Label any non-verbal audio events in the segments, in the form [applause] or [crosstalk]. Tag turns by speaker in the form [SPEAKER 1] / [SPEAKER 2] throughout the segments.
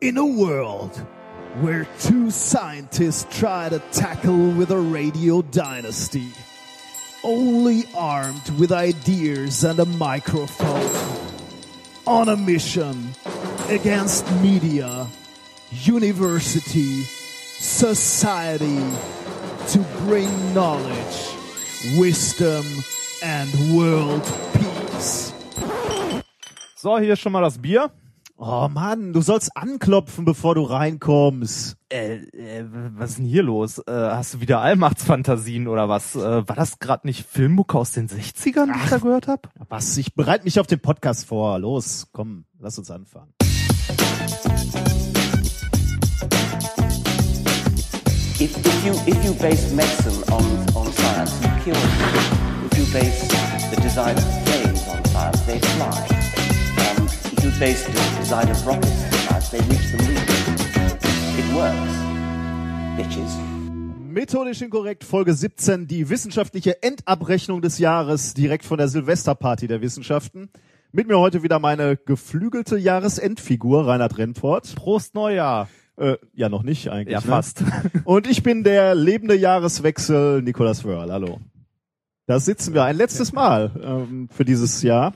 [SPEAKER 1] In a world where two scientists try to tackle with a radio dynasty, only armed with ideas and a microphone, on a mission against media, university, society to bring knowledge, wisdom, and world peace.
[SPEAKER 2] So, hier ist schon mal das Bier.
[SPEAKER 1] Oh Mann, du sollst anklopfen, bevor du reinkommst.
[SPEAKER 2] Äh, äh, was ist denn hier los? Äh, hast du wieder Allmachtsfantasien oder was? Äh, war das gerade nicht Filmmucke aus den 60ern, die ich da gehört hab?
[SPEAKER 1] Was? Ich bereite mich auf den Podcast vor. Los, komm, lass uns anfangen.
[SPEAKER 3] If, if you if you base medicine on on science, you kill. people. If you base the design of planes on science, they fly. Um, if you base the design of rockets on science, they reach the moon. It works, bitches.
[SPEAKER 1] Methodisch inkorrekt, Folge 17, die wissenschaftliche Endabrechnung des Jahres, direkt von der Silvesterparty der Wissenschaften. Mit mir heute wieder meine geflügelte Jahresendfigur, Reinhard Rennport.
[SPEAKER 2] Prost Neujahr.
[SPEAKER 1] Äh, ja, noch nicht eigentlich.
[SPEAKER 2] Ja,
[SPEAKER 1] ne?
[SPEAKER 2] fast.
[SPEAKER 1] Und ich bin der lebende Jahreswechsel Nikolas Wörl. Hallo. Da sitzen wir ein letztes Mal ähm, für dieses Jahr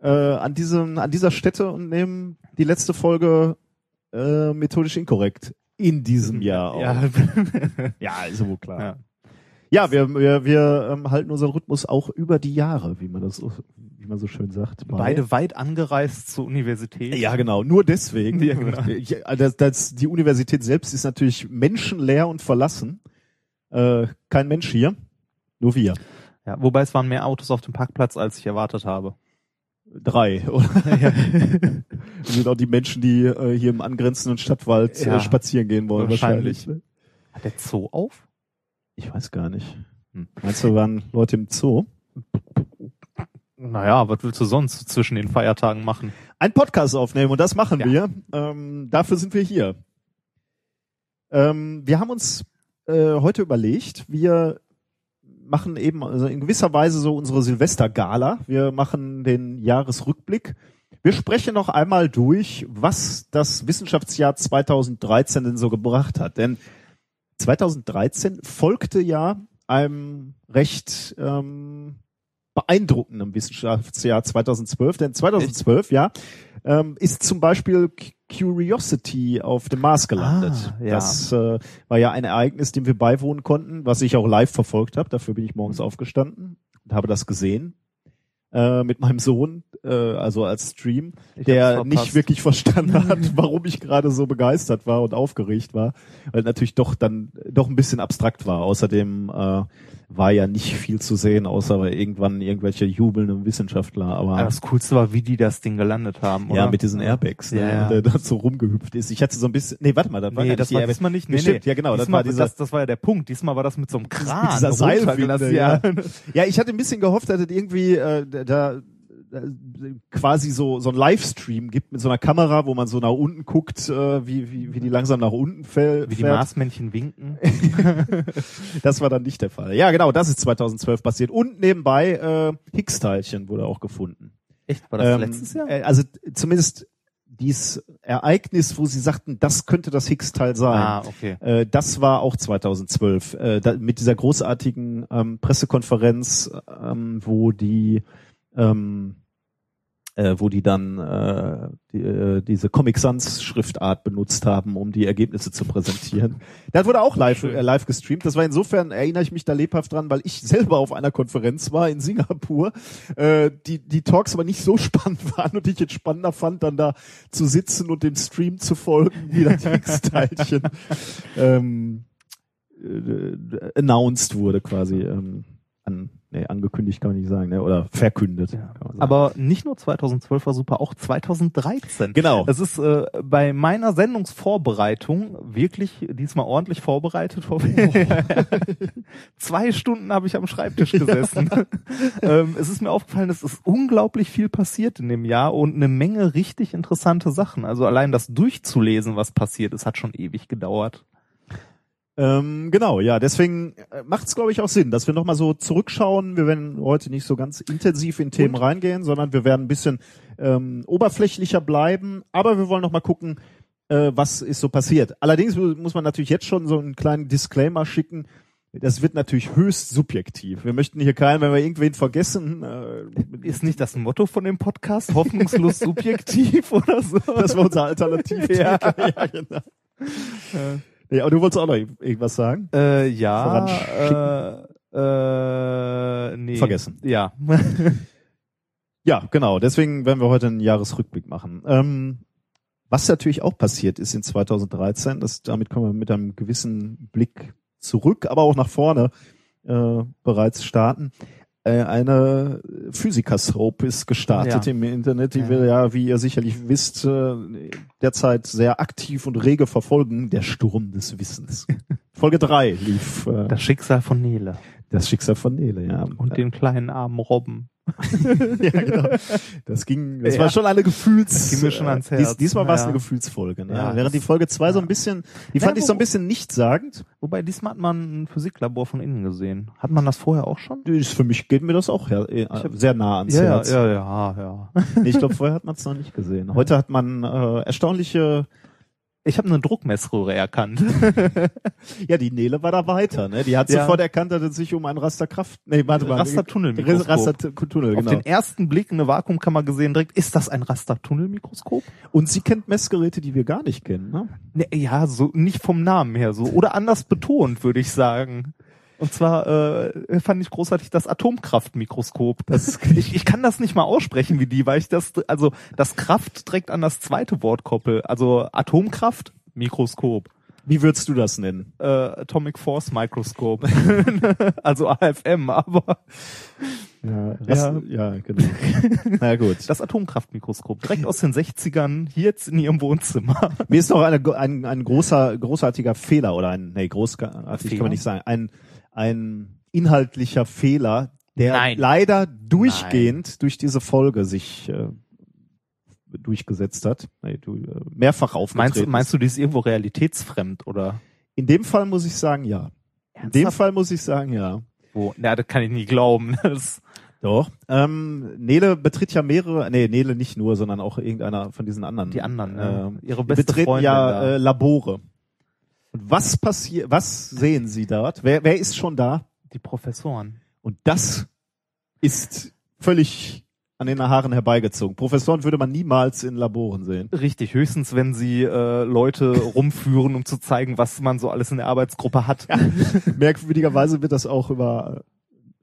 [SPEAKER 1] äh, an, diesem, an dieser Stätte und nehmen die letzte Folge äh, methodisch inkorrekt in diesem
[SPEAKER 2] [laughs]
[SPEAKER 1] Jahr auf.
[SPEAKER 2] Mhm. Ja.
[SPEAKER 1] Ja, ist wohl klar.
[SPEAKER 2] Ja.
[SPEAKER 1] Ja, wir, wir, wir ähm, halten unseren Rhythmus auch über die Jahre, wie man das so, wie man so schön sagt. bei.
[SPEAKER 2] Beide weit angereist zur Universität.
[SPEAKER 1] Ja, genau. Nur deswegen.
[SPEAKER 2] [laughs] Ja, genau.
[SPEAKER 1] Ich- das, das, die Universität selbst ist natürlich menschenleer und verlassen. Äh, kein Mensch hier. Nur wir.
[SPEAKER 2] Ja, wobei es waren mehr Autos auf dem Parkplatz, als ich erwartet habe.
[SPEAKER 1] Drei, [laughs] oder?
[SPEAKER 2] Ja.
[SPEAKER 1] Das sind auch die Menschen, die äh, hier im angrenzenden Stadtwald
[SPEAKER 2] Ja.
[SPEAKER 1] äh, spazieren gehen wollen.
[SPEAKER 2] Wahrscheinlich.
[SPEAKER 1] Wahrscheinlich.
[SPEAKER 2] Hat der Zoo auf?
[SPEAKER 1] Ich weiß gar nicht.
[SPEAKER 2] Hm.
[SPEAKER 1] Meinst du, waren Leute im Zoo?
[SPEAKER 2] Naja, was willst du sonst zwischen den Feiertagen machen?
[SPEAKER 1] einen Podcast aufnehmen und das machen
[SPEAKER 2] Ja.
[SPEAKER 1] wir. Ähm, dafür sind wir hier. Ähm, wir haben uns äh, heute überlegt, wir machen eben also in gewisser Weise so unsere Silvestergala. Wir machen den Jahresrückblick. Wir sprechen noch einmal durch, was das Wissenschaftsjahr 2013 denn so gebracht hat. Denn 2013 folgte ja einem recht ähm, beeindruckenden Wissenschaftsjahr 2012. Denn 2012, ja, ähm, ist zum Beispiel C- Curiosity auf dem Mars gelandet.
[SPEAKER 2] Ah, ja.
[SPEAKER 1] Das äh, war ja ein Ereignis, dem wir beiwohnen konnten, was ich auch live verfolgt habe. Dafür bin ich
[SPEAKER 2] Mhm.
[SPEAKER 1] morgens aufgestanden und habe das gesehen äh, mit meinem Sohn, äh, also als Stream
[SPEAKER 2] Ich hab's
[SPEAKER 1] der
[SPEAKER 2] verpasst.
[SPEAKER 1] nicht wirklich verstanden hat,
[SPEAKER 2] [laughs]
[SPEAKER 1] warum ich gerade so begeistert war und aufgeregt war, weil natürlich doch dann doch ein bisschen abstrakt war. Außerdem äh, war ja nicht viel zu sehen, außer irgendwann irgendwelche jubelnden Wissenschaftler. Aber
[SPEAKER 2] Aber das Coolste war, wie die das Ding gelandet haben, oder?
[SPEAKER 1] ja, mit diesen Airbags, ne,
[SPEAKER 2] Ja, ja.
[SPEAKER 1] der da so rumgehüpft ist. Ich hatte so ein bisschen, nee, warte mal, das war
[SPEAKER 2] Nee,
[SPEAKER 1] gar
[SPEAKER 2] das
[SPEAKER 1] nicht die
[SPEAKER 2] war
[SPEAKER 1] Airbags.
[SPEAKER 2] diesmal nicht.
[SPEAKER 1] Nee, stimmt, ja genau, das
[SPEAKER 2] diesmal,
[SPEAKER 1] war dieser
[SPEAKER 2] das, das war ja der Punkt. Diesmal war das mit so einem
[SPEAKER 1] [laughs]
[SPEAKER 2] Kran.
[SPEAKER 1] dieser
[SPEAKER 2] runtergelassen,
[SPEAKER 1] Seilwinde, ja. Ja, ich hatte ein bisschen gehofft, dass es irgendwie äh, da, da da quasi so so ein Livestream gibt mit so einer Kamera, wo man so nach unten guckt, äh, wie, wie wie die langsam nach unten fäll-
[SPEAKER 2] Wie die
[SPEAKER 1] fährt.
[SPEAKER 2] Marsmännchen winken.
[SPEAKER 1] [laughs] Das war dann nicht der Fall. Ja, genau, das ist 2012 passiert und nebenbei äh, Higgs-Teilchen wurde auch gefunden.
[SPEAKER 2] Echt? War das
[SPEAKER 1] Ähm,
[SPEAKER 2] letztes Jahr?
[SPEAKER 1] äh, Also t- zumindest dieses Ereignis, wo sie sagten, das könnte das Higgs-Teil sein.
[SPEAKER 2] ah, okay.
[SPEAKER 1] Äh, das war auch 2012 äh, da, mit dieser großartigen ähm, Pressekonferenz, ähm, wo die ähm, äh, wo die dann äh, die, äh, diese Comic Sans Schriftart benutzt haben, um die Ergebnisse zu präsentieren. Das wurde auch live
[SPEAKER 2] Oh, Schön.
[SPEAKER 1] äh, live gestreamt. Das war insofern erinnere ich mich da lebhaft dran, weil ich selber auf einer Konferenz war in Singapur, äh, die die Talks aber nicht so [laughs] spannend waren und ich es spannender fand, dann da zu sitzen und dem Stream zu folgen, wie
[SPEAKER 2] [laughs]
[SPEAKER 1] das Textteilchen ähm, äh, announced wurde quasi. Ähm, an, nee, angekündigt kann man nicht sagen, ne? oder verkündet.
[SPEAKER 2] Ja.
[SPEAKER 1] kann man sagen.
[SPEAKER 2] Aber nicht nur 2012 war super, auch 2013.
[SPEAKER 1] Genau.
[SPEAKER 2] Das ist äh, bei meiner Sendungsvorbereitung wirklich diesmal ordentlich vorbereitet.
[SPEAKER 1] [laughs]
[SPEAKER 2] Zwei Stunden habe ich am Schreibtisch gesessen. ähm, es ist mir aufgefallen, es ist unglaublich viel passiert in dem Jahr und eine Menge richtig interessante Sachen. Also allein das durchzulesen, was passiert ist, hat schon ewig gedauert.
[SPEAKER 1] Ähm, genau, ja, deswegen macht es, glaube ich, auch Sinn, dass wir nochmal so zurückschauen. Wir werden heute nicht so ganz intensiv in Themen reingehen, sondern wir werden ein bisschen ähm, oberflächlicher bleiben. Aber wir wollen nochmal gucken, äh, was ist so passiert. Allerdings mu- muss man natürlich jetzt schon so einen kleinen Disclaimer schicken. Das wird natürlich höchst subjektiv. Wir möchten hier keinen, wenn wir irgendwen vergessen, äh,
[SPEAKER 2] [laughs] Ist nicht das Motto von dem Podcast hoffnungslos subjektiv [laughs] oder so?
[SPEAKER 1] das war unser Alternativ. [laughs]
[SPEAKER 2] Ja.
[SPEAKER 1] genau. Nee, aber du wolltest auch noch irg- irgendwas sagen?
[SPEAKER 2] Äh, ja. Äh, äh, nee.
[SPEAKER 1] Vergessen. [laughs]
[SPEAKER 2] Ja.
[SPEAKER 1] Ja, genau. Deswegen werden wir heute einen Jahresrückblick machen. Ähm, was natürlich auch passiert ist in 2013, das, damit können wir mit einem gewissen Blick zurück, aber auch nach vorne äh, bereits starten. Äh, eine Physiker-Soap ist gestartet
[SPEAKER 2] Ja.
[SPEAKER 1] im Internet, die
[SPEAKER 2] Ja.
[SPEAKER 1] wir ja, wie ihr sicherlich wisst, äh, derzeit sehr aktiv und rege verfolgen. Der Sturm des
[SPEAKER 2] [laughs]
[SPEAKER 1] Wissens. Folge drei lief äh,
[SPEAKER 2] Das Schicksal von Nele
[SPEAKER 1] das Schicksal von Nele, ja. äh,
[SPEAKER 2] und den kleinen armen Robben.
[SPEAKER 1] [laughs] ja, genau. Das ging, das
[SPEAKER 2] Ja.
[SPEAKER 1] war schon eine Gefühls,
[SPEAKER 2] Das ging mir schon ans
[SPEAKER 1] äh,
[SPEAKER 2] Herz.
[SPEAKER 1] diesmal war es
[SPEAKER 2] Ja.
[SPEAKER 1] eine Gefühlsfolge, ne?
[SPEAKER 2] Ja,
[SPEAKER 1] Während
[SPEAKER 2] das-
[SPEAKER 1] die Folge zwei so
[SPEAKER 2] ja.
[SPEAKER 1] ein bisschen, die
[SPEAKER 2] Ja,
[SPEAKER 1] fand ich so ein
[SPEAKER 2] wo-
[SPEAKER 1] bisschen nichtssagend.
[SPEAKER 2] Wobei, diesmal hat man ein Physiklabor von innen gesehen. Hat man das vorher auch schon?
[SPEAKER 1] Ist, für mich geht mir das auch her, äh,
[SPEAKER 2] hab-
[SPEAKER 1] sehr nah ans Herz.
[SPEAKER 2] ja, ja, ja.
[SPEAKER 1] Ich glaube, vorher hat man es noch nicht [laughs] gesehen. Heute hat man äh, erstaunliche,
[SPEAKER 2] Ich habe eine
[SPEAKER 1] [laughs]
[SPEAKER 2] Druckmessröhre erkannt.
[SPEAKER 1] ja, die Nele war da weiter, ne? Die hat
[SPEAKER 2] Ja.
[SPEAKER 1] sofort erkannt, dass es sich um ein Rasterkraft, nee, warte mal.
[SPEAKER 2] [laughs] Rastertunnelmikroskop.
[SPEAKER 1] Rastertunnel,
[SPEAKER 2] Auf
[SPEAKER 1] genau.
[SPEAKER 2] den ersten Blick eine Vakuumkammer gesehen, direkt, ist das ein Rastertunnelmikroskop?
[SPEAKER 1] Und sie kennt Messgeräte, die wir gar nicht kennen, ne?
[SPEAKER 2] Ne, ja, so nicht vom Namen her so. Oder anders betont, würde ich sagen. Und zwar äh, fand ich großartig das Atomkraftmikroskop. Das, ich, ich kann das nicht mal aussprechen wie die, weil ich das, also das Kraft direkt an das zweite Wort koppel. Also Atomkraft, Mikroskop.
[SPEAKER 1] Wie würdest du das nennen?
[SPEAKER 2] Äh, Atomic Force Microscope. [laughs] also AFM, aber
[SPEAKER 1] Ja, Rast, ja. ja genau. [laughs] Na gut.
[SPEAKER 2] das Atomkraftmikroskop. Direkt aus den 60ern, hier jetzt in ihrem Wohnzimmer.
[SPEAKER 1] Mir ist noch eine, ein, ein großer, großartiger Fehler oder ein, nee, großartig kann
[SPEAKER 2] Fehler?
[SPEAKER 1] man nicht sagen, ein, ein inhaltlicher Fehler, der
[SPEAKER 2] Nein.
[SPEAKER 1] leider durchgehend durch diese Folge sich äh, durchgesetzt hat. Nee, du, äh, mehrfach
[SPEAKER 2] Meinst,
[SPEAKER 1] aufgetreten.
[SPEAKER 2] du- meinst du, die ist irgendwo realitätsfremd oder?
[SPEAKER 1] ist. In dem Fall muss ich sagen, ja. In dem Fall muss ich sagen, ja.
[SPEAKER 2] Wo? Na, das kann ich nie glauben. [laughs] Das,
[SPEAKER 1] Doch. Ähm, Nele betritt ja mehrere, nee, Nele nicht nur, sondern auch irgendeiner von diesen anderen.
[SPEAKER 2] die anderen,
[SPEAKER 1] Ähm,
[SPEAKER 2] ne? ihre
[SPEAKER 1] Wir
[SPEAKER 2] beste
[SPEAKER 1] betreten
[SPEAKER 2] Freundin.
[SPEAKER 1] ja
[SPEAKER 2] da.
[SPEAKER 1] äh, Labore. Und was passiert, was sehen Sie dort? Wer, wer ist schon da?
[SPEAKER 2] die Professoren.
[SPEAKER 1] Und das ist völlig an den Haaren herbeigezogen. Professoren würde man niemals in Laboren sehen. [laughs]
[SPEAKER 2] Richtig, höchstens wenn sie äh, Leute rumführen, um zu zeigen, was man so alles in der Arbeitsgruppe hat.
[SPEAKER 1] Merkwürdigerweise wird das auch über,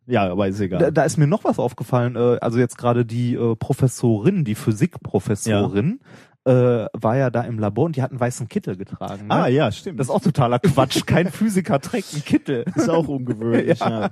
[SPEAKER 1] ja, aber ist egal.
[SPEAKER 2] Da, da ist mir noch was aufgefallen. Äh, also jetzt gerade die äh, Professorin, die Physikprofessorin, äh, war ja da im Labor und die hat einen weißen Kittel getragen. Ne?
[SPEAKER 1] ah, ja, stimmt.
[SPEAKER 2] Das ist auch totaler Quatsch. Kein Physiker trägt einen Kittel.
[SPEAKER 1] [laughs] Ist auch
[SPEAKER 2] [laughs]
[SPEAKER 1] ungewöhnlich. ja.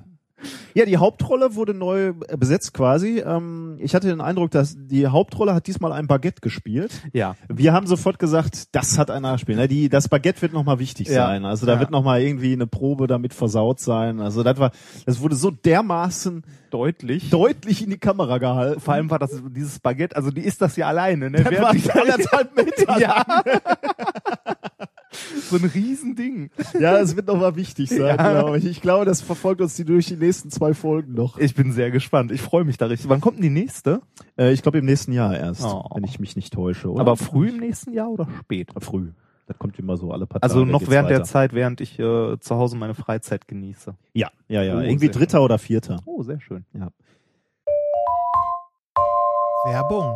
[SPEAKER 1] Ja. die Hauptrolle wurde neu äh, besetzt quasi. Ähm, ich hatte den Eindruck, dass die Hauptrolle hat diesmal ein Baguette gespielt.
[SPEAKER 2] Ja.
[SPEAKER 1] Wir haben sofort gesagt, das hat ein Nachspiel. Ne? Die, das Baguette wird nochmal wichtig
[SPEAKER 2] Ja.
[SPEAKER 1] sein. Also da
[SPEAKER 2] Ja.
[SPEAKER 1] wird nochmal irgendwie eine Probe damit versaut sein. Also das war, das wurde so dermaßen
[SPEAKER 2] Deutlich.
[SPEAKER 1] deutlich in die Kamera gehalten.
[SPEAKER 2] Vor allem war das dieses Baguette, also die ist das ja alleine, ne?
[SPEAKER 1] Das
[SPEAKER 2] Wer
[SPEAKER 1] war
[SPEAKER 2] hat sich da-
[SPEAKER 1] anderthalb Meter. [laughs] Ja,
[SPEAKER 2] Ja. [laughs] so ein Riesending.
[SPEAKER 1] [laughs] ja das wird nochmal wichtig sein, glaube ich. Ich glaube, das verfolgt uns die durch die nächsten zwei Folgen noch.
[SPEAKER 2] Ich bin sehr gespannt. Ich freue mich da richtig. Wann kommt denn die nächste?
[SPEAKER 1] Äh, ich glaube im nächsten Jahr erst,
[SPEAKER 2] Oh.
[SPEAKER 1] wenn ich mich nicht täusche. Oder?
[SPEAKER 2] Aber früh im nächsten Jahr oder spät?
[SPEAKER 1] früh. Das kommt immer so alle paar
[SPEAKER 2] Also
[SPEAKER 1] Tage
[SPEAKER 2] noch
[SPEAKER 1] geht's
[SPEAKER 2] während der
[SPEAKER 1] weiter.
[SPEAKER 2] Zeit, während ich äh, zu Hause meine Freizeit genieße.
[SPEAKER 1] Ja, ja, ja.
[SPEAKER 2] Oh,
[SPEAKER 1] irgendwie
[SPEAKER 2] sehr
[SPEAKER 1] dritter oder vierter.
[SPEAKER 2] Oh, sehr schön.
[SPEAKER 4] Werbung.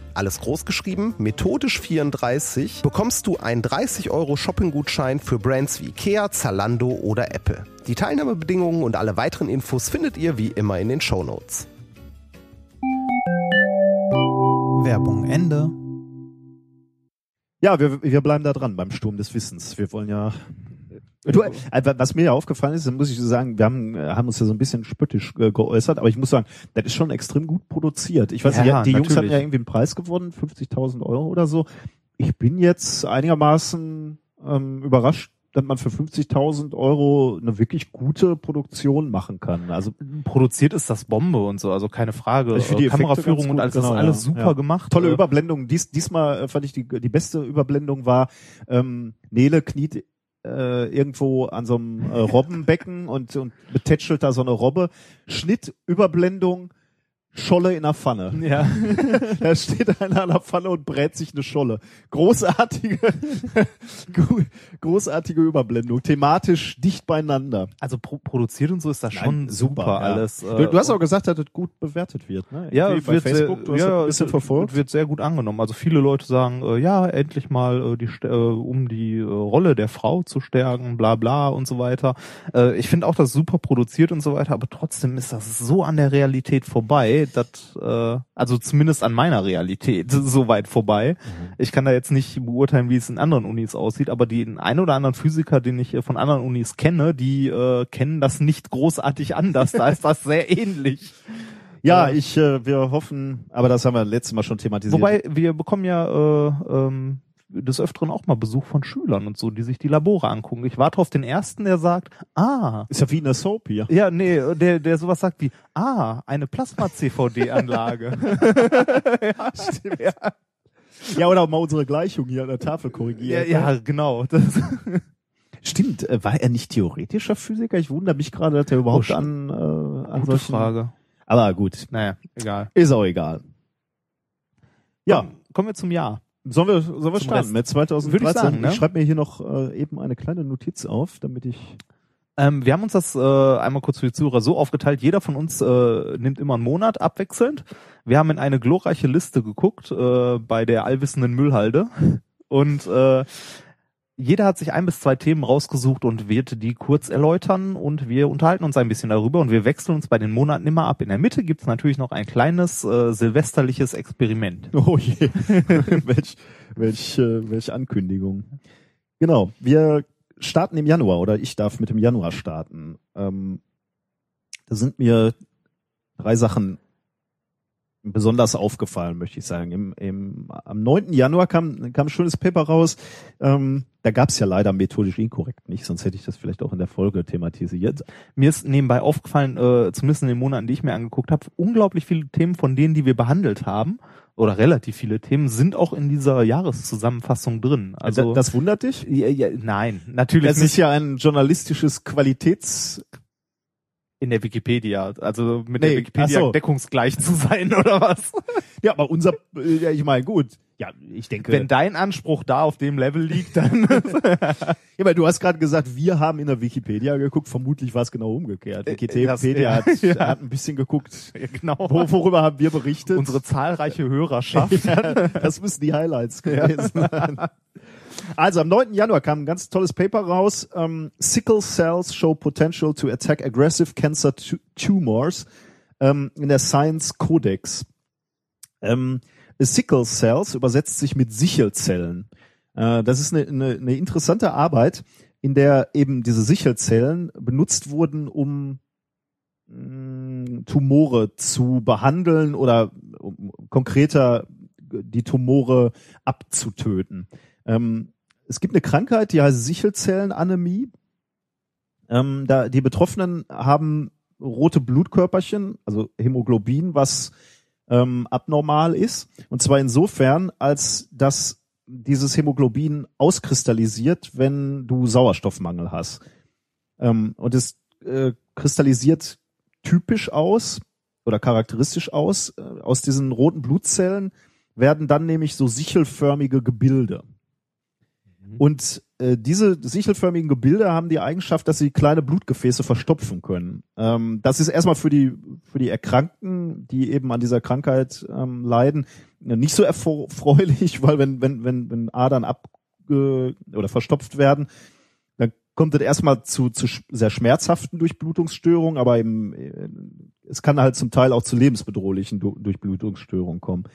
[SPEAKER 5] alles groß geschrieben, methodisch 34, bekommst du einen 30 Euro Shopping-Gutschein für Brands wie Ikea, Zalando oder Apple. Die Teilnahmebedingungen und alle weiteren Infos findet ihr wie immer in den Shownotes.
[SPEAKER 4] Werbung Ende.
[SPEAKER 1] Ja, wir, wir bleiben da dran beim Sturm des Wissens. Wir wollen ja. Du, äh, was mir ja aufgefallen ist, muss ich sagen, wir haben, äh, haben uns ja so ein bisschen spöttisch äh, geäußert, aber ich muss sagen, das ist schon extrem gut produziert. Ich weiß
[SPEAKER 2] Ja,
[SPEAKER 1] nicht, die Jungs haben
[SPEAKER 2] natürlich.
[SPEAKER 1] ja irgendwie einen Preis gewonnen, 50.000 Euro oder so. Ich bin jetzt einigermaßen ähm, überrascht, dass man für 50.000 Euro eine wirklich gute Produktion machen kann. Also
[SPEAKER 2] Hm, Produziert ist das Bombe und so, also keine Frage.
[SPEAKER 1] Ich finde die
[SPEAKER 2] Äh,
[SPEAKER 1] Effekte
[SPEAKER 2] Kameraführung
[SPEAKER 1] ganz
[SPEAKER 2] und
[SPEAKER 1] gut,
[SPEAKER 2] alles, das
[SPEAKER 1] genau,
[SPEAKER 2] ist alles
[SPEAKER 1] ja.
[SPEAKER 2] super
[SPEAKER 1] Ja.
[SPEAKER 2] gemacht.
[SPEAKER 1] Tolle
[SPEAKER 2] Äh,
[SPEAKER 1] Überblendung. Dies, diesmal äh, fand ich die, die beste Überblendung war, ähm, Nele kniet äh, irgendwo an so einem [laughs] äh, Robbenbecken und, und betätschelt da so eine Robbe. Schnitt, Überblendung, Scholle in der Pfanne.
[SPEAKER 2] [laughs] Ja.
[SPEAKER 1] [laughs] Da steht einer an der Pfanne und brät sich eine Scholle. Großartige, [laughs] gro- großartige Überblendung. Thematisch dicht beieinander.
[SPEAKER 2] Also pro produziert und so ist das schon super,
[SPEAKER 1] ja.
[SPEAKER 2] alles. äh,
[SPEAKER 1] Du, du hast auch gesagt, dass das gut bewertet wird. Ne?
[SPEAKER 2] ja,
[SPEAKER 1] Irgendwie bei
[SPEAKER 2] wird
[SPEAKER 1] Facebook,
[SPEAKER 2] sehr,
[SPEAKER 1] du hast das
[SPEAKER 2] ja,
[SPEAKER 1] ein bisschen
[SPEAKER 2] es-
[SPEAKER 1] verfolgt.
[SPEAKER 2] Wird sehr gut angenommen. Also viele Leute sagen, äh, ja, endlich mal äh, die, St- äh, um die äh, Rolle der Frau zu stärken, bla bla und so weiter. Äh, ich finde auch das super produziert und so weiter, aber trotzdem ist das so an der Realität vorbei, dass, äh, also zumindest an meiner Realität [laughs] so weit vorbei. Ich kann da jetzt nicht beurteilen, wie es in anderen Unis aussieht, aber den ein oder anderen Physiker, den ich äh, von anderen Unis kenne, die äh, kennen das nicht großartig anders. [laughs] Da ist das sehr ähnlich.
[SPEAKER 1] Ja,
[SPEAKER 2] Ja.
[SPEAKER 1] ich, äh, wir hoffen, aber das haben wir letztes Mal schon thematisiert.
[SPEAKER 2] Wobei, wir bekommen ja äh, ähm, des Öfteren auch mal Besuch von Schülern und so, die sich die Labore angucken. Ich warte auf den Ersten, der sagt, ah,
[SPEAKER 1] ist ja wie in der Soap
[SPEAKER 2] [laughs]
[SPEAKER 1] hier.
[SPEAKER 2] ja, nee, äh, der, der sowas sagt wie, ah, eine [laughs] Plasma-CVD-Anlage.
[SPEAKER 1] ja. ja, oder auch mal unsere Gleichung hier an der Tafel
[SPEAKER 2] ja,
[SPEAKER 1] korrigieren.
[SPEAKER 2] ja, genau. Das,
[SPEAKER 1] Stimmt, äh, war er nicht theoretischer Physiker? Ich wundere mich gerade, dass er überhaupt an, äh, an
[SPEAKER 2] Oh, gute
[SPEAKER 1] solchen...
[SPEAKER 2] Frage.
[SPEAKER 1] Aber gut,
[SPEAKER 2] Naja, egal.
[SPEAKER 1] ist auch egal. Ja,
[SPEAKER 2] Komm, kommen wir zum Jahr.
[SPEAKER 1] sollen wir, sollen wir
[SPEAKER 2] Zum
[SPEAKER 1] starten
[SPEAKER 2] Rest.
[SPEAKER 1] mit 2013?
[SPEAKER 2] Würde ich sagen, ne?
[SPEAKER 1] ich schreibe mir hier noch äh, eben eine kleine Notiz auf, damit ich...
[SPEAKER 2] Ähm, wir haben uns das äh, einmal kurz für die Zuhörer so aufgeteilt. Jeder von uns äh, nimmt immer einen Monat abwechselnd. Wir haben in eine glorreiche Liste geguckt äh, bei der allwissenden Müllhalde und äh, jeder hat sich ein bis zwei Themen rausgesucht und wird die kurz erläutern und wir unterhalten uns ein bisschen darüber und wir wechseln uns bei den Monaten immer ab. In der Mitte gibt's natürlich noch ein kleines äh, silvesterliches Experiment.
[SPEAKER 1] [laughs] Oh je, welch, welch, äh, welch Ankündigung. Genau, wir starten im Januar oder ich darf mit dem Januar starten. Ähm, da sind mir drei Sachen besonders aufgefallen, möchte ich sagen. Im, im, am 9. Januar kam, kam ein schönes Paper raus. Ähm, da gab's ja leider methodisch inkorrekt nicht, sonst hätte ich das vielleicht auch in der Folge thematisiert.
[SPEAKER 2] Mir ist nebenbei aufgefallen, äh, zumindest in den Monaten, die ich mir angeguckt habe, unglaublich viele Themen von denen, die wir behandelt haben, oder relativ viele Themen, sind auch in dieser Jahreszusammenfassung drin. Also
[SPEAKER 1] Da- das wundert dich?
[SPEAKER 2] ja, ja, nein, natürlich
[SPEAKER 1] Das
[SPEAKER 2] nicht
[SPEAKER 1] ist ja ein journalistisches Qualitäts-
[SPEAKER 2] in der Wikipedia, also mit
[SPEAKER 1] Nee,
[SPEAKER 2] der Wikipedia
[SPEAKER 1] ach so.
[SPEAKER 2] deckungsgleich zu sein [laughs] oder was.
[SPEAKER 1] Ja, aber unser, äh, ja, ich meine, gut. Ja, ich denke.
[SPEAKER 2] Wenn dein Anspruch da auf dem Level
[SPEAKER 1] [laughs]
[SPEAKER 2] liegt, dann [laughs]
[SPEAKER 1] ja, aber du hast gerade gesagt, wir haben in der Wikipedia geguckt. Vermutlich war es genau umgekehrt.
[SPEAKER 2] Äh,
[SPEAKER 1] Wikipedia
[SPEAKER 2] das- ja,
[SPEAKER 1] hat,
[SPEAKER 2] [laughs] ja.
[SPEAKER 1] hat ein bisschen geguckt.
[SPEAKER 2] Ja, genau
[SPEAKER 1] Wo- Worüber haben wir berichtet?
[SPEAKER 2] unsere
[SPEAKER 1] [laughs]
[SPEAKER 2] zahlreiche Hörerschaft.
[SPEAKER 1] das müssen die Highlights gewesen sein. Also am 9. Januar kam ein ganz tolles Paper raus. Ähm, Sickle Cells show potential to attack aggressive cancer tu tumors ähm, in der Science Codex. Ähm, Sickle Cells übersetzt sich mit Sichelzellen. Äh, das ist eine, eine, eine interessante Arbeit, in der eben diese Sichelzellen benutzt wurden, um mm, mh, Tumore zu behandeln oder um konkreter die Tumore abzutöten. Ähm, es gibt eine Krankheit, die heißt Sichelzellenanämie. Ähm, da, die Betroffenen haben rote Blutkörperchen, also Hämoglobin, was ähm, abnormal ist. Und zwar insofern, als dass dieses Hämoglobin auskristallisiert, wenn du Sauerstoffmangel hast. Ähm, und es äh, kristallisiert typisch aus oder charakteristisch aus. Äh, aus diesen roten Blutzellen werden dann nämlich so sichelförmige Gebilde. Und äh, diese sichelförmigen Gebilde haben die Eigenschaft, dass sie kleine Blutgefäße verstopfen können. Ähm, das ist erstmal für die, für die Erkrankten, die eben an dieser Krankheit ähm, leiden, nicht so erfreulich, [laughs] weil wenn, wenn, wenn, wenn Adern ab oder verstopft werden, dann kommt es erstmal zu, zu sch- sehr schmerzhaften Durchblutungsstörungen, aber eben, äh, es kann halt zum Teil auch zu lebensbedrohlichen Du- Durchblutungsstörungen kommen,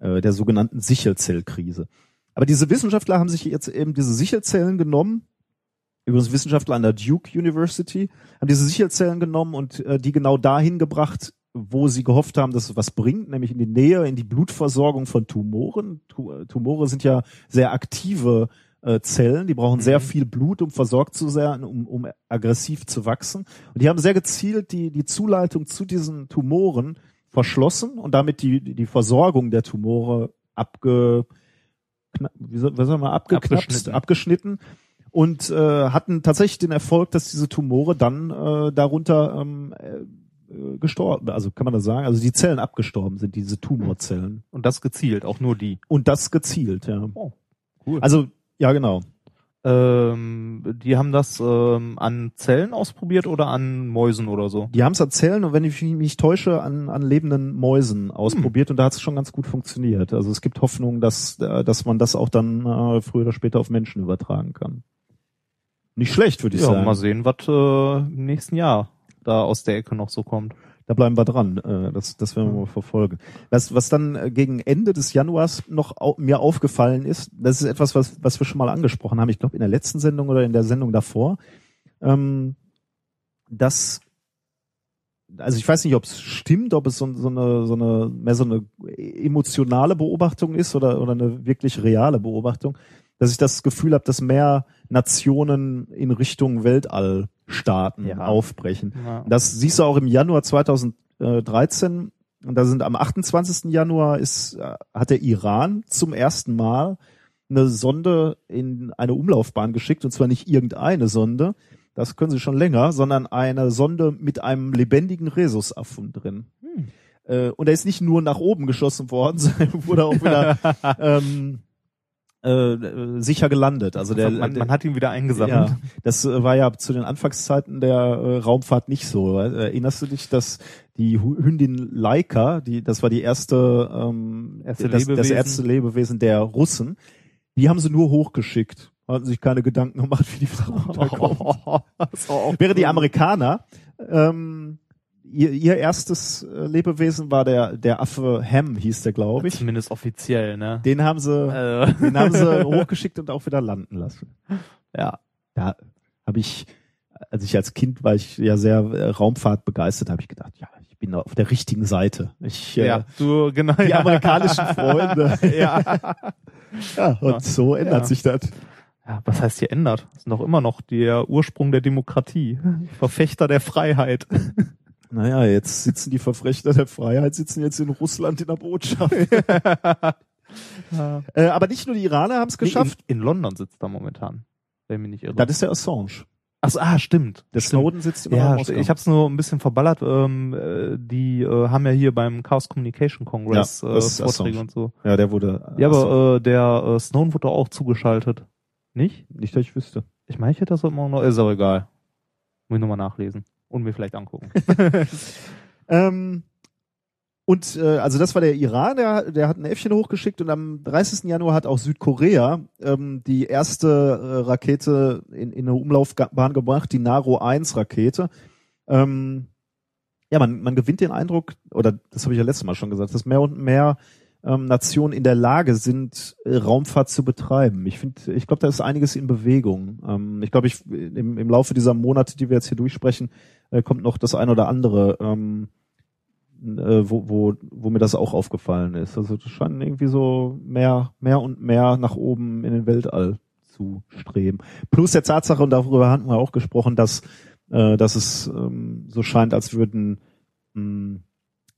[SPEAKER 1] äh, der sogenannten Sichelzellkrise. Aber diese Wissenschaftler haben sich jetzt eben diese Sichelzellen genommen, übrigens Wissenschaftler an der Duke University, haben diese Sichelzellen genommen und äh, die genau dahin gebracht, wo sie gehofft haben, dass es was bringt, nämlich in die Nähe, in die Blutversorgung von Tumoren. Tu äh, Tumore sind ja sehr aktive äh, Zellen, die brauchen sehr viel Blut, um versorgt zu sein, um, um aggressiv zu wachsen. Und die haben sehr gezielt die, die Zuleitung zu diesen Tumoren verschlossen und damit die, die Versorgung der Tumore abge, kna- wie soll, was sagen wir, abgeknapst,
[SPEAKER 2] Abgeschnitten.
[SPEAKER 1] abgeschnitten. und äh, hatten tatsächlich den Erfolg, dass diese Tumore dann äh, darunter ähm, äh, gestorben, also kann man das sagen, also die Zellen abgestorben sind, diese Tumorzellen.
[SPEAKER 2] Und das gezielt, auch nur die.
[SPEAKER 1] Und das gezielt, ja.
[SPEAKER 2] Oh, cool.
[SPEAKER 1] Also, ja, genau.
[SPEAKER 2] Ähm, die haben das ähm, an Zellen ausprobiert oder an Mäusen oder so.
[SPEAKER 1] Die haben es an Zellen und wenn ich mich nicht täusche, an, an lebenden Mäusen ausprobiert
[SPEAKER 2] Hm.
[SPEAKER 1] und da hat es schon ganz gut funktioniert. Also es gibt Hoffnung, dass, äh, dass man das auch dann äh, früher oder später auf Menschen übertragen kann. Nicht schlecht, würde ich
[SPEAKER 2] Ja,
[SPEAKER 1] sagen.
[SPEAKER 2] mal sehen, was äh, im nächsten Jahr da aus der Ecke noch so kommt.
[SPEAKER 1] Da bleiben wir dran. Äh, Das, das werden wir mal verfolgen. Was, was dann äh, gegen Ende des Januars noch au mir aufgefallen ist, das ist etwas, was, was wir schon mal angesprochen haben, ich glaube in der letzten Sendung oder in der Sendung davor, ähm, dass, also ich weiß nicht, ob es stimmt, ob es so, so, eine, so eine, mehr so eine emotionale Beobachtung ist oder, oder eine wirklich reale Beobachtung, dass ich das Gefühl habe, dass mehr Nationen in Richtung Weltall starten,
[SPEAKER 2] Ja.
[SPEAKER 1] aufbrechen.
[SPEAKER 2] Ja.
[SPEAKER 1] Das siehst du auch im Januar 2013. Und da sind am 28. Januar ist, äh, hat der Iran zum ersten Mal eine Sonde in eine Umlaufbahn geschickt. Und zwar nicht irgendeine Sonde. Das können sie schon länger, sondern eine Sonde mit einem lebendigen Rhesusaffen drin.
[SPEAKER 2] Hm.
[SPEAKER 1] Äh, Und er ist nicht nur nach oben geschossen worden, [laughs] sondern wurde auch
[SPEAKER 2] [laughs]
[SPEAKER 1] wieder ähm, äh, äh, sicher gelandet. Also der,
[SPEAKER 2] Also man, man hat ihn wieder eingesammelt.
[SPEAKER 1] ja, das äh, war ja zu den Anfangszeiten der äh, Raumfahrt nicht so. Äh, Erinnerst du dich, dass die Hu- Hündin Laika, die, das war die erste, ähm,
[SPEAKER 2] Erste
[SPEAKER 1] das, das
[SPEAKER 2] Lebewesen.
[SPEAKER 1] erste Lebewesen der Russen, die haben sie nur hochgeschickt. Hatten sich keine Gedanken gemacht, wie die wieder
[SPEAKER 2] [laughs]
[SPEAKER 1] runterkommen. Während die Amerikaner, ähm, ihr, ihr erstes äh, Lebewesen war der, der Affe Ham, hieß der, glaube ich.
[SPEAKER 2] Zumindest offiziell, ne?
[SPEAKER 1] Den haben sie,
[SPEAKER 2] Äh,
[SPEAKER 1] den haben
[SPEAKER 2] [laughs]
[SPEAKER 1] sie hochgeschickt und auch wieder landen lassen
[SPEAKER 2] ja.
[SPEAKER 1] da habe ich, als ich als Kind war, ich ja sehr äh, Raumfahrt begeistert, habe ich gedacht, ja, ich bin auf der richtigen Seite. Ich,
[SPEAKER 2] ja,
[SPEAKER 1] äh,
[SPEAKER 2] du genau.
[SPEAKER 1] die
[SPEAKER 2] ja.
[SPEAKER 1] amerikanischen Freunde.
[SPEAKER 2] [laughs] ja.
[SPEAKER 1] ja, und so ändert
[SPEAKER 2] Ja.
[SPEAKER 1] sich das.
[SPEAKER 2] ja. Was heißt hier ändert? Das ist noch immer noch der Ursprung der Demokratie, Verfechter der Freiheit. [laughs]
[SPEAKER 1] Naja, jetzt sitzen die Verfechter der Freiheit, sitzen jetzt in Russland in der [laughs] Botschaft.
[SPEAKER 2] Ja.
[SPEAKER 1] äh, aber nicht nur die Iraner haben es geschafft.
[SPEAKER 2] Nee, in, in London sitzt er momentan, wenn mich nicht irre.
[SPEAKER 1] das ist der Assange.
[SPEAKER 2] Achso, ah, stimmt.
[SPEAKER 1] Der
[SPEAKER 2] stimmt.
[SPEAKER 1] Snowden sitzt immer
[SPEAKER 2] Ja,
[SPEAKER 1] noch in
[SPEAKER 2] ich habe es nur ein bisschen verballert. Ähm, äh, die äh, haben ja hier beim Chaos Communication Congress
[SPEAKER 1] Ja,
[SPEAKER 2] äh,
[SPEAKER 1] das ist
[SPEAKER 2] Vorträge
[SPEAKER 1] Assange.
[SPEAKER 2] und so.
[SPEAKER 1] ja, der wurde.
[SPEAKER 2] Ja, aber äh, der äh, Snowden wurde auch zugeschaltet. Nicht?
[SPEAKER 1] nicht, dass ich wüsste.
[SPEAKER 2] Ich meine, ich hätte das heute Morgen noch. Ist aber egal. Muss ich nochmal nachlesen. Und mir
[SPEAKER 1] [laughs]
[SPEAKER 2] vielleicht angucken.
[SPEAKER 1] Ähm, und äh, also das war der Iran, der, der hat ein Äffchen hochgeschickt und am 30. Januar hat auch Südkorea ähm, die erste äh, Rakete in, in eine Umlaufbahn gebracht, die Naro-1-Rakete. Ähm, ja, man, man gewinnt den Eindruck, oder das habe ich ja letztes Mal schon gesagt, dass mehr und mehr ähm, Nationen in der Lage sind, äh, Raumfahrt zu betreiben. Ich finde, ich glaube, da ist einiges in Bewegung. Ähm, ich glaube, ich, im, im Laufe dieser Monate, die wir jetzt hier durchsprechen, äh, kommt noch das ein oder andere ähm, äh, wo, wo, wo mir das auch aufgefallen ist. Also das scheint irgendwie so mehr, mehr und mehr nach oben in den Weltall zu streben. Plus der Tatsache, und darüber hatten wir auch gesprochen, dass, äh, dass es ähm, so scheint, als würden mh,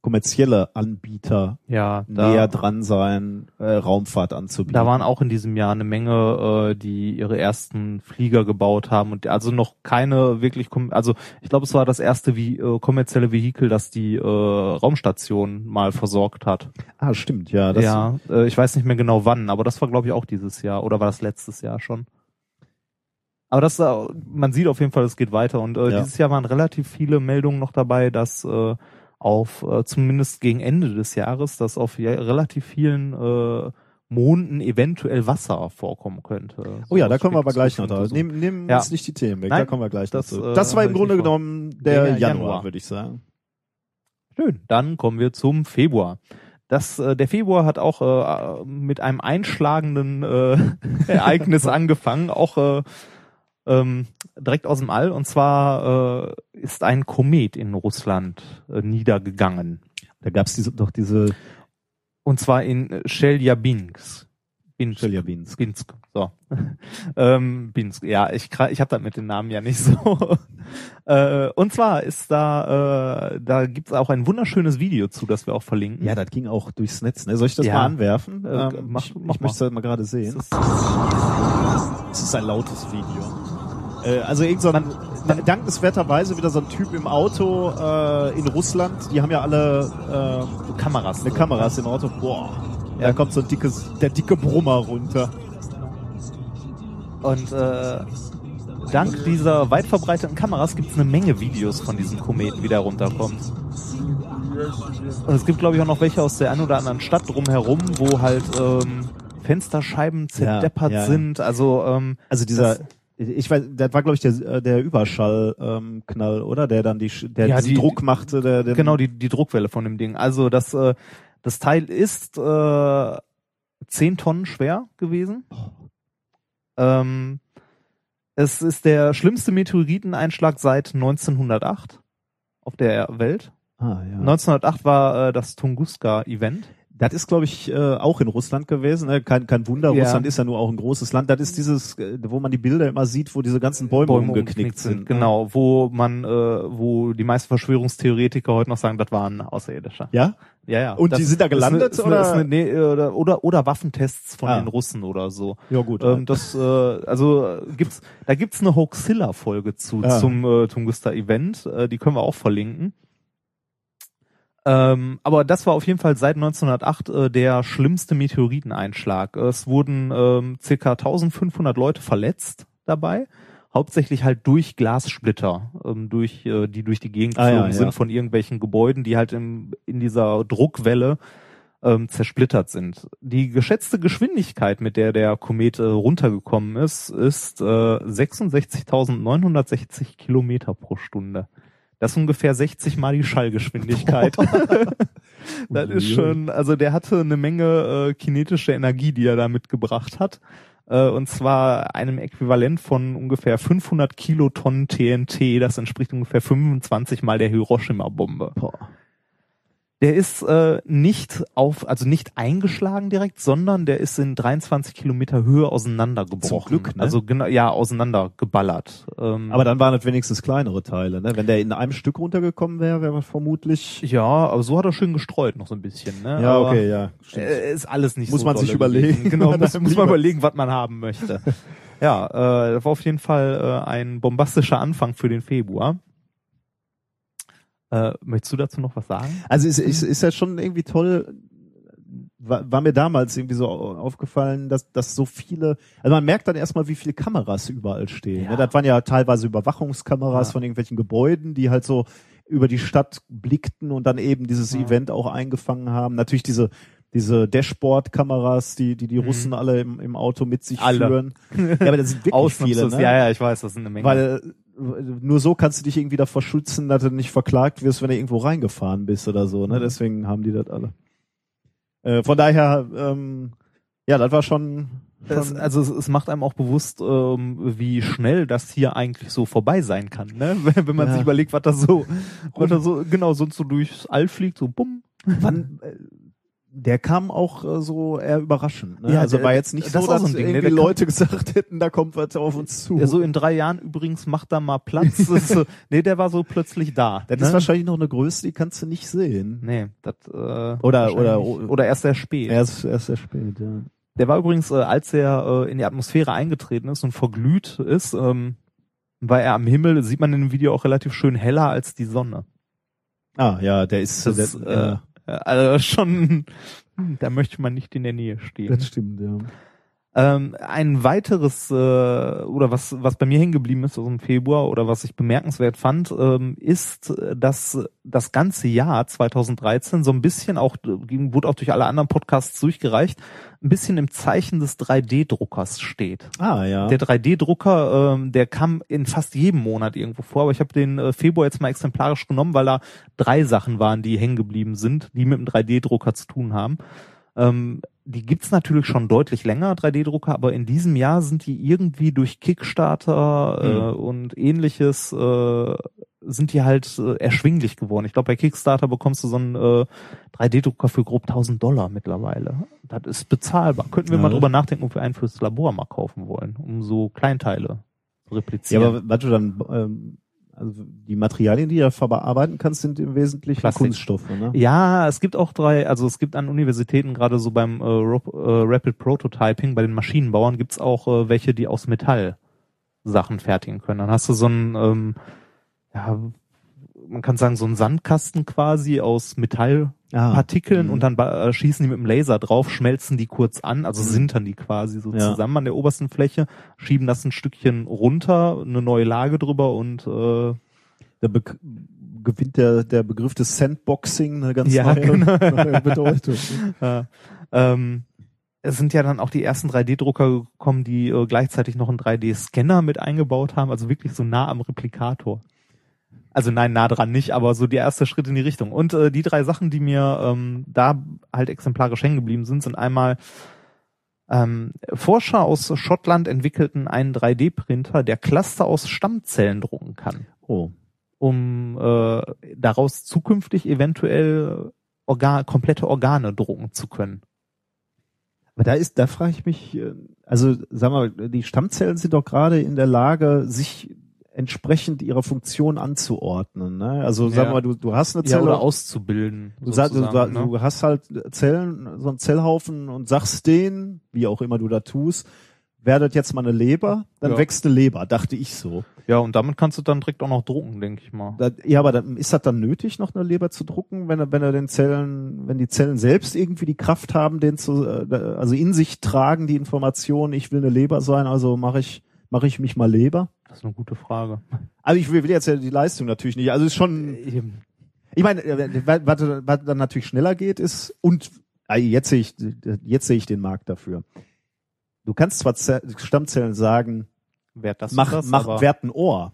[SPEAKER 1] kommerzielle Anbieter
[SPEAKER 2] Ja,
[SPEAKER 1] näher dran sein, äh, Raumfahrt anzubieten.
[SPEAKER 2] Da waren auch in diesem Jahr eine Menge, äh, die ihre ersten Flieger gebaut haben und also noch keine wirklich, kom- also ich glaube, es war das erste wie, äh, kommerzielle Vehikel, das die äh, Raumstation mal versorgt hat.
[SPEAKER 1] ah, stimmt, ja. Das,
[SPEAKER 2] ja, äh, ich weiß nicht mehr genau wann, aber das war glaube ich auch dieses Jahr oder war das letztes Jahr schon? Aber das, äh, man sieht auf jeden Fall, es geht weiter und äh,
[SPEAKER 1] Ja.
[SPEAKER 2] dieses Jahr waren relativ viele Meldungen noch dabei, dass äh, auf äh, zumindest gegen Ende des Jahres, dass auf ja, relativ vielen äh, Monden eventuell Wasser vorkommen könnte.
[SPEAKER 1] Oh ja, da
[SPEAKER 2] Sowas
[SPEAKER 1] kommen wir aber
[SPEAKER 2] steht
[SPEAKER 1] gleich noch
[SPEAKER 2] bestimmt
[SPEAKER 1] da.
[SPEAKER 2] so.
[SPEAKER 1] Nehmen, nehmen
[SPEAKER 2] Ja.
[SPEAKER 1] uns nicht die Themen weg,
[SPEAKER 2] Nein,
[SPEAKER 1] da kommen wir gleich
[SPEAKER 2] das,
[SPEAKER 1] dazu.
[SPEAKER 2] äh,
[SPEAKER 1] das war im
[SPEAKER 2] hab ich
[SPEAKER 1] Grunde
[SPEAKER 2] nicht vor.
[SPEAKER 1] genommen der
[SPEAKER 2] Der
[SPEAKER 1] Januar,
[SPEAKER 2] Januar.
[SPEAKER 1] würde ich sagen.
[SPEAKER 2] Schön, dann kommen wir zum Februar. Das, äh, der Februar hat auch äh, äh, mit einem einschlagenden äh, [laughs] Ereignis angefangen, auch äh, ähm, direkt aus dem All. Und zwar äh, ist ein Komet in Russland äh, niedergegangen.
[SPEAKER 1] Da gab es diese, doch diese
[SPEAKER 2] Und zwar in äh, Chelyabinsk. Binsk.
[SPEAKER 1] Chelyabinsk.
[SPEAKER 2] Binsk. So. [laughs] ähm, Binsk. Ja, ich, kra- ich habe das mit den Namen ja nicht so. [laughs] äh, und zwar ist da, äh, da gibt's auch ein wunderschönes Video zu, das wir auch verlinken.
[SPEAKER 1] Ja, das ging auch durchs Netz. Ne? Soll ich das
[SPEAKER 2] Ja.
[SPEAKER 1] mal anwerfen?
[SPEAKER 2] Äh,
[SPEAKER 1] Ähm,
[SPEAKER 2] mach-
[SPEAKER 1] ich
[SPEAKER 2] mach
[SPEAKER 1] ich möchte das mal gerade sehen.
[SPEAKER 2] Das ist-
[SPEAKER 1] Es ist ein lautes Video. Äh, also irgend so ein, man, dankenswerterweise wieder so ein Typ im Auto äh, in Russland. Die haben ja alle äh, Kameras. Eine Kameras im Auto. Boah. Da
[SPEAKER 2] Ja.
[SPEAKER 1] kommt so ein dickes, der dicke Brummer runter.
[SPEAKER 2] Und äh, dank dieser weit verbreiteten Kameras gibt es eine Menge Videos von diesem Kometen, wie der runterkommt. Und es gibt, glaube ich, auch noch welche aus der einen oder anderen Stadt drumherum, wo halt ähm, Fensterscheiben zerdeppert
[SPEAKER 1] ja, ja.
[SPEAKER 2] sind. Also ähm,
[SPEAKER 1] Also dieser,
[SPEAKER 2] Das-
[SPEAKER 1] ich weiß, das war glaube ich der, äh, der Überschallknall, ähm, Knall, oder? Der dann die, Sch- der
[SPEAKER 2] Ja,
[SPEAKER 1] diesen
[SPEAKER 2] die-
[SPEAKER 1] Druck machte. Der, den-
[SPEAKER 2] genau die, die Druckwelle von dem Ding. Also das, äh, das Teil ist äh, 10 Tonnen schwer gewesen. Ähm, es ist der schlimmste Meteoriteneinschlag seit 1908 auf der Welt.
[SPEAKER 1] Ah, ja.
[SPEAKER 2] 1908 war äh, das Tunguska-Event.
[SPEAKER 1] Das ist glaube ich äh, auch in Russland gewesen. Ne? Kein, kein Wunder,
[SPEAKER 2] Ja.
[SPEAKER 1] Russland ist ja nur auch ein großes Land. Das ist dieses, äh, wo man die Bilder immer sieht, wo diese ganzen Bäume, umgeknickt sind. ne?
[SPEAKER 2] Genau, wo man, äh, wo die meisten Verschwörungstheoretiker heute noch sagen, das waren Außerirdische.
[SPEAKER 1] Ja.
[SPEAKER 2] Ja, ja.
[SPEAKER 1] Und
[SPEAKER 2] das
[SPEAKER 1] die sind da gelandet
[SPEAKER 2] ist eine,
[SPEAKER 1] oder?
[SPEAKER 2] Ist eine, nee, oder, oder, oder Waffentests von
[SPEAKER 1] Ah.
[SPEAKER 2] den Russen oder so.
[SPEAKER 1] ja gut.
[SPEAKER 2] Ähm, das, äh, also äh, gibt's, da gibt's eine Hoaxilla-Folge zu
[SPEAKER 1] Ja.
[SPEAKER 2] zum äh, Tunguska-Event. Äh, die können wir auch verlinken. Ähm, aber das war auf jeden Fall seit 1908 äh, der schlimmste Meteoriteneinschlag. Es wurden ähm, circa 1500 Leute verletzt dabei, hauptsächlich halt durch Glassplitter, ähm, durch äh, die durch die Gegend
[SPEAKER 1] Ah, ja,
[SPEAKER 2] geflogen sind
[SPEAKER 1] ja.
[SPEAKER 2] von irgendwelchen Gebäuden, die halt im, in dieser Druckwelle ähm, zersplittert sind. Die geschätzte Geschwindigkeit, mit der der Komet äh, runtergekommen ist, ist äh, 66.960 Kilometer pro Stunde. Das ist ungefähr 60 Mal
[SPEAKER 1] [laughs]
[SPEAKER 2] die Schallgeschwindigkeit. das ist schon, also der hatte eine Menge äh, kinetische Energie, die er da mitgebracht hat. Äh, und zwar einem Äquivalent von ungefähr 500 Kilotonnen TNT. Das entspricht ungefähr 25 Mal der Hiroshima-Bombe. Der ist äh, nicht auf, also nicht eingeschlagen direkt, sondern der ist in 23 Kilometer Höhe auseinandergebrochen.
[SPEAKER 1] Zum Glück, ne?
[SPEAKER 2] Also genau, ja, auseinandergeballert. Ähm,
[SPEAKER 1] aber dann waren das wenigstens kleinere Teile. Ne? Wenn der in einem Stück runtergekommen wäre, wäre man vermutlich.
[SPEAKER 2] Ja, aber so hat er schön gestreut noch so ein bisschen. Ne?
[SPEAKER 1] Ja,
[SPEAKER 2] aber,
[SPEAKER 1] okay, ja.
[SPEAKER 2] Äh, ist alles nicht
[SPEAKER 1] Muss
[SPEAKER 2] so
[SPEAKER 1] man
[SPEAKER 2] dolle
[SPEAKER 1] sich überlegen.
[SPEAKER 2] gewesen. [laughs] Genau,
[SPEAKER 1] Man
[SPEAKER 2] muss,
[SPEAKER 1] hat
[SPEAKER 2] muss man
[SPEAKER 1] lieber-
[SPEAKER 2] überlegen, was man haben [laughs] möchte. ja, äh, das war auf jeden Fall äh, ein bombastischer Anfang für den Februar. Äh, möchtest du dazu noch was sagen?
[SPEAKER 1] Also ist,
[SPEAKER 2] Mhm.
[SPEAKER 1] ist, ist ja schon irgendwie toll. War, war mir damals irgendwie so au- aufgefallen, dass, dass so viele, also man merkt dann erstmal, wie viele Kameras überall stehen.
[SPEAKER 2] Ja.
[SPEAKER 1] ne? Das waren ja teilweise Überwachungskameras
[SPEAKER 2] Ja.
[SPEAKER 1] von irgendwelchen Gebäuden, die halt so über die Stadt blickten und dann eben dieses
[SPEAKER 2] Ja.
[SPEAKER 1] Event auch eingefangen haben. Natürlich diese, diese Dashboard-Kameras, die, die die
[SPEAKER 2] Mhm.
[SPEAKER 1] Russen alle im, im Auto mit sich
[SPEAKER 2] Alle. [laughs]
[SPEAKER 1] führen. Ja, aber das sind wirklich viele,
[SPEAKER 2] Ausnahmslos-
[SPEAKER 1] ne?
[SPEAKER 2] Ja, ja, ich weiß, das sind eine Menge.
[SPEAKER 1] Weil äh, nur so kannst du dich irgendwie davor schützen, dass du nicht verklagt wirst, wenn du irgendwo
[SPEAKER 2] Mhm.
[SPEAKER 1] reingefahren bist oder so. Ne? Deswegen haben die das alle. Äh, von daher ähm, Ja, das war schon. schon
[SPEAKER 2] Es, also es, es macht einem auch bewusst, ähm, wie schnell das hier eigentlich so vorbei sein kann, ne? [laughs] Wenn, wenn man
[SPEAKER 1] Ja.
[SPEAKER 2] sich überlegt, was das so, was das so, genau, sonst so durchs All fliegt, so bumm.
[SPEAKER 1] wann, äh, der kam auch äh, so eher überraschend. Ne?
[SPEAKER 2] Ja,
[SPEAKER 1] also
[SPEAKER 2] der-
[SPEAKER 1] war jetzt nicht
[SPEAKER 2] das
[SPEAKER 1] so,
[SPEAKER 2] ist auch
[SPEAKER 1] dass
[SPEAKER 2] so ein Ding, ne?
[SPEAKER 1] irgendwie
[SPEAKER 2] Der kam-
[SPEAKER 1] Leute gesagt hätten, da kommt was auf uns zu.
[SPEAKER 2] Ja, so in drei Jahren übrigens macht da mal Platz. Das
[SPEAKER 1] [laughs]
[SPEAKER 2] ist so, nee, der war so plötzlich da.
[SPEAKER 1] das
[SPEAKER 2] ne?
[SPEAKER 1] ist wahrscheinlich noch eine Größe, die kannst du nicht sehen.
[SPEAKER 2] Nee, das, äh,
[SPEAKER 1] Oder- oder-
[SPEAKER 2] wahrscheinlich. oder erst sehr spät.
[SPEAKER 1] Erst, erst sehr spät, ja.
[SPEAKER 2] Der war übrigens, äh, als er äh, in die Atmosphäre eingetreten ist und verglüht ist, ähm, war er am Himmel, sieht man in dem Video auch relativ schön heller als die Sonne.
[SPEAKER 1] Ah, ja, der ist,
[SPEAKER 2] Das,
[SPEAKER 1] der, ja,
[SPEAKER 2] Äh, Also schon, hm, da möchte man nicht in der Nähe stehen.
[SPEAKER 1] das stimmt, ja.
[SPEAKER 2] Ähm, ein weiteres, äh, oder was, was bei mir hängen geblieben ist aus dem Februar oder was ich bemerkenswert fand, ähm, ist, äh, dass das ganze Jahr 2013 so ein bisschen auch, äh, wurde auch durch alle anderen Podcasts durchgereicht, ein bisschen im Zeichen des 3D-Druckers steht.
[SPEAKER 1] Ah, ja.
[SPEAKER 2] Der 3D-Drucker, ähm, der kam in fast jedem Monat irgendwo vor, aber ich habe den äh, Februar jetzt mal exemplarisch genommen, weil da drei Sachen waren, die hängen geblieben sind, die mit dem 3D-Drucker zu tun haben. Ähm, die gibt's natürlich schon deutlich länger, 3D-Drucker, aber in diesem Jahr sind die irgendwie durch Kickstarter äh, und ähnliches äh, sind die halt äh, erschwinglich geworden. Ich glaube, bei Kickstarter bekommst du so einen äh, 3D-Drucker für grob 1000 Dollar mittlerweile. Das ist bezahlbar. Könnten wir
[SPEAKER 1] Ja.
[SPEAKER 2] mal drüber nachdenken, ob wir einen fürs Labor mal kaufen wollen, um so Kleinteile
[SPEAKER 1] ja,
[SPEAKER 2] zu replizieren.
[SPEAKER 1] aber was du dann, ähm, also die Materialien, die du da verarbeiten kannst, sind im Wesentlichen
[SPEAKER 2] Plastik.
[SPEAKER 1] Kunststoffe, ne?
[SPEAKER 2] Ja, es gibt auch drei, also es gibt an Universitäten gerade so beim äh, Rop- äh, Rapid Prototyping, bei den Maschinenbauern gibt's auch äh, welche, die aus Metall Sachen fertigen können. Dann hast du so einen, ähm, ja, man kann sagen, so einen Sandkasten quasi aus Metallpartikeln
[SPEAKER 1] Ah, Mhm.
[SPEAKER 2] und dann ba- äh, schießen die mit dem Laser drauf, schmelzen die kurz an, also sintern die quasi so
[SPEAKER 1] Mhm. Ja.
[SPEAKER 2] zusammen an der obersten Fläche, schieben das ein Stückchen runter, eine neue Lage drüber und äh,
[SPEAKER 1] da be gewinnt der, der Begriff des Sandboxing eine ganz
[SPEAKER 2] Ja,
[SPEAKER 1] neue,
[SPEAKER 2] genau.
[SPEAKER 1] [laughs] neue Bedeutung.
[SPEAKER 2] Ja. ähm, es sind ja dann auch die ersten 3D-Drucker gekommen, die äh, gleichzeitig noch einen 3D-Scanner mit eingebaut haben, also wirklich so nah am Replikator. Also nein, nah dran nicht, aber so der erste Schritt in die Richtung. Und äh, die drei Sachen, die mir ähm, da halt exemplarisch hängen geblieben sind, sind einmal ähm, Forscher aus Schottland entwickelten einen 3D-Printer, der Cluster aus Stammzellen drucken kann
[SPEAKER 1] Oh.
[SPEAKER 2] um äh, daraus zukünftig eventuell Organ, komplette Organe drucken zu können.
[SPEAKER 1] Aber da ist, da frage ich mich, äh, also sag mal, die Stammzellen sind doch gerade in der Lage, sich entsprechend ihrer Funktion anzuordnen. Ne? Also sag
[SPEAKER 2] Ja.
[SPEAKER 1] mal, du, du hast eine
[SPEAKER 2] Ja,
[SPEAKER 1] Zelle.
[SPEAKER 2] oder auszubilden.
[SPEAKER 1] Du, sa- du, sa-
[SPEAKER 2] sozusagen, ne?
[SPEAKER 1] du hast halt Zellen, so einen Zellhaufen und sagst denen, wie auch immer du da tust, werdet jetzt mal eine Leber, dann
[SPEAKER 2] Ja.
[SPEAKER 1] wächst eine Leber, dachte ich so.
[SPEAKER 2] Ja, und damit kannst du dann direkt auch noch drucken, denke ich mal.
[SPEAKER 1] Da, ja, aber dann, ist das dann nötig, noch eine Leber zu drucken, wenn er, wenn er den Zellen, wenn die Zellen selbst irgendwie die Kraft haben, den zu, äh, da- also in sich tragen die Information, ich will eine Leber sein, also mache ich, mache ich mich mal Leber.
[SPEAKER 2] Das ist eine gute Frage.
[SPEAKER 1] Also ich will will jetzt ja die Leistung natürlich nicht. Also ist schon,
[SPEAKER 2] Äh, Eben.
[SPEAKER 1] ich meine, äh, wa- was, was dann natürlich schneller geht, ist, und äh, jetzt sehe ich, jetzt sehe ich den Markt dafür. Du kannst zwar Ze- Stammzellen sagen,
[SPEAKER 2] Wert das
[SPEAKER 1] mach,
[SPEAKER 2] und das,
[SPEAKER 1] mach,
[SPEAKER 2] aber-
[SPEAKER 1] werd ein Ohr.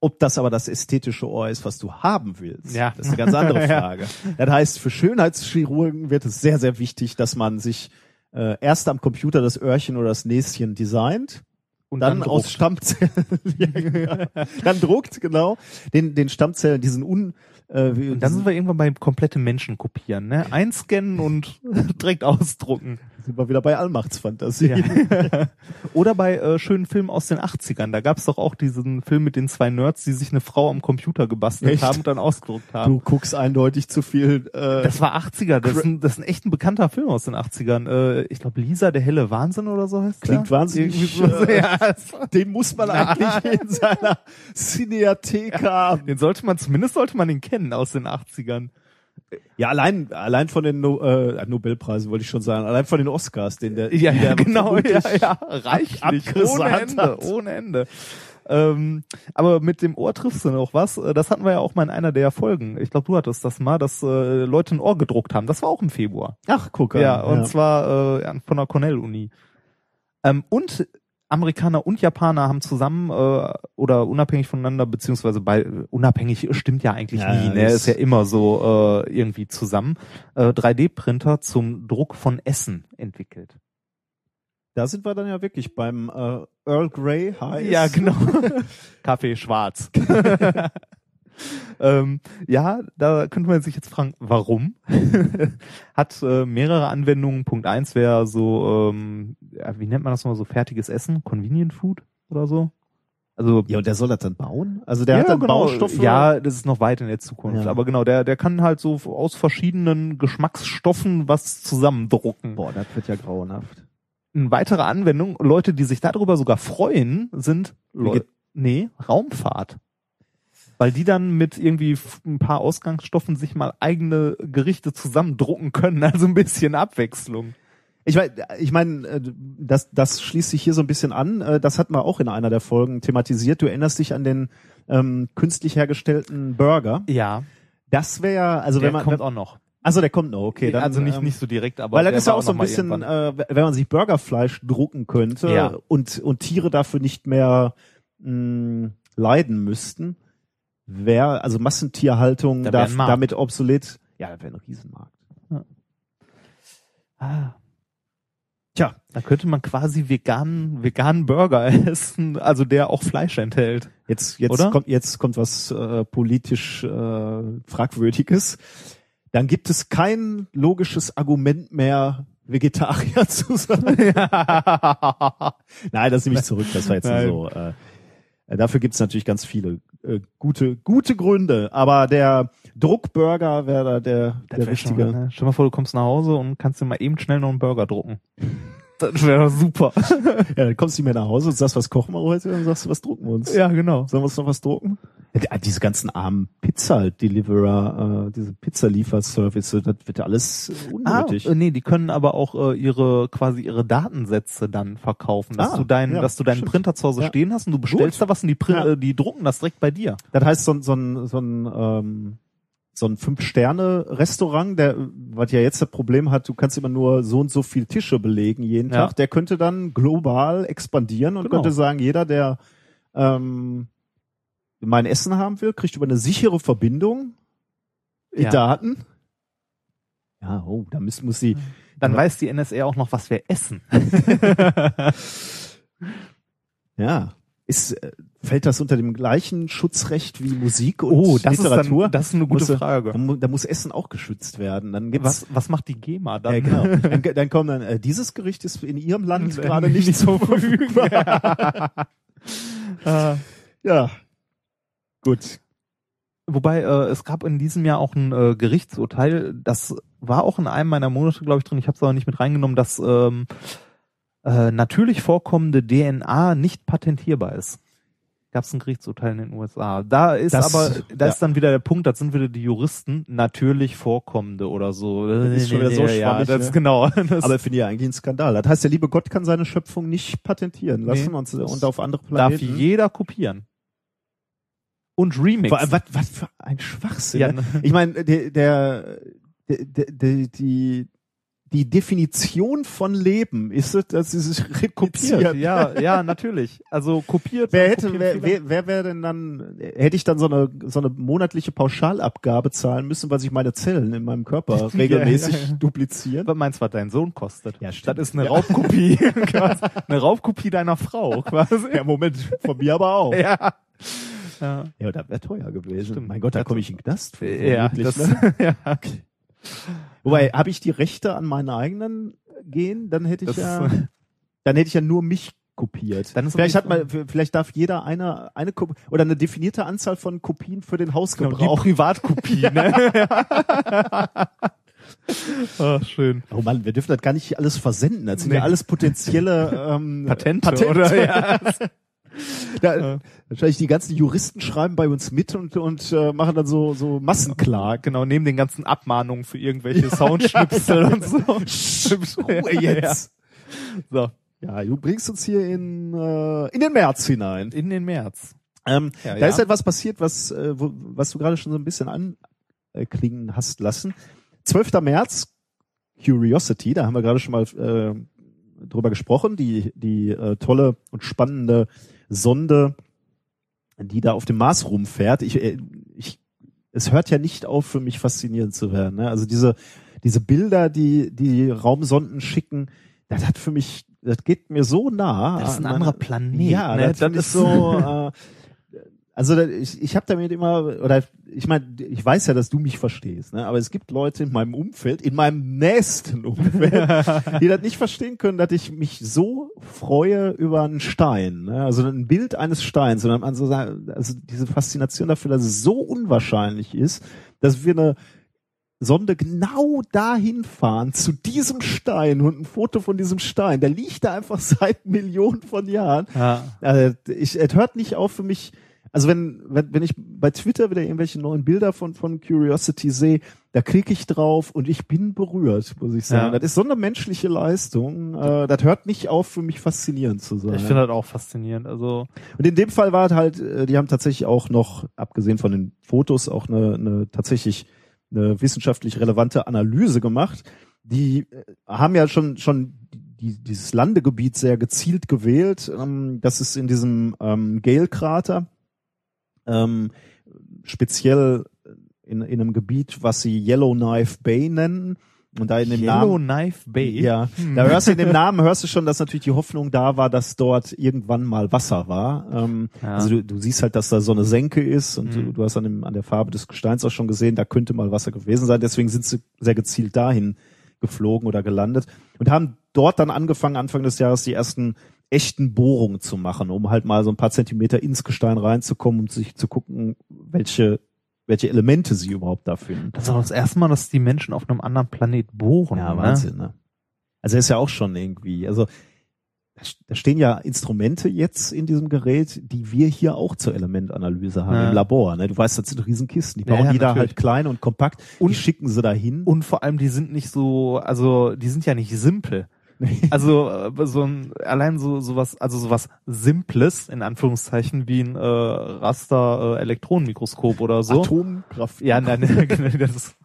[SPEAKER 1] Ob das aber das ästhetische Ohr ist, was du haben willst,
[SPEAKER 2] Ja.
[SPEAKER 1] das ist eine ganz andere
[SPEAKER 2] Ja. [laughs]
[SPEAKER 1] Frage. Das heißt, für Schönheitschirurgen wird es sehr, sehr wichtig, dass man sich äh, erst am Computer das Öhrchen oder das Näschen designt,
[SPEAKER 2] und
[SPEAKER 1] dann,
[SPEAKER 2] druckt.
[SPEAKER 1] aus Stammzellen, [laughs] ja, genau. dann druckt, genau, den, den Stammzellen, diesen un... Äh, wie-
[SPEAKER 2] Und dann sind wir irgendwann bei komplette Menschen kopieren, ne? Einscannen und [laughs] direkt ausdrucken.
[SPEAKER 1] sind wir wieder bei Allmachtsfantasie.
[SPEAKER 2] Oder bei äh, schönen Filmen aus den 80ern. Da gab's doch auch diesen Film mit den zwei Nerds, die sich eine Frau am Computer gebastelt
[SPEAKER 1] Echt?
[SPEAKER 2] haben und dann ausgedruckt
[SPEAKER 1] [laughs]
[SPEAKER 2] haben.
[SPEAKER 1] Du guckst eindeutig zu viel. Äh,
[SPEAKER 2] Das war 80er, das ist, ein, das ist ein echt ein bekannter Film aus den 80ern. Äh, ich glaube, Lisa, der helle Wahnsinn oder so heißt
[SPEAKER 1] Klingt
[SPEAKER 2] der.
[SPEAKER 1] wahnsinnig,
[SPEAKER 2] Irgendwie so-
[SPEAKER 1] äh,
[SPEAKER 2] [laughs] ja, das-
[SPEAKER 1] den muss man
[SPEAKER 2] [laughs]
[SPEAKER 1] eigentlich in seiner Cineathek haben.
[SPEAKER 2] den sollte man, zumindest sollte man den kennen aus den 80ern.
[SPEAKER 1] Ja, allein, allein von den no äh, Nobelpreisen wollte ich schon sagen, allein von den Oscars, den der,
[SPEAKER 2] Ja,
[SPEAKER 1] die
[SPEAKER 2] ja
[SPEAKER 1] der
[SPEAKER 2] [laughs] genau, ja,
[SPEAKER 1] Äh, vermutlich-
[SPEAKER 2] ja. Reichlich,
[SPEAKER 1] abgerissen
[SPEAKER 2] ohne
[SPEAKER 1] hat.
[SPEAKER 2] Ende, ohne Ende. Ähm, aber mit dem Ohr triffst du noch was. Äh, Das hatten wir ja auch mal in einer der Folgen. Ich glaube, du hattest das mal, dass äh, Leute ein Ohr gedruckt haben. Das war auch im Februar.
[SPEAKER 1] Ach, guck an.
[SPEAKER 2] Ja, und zwar äh, an- von der Cornell-Uni. Ähm, und Amerikaner und Japaner haben zusammen äh, oder unabhängig voneinander, beziehungsweise bei unabhängig stimmt ja eigentlich
[SPEAKER 1] Ja,
[SPEAKER 2] nie, ne?
[SPEAKER 1] das-
[SPEAKER 2] ist ja immer so äh, irgendwie zusammen, äh, 3D-Printer zum Druck von Essen entwickelt.
[SPEAKER 1] Da sind wir dann ja wirklich beim äh, Earl Grey High.
[SPEAKER 2] Ja, genau. [laughs] Kaffee schwarz. [laughs] ähm, ja, da könnte man sich jetzt fragen, warum? [laughs] Hat äh, mehrere Anwendungen. Punkt eins wäre so, ähm, ja, wie nennt man das mal so, fertiges Essen? Convenient Food oder so? Also
[SPEAKER 1] Ja, und der soll das dann bauen? Also der hat dann Baustoffe.
[SPEAKER 2] genau. Ja, das ist noch weit in der Zukunft.
[SPEAKER 1] Ja.
[SPEAKER 2] Aber genau, der, der kann halt so aus verschiedenen Geschmacksstoffen was zusammendrucken.
[SPEAKER 1] Boah, das wird ja grauenhaft.
[SPEAKER 2] Eine weitere Anwendung, Leute, die sich darüber sogar freuen, sind
[SPEAKER 1] Veget-
[SPEAKER 2] Leute, nee, Raumfahrt. Weil die dann mit irgendwie f- ein paar Ausgangsstoffen sich mal eigene Gerichte zusammendrucken können, also ein bisschen Abwechslung.
[SPEAKER 1] Ich meine, ich mein, äh, das, das schließt sich hier so ein bisschen an. Äh, Das hatten wir auch in einer der Folgen thematisiert. Du erinnerst dich an den ähm, künstlich hergestellten Burger.
[SPEAKER 2] Ja,
[SPEAKER 1] Das wäre ja, also
[SPEAKER 2] der
[SPEAKER 1] wenn man.
[SPEAKER 2] kommt auch noch.
[SPEAKER 1] also der kommt noch, okay. Dann,
[SPEAKER 2] also nicht,
[SPEAKER 1] ähm,
[SPEAKER 2] nicht so direkt, aber
[SPEAKER 1] Weil dann
[SPEAKER 2] der
[SPEAKER 1] ist ja
[SPEAKER 2] war
[SPEAKER 1] auch so ein
[SPEAKER 2] noch mal
[SPEAKER 1] bisschen,
[SPEAKER 2] irgendwann.
[SPEAKER 1] äh, wenn man sich Burgerfleisch drucken könnte
[SPEAKER 2] Ja.
[SPEAKER 1] und, und Tiere dafür nicht mehr mh, leiden müssten, wäre also Massentierhaltung
[SPEAKER 2] Da wär
[SPEAKER 1] darf,
[SPEAKER 2] ein Markt.
[SPEAKER 1] damit obsolet.
[SPEAKER 2] äh,
[SPEAKER 1] Ja, das wäre ein Riesenmarkt.
[SPEAKER 2] Ah.
[SPEAKER 1] Tja.
[SPEAKER 2] Da könnte man quasi veganen, veganen Burger [laughs] essen, also der auch Fleisch [laughs] enthält.
[SPEAKER 1] Jetzt, jetzt,
[SPEAKER 2] Oder?
[SPEAKER 1] Kommt, jetzt kommt was äh, politisch äh, fragwürdiges. Dann gibt es kein logisches Argument mehr, Vegetarier [laughs] zu sein. Nein, das nehme ich zurück. Das war jetzt
[SPEAKER 2] Nein.
[SPEAKER 1] so. Äh, dafür gibt es natürlich ganz viele äh, gute, gute Gründe. Aber der Druckburger wäre da der, der
[SPEAKER 2] Schon,
[SPEAKER 1] richtige.
[SPEAKER 2] ne? Stell dir mal vor, du kommst nach Hause und kannst dir mal eben schnell noch einen Burger [laughs] drucken. Das wäre doch super.
[SPEAKER 1] Ja, dann kommst du nicht mehr nach Hause und sagst, was kochen wir heute? Und sagst du, was drucken wir uns?
[SPEAKER 2] genau.
[SPEAKER 1] Sollen wir uns noch was drucken? Ja, ah, diese ganzen armen Pizza-Deliverer, äh, diese Pizzalieferservice, das wird ja alles äh,
[SPEAKER 2] Ah,
[SPEAKER 1] unnötig.
[SPEAKER 2] äh, nee, die können aber auch äh, ihre quasi ihre Datensätze dann verkaufen, dass
[SPEAKER 1] Ah,
[SPEAKER 2] du deinen,
[SPEAKER 1] ja,
[SPEAKER 2] dass du deinen
[SPEAKER 1] stimmt.
[SPEAKER 2] Printer zu Hause
[SPEAKER 1] Ja.
[SPEAKER 2] stehen hast und du bestellst da was und die, Pri
[SPEAKER 1] Ja.
[SPEAKER 2] äh, die drucken das direkt bei dir.
[SPEAKER 1] das heißt, so, ein- so ein, so ein, ähm, so ein Fünf-Sterne-Restaurant, der, was ja jetzt das Problem hat, du kannst immer nur so und so viel Tische belegen jeden
[SPEAKER 2] Ja.
[SPEAKER 1] Tag, der könnte dann global expandieren und
[SPEAKER 2] Genau.
[SPEAKER 1] könnte sagen, jeder, der ähm, mein Essen haben will, kriegt über eine sichere Verbindung die
[SPEAKER 2] Ja.
[SPEAKER 1] Daten. Ja, oh, da muss, muss die,
[SPEAKER 2] Dann
[SPEAKER 1] Ja.
[SPEAKER 2] weiß die NSA auch noch, was wir [laughs] essen.
[SPEAKER 1] Ja. Ist, äh, fällt das unter dem gleichen Schutzrecht wie Musik und
[SPEAKER 2] Oh, das
[SPEAKER 1] Literatur?
[SPEAKER 2] ist dann, das ist eine gute
[SPEAKER 1] Musst du-
[SPEAKER 2] Frage.
[SPEAKER 1] Da mu- da muss Essen auch geschützt werden. Dann gibt's,
[SPEAKER 2] Was, was macht die GEMA dann?
[SPEAKER 1] Ja, genau. dann, dann kommen dann, äh, dieses Gericht ist in Ihrem Land gerade nicht so verfügbar.
[SPEAKER 2] [laughs] äh,
[SPEAKER 1] ja. Gut.
[SPEAKER 2] wobei, äh, es gab in diesem Jahr auch ein äh, Gerichtsurteil, das war auch in einem meiner Monate, glaube ich, drin, ich habe es aber nicht mit reingenommen, dass ähm, äh, natürlich vorkommende DNA nicht patentierbar ist. Gab es ein Gerichtsurteil in den USA. Da ist
[SPEAKER 1] Das-
[SPEAKER 2] aber, da
[SPEAKER 1] ja.
[SPEAKER 2] ist dann wieder der Punkt, das sind wieder die Juristen, natürlich vorkommende oder so.
[SPEAKER 1] Das ist schon wieder so
[SPEAKER 2] ja,
[SPEAKER 1] schwammig,
[SPEAKER 2] das,
[SPEAKER 1] ne?
[SPEAKER 2] genau. [laughs] Das,
[SPEAKER 1] Aber finde ich eigentlich ein Skandal. Das heißt, der liebe Gott kann seine Schöpfung nicht patentieren lassen
[SPEAKER 2] Nee.
[SPEAKER 1] und, und auf andere
[SPEAKER 2] darf
[SPEAKER 1] Planeten.
[SPEAKER 2] jeder kopieren. Und Remix.
[SPEAKER 1] Vor allem, was, was für ein Schwachsinn. [laughs]
[SPEAKER 2] Ja,
[SPEAKER 1] ne?
[SPEAKER 2] ne?
[SPEAKER 1] Ich meine, der, der, der, der, die, die Definition von Leben ist es, dass sie sich
[SPEAKER 2] kopiert.
[SPEAKER 1] rekopieren.
[SPEAKER 2] Ja, ja, natürlich. Also kopiert.
[SPEAKER 1] Wer hätte,
[SPEAKER 2] kopieren
[SPEAKER 1] wer,
[SPEAKER 2] Fehler.
[SPEAKER 1] wer, wer wäre denn dann, hätte ich dann so eine, so eine monatliche Pauschalabgabe zahlen müssen, weil sich meine Zellen in meinem Körper regelmäßig
[SPEAKER 2] [laughs] ja, ja.
[SPEAKER 1] duplizieren?
[SPEAKER 2] was meinst du, was dein Sohn kostet?
[SPEAKER 1] Ja, stimmt.
[SPEAKER 2] Das ist eine Raubkopie. quasi. eine Raubkopie deiner Frau, quasi.
[SPEAKER 1] Ja, Moment, von mir aber auch. Ja,
[SPEAKER 2] Ja. Ja,
[SPEAKER 1] ja das wäre teuer gewesen.
[SPEAKER 2] Stimmt.
[SPEAKER 1] Mein Gott, da komme ich in den Knast. für,
[SPEAKER 2] ja,
[SPEAKER 1] vermutlich,
[SPEAKER 2] das,
[SPEAKER 1] ne?
[SPEAKER 2] [laughs] ja.
[SPEAKER 1] Wobei, habe ich die Rechte an meinen eigenen Gen, dann hätte ich
[SPEAKER 2] Das [laughs] ne?
[SPEAKER 1] ja,
[SPEAKER 2] ist-
[SPEAKER 1] dann hätte ich ja nur mich kopiert.
[SPEAKER 2] Dann ist
[SPEAKER 1] vielleicht
[SPEAKER 2] aber
[SPEAKER 1] hat
[SPEAKER 2] die
[SPEAKER 1] man, vielleicht darf jeder eine, eine Kopie oder eine definierte Anzahl von Kopien für den
[SPEAKER 2] Genau, die
[SPEAKER 1] Hausgebrauch. [laughs]
[SPEAKER 2] Privatkopie, ne? Ach, schön.
[SPEAKER 1] oh Mann, wir dürfen das gar nicht alles versenden. Das sind
[SPEAKER 2] Nee.
[SPEAKER 1] ja alles potenzielle ähm,
[SPEAKER 2] [laughs] Patente,
[SPEAKER 1] Patente.
[SPEAKER 2] oder? Ja.
[SPEAKER 1] [laughs] Da, wahrscheinlich die ganzen Juristen schreiben bei uns mit und, und äh, machen dann so, so Massenklagen.
[SPEAKER 2] [laughs] Genau, neben den ganzen Abmahnungen für [laughs] irgendwelche Soundschnipsel und so.
[SPEAKER 1] Ruhe jetzt.
[SPEAKER 2] Ja. So,
[SPEAKER 1] Ja, du bringst uns hier in, äh, in den März hinein.
[SPEAKER 2] in den März.
[SPEAKER 1] Ähm,
[SPEAKER 2] Ja,
[SPEAKER 1] da
[SPEAKER 2] ja.
[SPEAKER 1] ist etwas passiert, was, äh, wo, was du gerade schon so ein bisschen anklingen hast lassen. 12. März, Curiosity, da haben wir gerade schon mal äh, drüber gesprochen, die, die äh, tolle und spannende Sonde, die da auf dem Mars rumfährt. Ich, äh, ich, es hört ja nicht auf, für mich faszinierend zu werden. Ne? Also diese, diese Bilder, die die Raumsonden schicken, das hat für mich das geht mir so nah.
[SPEAKER 2] Das ist ein
[SPEAKER 1] an
[SPEAKER 2] anderer
[SPEAKER 1] meine-
[SPEAKER 2] Planet.
[SPEAKER 1] Ah, ja,
[SPEAKER 2] ne?
[SPEAKER 1] das, ist [laughs] so. Äh, also da, ich, ich habe damit immer, oder ich meine, ich weiß ja, dass du mich verstehst, ne? aber es gibt Leute in meinem Umfeld, in meinem nächsten [laughs] Umfeld, die das nicht verstehen können, dass ich mich so freue über einen Stein, ne? also ein Bild eines Steins, sondern man so sagt, also diese Faszination dafür, dass es so unwahrscheinlich ist, dass wir eine Sonde genau dahin fahren, zu diesem Stein und ein Foto von diesem Stein, der liegt da einfach seit Millionen von Jahren
[SPEAKER 2] [laughs] ja.
[SPEAKER 1] also ich, es hört nicht auf für mich. Also wenn, wenn, wenn ich bei Twitter wieder irgendwelche neuen Bilder von, von Curiosity sehe, da klicke ich drauf und ich bin berührt, muss ich sagen.
[SPEAKER 2] Ja.
[SPEAKER 1] Das ist so eine menschliche Leistung. Äh, das hört nicht auf, für mich faszinierend zu sein.
[SPEAKER 2] Ich finde das auch faszinierend. Also
[SPEAKER 1] Und in dem Fall war es halt, äh, die haben tatsächlich auch noch, abgesehen von den Fotos, auch eine, eine tatsächlich eine wissenschaftlich relevante Analyse gemacht. Die äh, haben ja schon, schon die, dieses Landegebiet sehr gezielt gewählt. Ähm, das ist in diesem ähm, Gale-Krater. Ähm, speziell in, in einem Gebiet, was sie Yellowknife Bay nennen. Und da in dem Namen.
[SPEAKER 2] Yellowknife Bay. Hm.
[SPEAKER 1] Ja, da hörst du in dem Namen, hörst du schon, dass natürlich die Hoffnung da war, dass dort irgendwann mal Wasser war. Ähm,
[SPEAKER 2] Ja.
[SPEAKER 1] Also du, du siehst halt, dass da so eine Senke ist und
[SPEAKER 2] Mhm.
[SPEAKER 1] du, du hast an, dem, an der Farbe des Gesteins auch schon gesehen, da könnte mal Wasser gewesen sein. Deswegen sind sie sehr gezielt dahin geflogen oder gelandet und haben dort dann angefangen, Anfang des Jahres die ersten echten Bohrungen zu machen, um halt mal so ein paar Zentimeter ins Gestein reinzukommen, um sich zu gucken, welche, welche Elemente sie überhaupt da finden.
[SPEAKER 2] Das ist aber das erste Mal, dass die Menschen auf einem anderen Planet bohren.
[SPEAKER 1] Ja,
[SPEAKER 2] ne?
[SPEAKER 1] Wahnsinn, ne? Also er ist ja auch schon irgendwie, also da st- da stehen ja Instrumente jetzt in diesem Gerät, die wir hier auch zur Elementanalyse haben
[SPEAKER 2] Ja.
[SPEAKER 1] im Labor. Ne? Du weißt, das sind Riesenkisten. Die
[SPEAKER 2] Ja,
[SPEAKER 1] bauen
[SPEAKER 2] ja,
[SPEAKER 1] die da
[SPEAKER 2] natürlich.
[SPEAKER 1] halt klein und kompakt und
[SPEAKER 2] Und-
[SPEAKER 1] die schicken sie dahin. [laughs]
[SPEAKER 2] Und vor allem, die sind nicht so, also die sind ja nicht simpel. Also äh, so ein, allein so sowas, also sowas Simples in Anführungszeichen wie ein äh, Raster äh, Elektronenmikroskop oder so.
[SPEAKER 1] Atomkraft.
[SPEAKER 2] Ja,
[SPEAKER 1] [laughs]
[SPEAKER 2] nein, [laughs] genau, das ist,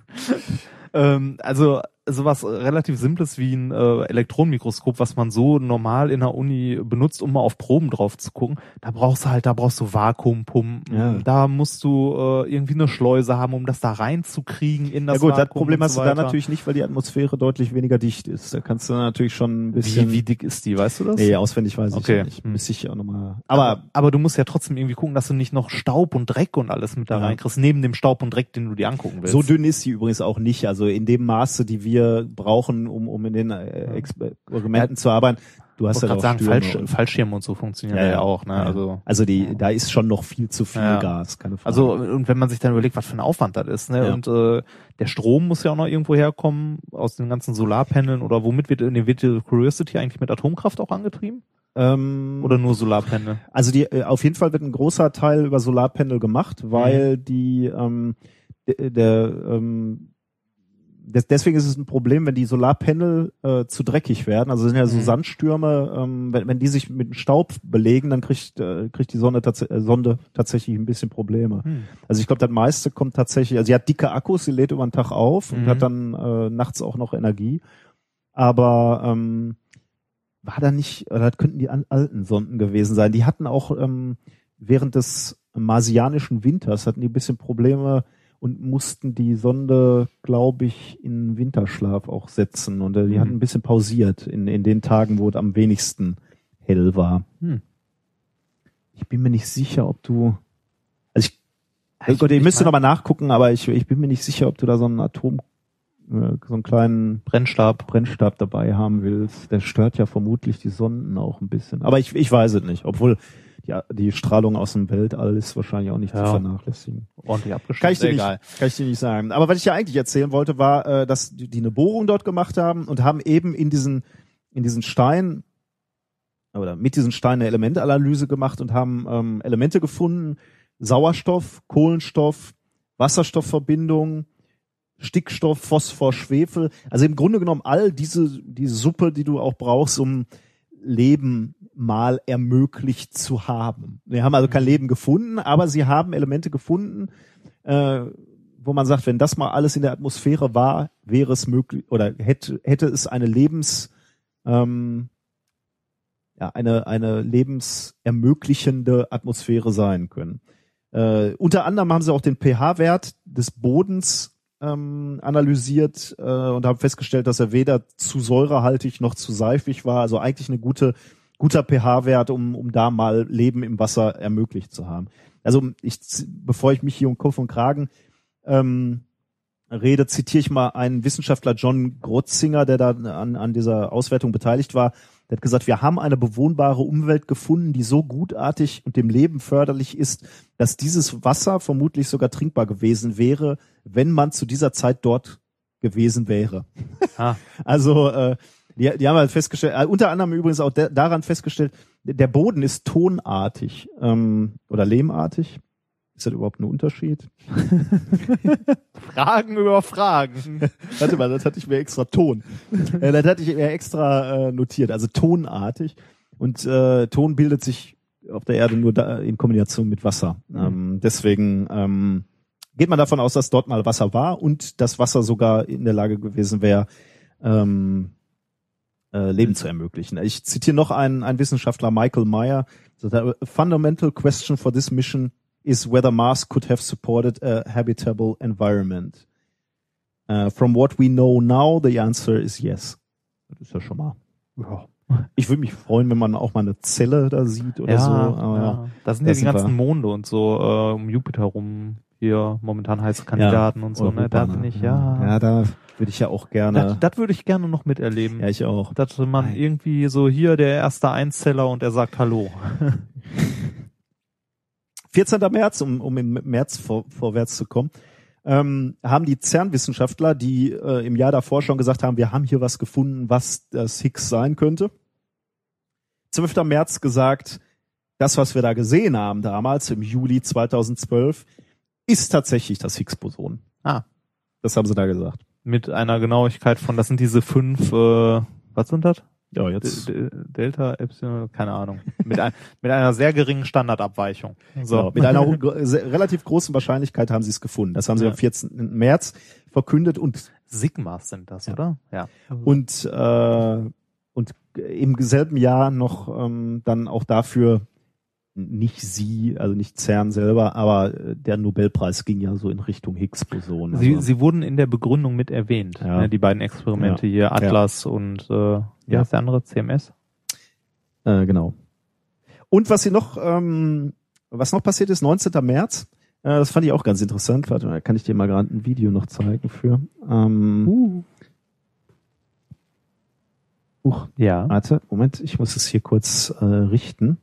[SPEAKER 2] ähm, also sowas relativ Simples wie ein äh, Elektronenmikroskop, was man so normal in der Uni benutzt, um mal auf Proben drauf zu gucken. Da brauchst du halt, da brauchst du Vakuumpumpen,
[SPEAKER 1] Ja.
[SPEAKER 2] da musst du äh, irgendwie eine Schleuse haben, um das da reinzukriegen in das
[SPEAKER 1] ja gut, das
[SPEAKER 2] Vakuum
[SPEAKER 1] Problem
[SPEAKER 2] und
[SPEAKER 1] hast
[SPEAKER 2] so
[SPEAKER 1] du da
[SPEAKER 2] weiter.
[SPEAKER 1] natürlich nicht, weil die Atmosphäre deutlich weniger dicht ist. Da kannst du natürlich schon ein bisschen...
[SPEAKER 2] Wie, wie dick ist die, weißt du das?
[SPEAKER 1] nee, auswendig weiß ich
[SPEAKER 2] Okay.
[SPEAKER 1] nicht.
[SPEAKER 2] Hm.
[SPEAKER 1] Müsste ich auch nochmal...
[SPEAKER 2] Aber,
[SPEAKER 1] Aber
[SPEAKER 2] aber du musst ja trotzdem irgendwie gucken, dass du nicht noch Staub und Dreck und alles mit da
[SPEAKER 1] Ja.
[SPEAKER 2] reinkriegst, neben dem Staub und Dreck, den du dir angucken willst.
[SPEAKER 1] So dünn ist sie übrigens auch nicht. Also in dem Maße, die wir brauchen, um, um in den äh, Experimenten zu arbeiten. Du
[SPEAKER 2] ich
[SPEAKER 1] hast
[SPEAKER 2] wollte
[SPEAKER 1] ja
[SPEAKER 2] gerade
[SPEAKER 1] auch
[SPEAKER 2] sagen,
[SPEAKER 1] Stürme
[SPEAKER 2] Fallsch
[SPEAKER 1] und-
[SPEAKER 2] Fallschirme und so funktionieren ja, ja auch, ne?
[SPEAKER 1] Ja.
[SPEAKER 2] Also
[SPEAKER 1] also die, da ist schon noch viel zu viel
[SPEAKER 2] Ja.
[SPEAKER 1] Gas, keine Frage.
[SPEAKER 2] Also, und wenn man sich dann überlegt, was für ein Aufwand das ist, ne?
[SPEAKER 1] Ja.
[SPEAKER 2] Und äh, der Strom muss ja auch noch irgendwo herkommen, aus den ganzen Solarpaneln oder womit wird in der Virtual Curiosity eigentlich mit Atomkraft auch angetrieben?
[SPEAKER 1] ähm,
[SPEAKER 2] Oder nur Solarpanel?
[SPEAKER 1] also die, äh, auf jeden Fall wird ein großer Teil über Solarpanel gemacht, weil die ähm, de- der ähm, des, deswegen ist es ein Problem, wenn die Solarpanel äh, zu dreckig werden. Also es sind ja so
[SPEAKER 2] Mhm.
[SPEAKER 1] Sandstürme, ähm, wenn, wenn die sich mit Staub belegen, dann kriegt, äh, kriegt die Sonne, tats äh, Sonde tatsächlich ein bisschen Probleme.
[SPEAKER 2] Hm.
[SPEAKER 1] Also ich glaube, das meiste kommt tatsächlich, also sie hat dicke Akkus, sie lädt über den Tag auf und
[SPEAKER 2] Mhm.
[SPEAKER 1] hat dann äh, nachts auch noch Energie. Aber ähm, war da nicht, oder das könnten die an- alten Sonden gewesen sein. Die hatten auch ähm, während des marsianischen Winters hatten die ein bisschen Probleme und mussten die Sonde, glaube ich, in Winterschlaf auch setzen. Und äh, die
[SPEAKER 2] Mhm.
[SPEAKER 1] hatten ein bisschen pausiert in, in den Tagen, wo es am wenigsten hell war.
[SPEAKER 2] Hm.
[SPEAKER 1] Ich bin mir nicht sicher, ob du. Also ich,
[SPEAKER 2] Ich-
[SPEAKER 1] Gott, ich,
[SPEAKER 2] ich
[SPEAKER 1] müsste
[SPEAKER 2] mein-
[SPEAKER 1] nochmal nachgucken, aber ich, ich bin mir nicht sicher, ob du da so einen Atom, äh, so einen kleinen
[SPEAKER 2] Brennstab.
[SPEAKER 1] Brennstab dabei haben willst. Der stört ja vermutlich die Sonden auch ein bisschen. Aber ich, ich weiß es nicht, obwohl die, die Strahlung aus dem Weltall ist wahrscheinlich auch nicht zu
[SPEAKER 2] Ja.
[SPEAKER 1] vernachlässigen.
[SPEAKER 2] Ordentlich abgeschnitten.
[SPEAKER 1] Kann ich, dir nicht,
[SPEAKER 2] Egal.
[SPEAKER 1] kann ich dir nicht sagen. Aber was ich ja eigentlich erzählen wollte, war, äh, dass die, die eine Bohrung dort gemacht haben und haben eben in diesen, in diesen Stein oder mit diesen Steinen eine Elementanalyse gemacht und haben ähm, Elemente gefunden, Sauerstoff, Kohlenstoff, Wasserstoffverbindung, Stickstoff, Phosphor, Schwefel. Also im Grunde genommen all diese, diese Suppe, die du auch brauchst, um Leben mal ermöglicht zu haben. Wir haben also kein Leben gefunden, aber sie haben Elemente gefunden, äh, wo man sagt, wenn das mal alles in der Atmosphäre war, wäre es möglich oder hätte, hätte es eine Lebens, ähm, ja, eine, eine lebensermöglichende Atmosphäre sein können. Äh, unter anderem haben sie auch den pH-Wert des Bodens ähm, analysiert äh, und habe festgestellt, dass er weder zu säurehaltig noch zu seifig war. Also eigentlich eine gute, guter pH-Wert, um, um da mal Leben im Wasser ermöglicht zu haben. Also ich, z- bevor ich mich hier um Kopf und Kragen ähm, rede, zitiere ich mal einen Wissenschaftler John Grotzinger, der da an, an dieser Auswertung beteiligt war. Der hat gesagt, wir haben eine bewohnbare Umwelt gefunden, die so gutartig und dem Leben förderlich ist, dass dieses Wasser vermutlich sogar trinkbar gewesen wäre, wenn man zu dieser Zeit dort gewesen wäre.
[SPEAKER 2] Ah.
[SPEAKER 1] [laughs] Also äh, die, die haben halt festgestellt, äh, unter anderem übrigens auch da- daran festgestellt, der Boden ist tonartig ähm, oder lehmartig. Ist das überhaupt ein Unterschied?
[SPEAKER 2] Fragen über [laughs] Fragen.
[SPEAKER 1] Warte mal, das hatte ich mir extra Ton. Äh, das hatte ich mir extra äh, notiert, also tonartig. Und äh, Ton bildet sich auf der Erde nur da, in Kombination mit Wasser. Ähm, deswegen ähm, geht man davon aus, dass dort mal Wasser war und das Wasser sogar in der Lage gewesen wäre, ähm, äh, Leben zu ermöglichen. Ich zitiere noch einen, einen Wissenschaftler, Michael Meyer. So, "The fundamental question for this mission is whether Mars could have supported a habitable environment. Äh, from what we know now, the answer is yes. Das ist ja schon mal.
[SPEAKER 2] Ja,
[SPEAKER 1] Ich würde mich freuen, wenn man auch mal eine Zelle da sieht oder so. Aber
[SPEAKER 2] ja. Da sind
[SPEAKER 1] Da
[SPEAKER 2] ja die
[SPEAKER 1] sind
[SPEAKER 2] ganzen
[SPEAKER 1] wir.
[SPEAKER 2] Monde und so äh, um Jupiter rum hier momentan heiße Kandidaten und so. ne? Da
[SPEAKER 1] Europa,
[SPEAKER 2] bin ich,
[SPEAKER 1] Ja,
[SPEAKER 2] ja.
[SPEAKER 1] da würde ich ja auch
[SPEAKER 2] Das,
[SPEAKER 1] gerne.
[SPEAKER 2] das würde ich gerne noch miterleben.
[SPEAKER 1] ja, ich auch.
[SPEAKER 2] dass man
[SPEAKER 1] Nein.
[SPEAKER 2] irgendwie so hier der erste Einzeller und er sagt Hallo.
[SPEAKER 1] 14. März, um, um im März vor, vorwärts zu kommen, ähm, haben die CERN-Wissenschaftler, die äh, im Jahr davor schon gesagt haben, wir haben hier was gefunden, was das Higgs sein könnte, 12. März gesagt, das, was wir da gesehen haben damals im Juli 2012, ist tatsächlich das Higgs-Boson.
[SPEAKER 2] Ah.
[SPEAKER 1] Das haben sie da gesagt.
[SPEAKER 2] Mit einer Genauigkeit von, das sind diese fünf, äh, was sind das?
[SPEAKER 1] Ja,
[SPEAKER 2] D D Delta, Epsilon, keine Ahnung. Mit, ein, mit einer sehr geringen Standardabweichung. So.
[SPEAKER 1] Genau. [laughs] Mit einer
[SPEAKER 2] [laughs]
[SPEAKER 1] ho- gro- sehr- relativ großen Wahrscheinlichkeit haben sie es gefunden. Das haben sie
[SPEAKER 2] Ja.
[SPEAKER 1] am 14. März verkündet und
[SPEAKER 2] Sigmas sind das,
[SPEAKER 1] Ja.
[SPEAKER 2] oder? Ja.
[SPEAKER 1] und äh, und im selben Jahr noch ähm, dann auch dafür nicht sie, also nicht CERN selber, aber äh, der Nobelpreis ging ja so in Richtung Higgs-Boson.
[SPEAKER 2] Sie,
[SPEAKER 1] also,
[SPEAKER 2] sie wurden in der Begründung mit erwähnt,
[SPEAKER 1] Ja.
[SPEAKER 2] ne, die beiden Experimente hier, Atlas und äh, wie
[SPEAKER 1] Ja.
[SPEAKER 2] heißt der andere? CMS?
[SPEAKER 1] äh, genau. Und was sie noch, ähm, was noch passiert ist, 19. März, äh, das fand ich auch ganz interessant. Warte mal, kann ich dir mal gerade ein Video noch zeigen für. Ähm, Huch. Also
[SPEAKER 2] Ja.
[SPEAKER 1] Warte, Moment, ich muss es hier kurz äh, richten.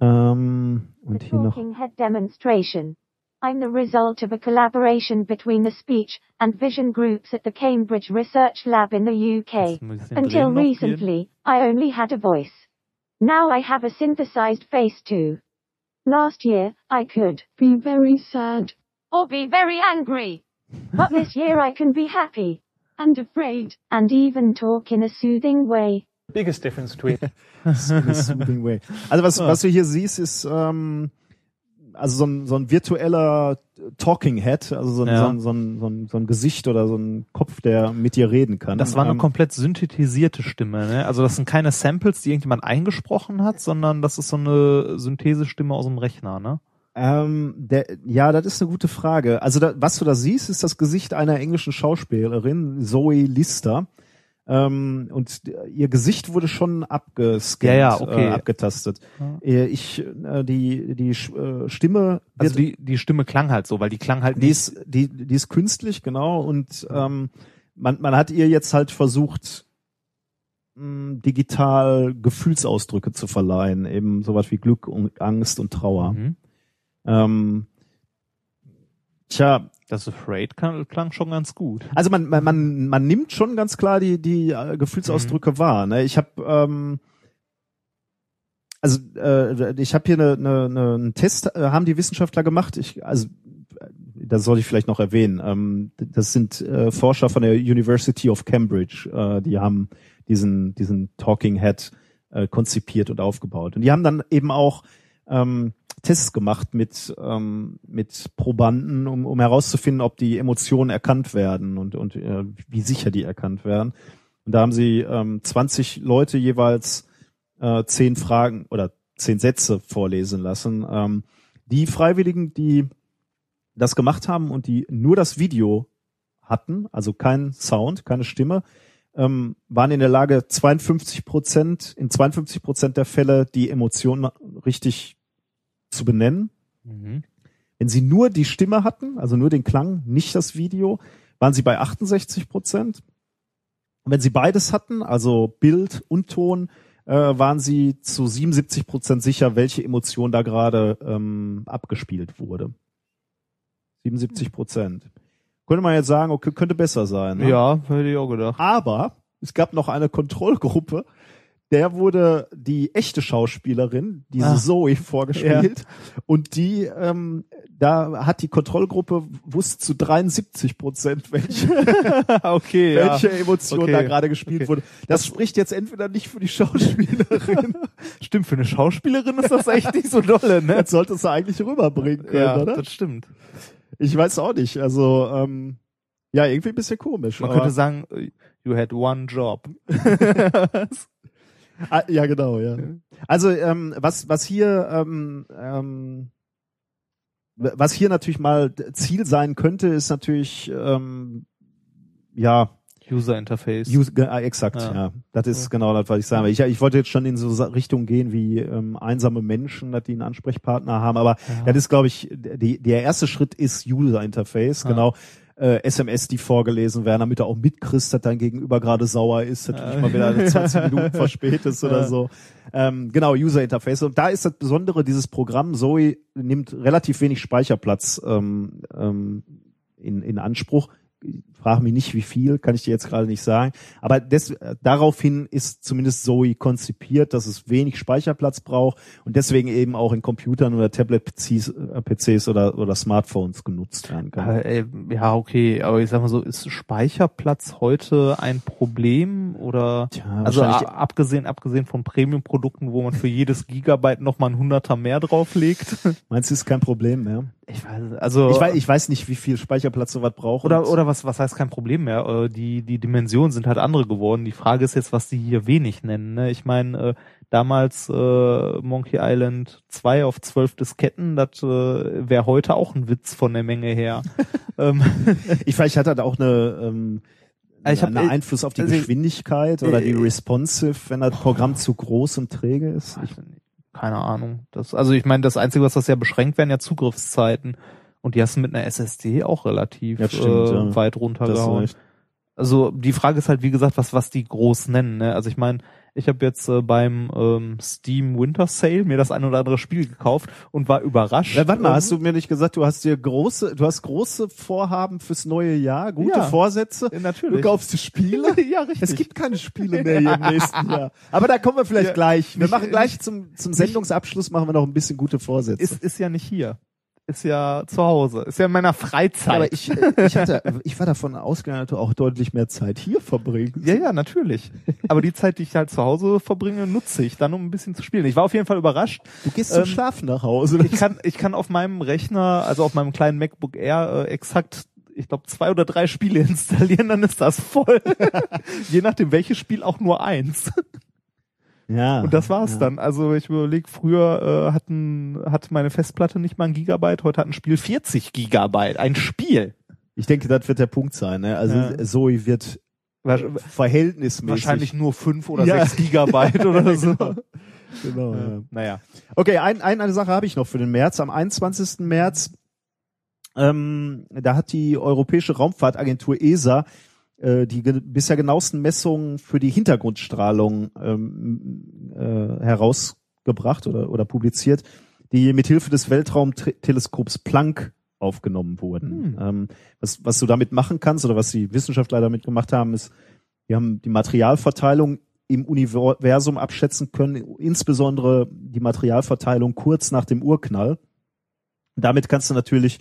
[SPEAKER 1] Ähm, und
[SPEAKER 6] the
[SPEAKER 1] hier noch.
[SPEAKER 6] talking head demonstration. I'm the result of a collaboration between the speech and vision groups at the Cambridge Research Lab in the UK.
[SPEAKER 2] Das muss ich den
[SPEAKER 6] Until
[SPEAKER 2] drehen noch hier.
[SPEAKER 6] recently, I only had a voice. Now I have a synthesized face too. Last year, I could be very sad or be very angry. But this year I can be happy and afraid and even talk in a soothing way.
[SPEAKER 7] biggest difference between
[SPEAKER 1] In a soothing way. Also was, was du hier siehst, ist ähm, also so ein, so ein virtueller Talking Head, also so ein,
[SPEAKER 2] Ja.
[SPEAKER 1] so, ein, so, ein, so, ein, so ein Gesicht oder so ein Kopf, der mit dir reden kann.
[SPEAKER 2] Das war eine
[SPEAKER 1] Ähm,
[SPEAKER 2] komplett synthetisierte Stimme, ne? Also das sind keine Samples, die irgendjemand eingesprochen hat, sondern das ist so eine Synthesestimme aus dem Rechner, ne?
[SPEAKER 1] ähm, der, ja, das ist eine gute Frage. Also da, was du da siehst, ist das Gesicht einer englischen Schauspielerin, Zoe Lister. Ähm, und d- ihr Gesicht wurde schon abgescannt,
[SPEAKER 2] Ja, ja, okay.
[SPEAKER 1] äh, abgetastet.
[SPEAKER 2] Ja.
[SPEAKER 1] Äh, Ich, äh, die, die Sch- äh, Stimme
[SPEAKER 2] Also die, die Stimme klang halt so, weil die klang halt
[SPEAKER 1] Die ist, die, die ist künstlich, genau. Und ähm, man, man hat ihr jetzt halt versucht, mh, digital Gefühlsausdrücke zu verleihen. Eben sowas wie Glück und Angst und Trauer.
[SPEAKER 2] Mhm.
[SPEAKER 1] Ähm, tja,
[SPEAKER 2] Das Afraid kann, klang schon ganz gut.
[SPEAKER 1] also man, man, man, man nimmt schon ganz klar die, die äh, Gefühlsausdrücke wahr. Ne? Ich habe ähm, also äh, ich habe hier eine, eine, eine, einen Test, äh, haben die Wissenschaftler gemacht. Ich, also äh, das sollte ich vielleicht noch erwähnen. Ähm, d- das sind äh, Forscher von der University of Cambridge. Äh, die haben diesen diesen Talking Head äh, konzipiert und aufgebaut. Und die haben dann eben auch ähm, Tests gemacht mit, ähm, mit Probanden, um, um herauszufinden, ob die Emotionen erkannt werden und, und äh, wie sicher die erkannt werden. Und da haben sie ähm, 20 Leute jeweils äh, 10 Fragen oder 10 Sätze vorlesen lassen. Ähm, die Freiwilligen, die das gemacht haben und die nur das Video hatten, also kein Sound, keine Stimme, ähm, waren in der Lage, 52 Prozent, in 52 Prozent der Fälle die Emotionen richtig zu benennen.
[SPEAKER 2] Mhm.
[SPEAKER 1] Wenn sie nur die Stimme hatten, also nur den Klang, nicht das Video, waren sie bei 68 Prozent. Und wenn sie beides hatten, also Bild und Ton, äh, waren sie zu 77 Prozent sicher, welche Emotion da gerade ähm, abgespielt wurde. 77 Prozent. Könnte man jetzt sagen, okay, könnte besser sein. ne?
[SPEAKER 2] Ja, hätte ich auch gedacht.
[SPEAKER 1] Aber es gab noch eine Kontrollgruppe, der wurde die echte Schauspielerin, diese
[SPEAKER 2] Ah.
[SPEAKER 1] Zoe, vorgespielt. Und die, ähm, da hat die Kontrollgruppe wusste zu 73 Prozent, welche,
[SPEAKER 2] [laughs] okay,
[SPEAKER 1] welche Emotion
[SPEAKER 2] Okay.
[SPEAKER 1] da gerade gespielt
[SPEAKER 2] Okay.
[SPEAKER 1] wurde. Das spricht jetzt entweder nicht für die Schauspielerin,
[SPEAKER 2] [laughs] Stimmt, für eine Schauspielerin ist das echt [laughs] nicht so dolle, ne?
[SPEAKER 1] das sollte es eigentlich rüberbringen können,
[SPEAKER 2] [laughs] Ja,
[SPEAKER 1] oder?
[SPEAKER 2] das stimmt.
[SPEAKER 1] Ich weiß auch nicht. Also, ähm, ja, irgendwie ein bisschen komisch.
[SPEAKER 2] Man
[SPEAKER 1] aber-
[SPEAKER 2] könnte sagen, you had one job.
[SPEAKER 1] Ah, ja, genau, ja.
[SPEAKER 2] Ja.
[SPEAKER 1] Also ähm, was was hier ähm, ähm, was hier natürlich mal d- Ziel sein könnte, ist natürlich ähm, ja
[SPEAKER 2] User Interface.
[SPEAKER 1] Use, ge- ah, exakt, ja.
[SPEAKER 2] Ja.
[SPEAKER 1] Das ist genau das, was ich sagen will. Ich, ich wollte jetzt schon in so Sa- Richtung gehen wie ähm, einsame Menschen, dass die einen Ansprechpartner haben, aber
[SPEAKER 2] Ja.
[SPEAKER 1] das ist, glaube ich, die, der erste Schritt ist User Interface,
[SPEAKER 2] Ja.
[SPEAKER 1] genau. Äh, SMS, die vorgelesen werden, damit du auch mitkriegst, dass dein Gegenüber gerade sauer ist, dass du dich
[SPEAKER 2] Ja.
[SPEAKER 1] mal wieder 20
[SPEAKER 2] [laughs]
[SPEAKER 1] Minuten verspätest oder
[SPEAKER 2] Ja.
[SPEAKER 1] so. Ähm, genau, User Interface. Und da ist das Besondere, dieses Programm Zoe nimmt relativ wenig Speicherplatz ähm, ähm, in, in Anspruch. Frag mich nicht, wie viel, kann ich dir jetzt gerade nicht sagen. Aber des, äh, daraufhin ist zumindest Zoe konzipiert, dass es wenig Speicherplatz braucht und deswegen eben auch in Computern oder Tablet-PCs äh, PCs oder, oder Smartphones genutzt werden kann.
[SPEAKER 2] Aber, äh, ja, okay, aber ich sag mal so, ist Speicherplatz heute ein Problem oder
[SPEAKER 1] Tja,
[SPEAKER 2] also a-
[SPEAKER 1] wahrscheinlich-
[SPEAKER 2] abgesehen abgesehen von Premium Produkten, wo man für jedes Gigabyte noch mal ein Hunderter mehr drauflegt?
[SPEAKER 1] meinst du, ist kein Problem mehr?
[SPEAKER 2] [laughs] Ich weiß also
[SPEAKER 1] Ich weiß, ich weiß nicht, wie viel Speicherplatz sowas braucht.
[SPEAKER 2] oder
[SPEAKER 1] und-
[SPEAKER 2] oder was was heißt kein Problem mehr? Äh, Die die Dimensionen sind halt andere geworden. Die Frage ist jetzt, was die hier wenig nennen, ne? Ich meine, äh, damals äh, Monkey Island 2 auf 12 Disketten, das äh, wäre heute auch ein Witz von der Menge
[SPEAKER 1] [laughs]
[SPEAKER 2] her. ähm, [laughs]
[SPEAKER 1] Ich vielleicht hat das auch eine, ähm,
[SPEAKER 2] Also ich hab-
[SPEAKER 1] eine einen Einfluss auf die
[SPEAKER 2] also ich-
[SPEAKER 1] Geschwindigkeit oder die
[SPEAKER 2] äh,
[SPEAKER 1] Responsive, wenn das Programm zu groß und träge ist.
[SPEAKER 2] Ich- keine Ahnung. Das, also ich meine, das Einzige, was das ja beschränkt, wären ja Zugriffszeiten. Und die hast du mit einer SSD auch relativ
[SPEAKER 1] Ja, stimmt,
[SPEAKER 2] äh,
[SPEAKER 1] ja.
[SPEAKER 2] weit
[SPEAKER 1] Das ist
[SPEAKER 2] runtergehauen.
[SPEAKER 1] echt-
[SPEAKER 2] Also die Frage ist halt, wie gesagt, was, was die groß nennen. Ne? Also ich meine, ich habe jetzt äh, beim ähm, Steam Winter Sale mir das ein oder andere Spiel gekauft und war überrascht.
[SPEAKER 1] Ja, Äh, warte mal,
[SPEAKER 2] Ähm,
[SPEAKER 1] hast du mir nicht gesagt, du hast dir große, du hast große Vorhaben fürs neue Jahr, gute
[SPEAKER 2] Ja.
[SPEAKER 1] Vorsätze.
[SPEAKER 2] äh,
[SPEAKER 1] Du
[SPEAKER 2] natürlich.
[SPEAKER 1] kaufst die Spiele.
[SPEAKER 2] [laughs] ja,
[SPEAKER 1] [laughs]
[SPEAKER 2] richtig.
[SPEAKER 1] Es gibt keine Spiele mehr hier im [laughs] nächsten Jahr. Aber da kommen wir vielleicht
[SPEAKER 2] Ja.
[SPEAKER 1] gleich. Wir
[SPEAKER 2] Mich-
[SPEAKER 1] machen gleich zum, zum Sendungsabschluss machen wir noch ein bisschen gute Vorsätze.
[SPEAKER 2] ist, ist ja nicht hier. Ist ja zu Hause. Ist ja in meiner Freizeit.
[SPEAKER 1] Ja, aber ich, ich hatte, ich war davon ausgegangen, dass du auch deutlich mehr Zeit hier verbringst.
[SPEAKER 2] Ja, ja, natürlich. Aber die Zeit, die ich halt zu Hause verbringe, nutze ich dann, um ein bisschen zu spielen. Ich war auf jeden Fall überrascht.
[SPEAKER 1] Du gehst zum
[SPEAKER 2] Ähm,
[SPEAKER 1] Schlafen nach Hause.
[SPEAKER 2] Ich kann, ich kann auf meinem Rechner, also auf meinem kleinen MacBook Air, äh, exakt, ich glaube, zwei oder drei Spiele [laughs] installieren, dann ist das voll. [laughs] Je nachdem, welches Spiel auch nur eins.
[SPEAKER 1] [laughs] Ja.
[SPEAKER 2] Und das war's
[SPEAKER 1] Ah, ja.
[SPEAKER 2] dann. Also ich überlege, früher äh, hatten, hatte meine Festplatte nicht mal ein Gigabyte, heute hat ein Spiel 40 Gigabyte. Ein Spiel.
[SPEAKER 1] Ich denke, das wird der Punkt sein. Ne? Also
[SPEAKER 2] Ja.
[SPEAKER 1] Zoe wird Äh,
[SPEAKER 2] Wa-
[SPEAKER 1] verhältnismäßig.
[SPEAKER 2] Wahrscheinlich nur fünf oder
[SPEAKER 1] Ja. [laughs]
[SPEAKER 2] sechs Gigabyte oder so.
[SPEAKER 1] Genau, ja.
[SPEAKER 2] Naja.
[SPEAKER 1] Okay, ein, ein, eine Sache habe ich noch für den März. Am 21. März, ähm, da hat die Europäische Raumfahrtagentur ESA äh, die ge bisher genauesten Messungen für die Hintergrundstrahlung ähm, äh, herausgebracht oder, oder publiziert, die mithilfe des Weltraumteleskops Planck aufgenommen wurden.
[SPEAKER 2] Hm.
[SPEAKER 1] Ähm, was, was du damit machen kannst oder was die Wissenschaftler damit gemacht haben, ist, wir haben die Materialverteilung im Universum abschätzen können, insbesondere die Materialverteilung kurz nach dem Urknall. Damit kannst du natürlich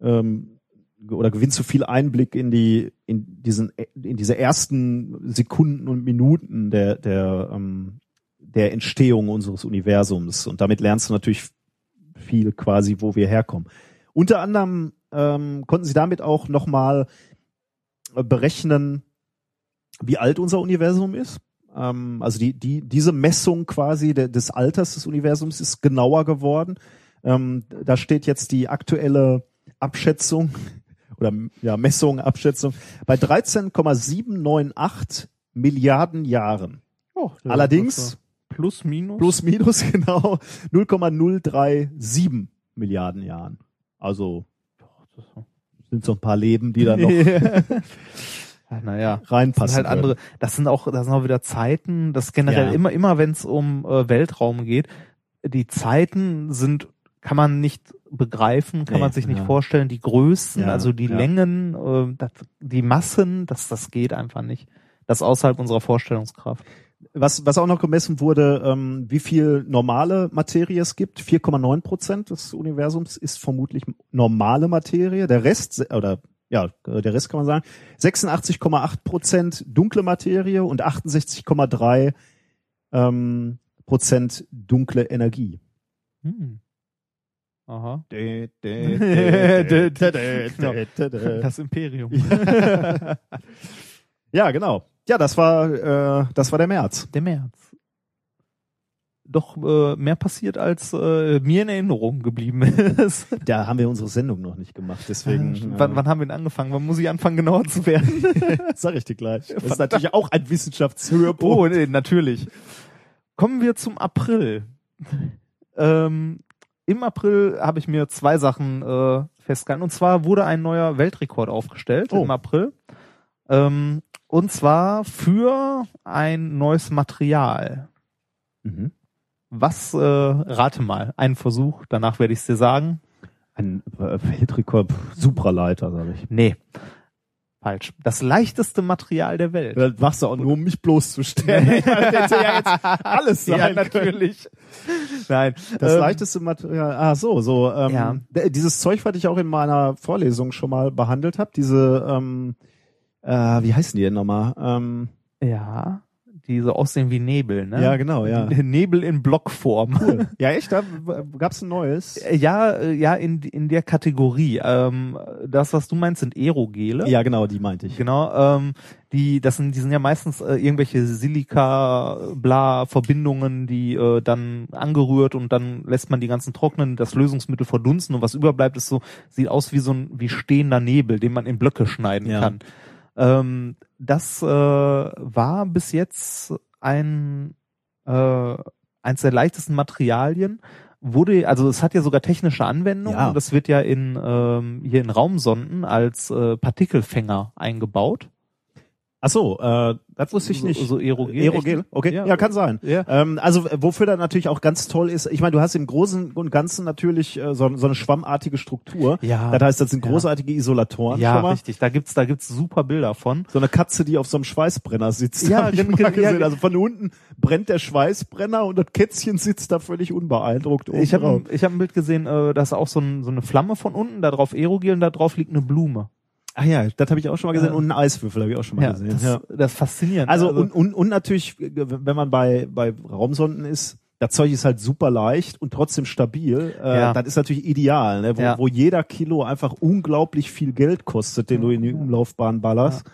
[SPEAKER 1] ähm, ge- oder gewinnst du viel Einblick in die in diesen in diese ersten Sekunden und Minuten der der ähm, der Entstehung unseres Universums und damit lernst du natürlich viel quasi, wo wir herkommen. Unter anderem ähm, konnten sie damit auch nochmal äh, berechnen, wie alt unser Universum ist. Ähm, also die, die, diese Messung quasi de, des Alters des Universums ist genauer geworden. Ähm, da steht jetzt die aktuelle Abschätzung [laughs] oder ja, Messung, Abschätzung, bei 13,798 Milliarden Jahren.
[SPEAKER 2] Oh, das ist
[SPEAKER 1] Allerdings,
[SPEAKER 2] plus minus.
[SPEAKER 1] plus minus [laughs] genau, 0,037 Milliarden Jahren. Also sind so ein paar Leben, die da
[SPEAKER 2] [laughs]
[SPEAKER 1] noch
[SPEAKER 2] Ja, naja. Das
[SPEAKER 1] reinpassen.
[SPEAKER 2] sind halt
[SPEAKER 1] können.
[SPEAKER 2] andere, das sind auch, das sind auch wieder Zeiten, das generell
[SPEAKER 1] Ja.
[SPEAKER 2] immer, immer wenn es um äh, Weltraum geht, die Zeiten sind, kann man nicht begreifen, kann
[SPEAKER 1] Nee,
[SPEAKER 2] man sich nicht
[SPEAKER 1] ja.
[SPEAKER 2] vorstellen, die Größen,
[SPEAKER 1] Ja,
[SPEAKER 2] also die
[SPEAKER 1] ja.
[SPEAKER 2] Längen, äh, das, die Massen, das, das geht einfach nicht. Das ist außerhalb unserer Vorstellungskraft.
[SPEAKER 1] Was, was auch noch gemessen wurde, ähm, wie viel normale Materie es gibt. 4,9 Prozent des Universums ist vermutlich normale Materie. Der Rest, se- oder ja, äh, der Rest kann man sagen, 86,8 Prozent dunkle Materie und 68,3 ähm, Prozent dunkle Energie.
[SPEAKER 2] Hm. Aha.
[SPEAKER 1] [laughs] ja,
[SPEAKER 2] Das Imperium.
[SPEAKER 1] genau. [laughs] Ja, das war, äh, das war der März.
[SPEAKER 2] Der März. Doch äh, mehr passiert, als äh, mir in Erinnerung geblieben [laughs] ist.
[SPEAKER 1] Da haben wir unsere Sendung noch nicht gemacht, deswegen. äh,
[SPEAKER 2] wann, wann haben wir denn angefangen? Wann muss ich anfangen, genauer zu werden?
[SPEAKER 1] Sag ich dir gleich. Das ist natürlich auch ein Wissenschaftshöhepunkt.
[SPEAKER 2] oh, nee, natürlich. Kommen wir zum April. Ähm, Im April habe ich mir zwei Sachen äh, festgehalten. Und zwar wurde ein neuer Weltrekord aufgestellt
[SPEAKER 1] Oh.
[SPEAKER 2] im April. Ähm, und zwar für ein neues Material.
[SPEAKER 1] Mhm.
[SPEAKER 2] Was, äh, rate mal, einen Versuch, danach werde ich es dir sagen.
[SPEAKER 1] Ein äh, Weltrekord, pff, Supraleiter, sag ich.
[SPEAKER 2] Nee. Falsch. Das leichteste Material der Welt.
[SPEAKER 1] Das machst du auch nur, um mich bloßzustellen. das hätte [laughs] ja jetzt alles sein
[SPEAKER 2] ja,
[SPEAKER 1] können.
[SPEAKER 2] natürlich. Nein.
[SPEAKER 1] Das
[SPEAKER 2] ähm,
[SPEAKER 1] leichteste Material, ah so, so. Ähm,
[SPEAKER 2] Ja.
[SPEAKER 1] d- Dieses Zeug, was ich auch in meiner Vorlesung schon mal behandelt habe, diese, ähm, äh, wie heißen die denn nochmal? Ähm,
[SPEAKER 2] Ja, die so aussehen wie Nebel, ne?
[SPEAKER 1] genau,
[SPEAKER 2] [laughs] Nebel in Blockform. [laughs]
[SPEAKER 1] Cool. Ja, echt, da w- gab's ein neues.
[SPEAKER 2] Ja, äh, ja, in, in der Kategorie. Ähm, das, was du meinst, sind Aerogele.
[SPEAKER 1] Ja, genau, die meinte ich.
[SPEAKER 2] Genau, ähm, die, das sind, die sind ja meistens äh, irgendwelche Silika-Bla-Verbindungen, die äh, dann angerührt und dann lässt man die ganzen trocknen, das Lösungsmittel verdunsten und was überbleibt, ist so, sieht aus wie so ein wie stehender Nebel, den man in Blöcke schneiden
[SPEAKER 1] Ja.
[SPEAKER 2] kann. Ähm, das äh, war bis jetzt ein äh, eins der leichtesten Materialien. Wurde, also es hat ja sogar technische Anwendungen.
[SPEAKER 1] Ja.
[SPEAKER 2] Das wird ja in ähm, hier in Raumsonden als äh, Partikelfänger eingebaut.
[SPEAKER 1] Ach so, äh, das wusste ich
[SPEAKER 2] so,
[SPEAKER 1] nicht.
[SPEAKER 2] So Aerogel.
[SPEAKER 1] Aerogel,
[SPEAKER 2] echt?
[SPEAKER 1] okay,
[SPEAKER 2] Ja.
[SPEAKER 1] ja kann sein.
[SPEAKER 2] Ja.
[SPEAKER 1] Ähm, also äh, wofür dann natürlich auch ganz toll ist, ich meine, du hast im Großen und Ganzen natürlich äh, so, so eine schwammartige Struktur.
[SPEAKER 2] Ja.
[SPEAKER 1] Das heißt, das sind
[SPEAKER 2] Ja.
[SPEAKER 1] großartige Isolatoren
[SPEAKER 2] ja,
[SPEAKER 1] schon mal.
[SPEAKER 2] richtig. Da gibt's da gibt's super Bilder von.
[SPEAKER 1] So eine Katze, die auf so einem Schweißbrenner sitzt.
[SPEAKER 2] Ja,
[SPEAKER 1] hab ich
[SPEAKER 2] gen-
[SPEAKER 1] mal
[SPEAKER 2] gen- ja,
[SPEAKER 1] gesehen.
[SPEAKER 2] gen-
[SPEAKER 1] Also von unten brennt der Schweißbrenner und das Kätzchen sitzt da völlig unbeeindruckt oben
[SPEAKER 2] Ich habe
[SPEAKER 1] drauf.
[SPEAKER 2] ich hab ein Bild gesehen, äh, da ist auch so, ein, so eine Flamme von unten, da drauf Aerogel und da drauf liegt eine Blume.
[SPEAKER 1] Ach ja, das habe ich auch schon mal gesehen
[SPEAKER 2] Ja.
[SPEAKER 1] und einen Eiswürfel habe ich auch schon mal gesehen.
[SPEAKER 2] das,
[SPEAKER 1] ja.
[SPEAKER 2] das ist faszinierend.
[SPEAKER 1] Also, und, und, und natürlich, äh, wenn man bei, bei Raumsonden ist, das Zeug ist halt super leicht und trotzdem stabil. Äh,
[SPEAKER 2] Ja.
[SPEAKER 1] Das ist natürlich ideal, ne? wo,
[SPEAKER 2] Ja.
[SPEAKER 1] wo jeder Kilo einfach unglaublich viel Geld kostet, den du in die Umlaufbahn ballerst.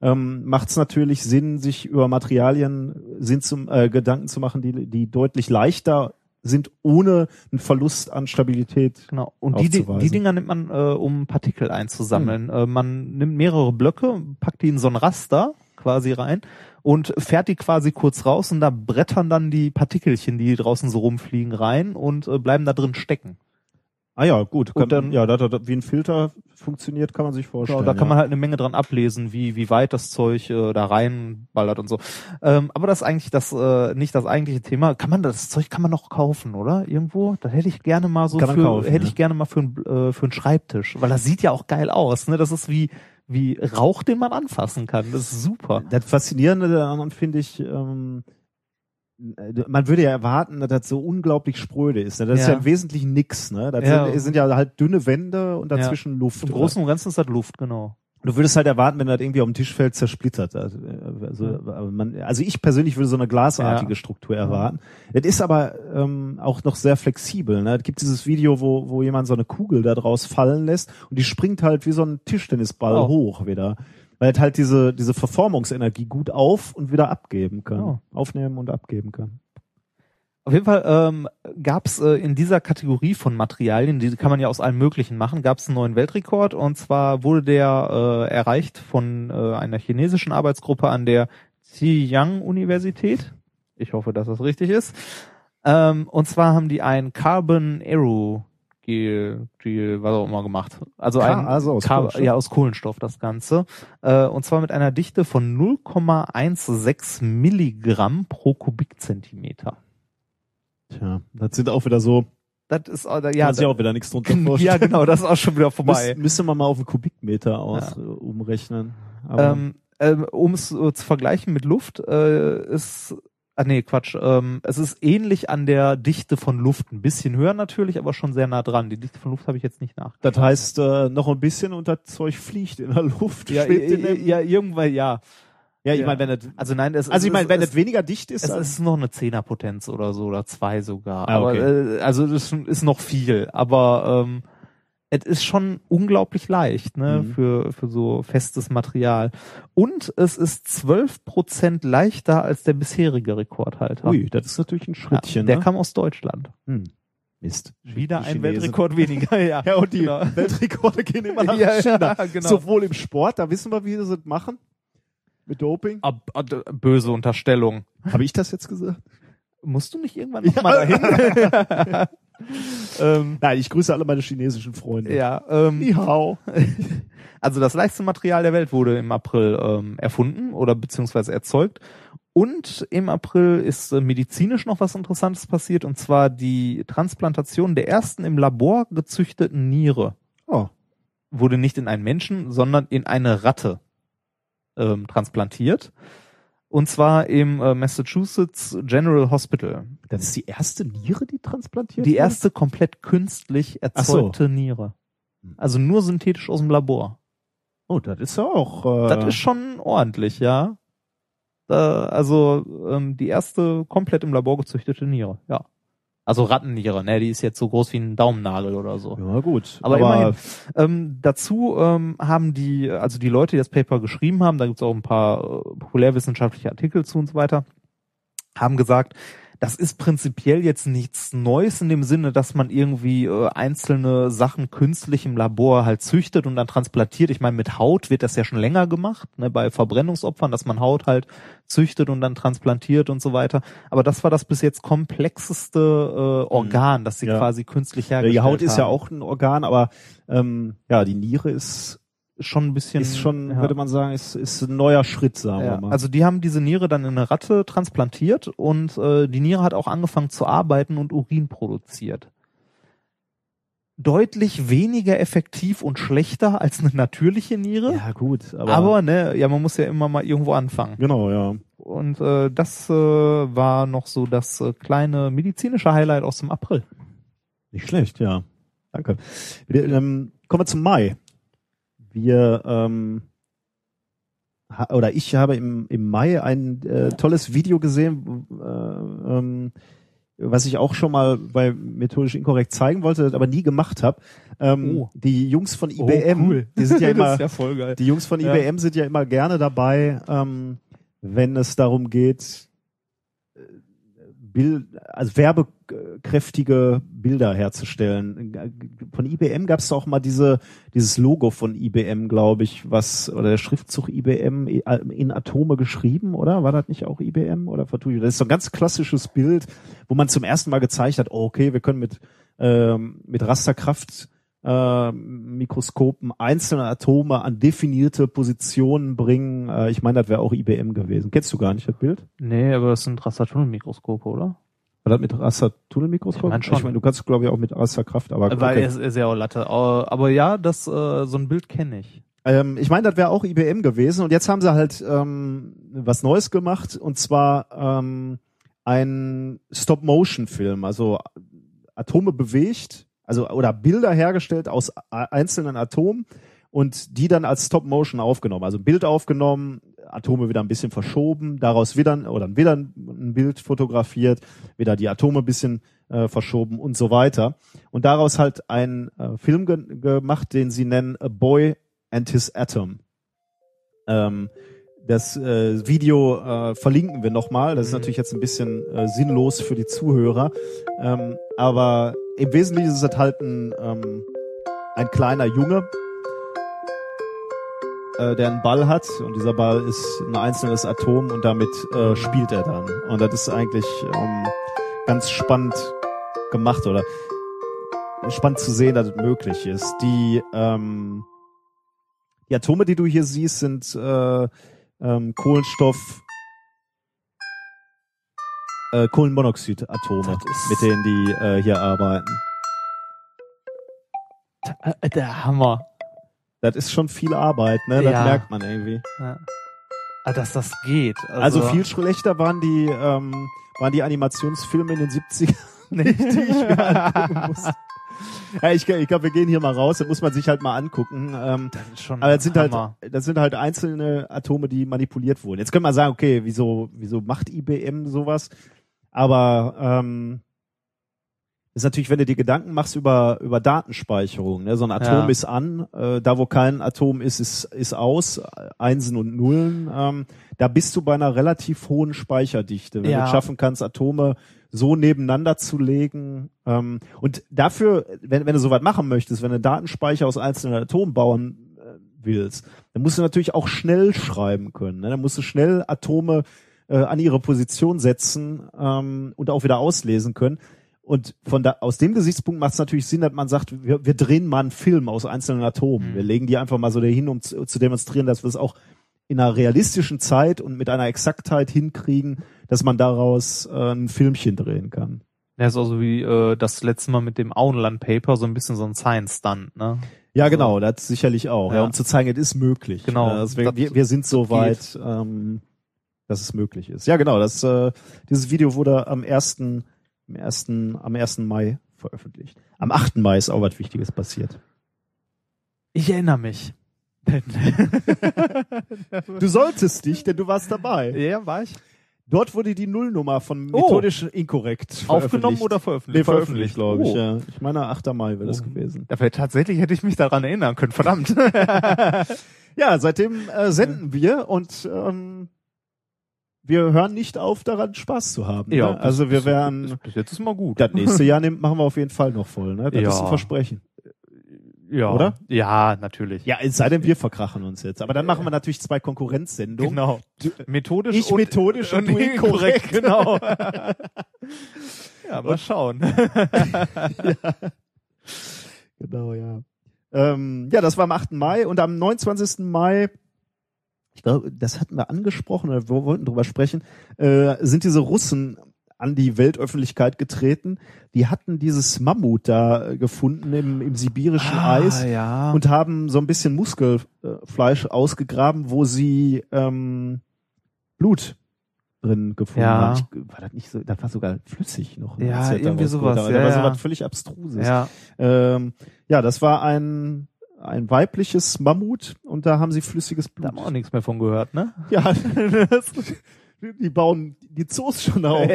[SPEAKER 1] Ähm, Macht es natürlich Sinn, sich über Materialien Sinn zum, äh, Gedanken zu machen, die, die deutlich leichter sind, ohne einen Verlust an Stabilität.
[SPEAKER 2] Genau. Und die, Di-
[SPEAKER 1] aufzuweisen.
[SPEAKER 2] die Dinger nimmt man, äh, um Partikel einzusammeln. Äh, man nimmt mehrere Blöcke, packt die in so ein Raster quasi rein und fährt die quasi kurz raus und da brettern dann die Partikelchen, die draußen so rumfliegen, rein und äh, bleiben da drin stecken.
[SPEAKER 1] Ah ja, gut. Kann,
[SPEAKER 2] Und dann-
[SPEAKER 1] ja, da, da, da, wie ein Filter funktioniert, kann man sich vorstellen.
[SPEAKER 2] Genau, da
[SPEAKER 1] ja.
[SPEAKER 2] kann man halt eine Menge dran ablesen, wie, wie weit das Zeug äh, da reinballert und so. Ähm, aber das ist eigentlich das, äh, nicht das eigentliche Thema. Kann man das Zeug kann man noch kaufen, oder? Irgendwo? Da hätte ich gerne mal so
[SPEAKER 1] Kann man
[SPEAKER 2] für,
[SPEAKER 1] kaufen,
[SPEAKER 2] hätte
[SPEAKER 1] ja.
[SPEAKER 2] ich gerne mal für, äh, für einen Schreibtisch. Weil das sieht ja auch geil aus, ne? Das ist wie, wie Rauch, den man anfassen kann. Das ist super.
[SPEAKER 1] Das Faszinierende daran finde ich, ähm, äh, man würde ja erwarten, dass das so unglaublich spröde ist. Ne? Das ist
[SPEAKER 2] Ja.
[SPEAKER 1] ja im Wesentlichen nix. Ne? Das
[SPEAKER 2] Ja.
[SPEAKER 1] sind, sind ja halt dünne Wände und dazwischen Luft.
[SPEAKER 2] Im Großen und Ganzen ist das Luft, genau.
[SPEAKER 1] Du würdest halt erwarten, wenn das irgendwie auf dem Tisch fällt, zersplittert. Also, äh, also, aber man, also ich persönlich würde so eine glasartige
[SPEAKER 2] Ja.
[SPEAKER 1] Struktur erwarten. Das ist aber ähm, auch noch sehr flexibel. Ne? Es gibt dieses Video, wo, wo jemand so eine Kugel da draus fallen lässt und die springt halt wie so ein Tischtennisball
[SPEAKER 2] Oh.
[SPEAKER 1] hoch wieder. Weil es halt diese, diese Verformungsenergie gut auf und wieder abgeben kann.
[SPEAKER 2] Oh.
[SPEAKER 1] Aufnehmen und abgeben kann.
[SPEAKER 2] Auf jeden Fall ähm, gab es äh, in dieser Kategorie von Materialien, die kann man ja aus allem Möglichen machen, gab es einen neuen Weltrekord und zwar wurde der äh, erreicht von äh, einer chinesischen Arbeitsgruppe an der Ziyang Universität. Ich hoffe, dass das richtig ist. Ähm, und zwar haben die ein Carbon Aero Gel, Gel, was auch immer gemacht. Also
[SPEAKER 1] Ka-
[SPEAKER 2] ein
[SPEAKER 1] also aus
[SPEAKER 2] Car-
[SPEAKER 1] Kohlenstoff.
[SPEAKER 2] ja aus Kohlenstoff das Ganze. Äh, und zwar mit einer Dichte von 0,16 Milligramm pro Kubikzentimeter.
[SPEAKER 1] Tja, das sind auch wieder so,
[SPEAKER 2] Das ist äh,
[SPEAKER 1] ja,
[SPEAKER 2] ja
[SPEAKER 1] kann sich auch wieder nichts drunter vorstellen.
[SPEAKER 2] [laughs] ja, genau, das ist auch schon wieder vorbei.
[SPEAKER 1] Müß, müsste man mal auf einen Kubikmeter aus äh, umrechnen. Aber
[SPEAKER 2] Ähm, ähm, um es äh, zu vergleichen mit Luft, äh, ist, ah nee, Quatsch, ähm, es ist ähnlich an der Dichte von Luft, ein bisschen höher natürlich, aber schon sehr nah dran. Die Dichte von Luft habe ich jetzt nicht nach.
[SPEAKER 1] das heißt, äh, noch ein bisschen und das Zeug fliegt in der Luft. schwebt in dem-
[SPEAKER 2] irgendwann ja.
[SPEAKER 1] ja, ich
[SPEAKER 2] ja.
[SPEAKER 1] meine, wenn das,
[SPEAKER 2] Also nein, es
[SPEAKER 1] also ich meine, wenn
[SPEAKER 2] es,
[SPEAKER 1] das weniger dicht ist,
[SPEAKER 2] es,
[SPEAKER 1] als-
[SPEAKER 2] es ist noch eine Zehnerpotenz oder so oder zwei sogar.
[SPEAKER 1] Ah, okay.
[SPEAKER 2] Aber äh, also das ist noch viel, aber ähm, es ist schon unglaublich leicht, ne,
[SPEAKER 1] Mhm.
[SPEAKER 2] für, für so festes Material. Und es ist 12 Prozent leichter als der bisherige Rekordhalter.
[SPEAKER 1] ui, das ist natürlich ein Schrittchen.
[SPEAKER 2] der
[SPEAKER 1] ne?
[SPEAKER 2] kam aus Deutschland.
[SPEAKER 1] hm. Mist.
[SPEAKER 2] Wieder
[SPEAKER 1] Die
[SPEAKER 2] ein
[SPEAKER 1] Chinesen.
[SPEAKER 2] Weltrekord weniger, ja.
[SPEAKER 1] [laughs] Ja, und die
[SPEAKER 2] Genau. [laughs]
[SPEAKER 1] Weltrekorde gehen immer [laughs] nach
[SPEAKER 2] Ja, ja,
[SPEAKER 1] China.
[SPEAKER 2] genau.
[SPEAKER 1] Sowohl im Sport, da wissen wir, wie sie das machen. Mit Doping.
[SPEAKER 2] Ab, ab, böse Unterstellung.
[SPEAKER 1] Habe ich das jetzt gesagt?
[SPEAKER 2] Musst du nicht irgendwann
[SPEAKER 1] [laughs]
[SPEAKER 2] nochmal dahin? [laughs] ähm,
[SPEAKER 1] Nein, ich grüße alle meine chinesischen Freunde.
[SPEAKER 2] ja, ähm,
[SPEAKER 1] Ni hao.
[SPEAKER 2] [laughs] Also das leichteste Material der Welt wurde im April ähm, erfunden oder beziehungsweise erzeugt. Und im April ist äh, medizinisch noch was Interessantes passiert, und zwar die Transplantation der ersten im Labor gezüchteten Niere
[SPEAKER 1] Oh.
[SPEAKER 2] wurde nicht in einen Menschen, sondern in eine Ratte ähm, transplantiert. Und zwar im äh, Massachusetts General Hospital.
[SPEAKER 1] Das ist die erste Niere, die transplantiert
[SPEAKER 2] Die
[SPEAKER 1] wurde?
[SPEAKER 2] erste komplett künstlich
[SPEAKER 1] Ach so.
[SPEAKER 2] erzeugte Niere. Also nur synthetisch aus dem Labor.
[SPEAKER 1] Oh, das ist ja auch. Äh,
[SPEAKER 2] Das ist schon ordentlich, ja. Da, also ähm, die erste komplett im Labor gezüchtete Niere, ja. Also Rattenniere, ne? Die ist jetzt so groß wie ein Daumennagel oder so.
[SPEAKER 1] ja, gut.
[SPEAKER 2] Aber, immerhin, ähm, dazu ähm, haben die, also die Leute, die das Paper geschrieben haben, da gibt's auch ein paar äh, populärwissenschaftliche Artikel zu und so weiter, haben gesagt, das ist prinzipiell jetzt nichts Neues in dem Sinne, dass man irgendwie äh, einzelne Sachen künstlich im Labor halt züchtet und dann transplantiert. Ich meine, mit Haut wird das ja schon länger gemacht, ne, bei Verbrennungsopfern, dass man Haut halt züchtet und dann transplantiert und so weiter. Aber das war das bis jetzt komplexeste äh, Organ, das sie
[SPEAKER 1] Hm. Ja.
[SPEAKER 2] quasi künstlich hergestellt
[SPEAKER 1] die Haut
[SPEAKER 2] haben
[SPEAKER 1] ist ja auch ein Organ, aber ähm, ja, die Niere ist,
[SPEAKER 2] schon ein bisschen
[SPEAKER 1] ist schon,
[SPEAKER 2] ja.
[SPEAKER 1] würde man sagen, ist, ist ein neuer Schritt, sagen wir
[SPEAKER 2] ja.
[SPEAKER 1] mal.
[SPEAKER 2] Also die haben diese Niere dann in eine Ratte transplantiert und äh, die Niere hat auch angefangen zu arbeiten und Urin produziert. Deutlich weniger effektiv und schlechter als eine natürliche Niere.
[SPEAKER 1] ja, gut, aber,
[SPEAKER 2] aber ne, ja, man muss ja immer mal irgendwo anfangen.
[SPEAKER 1] genau, ja.
[SPEAKER 2] Und äh, das äh, war noch so das äh, kleine medizinische Highlight aus dem April.
[SPEAKER 1] Nicht schlecht, ja. Danke. Wir, ähm, kommen wir zum Mai. Wir ähm, ha- oder ich habe im, im Mai ein äh, tolles Video gesehen, äh, ähm, was ich auch schon mal bei methodisch inkorrekt zeigen wollte, das aber nie gemacht habe. Ähm,
[SPEAKER 2] Oh.
[SPEAKER 1] Die Jungs von IBM, die sind
[SPEAKER 2] [laughs]
[SPEAKER 1] ja immer,
[SPEAKER 2] voll geil.
[SPEAKER 1] die Jungs von
[SPEAKER 2] Ja.
[SPEAKER 1] IBM sind ja immer gerne dabei, ähm, wenn es darum geht, äh, Bild, also werbekräftige Bilder herzustellen. Von IBM gab es auch mal diese, dieses Logo von IBM, glaube ich, was, oder der Schriftzug IBM äh, in Atome geschrieben, oder? War das nicht auch IBM oder vertue ich? Das ist so ein ganz klassisches Bild, wo man zum ersten Mal gezeigt hat, oh, okay, wir können mit, ähm, mit Rasterkraft äh, Mikroskopen einzelne Atome an definierte Positionen bringen. Äh, ich meine, das wäre auch IBM gewesen. Kennst du gar nicht das Bild?
[SPEAKER 2] Nee, aber das sind Rastatur-Mikroskope, oder?
[SPEAKER 1] War das mit
[SPEAKER 2] Ich
[SPEAKER 1] Raster-Tunnel-Mikroskop?
[SPEAKER 2] mein schon.
[SPEAKER 1] du kannst, glaube ich, auch mit Rasterkraft, aber
[SPEAKER 2] Weil
[SPEAKER 1] okay.
[SPEAKER 2] es ist ja auch Latte. Aber aber ja, das äh, so ein Bild kenne ich.
[SPEAKER 1] Ähm, ich meine, das wäre auch IBM gewesen. Und jetzt haben sie halt ähm, was Neues gemacht und zwar ähm, ein Stop-Motion-Film, also Atome bewegt, also oder Bilder hergestellt aus a- einzelnen Atomen und die dann als Stop-Motion aufgenommen. Also ein Bild aufgenommen, Atome wieder ein bisschen verschoben, daraus wieder ein- oder wieder ein- ein Bild fotografiert, wieder die Atome ein bisschen äh, verschoben und so weiter. Und daraus halt einen äh, Film ge gemacht, den sie nennen A Boy and His Atom. Ähm, Das äh, Video äh, verlinken wir nochmal. Das ist natürlich jetzt ein bisschen äh, sinnlos für die Zuhörer. Ähm, aber im Wesentlichen ist es halt ein, ähm, ein kleiner Junge, äh, der einen Ball hat. Und dieser Ball ist ein einzelnes Atom und damit äh, spielt er dann. Und das ist eigentlich ähm, ganz spannend gemacht oder spannend zu sehen, dass es möglich ist. Die, ähm, die Atome, die du hier siehst, sind äh, ähm, Kohlenstoff, äh, Kohlenmonoxid-Atome, mit denen die äh, hier arbeiten.
[SPEAKER 2] Äh, Der Hammer.
[SPEAKER 1] Das ist schon viel Arbeit, ne? Das
[SPEAKER 2] Ja.
[SPEAKER 1] merkt man irgendwie.
[SPEAKER 2] Ah, dass das geht.
[SPEAKER 1] Also, viel schlechter waren die, ähm, waren die Animationsfilme in den 70ern [laughs] nicht, die ich mir angucken muss. Ja, ich ich glaube, wir gehen hier mal raus, dann muss man sich halt mal angucken. Ähm,
[SPEAKER 2] Das ist schon
[SPEAKER 1] Aber das sind halt,
[SPEAKER 2] Hammer.
[SPEAKER 1] das sind halt einzelne Atome, die manipuliert wurden. Jetzt könnte man sagen, okay, wieso, wieso macht IBM sowas? Aber ähm, ist natürlich, wenn du dir Gedanken machst über über Datenspeicherung. Ne? So ein Atom
[SPEAKER 2] Ja.
[SPEAKER 1] ist an, äh, da wo kein Atom ist, ist ist aus, Einsen und Nullen. Ähm, da bist du bei einer relativ hohen Speicherdichte, wenn du
[SPEAKER 2] Ja.
[SPEAKER 1] es schaffen kannst, Atome so nebeneinander zu legen. Ähm, und dafür, wenn, wenn du sowas machen möchtest, wenn du einen Datenspeicher aus einzelnen Atomen bauen äh, willst, dann musst du natürlich auch schnell schreiben können. Ne? Dann musst du schnell Atome äh, an ihre Position setzen ähm, und auch wieder auslesen können. Und von da, aus dem Gesichtspunkt macht es natürlich Sinn, dass man sagt, wir, wir drehen mal einen Film aus einzelnen Atomen. Wir legen die einfach mal so dahin, um zu, zu demonstrieren, dass wir es auch in einer realistischen Zeit und mit einer Exaktheit hinkriegen, dass man daraus äh, ein Filmchen drehen kann.
[SPEAKER 2] Ja, ist auch so wie äh, das letzte Mal mit dem Auenland Paper, so ein bisschen so ein Science-Stunt, ne?
[SPEAKER 1] Ja,
[SPEAKER 2] Also-
[SPEAKER 1] genau, das sicherlich auch. Ja.
[SPEAKER 2] Ja.
[SPEAKER 1] um zu zeigen, es ist möglich.
[SPEAKER 2] Genau.
[SPEAKER 1] Äh, deswegen,
[SPEAKER 2] Das-
[SPEAKER 1] wir, wir sind so
[SPEAKER 2] geht.
[SPEAKER 1] weit, ähm, dass es möglich ist. Ja, genau, das, äh, dieses Video wurde am 1., am 1., am 1. Mai veröffentlicht. Am 8. Mai ist auch was Wichtiges passiert.
[SPEAKER 2] Ich erinnere mich. [laughs]
[SPEAKER 1] Du solltest dich, denn du warst dabei.
[SPEAKER 2] ja, war ich?
[SPEAKER 1] Dort wurde die Nullnummer von
[SPEAKER 2] Oh.
[SPEAKER 1] methodisch inkorrekt
[SPEAKER 2] Aufgenommen
[SPEAKER 1] veröffentlicht.
[SPEAKER 2] oder veröffentlicht?
[SPEAKER 1] Nee, veröffentlicht, glaube ich.
[SPEAKER 2] Oh.
[SPEAKER 1] Ja. Ich meine, 8. Mai wäre das
[SPEAKER 2] Oh.
[SPEAKER 1] gewesen.
[SPEAKER 2] Dafür tatsächlich hätte ich mich daran erinnern können, [laughs] verdammt.
[SPEAKER 1] Ja, seitdem äh, senden wir und ähm, wir hören nicht auf, daran Spaß zu haben.
[SPEAKER 2] Ja,
[SPEAKER 1] ne? also wir
[SPEAKER 2] bis-
[SPEAKER 1] werden
[SPEAKER 2] bis jetzt ist mal gut.
[SPEAKER 1] das
[SPEAKER 2] [laughs]
[SPEAKER 1] nächste Jahr nehmen, machen wir auf jeden Fall noch voll. Ne? Das
[SPEAKER 2] Ja.
[SPEAKER 1] ist ein Versprechen.
[SPEAKER 2] ja.
[SPEAKER 1] oder?
[SPEAKER 2] Ja, natürlich.
[SPEAKER 1] Ja, es sei denn, wir verkrachen uns jetzt. Aber dann machen wir natürlich zwei Konkurrenzsendungen.
[SPEAKER 2] Genau. Methodisch
[SPEAKER 1] Ich
[SPEAKER 2] und,
[SPEAKER 1] methodisch
[SPEAKER 2] [laughs]
[SPEAKER 1] und du inkorrekt. [laughs]
[SPEAKER 2] Genau. ja, mal schauen.
[SPEAKER 1] [laughs] Genau, ja. Ähm, ja, das war am 8. Mai und am 29. Mai, ich glaube, das hatten wir angesprochen oder wir wollten drüber sprechen, äh, sind diese Russen an die Weltöffentlichkeit getreten. Die hatten dieses Mammut da äh, gefunden im, im sibirischen Eis
[SPEAKER 2] Ah, ja.
[SPEAKER 1] und haben so ein bisschen Muskelfleisch äh, ausgegraben, wo sie ähm, Blut drin gefunden
[SPEAKER 2] Ja.
[SPEAKER 1] haben. Ich, war das nicht so, das war sogar flüssig noch. ne,
[SPEAKER 2] Ja,
[SPEAKER 1] als ich das
[SPEAKER 2] irgendwie
[SPEAKER 1] daraus
[SPEAKER 2] sowas,
[SPEAKER 1] gehört habe.
[SPEAKER 2] ja,
[SPEAKER 1] da war
[SPEAKER 2] ja.
[SPEAKER 1] sowas völlig Abstruses.
[SPEAKER 2] ja.
[SPEAKER 1] Ähm, ja, das war ein, ein weibliches Mammut und da haben sie flüssiges
[SPEAKER 2] Da
[SPEAKER 1] Blut.
[SPEAKER 2] haben wir auch nichts mehr von gehört,
[SPEAKER 1] [laughs]
[SPEAKER 2] ne?
[SPEAKER 1] Ja, das, die bauen die Zoos schon auf. Ne?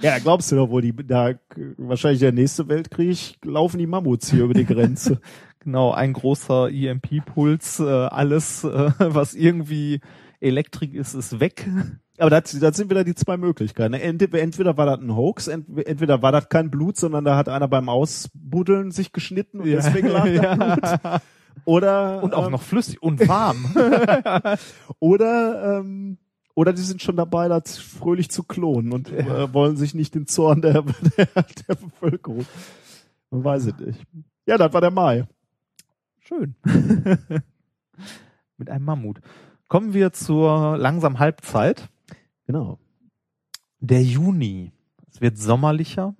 [SPEAKER 1] Ja, glaubst du doch wohl, die, da, wahrscheinlich der nächste Weltkrieg laufen die Mammuts hier über die Grenze.
[SPEAKER 2] Genau, ein großer EMP-Puls, äh, alles, äh, was irgendwie Elektrik ist, ist weg.
[SPEAKER 1] [laughs] Aber das, das sind wieder die zwei Möglichkeiten. ne? Ent- Entweder war das ein Hoax, ent- entweder war das kein Blut, sondern da hat einer beim Ausbuddeln sich geschnitten und deswegen lag [laughs] da Blut. Oder,
[SPEAKER 2] [laughs] Und auch
[SPEAKER 1] ähm,
[SPEAKER 2] noch flüssig und warm.
[SPEAKER 1] [laughs] Oder, ähm, oder die sind schon dabei, das fröhlich zu klonen und äh, wollen sich nicht den Zorn der, [laughs] der, der Bevölkerung. Man weiß es nicht. Ja, das war der Mai.
[SPEAKER 2] Schön. [laughs] Mit einem Mammut. Kommen wir zur langsam Halbzeit.
[SPEAKER 1] Genau.
[SPEAKER 2] Der Juni. Es wird sommerlicher.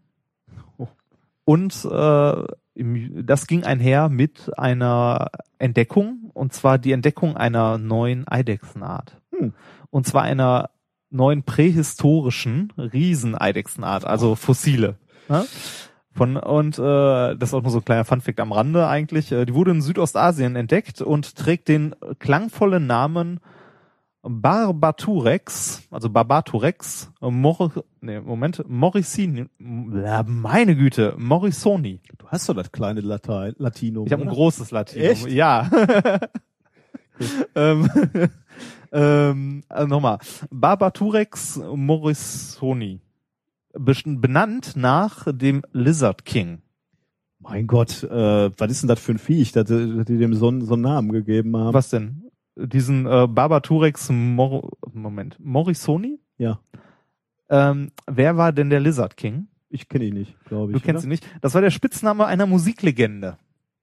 [SPEAKER 2] Und äh, im, Ju- das ging einher mit einer Entdeckung, und zwar die Entdeckung einer neuen Eidechsenart.
[SPEAKER 1] Hm.
[SPEAKER 2] Und zwar einer neuen prähistorischen Riesen-Eidechsenart, also fossile. Ne? Von, und äh, das ist auch nur so ein kleiner Funfact am Rande eigentlich. Äh, die wurde in Südostasien entdeckt und trägt den klangvollen Namen Barbaturex, also Barbaturex, Mor nee, Moment, Morricini, ja, meine Güte, Morrisoni.
[SPEAKER 1] Du hast doch das kleine Latein, Latinum.
[SPEAKER 2] Ich habe ein
[SPEAKER 1] oder?
[SPEAKER 2] großes Latinum.
[SPEAKER 1] Echt?
[SPEAKER 2] Ja. [laughs] ähm, Ähm, also nochmal. Barbaturex morrisoni. Best- Benannt nach dem Lizard King.
[SPEAKER 1] Mein Gott, äh, was ist denn das für ein Viech, dass, äh, dass die dem so, einen- so einen Namen gegeben haben?
[SPEAKER 2] Was denn? Diesen äh, Barbaturex Mor Moment. Morrisoni?
[SPEAKER 1] Ja.
[SPEAKER 2] Ähm, wer war denn der Lizard King?
[SPEAKER 1] Ich kenne ihn nicht, glaube ich.
[SPEAKER 2] Du kennst ihn nicht. Das war der Spitzname einer Musiklegende.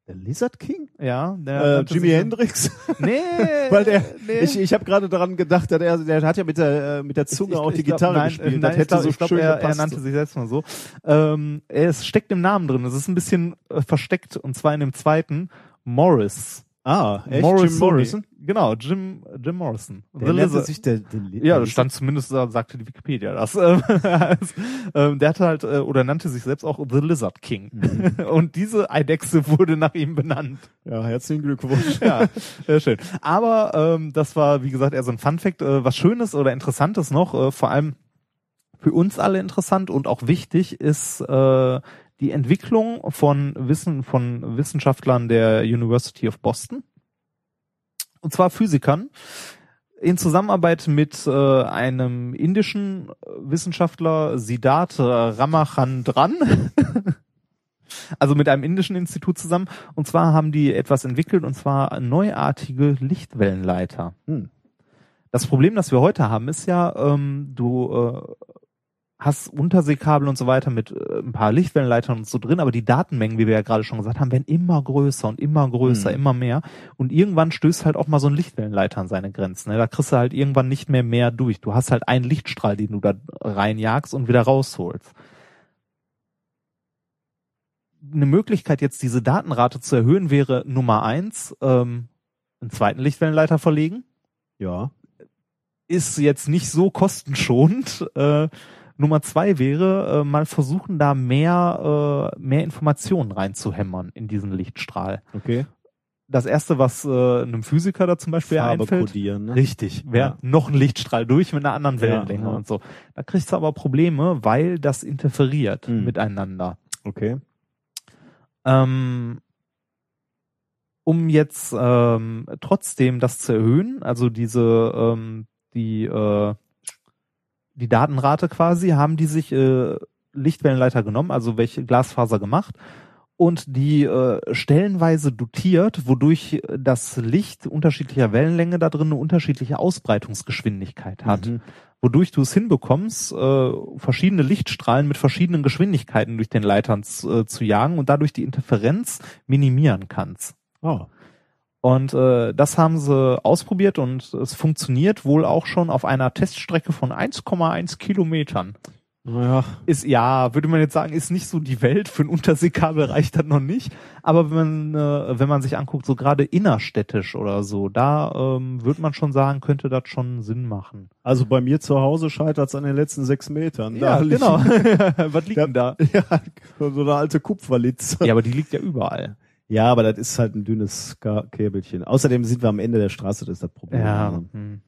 [SPEAKER 1] Der Lizard King?
[SPEAKER 2] Ja,
[SPEAKER 1] äh,
[SPEAKER 2] der
[SPEAKER 1] Jimi
[SPEAKER 2] [laughs]
[SPEAKER 1] Hendrix?
[SPEAKER 2] Nee,
[SPEAKER 1] [laughs] Weil der-
[SPEAKER 2] nee.
[SPEAKER 1] Ich, ich habe gerade daran gedacht, dass er, der hat ja mit der, äh, mit der Zunge
[SPEAKER 2] Ich- ich-
[SPEAKER 1] auch die
[SPEAKER 2] ich glaub,
[SPEAKER 1] Gitarre
[SPEAKER 2] nein,
[SPEAKER 1] gespielt.
[SPEAKER 2] äh,
[SPEAKER 1] das
[SPEAKER 2] Nein,
[SPEAKER 1] hätte
[SPEAKER 2] ich glaub,
[SPEAKER 1] so
[SPEAKER 2] ich glaub,
[SPEAKER 1] schön
[SPEAKER 2] er, er
[SPEAKER 1] gepasst.
[SPEAKER 2] nannte sich selbst mal so. Ähm, es steckt im Namen drin. Es ist ein bisschen äh, versteckt und zwar in dem zweiten Morris.
[SPEAKER 1] ah, echt? Jim
[SPEAKER 2] Morrisoni.
[SPEAKER 1] Morrison?
[SPEAKER 2] Genau, Jim Jim Morrison.
[SPEAKER 1] Der
[SPEAKER 2] The
[SPEAKER 1] nannte
[SPEAKER 2] Lizard.
[SPEAKER 1] sich der, der Li-
[SPEAKER 2] Ja,
[SPEAKER 1] der
[SPEAKER 2] das stand zumindest, da sagte die Wikipedia das. [laughs] Ähm, als, ähm, der hatte halt, äh, oder nannte sich selbst auch The Lizard King.
[SPEAKER 1] Mhm.
[SPEAKER 2] [laughs] Und diese Eidechse wurde nach ihm benannt.
[SPEAKER 1] Ja, herzlichen
[SPEAKER 2] [laughs]
[SPEAKER 1] Glückwunsch.
[SPEAKER 2] Ja, sehr schön. Aber ähm, das war, wie gesagt, eher so ein Fun-Fact. Äh, was Schönes oder Interessantes noch, äh, vor allem für uns alle interessant und auch wichtig, ist äh, die Entwicklung von Wissen von Wissenschaftlern der University of Boston. Und zwar Physikern in Zusammenarbeit mit äh, einem indischen Wissenschaftler Siddhartha Ramachandran, also mit einem indischen Institut zusammen, und zwar haben die etwas entwickelt, und zwar neuartige Lichtwellenleiter.
[SPEAKER 1] Hm.
[SPEAKER 2] Das Problem, das wir heute haben, ist ja, ähm, du äh, hast Unterseekabel und so weiter mit äh, ein paar Lichtwellenleitern und so drin, aber die Datenmengen, wie wir ja gerade schon gesagt haben, werden immer größer und immer größer,
[SPEAKER 1] Hm.
[SPEAKER 2] immer mehr. Und irgendwann stößt halt auch mal so ein Lichtwellenleiter an seine Grenzen. Ne? Da kriegst du halt irgendwann nicht mehr mehr durch. Du hast halt einen Lichtstrahl, den du da reinjagst und wieder rausholst eine Möglichkeit, jetzt diese Datenrate zu erhöhen, wäre Nummer eins, ähm, einen zweiten Lichtwellenleiter verlegen.
[SPEAKER 1] Ja.
[SPEAKER 2] Ist jetzt nicht so kostenschonend. [laughs] Äh, Nummer zwei wäre, äh, mal versuchen, da mehr, äh, mehr Informationen reinzuhämmern in diesen Lichtstrahl.
[SPEAKER 1] Okay.
[SPEAKER 2] Das erste, was äh, einem Physiker da zum Beispiel
[SPEAKER 1] Farbe
[SPEAKER 2] einfällt,
[SPEAKER 1] kodieren. Ne?
[SPEAKER 2] Richtig. Wäre
[SPEAKER 1] Ja.
[SPEAKER 2] noch ein Lichtstrahl durch mit einer anderen Wellenlänge
[SPEAKER 1] ja.
[SPEAKER 2] und so. Da kriegst du aber Probleme, weil das interferiert
[SPEAKER 1] Hm.
[SPEAKER 2] miteinander.
[SPEAKER 1] Okay.
[SPEAKER 2] Ähm, um jetzt ähm, trotzdem das zu erhöhen, also diese ähm, die äh, die Datenrate quasi, haben die sich äh, Lichtwellenleiter genommen, also welche Glasfaser gemacht und die äh, stellenweise dotiert, wodurch das Licht unterschiedlicher Wellenlänge da drin eine unterschiedliche Ausbreitungsgeschwindigkeit hat
[SPEAKER 1] Mhm.
[SPEAKER 2] wodurch du es hinbekommst, äh, verschiedene Lichtstrahlen mit verschiedenen Geschwindigkeiten durch den Leitern z- äh, zu jagen und dadurch die Interferenz minimieren kannst.
[SPEAKER 1] Oh.
[SPEAKER 2] Und äh, das haben sie ausprobiert und es funktioniert wohl auch schon auf einer Teststrecke von 1,1 Kilometern.
[SPEAKER 1] Naja.
[SPEAKER 2] Ist ja, würde man jetzt sagen, ist nicht so die Welt. Für ein Unterseekabel reicht das noch nicht. Aber wenn man, äh, wenn man sich anguckt, so gerade innerstädtisch oder so, da ähm, würde man schon sagen, könnte das schon Sinn machen.
[SPEAKER 1] Also bei mir zu Hause scheitert es an den letzten sechs Metern.
[SPEAKER 2] Ja,
[SPEAKER 1] liegt-
[SPEAKER 2] genau. [laughs] Was liegt
[SPEAKER 1] Ja.
[SPEAKER 2] denn da?
[SPEAKER 1] [laughs] Ja, so eine alte Kupferlitze.
[SPEAKER 2] Ja, aber die liegt ja überall.
[SPEAKER 1] Ja, aber das ist halt ein dünnes Ka- Käbelchen. Außerdem sind wir am Ende der Straße, das ist das Problem. Also,
[SPEAKER 2] Ja. Hm.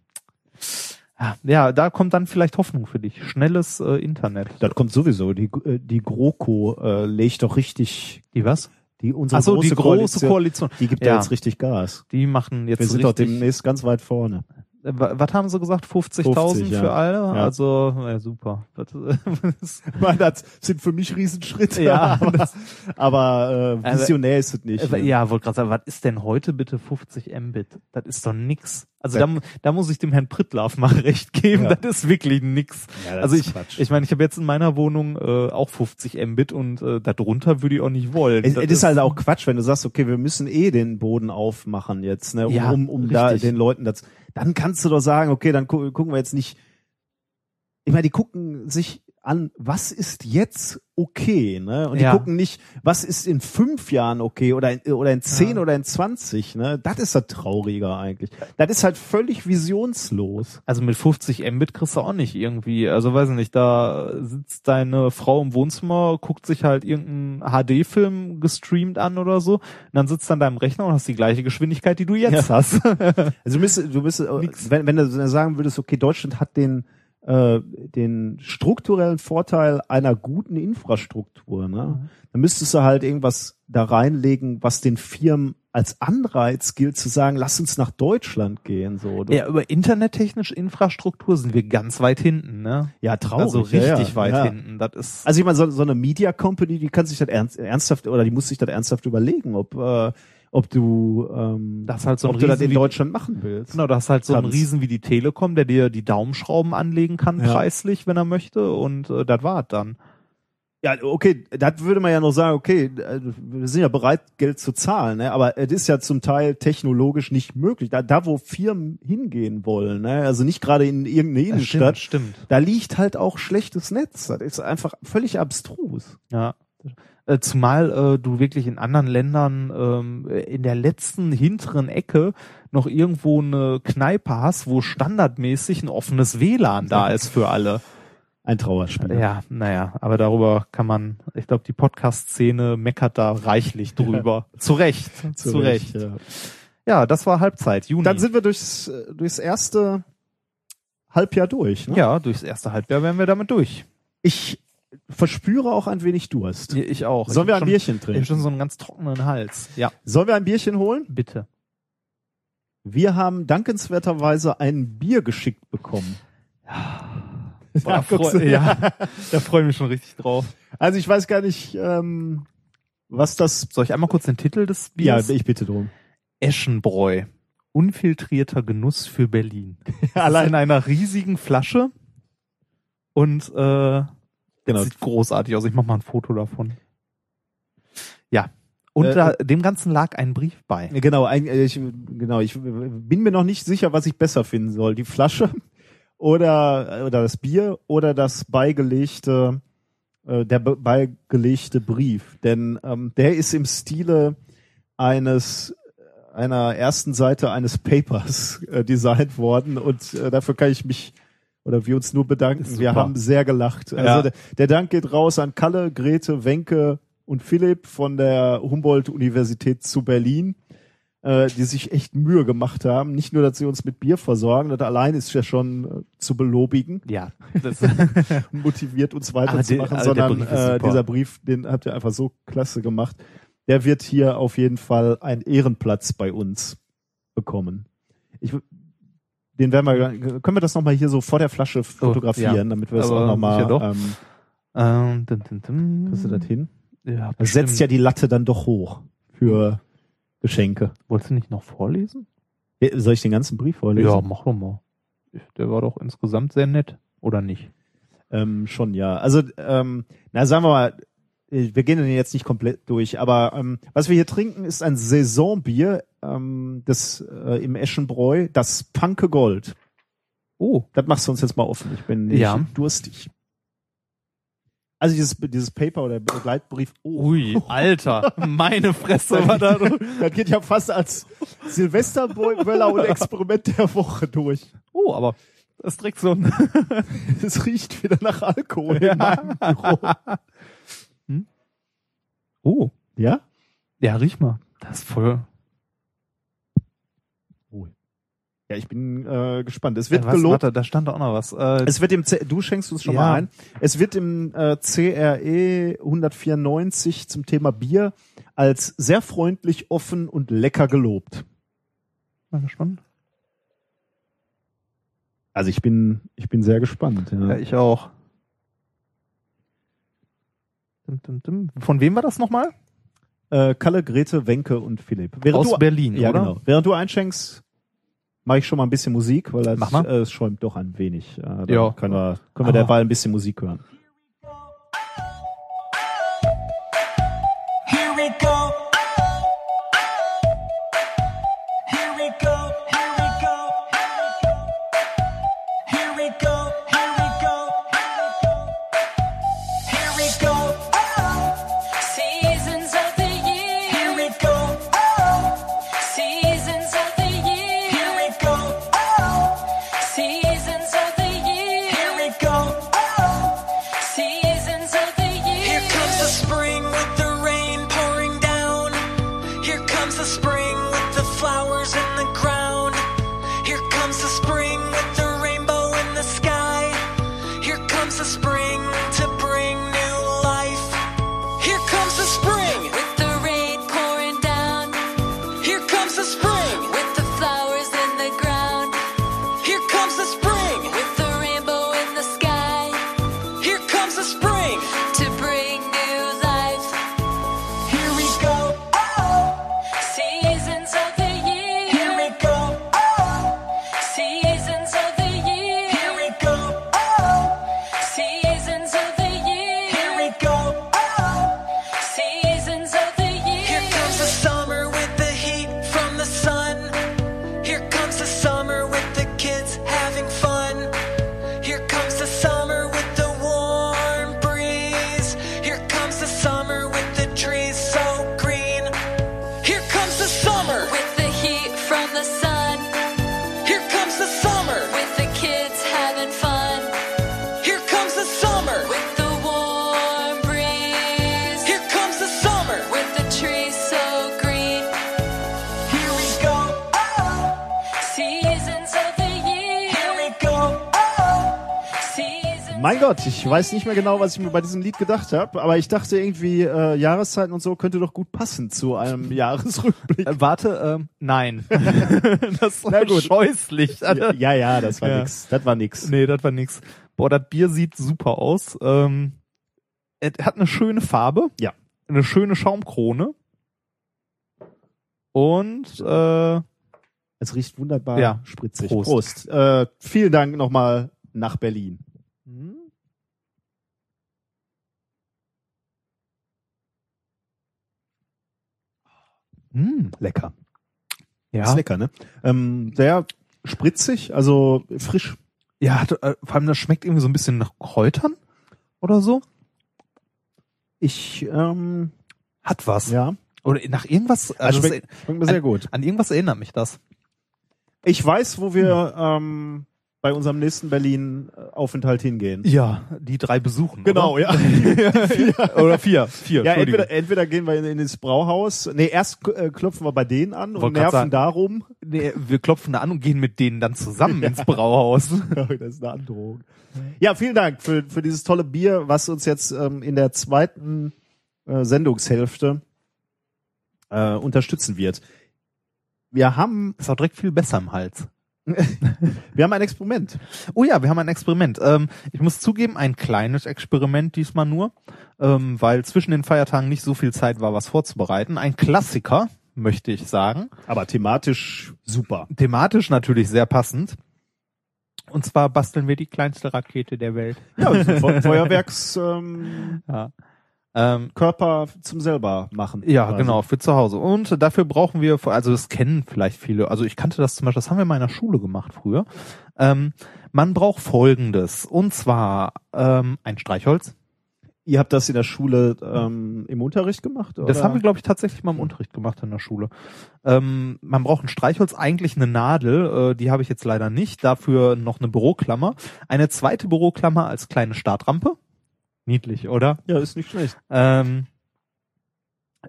[SPEAKER 2] Ah, Ja, da kommt dann vielleicht Hoffnung für dich. Schnelles äh, Internet.
[SPEAKER 1] Das kommt sowieso. Die, äh, die GroKo äh, legt doch richtig,
[SPEAKER 2] Die was?
[SPEAKER 1] die unsere
[SPEAKER 2] Achso,
[SPEAKER 1] große
[SPEAKER 2] die große
[SPEAKER 1] Koalition,
[SPEAKER 2] Koalition.
[SPEAKER 1] die gibt
[SPEAKER 2] Ja.
[SPEAKER 1] ja jetzt richtig Gas.
[SPEAKER 2] Die machen jetzt
[SPEAKER 1] Wir sind doch
[SPEAKER 2] richtig.
[SPEAKER 1] demnächst ganz weit vorne.
[SPEAKER 2] Äh, wa- Was haben sie gesagt? 50.000
[SPEAKER 1] 50, ja.
[SPEAKER 2] für alle?
[SPEAKER 1] Ja.
[SPEAKER 2] Also, ja, super. Das, [laughs] ist-
[SPEAKER 1] [laughs] Das sind für mich Riesenschritte.
[SPEAKER 2] Ja,
[SPEAKER 1] aber,
[SPEAKER 2] das-
[SPEAKER 1] aber äh,
[SPEAKER 2] Also,
[SPEAKER 1] visionär ist es nicht.
[SPEAKER 2] Äh,
[SPEAKER 1] ne?
[SPEAKER 2] ja, wollte gerade sagen, was ist denn heute bitte 50 Mbit? Das ist doch nix. Also da, mu- da muss ich dem Herrn Prittlaff mal [laughs] recht geben,
[SPEAKER 1] Ja.
[SPEAKER 2] das ist wirklich nix.
[SPEAKER 1] Ja, das
[SPEAKER 2] also
[SPEAKER 1] ist
[SPEAKER 2] ich,
[SPEAKER 1] Quatsch.
[SPEAKER 2] ich meine, ich habe jetzt in meiner Wohnung äh, auch 50 Mbit und äh, darunter würde ich auch nicht wollen.
[SPEAKER 1] Es,
[SPEAKER 2] Das
[SPEAKER 1] es ist halt auch Quatsch, wenn du sagst, okay, wir müssen eh den Boden aufmachen jetzt, ne, um,
[SPEAKER 2] Ja,
[SPEAKER 1] um, um da
[SPEAKER 2] richtig.
[SPEAKER 1] den Leuten das. Dann kannst du doch sagen, okay, dann gu gucken wir jetzt nicht. Ich meine, die gucken sich an, was ist jetzt okay, ne? Und die
[SPEAKER 2] Ja.
[SPEAKER 1] gucken nicht, was ist in fünf Jahren okay oder in, oder in zehn
[SPEAKER 2] Ja.
[SPEAKER 1] oder in zwanzig, ne? Das ist das Traurige eigentlich. Das ist halt völlig visionslos.
[SPEAKER 2] Also mit 50 Mbit kriegst du auch nicht irgendwie, also weiß ich nicht, da sitzt deine Frau im Wohnzimmer, guckt sich halt irgendeinen HD-Film gestreamt an oder so, und dann sitzt du an deinem Rechner und hast die gleiche Geschwindigkeit, die du jetzt hast. [laughs]
[SPEAKER 1] Also du müsstest, du müsstest,
[SPEAKER 2] Nix.
[SPEAKER 1] wenn, wenn du sagen würdest, okay, Deutschland hat den äh, den strukturellen Vorteil einer guten
[SPEAKER 2] Mhm.
[SPEAKER 1] Infrastruktur, ne? Dann müsstest du halt irgendwas da reinlegen, was den Firmen als Anreiz gilt zu sagen, lass uns nach Deutschland gehen. So.
[SPEAKER 2] Ja, über internettechnische Infrastruktur sind wir ganz weit hinten, ne?
[SPEAKER 1] ja traurig.
[SPEAKER 2] also richtig
[SPEAKER 1] ja, ja,
[SPEAKER 2] weit
[SPEAKER 1] ja.
[SPEAKER 2] hinten. Das ist
[SPEAKER 1] Also ich meine, so, so eine Media Company, die kann sich das ernst, ernsthaft oder die muss sich das ernsthaft überlegen, ob, äh, ob du ähm,
[SPEAKER 2] das ist halt so ein
[SPEAKER 1] ob du das in
[SPEAKER 2] Riesen-
[SPEAKER 1] Deutschland machen willst.
[SPEAKER 2] Genau, da hast halt so einen
[SPEAKER 1] Kannst.
[SPEAKER 2] Riesen wie die Telekom, der dir die Daumenschrauben anlegen kann,
[SPEAKER 1] Ja.
[SPEAKER 2] preislich, wenn er möchte, und äh, das war's dann.
[SPEAKER 1] Ja, okay, das würde man ja noch sagen, okay, äh, wir sind ja bereit, Geld zu zahlen, ne? aber es ist ja zum Teil technologisch nicht möglich. Da, da wo Firmen hingehen wollen, ne? also nicht gerade in irgendeine Innenstadt,
[SPEAKER 2] stimmt. stimmt.
[SPEAKER 1] da liegt halt auch schlechtes Netz. Das ist einfach völlig abstrus.
[SPEAKER 2] Ja. Äh, Zumal äh, du wirklich in anderen Ländern ähm, in der letzten hinteren Ecke noch irgendwo eine Kneipe hast, wo standardmäßig ein offenes WLAN da ist für alle.
[SPEAKER 1] Ein Trauerspiel.
[SPEAKER 2] Ja, naja, aber darüber kann man, ich glaube, die Podcast-Szene meckert da reichlich drüber. Zu Recht, [laughs] zu, Recht. Hm.
[SPEAKER 1] Ja.
[SPEAKER 2] Ja, das war Halbzeit, Juni.
[SPEAKER 1] Dann sind wir durchs, äh, durchs erste Halbjahr durch. Ne?
[SPEAKER 2] ja, durchs erste Halbjahr wären wir damit durch.
[SPEAKER 1] Ich verspüre auch ein wenig Durst.
[SPEAKER 2] Ich auch.
[SPEAKER 1] Sollen wir ein Bierchen
[SPEAKER 2] Bierchen Ich hab
[SPEAKER 1] trinken?
[SPEAKER 2] schon so einen ganz trockenen Hals. Ja,
[SPEAKER 1] Sollen wir ein Bierchen holen?
[SPEAKER 2] bitte.
[SPEAKER 1] Wir haben dankenswerterweise ein Bier geschickt bekommen.
[SPEAKER 2] Boah, da
[SPEAKER 1] guckst
[SPEAKER 2] freu-
[SPEAKER 1] du.
[SPEAKER 2] ja, [laughs] da freue ich mich schon richtig drauf.
[SPEAKER 1] Also ich weiß gar nicht, ähm, was das.
[SPEAKER 2] Soll ich einmal kurz den Titel des Biers?
[SPEAKER 1] ich bitte drum.
[SPEAKER 2] Eschenbräu. Unfiltrierter Genuss für Berlin. [laughs] Allein
[SPEAKER 1] Allein
[SPEAKER 2] in einer riesigen Flasche und äh,
[SPEAKER 1] genau.
[SPEAKER 2] sieht großartig aus. Ich mache mal ein Foto davon. Ja. Und
[SPEAKER 1] Äh,
[SPEAKER 2] da, dem Ganzen lag ein Brief bei.
[SPEAKER 1] Genau, ein- äh, ich, genau. Ich bin mir noch nicht sicher, was ich besser finden soll: die Flasche [laughs] oder äh, oder das Bier oder das beigelegte äh, der be- beigelegte Brief, denn ähm, der ist im Stile eines einer ersten Seite eines Papers [laughs] äh, designt worden und äh, dafür kann ich mich oder wir uns nur bedanken.
[SPEAKER 2] Ist
[SPEAKER 1] Wir
[SPEAKER 2] super.
[SPEAKER 1] haben sehr gelacht.
[SPEAKER 2] Ja.
[SPEAKER 1] Also der, der Dank geht raus an Kalle, Grete, Wenke und Philipp von der Humboldt-Universität zu Berlin, äh, die sich echt Mühe gemacht haben. Nicht nur, dass sie uns mit Bier versorgen, das allein ist ja schon äh, zu belobigen,
[SPEAKER 2] Ja. Das,
[SPEAKER 1] motiviert uns
[SPEAKER 2] Aber
[SPEAKER 1] weiterzumachen,
[SPEAKER 2] Ah, der- aber
[SPEAKER 1] sondern
[SPEAKER 2] der Brief ist
[SPEAKER 1] äh,
[SPEAKER 2] super.
[SPEAKER 1] dieser Brief, den habt ihr einfach so klasse gemacht. Der wird hier auf jeden Fall einen Ehrenplatz bei uns bekommen. Ich, w- den werden wir, können wir das nochmal hier so vor der Flasche fotografieren,
[SPEAKER 2] Oh, ja.
[SPEAKER 1] damit wir es
[SPEAKER 2] Aber
[SPEAKER 1] auch nochmal,
[SPEAKER 2] sicher doch.
[SPEAKER 1] ähm,
[SPEAKER 2] [laughs] ähm, dun, dun, dun.
[SPEAKER 1] kriegst du das hin?
[SPEAKER 2] Ja,
[SPEAKER 1] Das
[SPEAKER 2] bestimmt.
[SPEAKER 1] setzt ja die Latte dann doch hoch für Geschenke.
[SPEAKER 2] Wolltest du nicht noch vorlesen?
[SPEAKER 1] Ja, Soll ich den ganzen Brief vorlesen?
[SPEAKER 2] Ja, mach doch mal. Der war doch insgesamt sehr nett, oder nicht?
[SPEAKER 1] Ähm, schon, ja. Also, ähm, na, sagen wir mal, äh, wir gehen den jetzt nicht komplett durch, aber ähm, was wir hier trinken, ist ein Saisonbier ähm, das, äh, im Eschenbräu, das Panke Gold.
[SPEAKER 2] Oh,
[SPEAKER 1] Das machst du uns jetzt mal offen. Ich bin nicht
[SPEAKER 2] Ja.
[SPEAKER 1] durstig. Also dieses, dieses Paper oder Begleitbrief, oh,
[SPEAKER 2] ui, Alter, meine [laughs] Fresse war da.
[SPEAKER 1] das geht ja fast als Silvesterböller und Experiment der Woche durch.
[SPEAKER 2] Oh, aber das ist direkt so [laughs] ein.
[SPEAKER 1] Es riecht wieder nach Alkohol in meinem Büro.
[SPEAKER 2] Ja. Hm? Oh,
[SPEAKER 1] Ja?
[SPEAKER 2] ja, riech mal. Das ist voll.
[SPEAKER 1] Ja, ich bin äh, gespannt. Es wird
[SPEAKER 2] Äh, was,
[SPEAKER 1] gelobt.
[SPEAKER 2] Warte, da stand doch auch noch was. Äh,
[SPEAKER 1] Es wird im C du schenkst uns schon
[SPEAKER 2] Ja.
[SPEAKER 1] mal ein. Es wird im äh, CRE 194 zum Thema Bier als sehr freundlich, offen und lecker gelobt.
[SPEAKER 2] mal gespannt.
[SPEAKER 1] Also ich bin ich bin sehr gespannt. Ja.
[SPEAKER 2] Ja, ich auch. Dum, dum, dum. Von wem war das nochmal?
[SPEAKER 1] Äh, Kalle, Grete, Wenke und Philipp. Während
[SPEAKER 2] Aus
[SPEAKER 1] du
[SPEAKER 2] Berlin,
[SPEAKER 1] ja,
[SPEAKER 2] oder?
[SPEAKER 1] genau. Während du einschenkst, mache ich schon mal ein bisschen Musik, weil das
[SPEAKER 2] Mach mal.
[SPEAKER 1] äh, es schäumt doch ein wenig. Äh, dann
[SPEAKER 2] Ja.
[SPEAKER 1] können wir können wir
[SPEAKER 2] Ah.
[SPEAKER 1] derweil ein bisschen Musik hören.
[SPEAKER 3] Here we go. Here we go. Here we go. Here we go. Here we go. Here we go.
[SPEAKER 7] Seasons of the year.
[SPEAKER 3] Here we go.
[SPEAKER 7] Seasons of the year.
[SPEAKER 3] Here we go.
[SPEAKER 7] Seasons of the year.
[SPEAKER 3] Here we go.
[SPEAKER 7] Seasons of the year.
[SPEAKER 3] Here comes the spring with the rain pouring down. Here comes the spring with the flowers in the ground. Here comes the spring with the rainbow in the sky. Here comes the spring to bring new life. Here comes the spring.
[SPEAKER 7] With the rain pouring down.
[SPEAKER 1] Mein Gott, ich weiß nicht mehr genau, was ich mir bei diesem Lied gedacht habe, aber ich dachte irgendwie, äh, Jahreszeiten und so könnte doch gut passen zu [laughs] einem Jahresrückblick.
[SPEAKER 2] Äh, warte, ähm,
[SPEAKER 1] [laughs]
[SPEAKER 2] nein. das war
[SPEAKER 1] gut.
[SPEAKER 2] scheußlich.
[SPEAKER 1] Ja, ja, ja, das war
[SPEAKER 2] Ja.
[SPEAKER 1] nix. Das war nix.
[SPEAKER 2] Nee, das war nix. Boah, das Bier sieht super aus. Ähm, es hat eine schöne Farbe.
[SPEAKER 1] Ja.
[SPEAKER 2] Eine schöne Schaumkrone. Und äh,
[SPEAKER 1] Es riecht wunderbar
[SPEAKER 2] Ja.
[SPEAKER 1] spritzig.
[SPEAKER 2] Prost.
[SPEAKER 1] Prost. Äh, vielen Dank nochmal nach Berlin. Hm?
[SPEAKER 2] mh,
[SPEAKER 1] Lecker. Ist
[SPEAKER 2] ja,
[SPEAKER 1] lecker, ne? Ähm, sehr spritzig, also frisch.
[SPEAKER 2] ja hat, äh, vor allem das schmeckt irgendwie so ein bisschen nach Kräutern oder so.
[SPEAKER 1] Ich, ähm,
[SPEAKER 2] Hat was.
[SPEAKER 1] ja,
[SPEAKER 2] Oder nach irgendwas. Also
[SPEAKER 1] also
[SPEAKER 2] das,
[SPEAKER 1] schmeckt, schmeckt mir sehr gut.
[SPEAKER 2] an irgendwas erinnert mich das.
[SPEAKER 1] Ich weiß, wo wir ähm, bei unserem nächsten Berlin-Aufenthalt hingehen.
[SPEAKER 2] Ja, die drei besuchen. Oder?
[SPEAKER 1] Genau, ja. [laughs]
[SPEAKER 2] [laughs] oder vier. Vier,
[SPEAKER 1] Ja,
[SPEAKER 2] Entschuldigung.
[SPEAKER 1] entweder, entweder gehen wir in, in das Brauhaus. Nee, erst äh, klopfen wir bei denen an und
[SPEAKER 2] Wollt grad
[SPEAKER 1] nerven [laughs]
[SPEAKER 2] sagen.
[SPEAKER 1] darum.
[SPEAKER 2] Nee, wir klopfen da an und gehen mit denen dann zusammen ins Brauhaus.
[SPEAKER 1] das ist eine Androhung. Ja, vielen Dank für, für dieses tolle Bier, was uns jetzt ähm, in der zweiten äh, Sendungshälfte äh, unterstützen wird. Wir haben,
[SPEAKER 2] Ist auch direkt viel besser im Hals.
[SPEAKER 1] wir haben ein Experiment.
[SPEAKER 2] Oh ja, wir haben ein Experiment. Ähm, ich muss zugeben, ein kleines Experiment diesmal nur, ähm, weil zwischen den Feiertagen nicht so viel Zeit war, was vorzubereiten. Ein Klassiker, möchte ich sagen.
[SPEAKER 1] Aber thematisch super.
[SPEAKER 2] Thematisch natürlich sehr passend. Und zwar basteln wir die kleinste Rakete der Welt.
[SPEAKER 1] Ja, also
[SPEAKER 2] [laughs]
[SPEAKER 1] Fe- Feuerwerkskörper ähm,
[SPEAKER 2] Ähm,
[SPEAKER 1] Körper zum selber machen.
[SPEAKER 2] ja,
[SPEAKER 1] quasi.
[SPEAKER 2] genau, für zu Hause. Und dafür brauchen wir, also das kennen vielleicht viele, also ich kannte das zum Beispiel, das haben wir in meiner Schule gemacht früher. Ähm, man braucht folgendes, und zwar ähm, ein Streichholz.
[SPEAKER 1] Ihr habt das in der Schule ähm, im Unterricht gemacht? Oder?
[SPEAKER 2] Das haben wir, glaube ich, tatsächlich mal im Unterricht gemacht in der Schule. Ähm, man braucht ein Streichholz, eigentlich eine Nadel, äh, die habe ich jetzt leider nicht. Dafür noch eine Büroklammer. Eine zweite Büroklammer als kleine Startrampe. Niedlich, oder?
[SPEAKER 1] ja, ist nicht schlecht.
[SPEAKER 2] Ähm,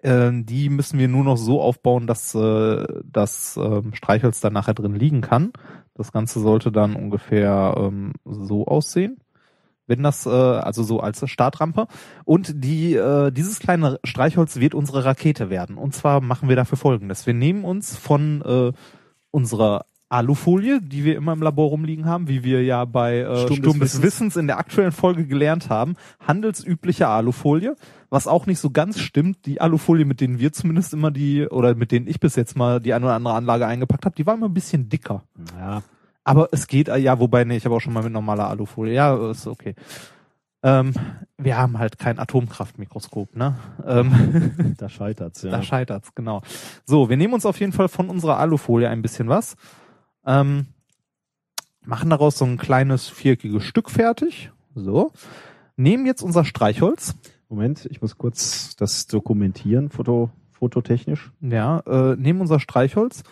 [SPEAKER 2] ähm, die müssen wir nur noch so aufbauen, dass äh, das ähm, Streichholz dann nachher drin liegen kann. Das Ganze sollte dann ungefähr ähm, so aussehen. Wenn das, äh, also so als Startrampe. Und die, äh, dieses kleine Streichholz wird unsere Rakete werden. Und zwar machen wir dafür folgendes. Wir nehmen uns von äh, unserer Alufolie, die wir immer im Labor rumliegen haben, wie wir ja bei äh,
[SPEAKER 1] Sturm des
[SPEAKER 2] Sturm, des
[SPEAKER 1] Wissens.
[SPEAKER 2] Wissens in der aktuellen Folge gelernt haben, handelsübliche Alufolie, was auch nicht so ganz stimmt. Die Alufolie, mit denen wir zumindest immer die, oder mit denen ich bis jetzt mal die eine oder andere Anlage eingepackt habe, die war immer ein bisschen dicker.
[SPEAKER 1] Ja.
[SPEAKER 2] Aber es geht, äh, ja, wobei, nee, ich habe auch schon mal mit normaler Alufolie. Ja, ist okay. Ähm, wir haben halt kein Atomkraftmikroskop, ne? Ähm, [laughs]
[SPEAKER 1] Da scheitert's, ja.
[SPEAKER 2] da scheitert's, genau. So, wir nehmen uns auf jeden Fall von unserer Alufolie ein bisschen was. Ähm, machen daraus so ein kleines viereckiges Stück fertig. So. Nehmen jetzt unser Streichholz.
[SPEAKER 1] Moment, ich muss kurz das dokumentieren, Foto, fototechnisch.
[SPEAKER 2] Ja, äh, nehmen unser Streichholz,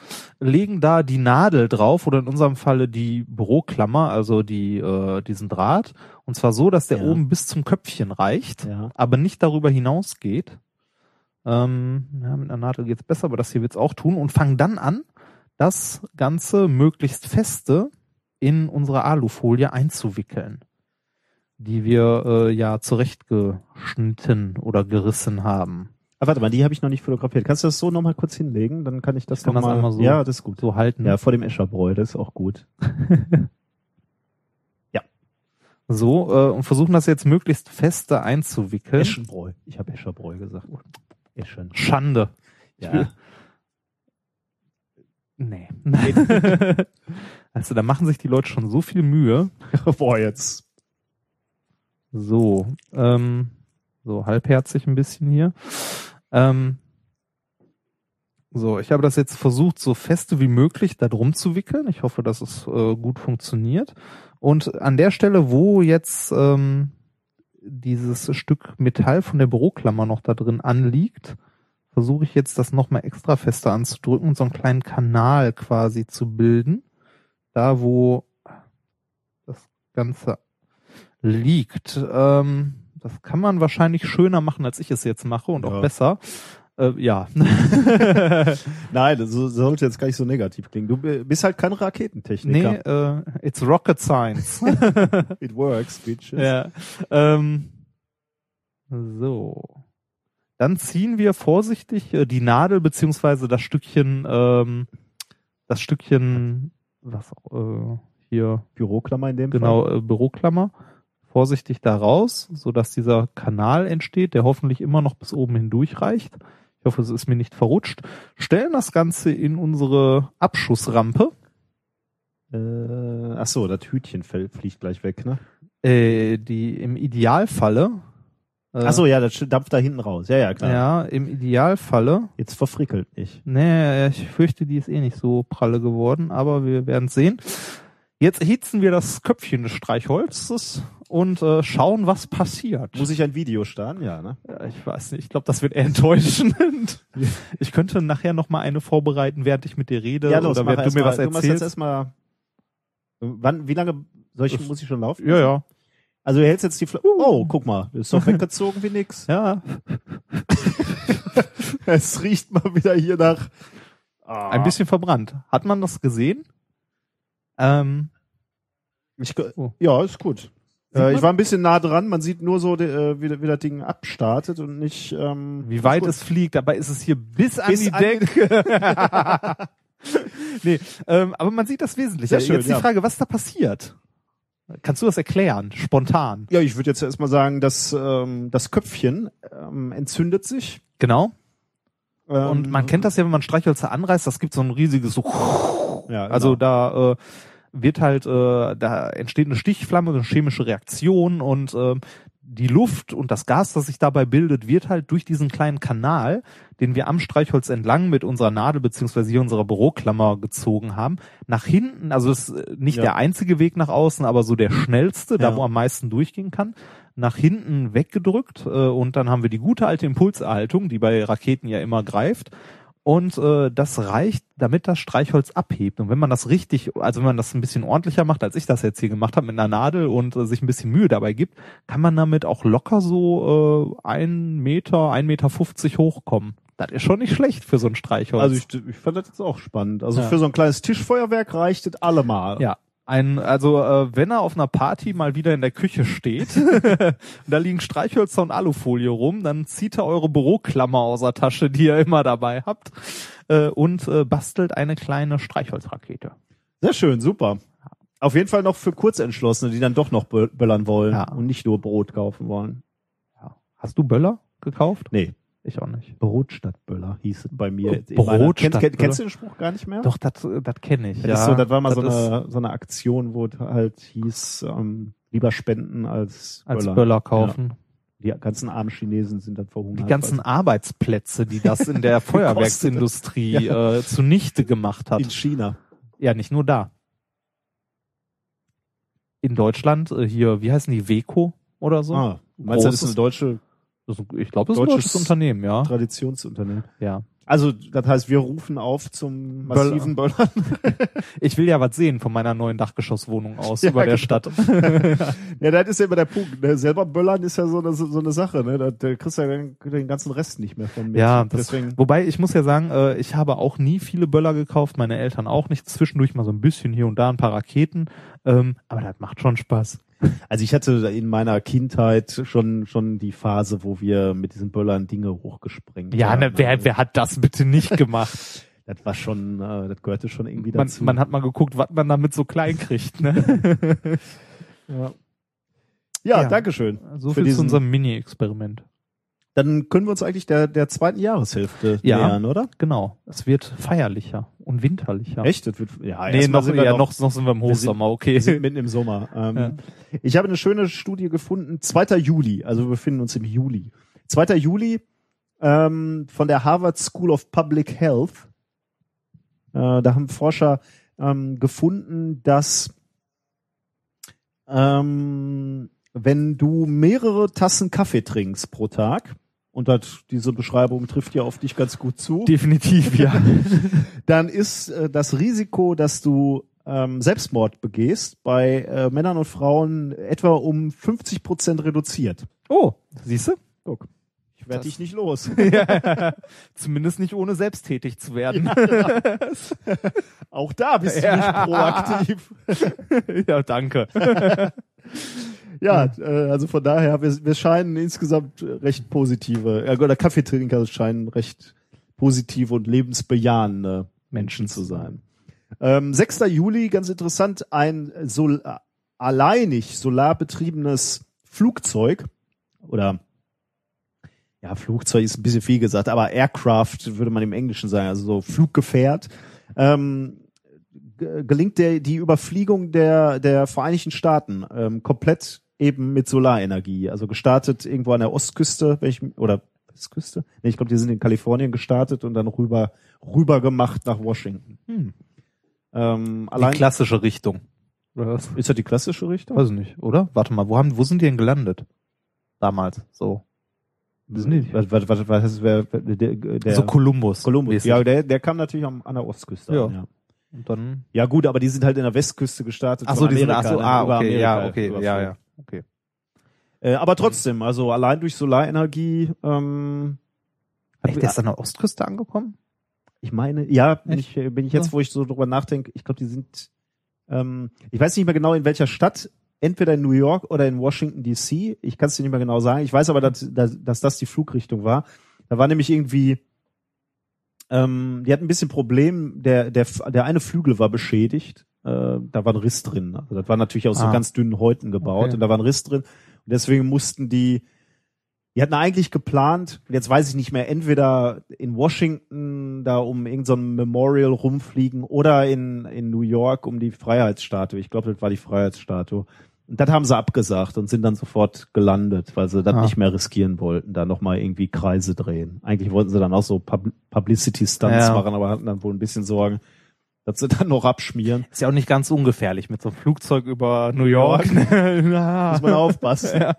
[SPEAKER 2] legen da die Nadel drauf oder in unserem Falle die Büroklammer, also die, äh, diesen Draht. Und zwar so, dass der
[SPEAKER 1] Ja.
[SPEAKER 2] oben bis zum Köpfchen reicht,
[SPEAKER 1] Ja.
[SPEAKER 2] aber nicht darüber hinausgeht. Ähm, ja, mit einer Nadel geht's besser, aber das hier wird's auch tun. Und fangen dann an, das Ganze möglichst feste in unsere Alufolie einzuwickeln, die wir äh, ja zurechtgeschnitten oder gerissen haben.
[SPEAKER 1] Ah, warte mal, die habe ich noch nicht fotografiert. Kannst du das so nochmal kurz hinlegen? Dann kann ich das
[SPEAKER 2] Ich kann das
[SPEAKER 1] nochmal.
[SPEAKER 2] einmal so-
[SPEAKER 1] Ja, das ist gut.
[SPEAKER 2] So Hm. halten.
[SPEAKER 1] Ja, vor dem Escherbräu, das ist auch gut.
[SPEAKER 2] So, äh, und versuchen das jetzt möglichst feste einzuwickeln.
[SPEAKER 1] Eschenbräu. Ich habe Escherbräu gesagt.
[SPEAKER 2] [laughs]
[SPEAKER 1] Eschen.
[SPEAKER 2] Schande. [laughs]
[SPEAKER 1] Ja.
[SPEAKER 2] Nee. [laughs] also da machen sich die Leute schon so viel Mühe.
[SPEAKER 1] Boah, jetzt.
[SPEAKER 2] So, ähm, so halbherzig ein bisschen hier. Ähm, so, ich habe das jetzt versucht, so feste wie möglich da drum zu wickeln. Ich hoffe, dass es äh, gut funktioniert. Und an der Stelle, wo jetzt ähm, dieses Stück Metall von der Büroklammer noch da drin anliegt, versuche ich jetzt das nochmal extra fester anzudrücken und so einen kleinen Kanal quasi zu bilden. Da, wo das Ganze liegt. Ähm, das kann man wahrscheinlich schöner machen, als ich es jetzt mache und
[SPEAKER 1] Ja.
[SPEAKER 2] auch besser. Äh, ja.
[SPEAKER 1] [laughs]
[SPEAKER 2] [laughs]
[SPEAKER 1] Nein, das so- sollte jetzt gar nicht so negativ klingen. Du bi- bist halt kein
[SPEAKER 2] nee,
[SPEAKER 1] Raketentechniker.
[SPEAKER 2] äh, it's rocket science. [laughs]
[SPEAKER 1] [laughs] It works, bitches.
[SPEAKER 2] ja. Ähm, so. Dann ziehen wir vorsichtig äh, die Nadel beziehungsweise das Stückchen, ähm, das Stückchen, was auch, äh, hier,
[SPEAKER 1] Büroklammer in dem Fall.
[SPEAKER 2] genau, äh, Büroklammer, vorsichtig da raus, sodass dieser Kanal entsteht, der hoffentlich immer noch bis oben hindurch reicht. Ich hoffe, es ist mir nicht verrutscht. Stellen das Ganze in unsere Abschussrampe.
[SPEAKER 1] Äh, ach so, das Hütchen fällt, fliegt gleich weg, ne?
[SPEAKER 2] äh, die im Idealfalle. Äh,
[SPEAKER 1] Ach so, ja, das dampft da hinten raus. Ja, ja, klar.
[SPEAKER 2] ja, im Idealfalle.
[SPEAKER 1] Jetzt verfrickelt nicht.
[SPEAKER 2] Nee, ich fürchte, die ist eh nicht so pralle geworden, aber wir werden sehen. Jetzt erhitzen wir das Köpfchen des Streichholzes und äh, schauen, was passiert.
[SPEAKER 1] Muss ich ein Video starten? Ja, ne?
[SPEAKER 2] Ja, ich weiß nicht, ich glaube, das wird eher
[SPEAKER 1] [laughs]
[SPEAKER 2] enttäuschend. ich könnte nachher noch mal eine vorbereiten, während ich mit dir rede
[SPEAKER 1] Ja, los,
[SPEAKER 2] oder
[SPEAKER 1] mach
[SPEAKER 2] während
[SPEAKER 1] erst
[SPEAKER 2] du mir
[SPEAKER 1] mal.
[SPEAKER 2] was
[SPEAKER 1] Du machst jetzt
[SPEAKER 2] erzählst.
[SPEAKER 1] erstmal. Wann, wie lange soll ich, muss ich schon laufen?
[SPEAKER 2] Ja, ja. Uh.
[SPEAKER 1] Also, ihr hältst jetzt die Fla Oh, guck mal. Ist
[SPEAKER 2] [laughs]
[SPEAKER 1] doch weggezogen wie nix.
[SPEAKER 2] Ja,
[SPEAKER 1] Es riecht mal wieder hier nach. Ah.
[SPEAKER 2] ein bisschen verbrannt. Hat man das gesehen? Ähm,
[SPEAKER 1] Ich, ge-
[SPEAKER 2] Oh.
[SPEAKER 1] Ja, ist gut.
[SPEAKER 2] Sieht
[SPEAKER 1] Äh, ich
[SPEAKER 2] man?
[SPEAKER 1] war ein bisschen nah dran. Man sieht nur so, de, äh, wie, wie das Ding abstartet und nicht. Ähm,
[SPEAKER 2] wie weit
[SPEAKER 1] gut.
[SPEAKER 2] es fliegt. Dabei ist es hier bis an
[SPEAKER 1] Bis
[SPEAKER 2] die
[SPEAKER 1] an die-
[SPEAKER 2] Decke. [laughs] nee, ähm, aber man sieht das Wesentliche.
[SPEAKER 1] Sehr schön,
[SPEAKER 2] Jetzt die
[SPEAKER 1] ja.
[SPEAKER 2] Frage, was da passiert? Kannst du das erklären? Spontan.
[SPEAKER 1] Ja, ich würde jetzt erstmal sagen, dass ähm, das Köpfchen ähm, entzündet sich.
[SPEAKER 2] Genau.
[SPEAKER 1] Ähm,
[SPEAKER 2] Und man kennt das ja, wenn man Streichhölzer anreißt, das gibt so ein riesiges so.
[SPEAKER 1] ja, genau.
[SPEAKER 2] Also da äh, wird halt, äh, da entsteht eine Stichflamme, eine chemische Reaktion und ähm, die Luft und das Gas, das sich dabei bildet, wird halt durch diesen kleinen Kanal, den wir am Streichholz entlang mit unserer Nadel beziehungsweise hier unserer Büroklammer gezogen haben, nach hinten, also es ist äh, nicht
[SPEAKER 1] Ja. Mhm.
[SPEAKER 2] der einzige Weg nach außen, aber so der schnellste, da
[SPEAKER 1] Ja.
[SPEAKER 2] wo am meisten durchgehen kann, nach hinten weggedrückt äh, und dann haben wir die gute alte Impulserhaltung, die bei Raketen ja immer greift. Und äh, das reicht, damit das Streichholz abhebt. Und wenn man das richtig, also wenn man das ein bisschen ordentlicher macht, als ich das jetzt hier gemacht habe mit einer Nadel und äh, sich ein bisschen Mühe dabei gibt, kann man damit auch locker so äh, ein Meter, ein Meter fünfzig hochkommen. Das ist schon nicht schlecht für so ein Streichholz.
[SPEAKER 1] Also ich, ich fand das jetzt auch spannend. Also
[SPEAKER 2] Ja.
[SPEAKER 1] für so ein kleines Tischfeuerwerk reicht es allemal.
[SPEAKER 2] Ja. Ein, also äh, wenn er auf einer Party mal wieder in der Küche steht, [laughs] und da liegen Streichhölzer und Alufolie rum, dann zieht er eure Büroklammer aus der Tasche, die ihr immer dabei habt, äh, und äh, bastelt eine kleine Streichholzrakete.
[SPEAKER 1] Sehr schön, super. Auf jeden Fall noch für Kurzentschlossene, die dann doch noch bö- böllern wollen
[SPEAKER 2] Ja.
[SPEAKER 1] und nicht nur Brot kaufen wollen.
[SPEAKER 2] Ja. Hast du Böller gekauft?
[SPEAKER 1] Nee.
[SPEAKER 2] Ich auch nicht.
[SPEAKER 1] Brot statt Böller hieß es bei mir.
[SPEAKER 2] Brot
[SPEAKER 1] Brot kennst,
[SPEAKER 2] statt Böller?
[SPEAKER 1] kennst du den Spruch gar nicht mehr?
[SPEAKER 2] Doch, das äh, das kenne ich.
[SPEAKER 1] Das, ist so, das war mal so
[SPEAKER 2] Das ist
[SPEAKER 1] eine, so eine Aktion, wo es halt hieß, ähm, lieber spenden als Böller.
[SPEAKER 2] als Böller kaufen.
[SPEAKER 1] Die ganzen armen Chinesen sind dann verhungert.
[SPEAKER 2] Die ganzen Arbeitsplätze, die das
[SPEAKER 1] [laughs]
[SPEAKER 2] in der Feuerwerksindustrie äh, zunichte gemacht hat.
[SPEAKER 1] in China.
[SPEAKER 2] Ja, nicht nur da. In Deutschland, äh, hier, wie heißen die, Weco oder so?
[SPEAKER 1] Ah, meinst du, das ist
[SPEAKER 2] Großes-
[SPEAKER 1] eine deutsche
[SPEAKER 2] Das ist ein- ich glaube, das ist ein
[SPEAKER 1] Deutsches-
[SPEAKER 2] deutsches Unternehmen, ja.
[SPEAKER 1] Traditionsunternehmen?
[SPEAKER 2] ja.
[SPEAKER 1] Also, das heißt, wir rufen auf zum
[SPEAKER 2] Böller.
[SPEAKER 1] massiven Böllern.
[SPEAKER 2] Ich will ja was sehen von meiner neuen Dachgeschosswohnung aus
[SPEAKER 1] Ja,
[SPEAKER 2] über der
[SPEAKER 1] genau.
[SPEAKER 2] Stadt.
[SPEAKER 1] Ja, das ist ja immer der Punkt. Ne? Selber Böllern ist ja so eine, so eine Sache. Ne? Da, da kriegst du ja den, den ganzen Rest nicht mehr von mir.
[SPEAKER 2] Ja, das,
[SPEAKER 1] deswegen.
[SPEAKER 2] wobei ich muss ja sagen, äh, ich habe auch nie viele Böller gekauft, meine Eltern auch nicht. Zwischendurch mal so ein bisschen hier und da ein paar Raketen. Ähm, aber das macht schon Spaß.
[SPEAKER 1] Also ich hatte in meiner Kindheit schon schon die Phase, wo wir mit diesen Böllern Dinge hochgesprengt
[SPEAKER 2] Ja,
[SPEAKER 1] haben. Also
[SPEAKER 2] ne, wer, wer hat das bitte
[SPEAKER 1] [laughs]
[SPEAKER 2] nicht gemacht?
[SPEAKER 1] Das war schon, äh, das gehörte schon irgendwie
[SPEAKER 2] Man,
[SPEAKER 1] dazu.
[SPEAKER 2] man hat mal geguckt, was man damit so klein kriegt. Ne?
[SPEAKER 1] [laughs] ja. Ja,
[SPEAKER 2] Ja.
[SPEAKER 1] Dankeschön.
[SPEAKER 2] So
[SPEAKER 1] Für
[SPEAKER 2] viel zu
[SPEAKER 1] diesen-
[SPEAKER 2] unserem Mini-Experiment.
[SPEAKER 1] Dann können wir uns eigentlich der, der zweiten Jahreshälfte
[SPEAKER 2] Ja.
[SPEAKER 1] nähern, oder?
[SPEAKER 2] Genau. Es wird feierlicher und winterlicher.
[SPEAKER 1] Echt? Das wird, ja,
[SPEAKER 2] Nee,
[SPEAKER 1] erstmal
[SPEAKER 2] noch, ja,
[SPEAKER 1] noch-
[SPEAKER 2] noch, noch Ah, sind wir im Hochsommer, okay.
[SPEAKER 1] Wir sind mitten im Sommer. Ähm,
[SPEAKER 2] Ja.
[SPEAKER 1] Ich habe eine schöne Studie gefunden, 2. Juli, also wir befinden uns im Juli. 2. Juli ähm, von der Harvard School of Public Health. Äh, da haben Forscher ähm, gefunden, dass ähm, wenn du mehrere Tassen Kaffee trinkst pro Tag, und das, diese Beschreibung trifft ja auf dich ganz gut zu
[SPEAKER 2] [laughs] Definitiv, [laughs] ja.
[SPEAKER 1] dann ist äh, das Risiko, dass du ähm, Selbstmord begehst, bei äh, Männern und Frauen etwa um 50 Prozent reduziert.
[SPEAKER 2] oh, siehst du?
[SPEAKER 1] Guck.
[SPEAKER 2] Ich
[SPEAKER 1] Ich werde
[SPEAKER 2] Das-
[SPEAKER 1] dich nicht los.
[SPEAKER 2] [laughs] Ja, zumindest nicht ohne selbsttätig zu werden.
[SPEAKER 1] Auch da bist du
[SPEAKER 2] Ja.
[SPEAKER 1] nicht proaktiv.
[SPEAKER 2] [laughs] ja, danke.
[SPEAKER 1] Ja, äh, also von daher, wir, wir scheinen insgesamt recht positive, äh, oder Kaffeetrinker scheinen recht positive und lebensbejahende Menschen zu sein. Ähm, 6. Juli, ganz interessant, ein Sol äh, alleinig solarbetriebenes Flugzeug oder ja, Flugzeug ist ein bisschen viel gesagt, aber Aircraft würde man im Englischen sagen, also so Fluggefährt, ähm, ge- gelingt der, die Überfliegung der, der Vereinigten Staaten ähm, komplett eben mit Solarenergie. Also gestartet irgendwo an der Ostküste, wenn ich, m- oder Westküste? Nee, ich glaube, die sind in Kalifornien gestartet und dann rüber, rüber gemacht nach Washington.
[SPEAKER 2] Hm.
[SPEAKER 1] Ähm,
[SPEAKER 2] Die
[SPEAKER 1] allein
[SPEAKER 2] klassische Richtung. Oder was?
[SPEAKER 1] ist das die klassische Richtung?
[SPEAKER 2] Weiß ich nicht, oder? Warte mal, wo haben, wo sind die denn gelandet? Damals, so. Wissen die nicht.
[SPEAKER 1] Was, was, was, was ist, wer, der, der
[SPEAKER 2] so Kolumbus.
[SPEAKER 1] Kolumbus.
[SPEAKER 2] Ja,
[SPEAKER 1] Ja, der, der kam natürlich am, an der Ostküste.
[SPEAKER 2] Ja.
[SPEAKER 1] an, ja.
[SPEAKER 2] und dann.
[SPEAKER 1] Ja gut, aber die sind halt in der Westküste gestartet.
[SPEAKER 2] Achso,
[SPEAKER 1] von
[SPEAKER 2] die sind,
[SPEAKER 1] Amerika,
[SPEAKER 2] achso,
[SPEAKER 1] ne?
[SPEAKER 2] ah,
[SPEAKER 1] Über
[SPEAKER 2] okay, ja,
[SPEAKER 1] Amerika
[SPEAKER 2] okay, ja,
[SPEAKER 1] überflogen.
[SPEAKER 2] ja. Okay.
[SPEAKER 1] Äh, aber trotzdem, also allein durch Solarenergie, ähm,
[SPEAKER 2] Echt, der ist an der Ostküste angekommen?
[SPEAKER 1] ich meine, ja, bin
[SPEAKER 2] Echt?
[SPEAKER 1] ich, äh, bin ich jetzt,
[SPEAKER 2] Ja.
[SPEAKER 1] wo ich so drüber nachdenke, ich glaube, die sind, ähm, ich weiß nicht mehr genau, in welcher Stadt, entweder in New York oder in Washington DC. Ich kann es dir nicht mehr genau sagen. Ich weiß aber, dass, dass, dass das die Flugrichtung war. Da war nämlich irgendwie, ähm, die hatten ein bisschen Problem, der, der, der eine Flügel war beschädigt. Äh, da war ein Riss drin. Also das war natürlich aus so
[SPEAKER 2] Ah.
[SPEAKER 1] ganz dünnen Häuten gebaut
[SPEAKER 2] Okay.
[SPEAKER 1] und da war ein Riss drin. Und deswegen mussten die, die hatten eigentlich geplant, und jetzt weiß ich nicht mehr, entweder in Washington da um irgendein so ein Memorial rumfliegen oder in, in New York um die Freiheitsstatue. Ich glaube, das war die Freiheitsstatue. Und das haben sie abgesagt und sind dann sofort gelandet, weil sie das
[SPEAKER 2] Ah.
[SPEAKER 1] nicht mehr riskieren wollten, da nochmal irgendwie Kreise drehen. Eigentlich wollten sie dann auch so Pub Publicity-Stunts
[SPEAKER 2] Ja.
[SPEAKER 1] machen, aber hatten dann wohl ein bisschen Sorgen, dass sie dann noch abschmieren.
[SPEAKER 2] Ist ja auch nicht ganz ungefährlich mit so einem Flugzeug über New York. [laughs] Ja.
[SPEAKER 1] Muss man aufpassen.
[SPEAKER 2] [laughs] Ja.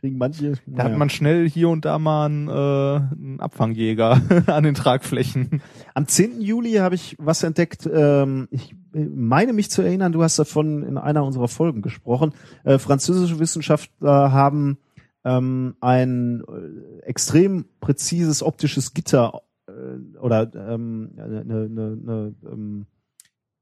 [SPEAKER 1] Kriegen manche.
[SPEAKER 2] Da
[SPEAKER 1] naja.
[SPEAKER 2] hat man schnell hier und da mal einen, äh, einen Abfangjäger [laughs] an den Tragflächen.
[SPEAKER 1] Am 10. Juli habe ich was entdeckt. Ähm, ich äh, meine mich zu erinnern, du hast davon in einer unserer Folgen gesprochen. Äh, französische Wissenschaftler haben ähm, ein äh, extrem präzises optisches Gitter äh, oder ähm, eine, eine, eine, eine, ähm,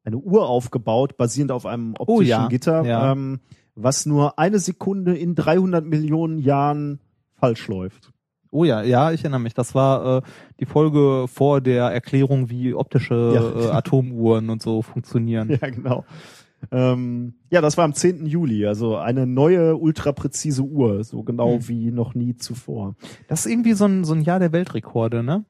[SPEAKER 1] eine Uhr aufgebaut, basierend auf einem optischen
[SPEAKER 2] Oh ja,
[SPEAKER 1] Gitter,
[SPEAKER 2] ja.
[SPEAKER 1] Ähm, was nur eine Sekunde in 300 Millionen Jahren falsch läuft.
[SPEAKER 2] Oh ja, ja, ich erinnere mich. Das war äh, die Folge vor der Erklärung, wie optische
[SPEAKER 1] Ja.
[SPEAKER 2] äh, Atomuhren und so funktionieren.
[SPEAKER 1] Ja, genau. Ähm, ja, das war am 10. Juli, also eine neue ultrapräzise Uhr, so genau wie noch nie zuvor.
[SPEAKER 2] Das ist irgendwie so ein, so ein Jahr der Weltrekorde, ne?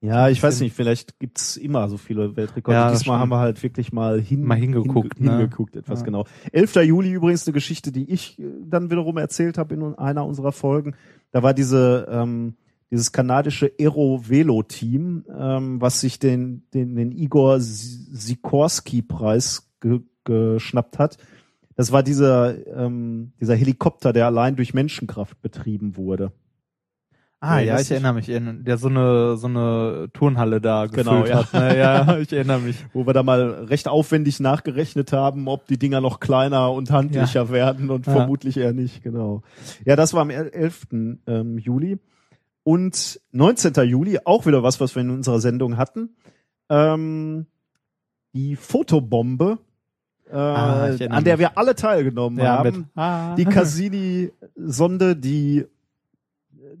[SPEAKER 1] Ja, ich weiß
[SPEAKER 2] Stimmt.
[SPEAKER 1] nicht, vielleicht gibt's immer so viele Weltrekorde.
[SPEAKER 2] Ja, das
[SPEAKER 1] Diesmal
[SPEAKER 2] stimmt.
[SPEAKER 1] haben wir halt wirklich mal, hin,
[SPEAKER 2] Mal hingeguckt,
[SPEAKER 1] hinge,
[SPEAKER 2] ne?
[SPEAKER 1] hingeguckt, etwas
[SPEAKER 2] Ja.
[SPEAKER 1] genau. 11. Juli übrigens eine Geschichte, die ich äh, dann wiederum erzählt habe in einer unserer Folgen. Da war diese ähm, dieses kanadische Aero-Velo-Team, ähm, was sich den, den, den Igor Si- Sikorski-Preis ge, geschnappt hat. Das war dieser, ähm, dieser Helikopter, der allein durch Menschenkraft betrieben wurde.
[SPEAKER 2] Ah,
[SPEAKER 1] Nee,
[SPEAKER 2] ja,
[SPEAKER 1] das
[SPEAKER 2] ich erinnere mich, der so eine, so eine Turnhalle da gefüllt
[SPEAKER 1] Genau, ja.
[SPEAKER 2] hat. Ne? Ja, [laughs] ich erinnere mich.
[SPEAKER 1] wo wir da mal recht aufwendig nachgerechnet haben, ob die Dinger noch kleiner und handlicher werden und
[SPEAKER 2] Ja.
[SPEAKER 1] vermutlich eher nicht, genau. Ja, das war am 11. ähm, Juli. Und 19. Juli, auch wieder was, was wir in unserer Sendung hatten, ähm, die Fotobombe, äh,
[SPEAKER 2] Ah, ich erinnere
[SPEAKER 1] an der
[SPEAKER 2] mich.
[SPEAKER 1] wir alle teilgenommen haben.
[SPEAKER 2] ah.
[SPEAKER 1] Die Cassini-Sonde, die äh,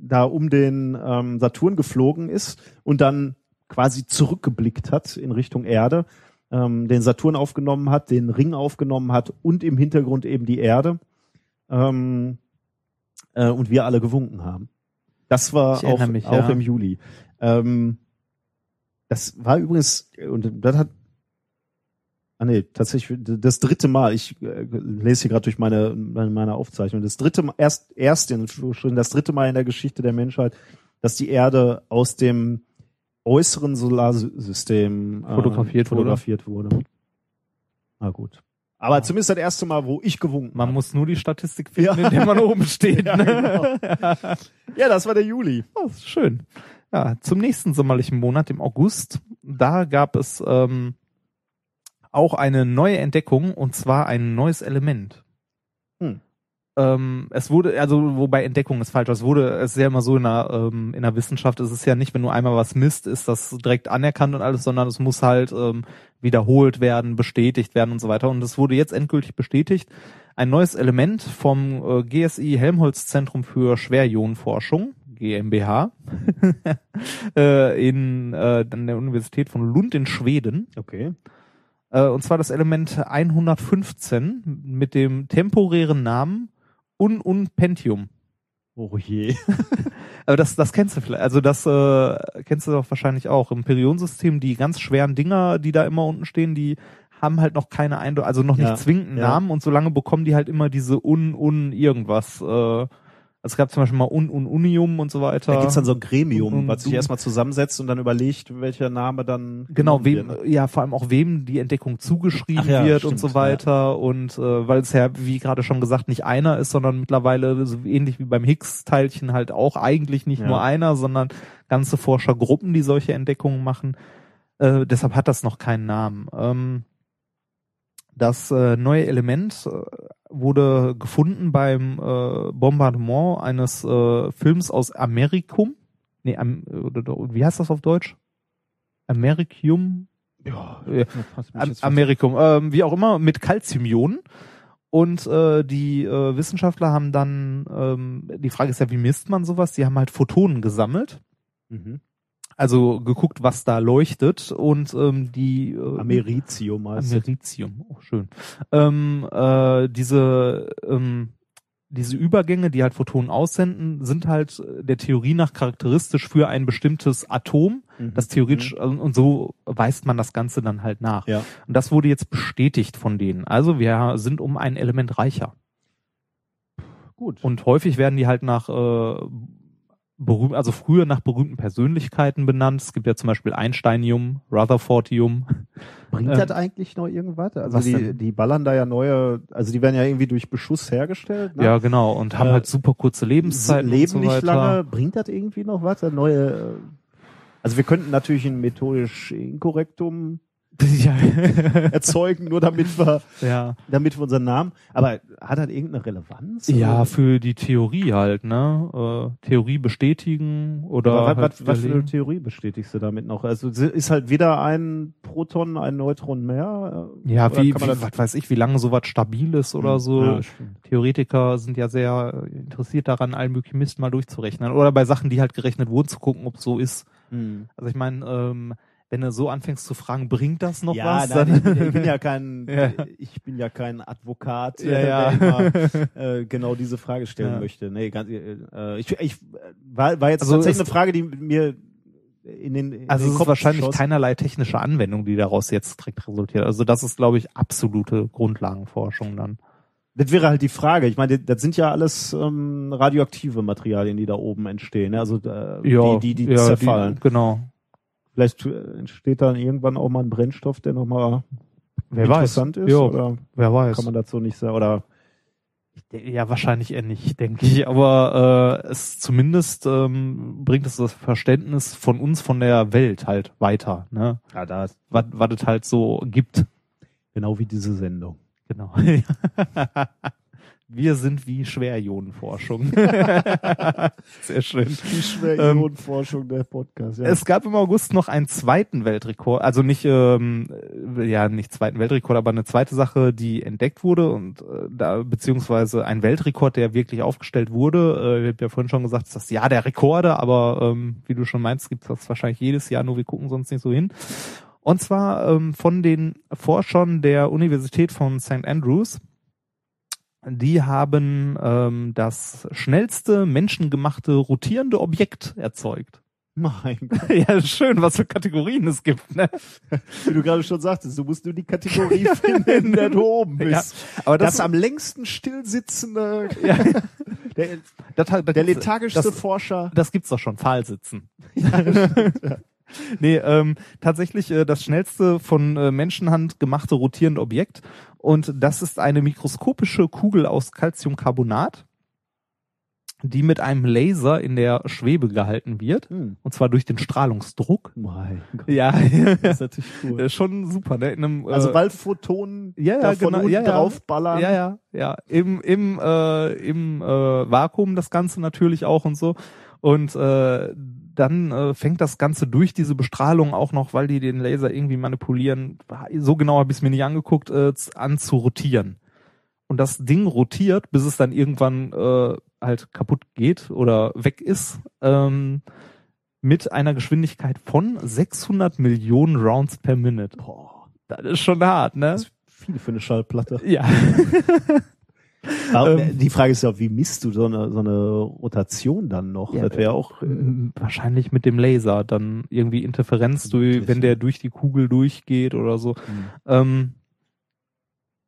[SPEAKER 1] da um den ähm, Saturn geflogen ist und dann quasi zurückgeblickt hat in Richtung Erde, ähm, den Saturn aufgenommen hat, den Ring aufgenommen hat und im Hintergrund eben die Erde. Ähm, äh, und wir alle gewunken haben. Das war
[SPEAKER 2] Ich
[SPEAKER 1] auch,
[SPEAKER 2] erinnere mich,
[SPEAKER 1] auch
[SPEAKER 2] ja.
[SPEAKER 1] im Juli. Ähm, das war übrigens, und das hat Ah nee, tatsächlich das dritte Mal. Ich äh, lese hier gerade durch meine, meine meine Aufzeichnung. Das dritte Mal, erst erst in Anführungsstrichen, das dritte Mal in der Geschichte der Menschheit, dass die Erde aus dem äußeren Solarsystem äh,
[SPEAKER 2] Fotografiert wurde.
[SPEAKER 1] fotografiert wurde. Na gut. Aber zumindest das erste Mal, wo ich gewunken
[SPEAKER 2] Man
[SPEAKER 1] hab.
[SPEAKER 2] muss nur die Statistik finden,
[SPEAKER 1] Ja.
[SPEAKER 2] in der man oben
[SPEAKER 1] [laughs]
[SPEAKER 2] steht.
[SPEAKER 1] Ja, genau.
[SPEAKER 2] ne? [laughs]
[SPEAKER 1] Ja, das war der Juli.
[SPEAKER 2] Oh, ist schön. Ja, zum nächsten sommerlichen Monat, im August, da gab es ähm, auch eine neue Entdeckung und zwar ein neues Element.
[SPEAKER 1] Hm.
[SPEAKER 2] ähm, es wurde, also wobei Entdeckung ist falsch, es wurde, es ist ja immer so in der, ähm, in der Wissenschaft, es ist ja nicht, wenn du einmal was misst, ist das direkt anerkannt und alles, sondern es muss halt ähm, wiederholt werden, bestätigt werden und so weiter. Und es wurde jetzt endgültig bestätigt, ein neues Element vom äh, GSI Helmholtz Zentrum für Schwerionenforschung, GmbH, [laughs] äh, in, äh, an der Universität von Lund in Schweden.
[SPEAKER 1] Okay.
[SPEAKER 2] Äh, und zwar das Element 115 mit dem temporären Namen Ununpentium.
[SPEAKER 1] Oh je.
[SPEAKER 2] Aber das, das kennst du vielleicht, also das äh, kennst du doch wahrscheinlich auch. Im Periodensystem, die ganz schweren Dinger, die da immer unten stehen, die haben halt noch keine Eindo also noch
[SPEAKER 1] Ja,
[SPEAKER 2] nicht zwingend einen
[SPEAKER 1] ja.
[SPEAKER 2] Namen und solange bekommen die halt immer diese un un irgendwas. Äh, es gab zum Beispiel mal un un unium und so
[SPEAKER 1] [laughs]
[SPEAKER 2] weiter.
[SPEAKER 1] Da gibt's dann so ein Gremium,
[SPEAKER 2] Und- und
[SPEAKER 1] was sich
[SPEAKER 2] du-
[SPEAKER 1] erstmal zusammensetzt und dann überlegt, welcher Name dann.
[SPEAKER 2] Genau,
[SPEAKER 1] genommen
[SPEAKER 2] wem,
[SPEAKER 1] wird, ne?
[SPEAKER 2] ja, vor allem auch wem die Entdeckung zugeschrieben
[SPEAKER 1] Ach ja,
[SPEAKER 2] wird und
[SPEAKER 1] stimmt,
[SPEAKER 2] so weiter. Und äh, weil es ja, wie gerade schon gesagt, nicht einer ist, sondern mittlerweile so ähnlich wie beim Higgs-Teilchen halt auch eigentlich nicht
[SPEAKER 1] Ja.
[SPEAKER 2] nur einer, sondern ganze Forschergruppen, die solche Entdeckungen machen. Äh, deshalb hat das noch keinen Namen. Ähm, das äh, neue Element äh, wurde gefunden beim äh, Bombardement eines äh, Films aus Amerikum. Nee, am, oder, oder, wie heißt das auf Deutsch? Americium?
[SPEAKER 1] Ja,
[SPEAKER 2] Ja.
[SPEAKER 1] hast du mich
[SPEAKER 2] Am
[SPEAKER 1] jetzt ver-
[SPEAKER 2] Amerikum, ähm, wie auch immer, mit Calciumionen. Und äh, die äh, Wissenschaftler haben dann, ähm, die Frage ist ja, wie misst man sowas? Die haben halt Photonen gesammelt,
[SPEAKER 1] Mhm.
[SPEAKER 2] also geguckt, was da leuchtet und ähm, die äh,
[SPEAKER 1] Ameritium heißt es.
[SPEAKER 2] Americium, oh, schön. Ähm, äh, diese, ähm, diese Übergänge, die halt Photonen aussenden, sind halt der Theorie nach charakteristisch für ein bestimmtes Atom,
[SPEAKER 1] Mhm.
[SPEAKER 2] das theoretisch, also- und so weist man das Ganze dann halt nach.
[SPEAKER 1] Ja.
[SPEAKER 2] Und das wurde jetzt bestätigt von denen. Also wir sind um ein Element reicher.
[SPEAKER 1] Gut.
[SPEAKER 2] Und häufig werden die halt nach äh, berühm, also früher nach berühmten Persönlichkeiten benannt. Es gibt ja zum Beispiel Einsteinium, Rutherfordium.
[SPEAKER 1] Bringt
[SPEAKER 2] Ähm,
[SPEAKER 1] das eigentlich noch irgendwas? Also
[SPEAKER 2] was
[SPEAKER 1] die,
[SPEAKER 2] denn?
[SPEAKER 1] die ballern da ja neue, also die werden ja irgendwie durch Beschuss hergestellt. Ne?
[SPEAKER 2] Ja, genau. Und haben
[SPEAKER 1] Äh,
[SPEAKER 2] halt super kurze Lebenszeiten.
[SPEAKER 1] Leben
[SPEAKER 2] und so
[SPEAKER 1] nicht
[SPEAKER 2] weiter.
[SPEAKER 1] lange. Bringt das irgendwie noch was? Das Neue. äh, Also wir könnten natürlich ein methodisch Inkorrektum
[SPEAKER 2] [laughs] ja.
[SPEAKER 1] erzeugen, nur damit wir,
[SPEAKER 2] ja.
[SPEAKER 1] damit wir unseren Namen. Aber hat das irgendeine Relevanz?
[SPEAKER 2] ja,
[SPEAKER 1] Also,
[SPEAKER 2] für die Theorie halt, ne? Äh, Theorie bestätigen oder.
[SPEAKER 1] aber
[SPEAKER 2] halt
[SPEAKER 1] was, was, was für eine
[SPEAKER 2] widerlegen.
[SPEAKER 1] Theorie bestätigst du damit noch? Also se- ist halt weder ein Proton, ein Neutron mehr? äh,
[SPEAKER 2] ja,
[SPEAKER 1] oder
[SPEAKER 2] wie,
[SPEAKER 1] kann
[SPEAKER 2] wie
[SPEAKER 1] man das-
[SPEAKER 2] was weiß ich, wie lange sowas stabil ist oder so.
[SPEAKER 1] Ja, stimmt.
[SPEAKER 2] Theoretiker sind ja sehr äh, interessiert daran, allen möglichen Mist mal durchzurechnen. Oder bei Sachen, die halt gerechnet wurden, zu gucken, ob es so ist.
[SPEAKER 1] Hm.
[SPEAKER 2] Also ich meine, ähm, wenn du so anfängst zu fragen, bringt das noch
[SPEAKER 1] ja,
[SPEAKER 2] was?
[SPEAKER 1] Nein, ich, bin, ich bin
[SPEAKER 2] [laughs]
[SPEAKER 1] ja kein,
[SPEAKER 2] Ja.
[SPEAKER 1] ich bin ja kein Advokat,
[SPEAKER 2] [laughs] Ja,
[SPEAKER 1] äh,
[SPEAKER 2] ja.
[SPEAKER 1] der immer äh, genau diese Frage stellen
[SPEAKER 2] Ja.
[SPEAKER 1] möchte. Nee, ganz, äh, ich, ich war, war jetzt
[SPEAKER 2] Also
[SPEAKER 1] tatsächlich
[SPEAKER 2] es-
[SPEAKER 1] eine Frage, die mir in den in
[SPEAKER 2] Also
[SPEAKER 1] den
[SPEAKER 2] es ist
[SPEAKER 1] Kopf
[SPEAKER 2] wahrscheinlich
[SPEAKER 1] schoss.
[SPEAKER 2] keinerlei technische Anwendung, die daraus jetzt direkt resultiert. Also das ist, glaube ich, absolute Grundlagenforschung dann.
[SPEAKER 1] Das wäre halt die Frage. Ich meine, das sind ja alles ähm, radioaktive Materialien, die da oben entstehen. ne? Also äh, die, die, die zerfallen.
[SPEAKER 2] Die, genau.
[SPEAKER 1] Vielleicht äh, entsteht dann irgendwann auch mal ein Brennstoff, der nochmal
[SPEAKER 2] Wer
[SPEAKER 1] interessant
[SPEAKER 2] weiß.
[SPEAKER 1] ist.
[SPEAKER 2] Ja,
[SPEAKER 1] Oder
[SPEAKER 2] wer weiß.
[SPEAKER 1] kann man dazu nicht sagen? Oder
[SPEAKER 2] [laughs] Ja, wahrscheinlich eher nicht, denke ich. Aber äh, es zumindest ähm, bringt es das Verständnis von uns, von der Welt halt weiter. Ne?
[SPEAKER 1] ja, da ist
[SPEAKER 2] Was, was es halt so gibt.
[SPEAKER 1] genau wie diese Sendung.
[SPEAKER 2] Genau. [laughs] Wir sind
[SPEAKER 1] [laughs]
[SPEAKER 2] wie Schwerionenforschung. Sehr schön.
[SPEAKER 1] Die Ähm, Schwerionenforschung der Podcast. Ja.
[SPEAKER 2] Es gab im August noch einen zweiten Weltrekord, also nicht ähm, ja nicht zweiten Weltrekord, aber eine zweite Sache, die entdeckt wurde und äh, da beziehungsweise ein Weltrekord, der wirklich aufgestellt wurde. Äh, ich habe ja vorhin schon gesagt, es ist das Jahr der Rekorde, aber ähm, wie du schon meinst, gibt es das wahrscheinlich jedes Jahr, nur wir gucken sonst nicht so hin. Und zwar ähm, von den Forschern der Universität von St. Andrews. Die haben ähm, das schnellste menschengemachte rotierende Objekt erzeugt.
[SPEAKER 1] mein Gott,
[SPEAKER 2] [laughs] Ja, schön, was für Kategorien es gibt, ne?
[SPEAKER 1] wie du gerade schon sagtest, du musst nur die Kategorie [laughs] finden, in der du oben bist.
[SPEAKER 2] Aber
[SPEAKER 1] Das,
[SPEAKER 2] das,
[SPEAKER 1] am längsten stillsitzende,
[SPEAKER 2] ja,
[SPEAKER 1] der,
[SPEAKER 2] das, das,
[SPEAKER 1] der lethargischste
[SPEAKER 2] das,
[SPEAKER 1] Forscher.
[SPEAKER 2] das gibt's doch
[SPEAKER 1] [laughs]
[SPEAKER 2] schon, Pfahlsitzen. [laughs] nee, ähm, tatsächlich äh, das schnellste von äh, Menschenhand gemachte rotierende Objekt. Und das ist eine mikroskopische Kugel aus Calciumcarbonat, die mit einem Laser in der Schwebe gehalten wird.
[SPEAKER 1] Hm.
[SPEAKER 2] Und zwar durch den Strahlungsdruck.
[SPEAKER 1] Mein [laughs] Gott.
[SPEAKER 2] [laughs] Ja,
[SPEAKER 1] Das ist natürlich cool.
[SPEAKER 2] schon super, ne? In einem,
[SPEAKER 1] Also
[SPEAKER 2] äh,
[SPEAKER 1] weil Photonen
[SPEAKER 2] ja, ja,
[SPEAKER 1] davon
[SPEAKER 2] genau,
[SPEAKER 1] unten
[SPEAKER 2] ja, ja.
[SPEAKER 1] draufballern.
[SPEAKER 2] Ja, ja, ja. Im, im, äh, im äh, Vakuum das Ganze natürlich auch und so. Und äh, dann äh, fängt das Ganze durch diese Bestrahlung auch noch, weil die den Laser irgendwie manipulieren, so genau habe ich es mir nicht angeguckt, äh, z- an zu rotieren. Und das Ding rotiert, bis es dann irgendwann äh, halt kaputt geht oder weg ist, ähm, mit einer Geschwindigkeit von 600 Millionen Rounds per Minute. Das ist schon hart, ne?
[SPEAKER 1] Das ist viel für eine Schallplatte.
[SPEAKER 2] Ja.
[SPEAKER 1] Aber
[SPEAKER 2] Ähm.
[SPEAKER 1] die Frage ist ja, wie misst du so eine, so eine Rotation dann noch?
[SPEAKER 2] Ja,
[SPEAKER 1] das wäre auch. Äh,
[SPEAKER 2] M- Wahrscheinlich mit dem Laser dann irgendwie Interferenz, durch,
[SPEAKER 1] Möglich.
[SPEAKER 2] wenn der durch die Kugel durchgeht oder so. Ähm,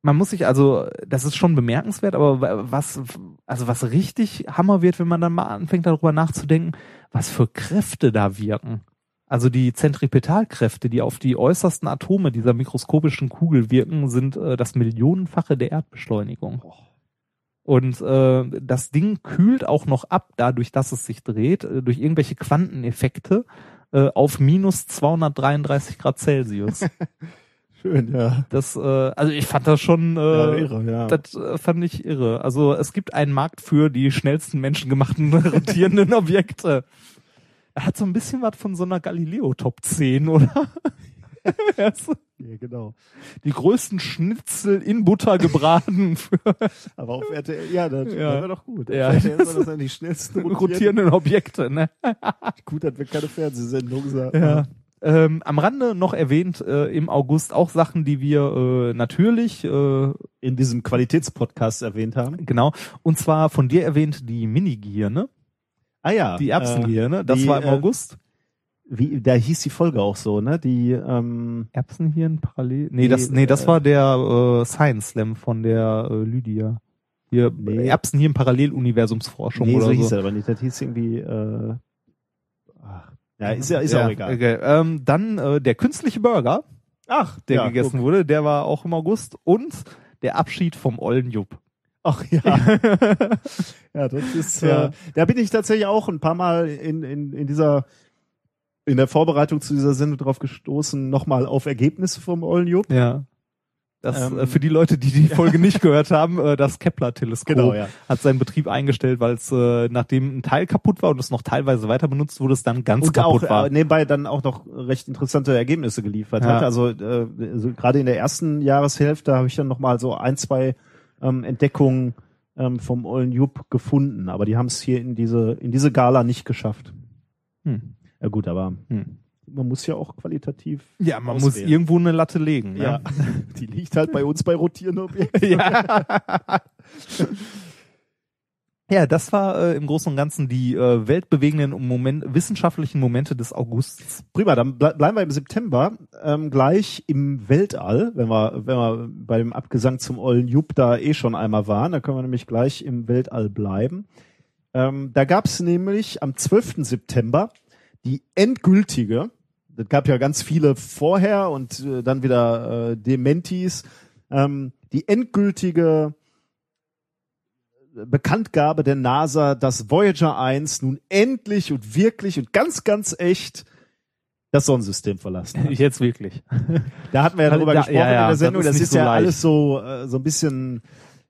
[SPEAKER 2] man muss sich also, das ist schon bemerkenswert, aber wa- was, also was richtig Hammer wird, wenn man dann mal anfängt darüber nachzudenken, was für Kräfte da wirken. Also die Zentripetalkräfte, die auf die äußersten Atome dieser mikroskopischen Kugel wirken, sind äh, das Millionenfache der Erdbeschleunigung. Und äh, das Ding kühlt auch noch ab, dadurch, dass es sich dreht, äh, durch irgendwelche Quanteneffekte äh, auf minus 233 Grad Celsius.
[SPEAKER 1] Schön, ja.
[SPEAKER 2] Das, äh, also ich fand das schon,
[SPEAKER 1] ja,
[SPEAKER 2] äh,
[SPEAKER 1] irre, ja.
[SPEAKER 2] das äh, fand ich irre. Also es gibt einen Markt für die schnellsten menschengemachten [laughs] rotierenden Objekte. Hat so ein bisschen was von so einer Galileo Top 10, oder? Ja, so
[SPEAKER 1] ja, genau.
[SPEAKER 2] die größten Schnitzel in Butter gebraten [laughs] für
[SPEAKER 1] Aber auf RTL, ja, das
[SPEAKER 2] Ja.
[SPEAKER 1] wäre doch gut.
[SPEAKER 2] Ja.
[SPEAKER 1] Auf RTL soll das dann
[SPEAKER 2] [laughs]
[SPEAKER 1] die schnellsten rotieren.
[SPEAKER 2] rotierenden Objekte, ne?
[SPEAKER 1] Gut, dass wir keine Fernsehsendung sagen.
[SPEAKER 2] Ja. Ähm, am Rande noch erwähnt äh, im August auch Sachen, die wir äh, natürlich, äh,
[SPEAKER 1] In diesem Qualitätspodcast erwähnt haben.
[SPEAKER 2] genau, und zwar von dir erbähnt die Minigierne,
[SPEAKER 1] Ah ja.
[SPEAKER 2] die Erbsengierne,
[SPEAKER 1] äh,
[SPEAKER 2] das
[SPEAKER 1] die,
[SPEAKER 2] war im
[SPEAKER 1] äh,
[SPEAKER 2] August.
[SPEAKER 1] Wie, da hieß die Folge auch so, ne? Die, ähm,
[SPEAKER 2] Erbsenhirn parallel? Nee,
[SPEAKER 1] die,
[SPEAKER 2] das, nee, das
[SPEAKER 1] äh,
[SPEAKER 2] war der äh, Science Slam von der äh, Lydia. Hier,
[SPEAKER 1] Nee.
[SPEAKER 2] Erbsenhirn Paralleluniversumsforschung
[SPEAKER 1] nee,
[SPEAKER 2] oder
[SPEAKER 1] so
[SPEAKER 2] so.
[SPEAKER 1] hieß er aber nicht. Das hieß irgendwie, äh, ach, ja, ist ja, ist ja auch
[SPEAKER 2] [laughs]
[SPEAKER 1] egal.
[SPEAKER 2] Okay. Ähm, dann äh, der künstliche Burger,
[SPEAKER 1] Ach,
[SPEAKER 2] der
[SPEAKER 1] ja,
[SPEAKER 2] gegessen wurde, der war auch im August und der Abschied vom Ollenjupp.
[SPEAKER 1] Ach ja. [laughs] ja, das ist.
[SPEAKER 2] Ja.
[SPEAKER 1] Äh, da bin ich tatsächlich auch ein paar Mal in, in, in dieser in der Vorbereitung zu dieser Sendung drauf gestoßen, nochmal auf Ergebnisse vom Ollenjup.
[SPEAKER 2] Ja. Das,
[SPEAKER 1] Ähm,
[SPEAKER 2] äh, für die Leute, die die Folge nicht gehört haben, äh, das Kepler-Teleskop
[SPEAKER 1] Genau, ja.
[SPEAKER 2] hat seinen Betrieb eingestellt, weil es äh, nachdem ein Teil kaputt war und es noch teilweise weiter benutzt wurde, es dann ganz
[SPEAKER 1] Und auch
[SPEAKER 2] kaputt war.
[SPEAKER 1] äh, nebenbei dann auch noch recht interessante Ergebnisse geliefert
[SPEAKER 2] Ja.
[SPEAKER 1] hat. Also, äh, so gerade in der ersten Jahreshälfte habe ich dann nochmal so ein, zwei ähm, Entdeckungen ähm, vom Ollenjup gefunden, aber die haben es hier in diese, in diese Gala nicht geschafft. äh,
[SPEAKER 2] Hm.
[SPEAKER 1] Ja gut, aber
[SPEAKER 2] Hm.
[SPEAKER 1] man muss ja auch qualitativ
[SPEAKER 2] [laughs] Ja, man muss
[SPEAKER 1] Auswählen.
[SPEAKER 2] irgendwo eine Latte legen. Ne?
[SPEAKER 1] Ja. Die liegt halt bei uns bei rotierenden Objekten.
[SPEAKER 2] ja. Ja, das war äh, im Großen und Ganzen die äh, weltbewegenden Moment, wissenschaftlichen Momente des Augusts.
[SPEAKER 1] Prima, dann ble bleiben wir im September ähm, gleich im Weltall, wenn wir, wenn wir bei dem Abgesang zum ollen Jupp da eh schon einmal waren, dann können wir nämlich gleich im Weltall bleiben. Ähm, da gab es nämlich am 12. September die endgültige, das gab ja ganz viele vorher und äh, dann wieder äh, Dementis, ähm, die endgültige äh, Bekanntgabe der NASA, dass Voyager 1 nun endlich und wirklich und ganz, ganz echt das Sonnensystem verlassen
[SPEAKER 2] [laughs]
[SPEAKER 1] hat.
[SPEAKER 2] [laughs] Jetzt wirklich.
[SPEAKER 1] Da hatten wir ja
[SPEAKER 2] Da-
[SPEAKER 1] drüber
[SPEAKER 2] ja,
[SPEAKER 1] gesprochen
[SPEAKER 2] ja,
[SPEAKER 1] in der
[SPEAKER 2] das
[SPEAKER 1] Sendung.
[SPEAKER 2] ist
[SPEAKER 1] Das ist,
[SPEAKER 2] nicht so
[SPEAKER 1] ja
[SPEAKER 2] leicht.
[SPEAKER 1] alles so, äh, so ein bisschen,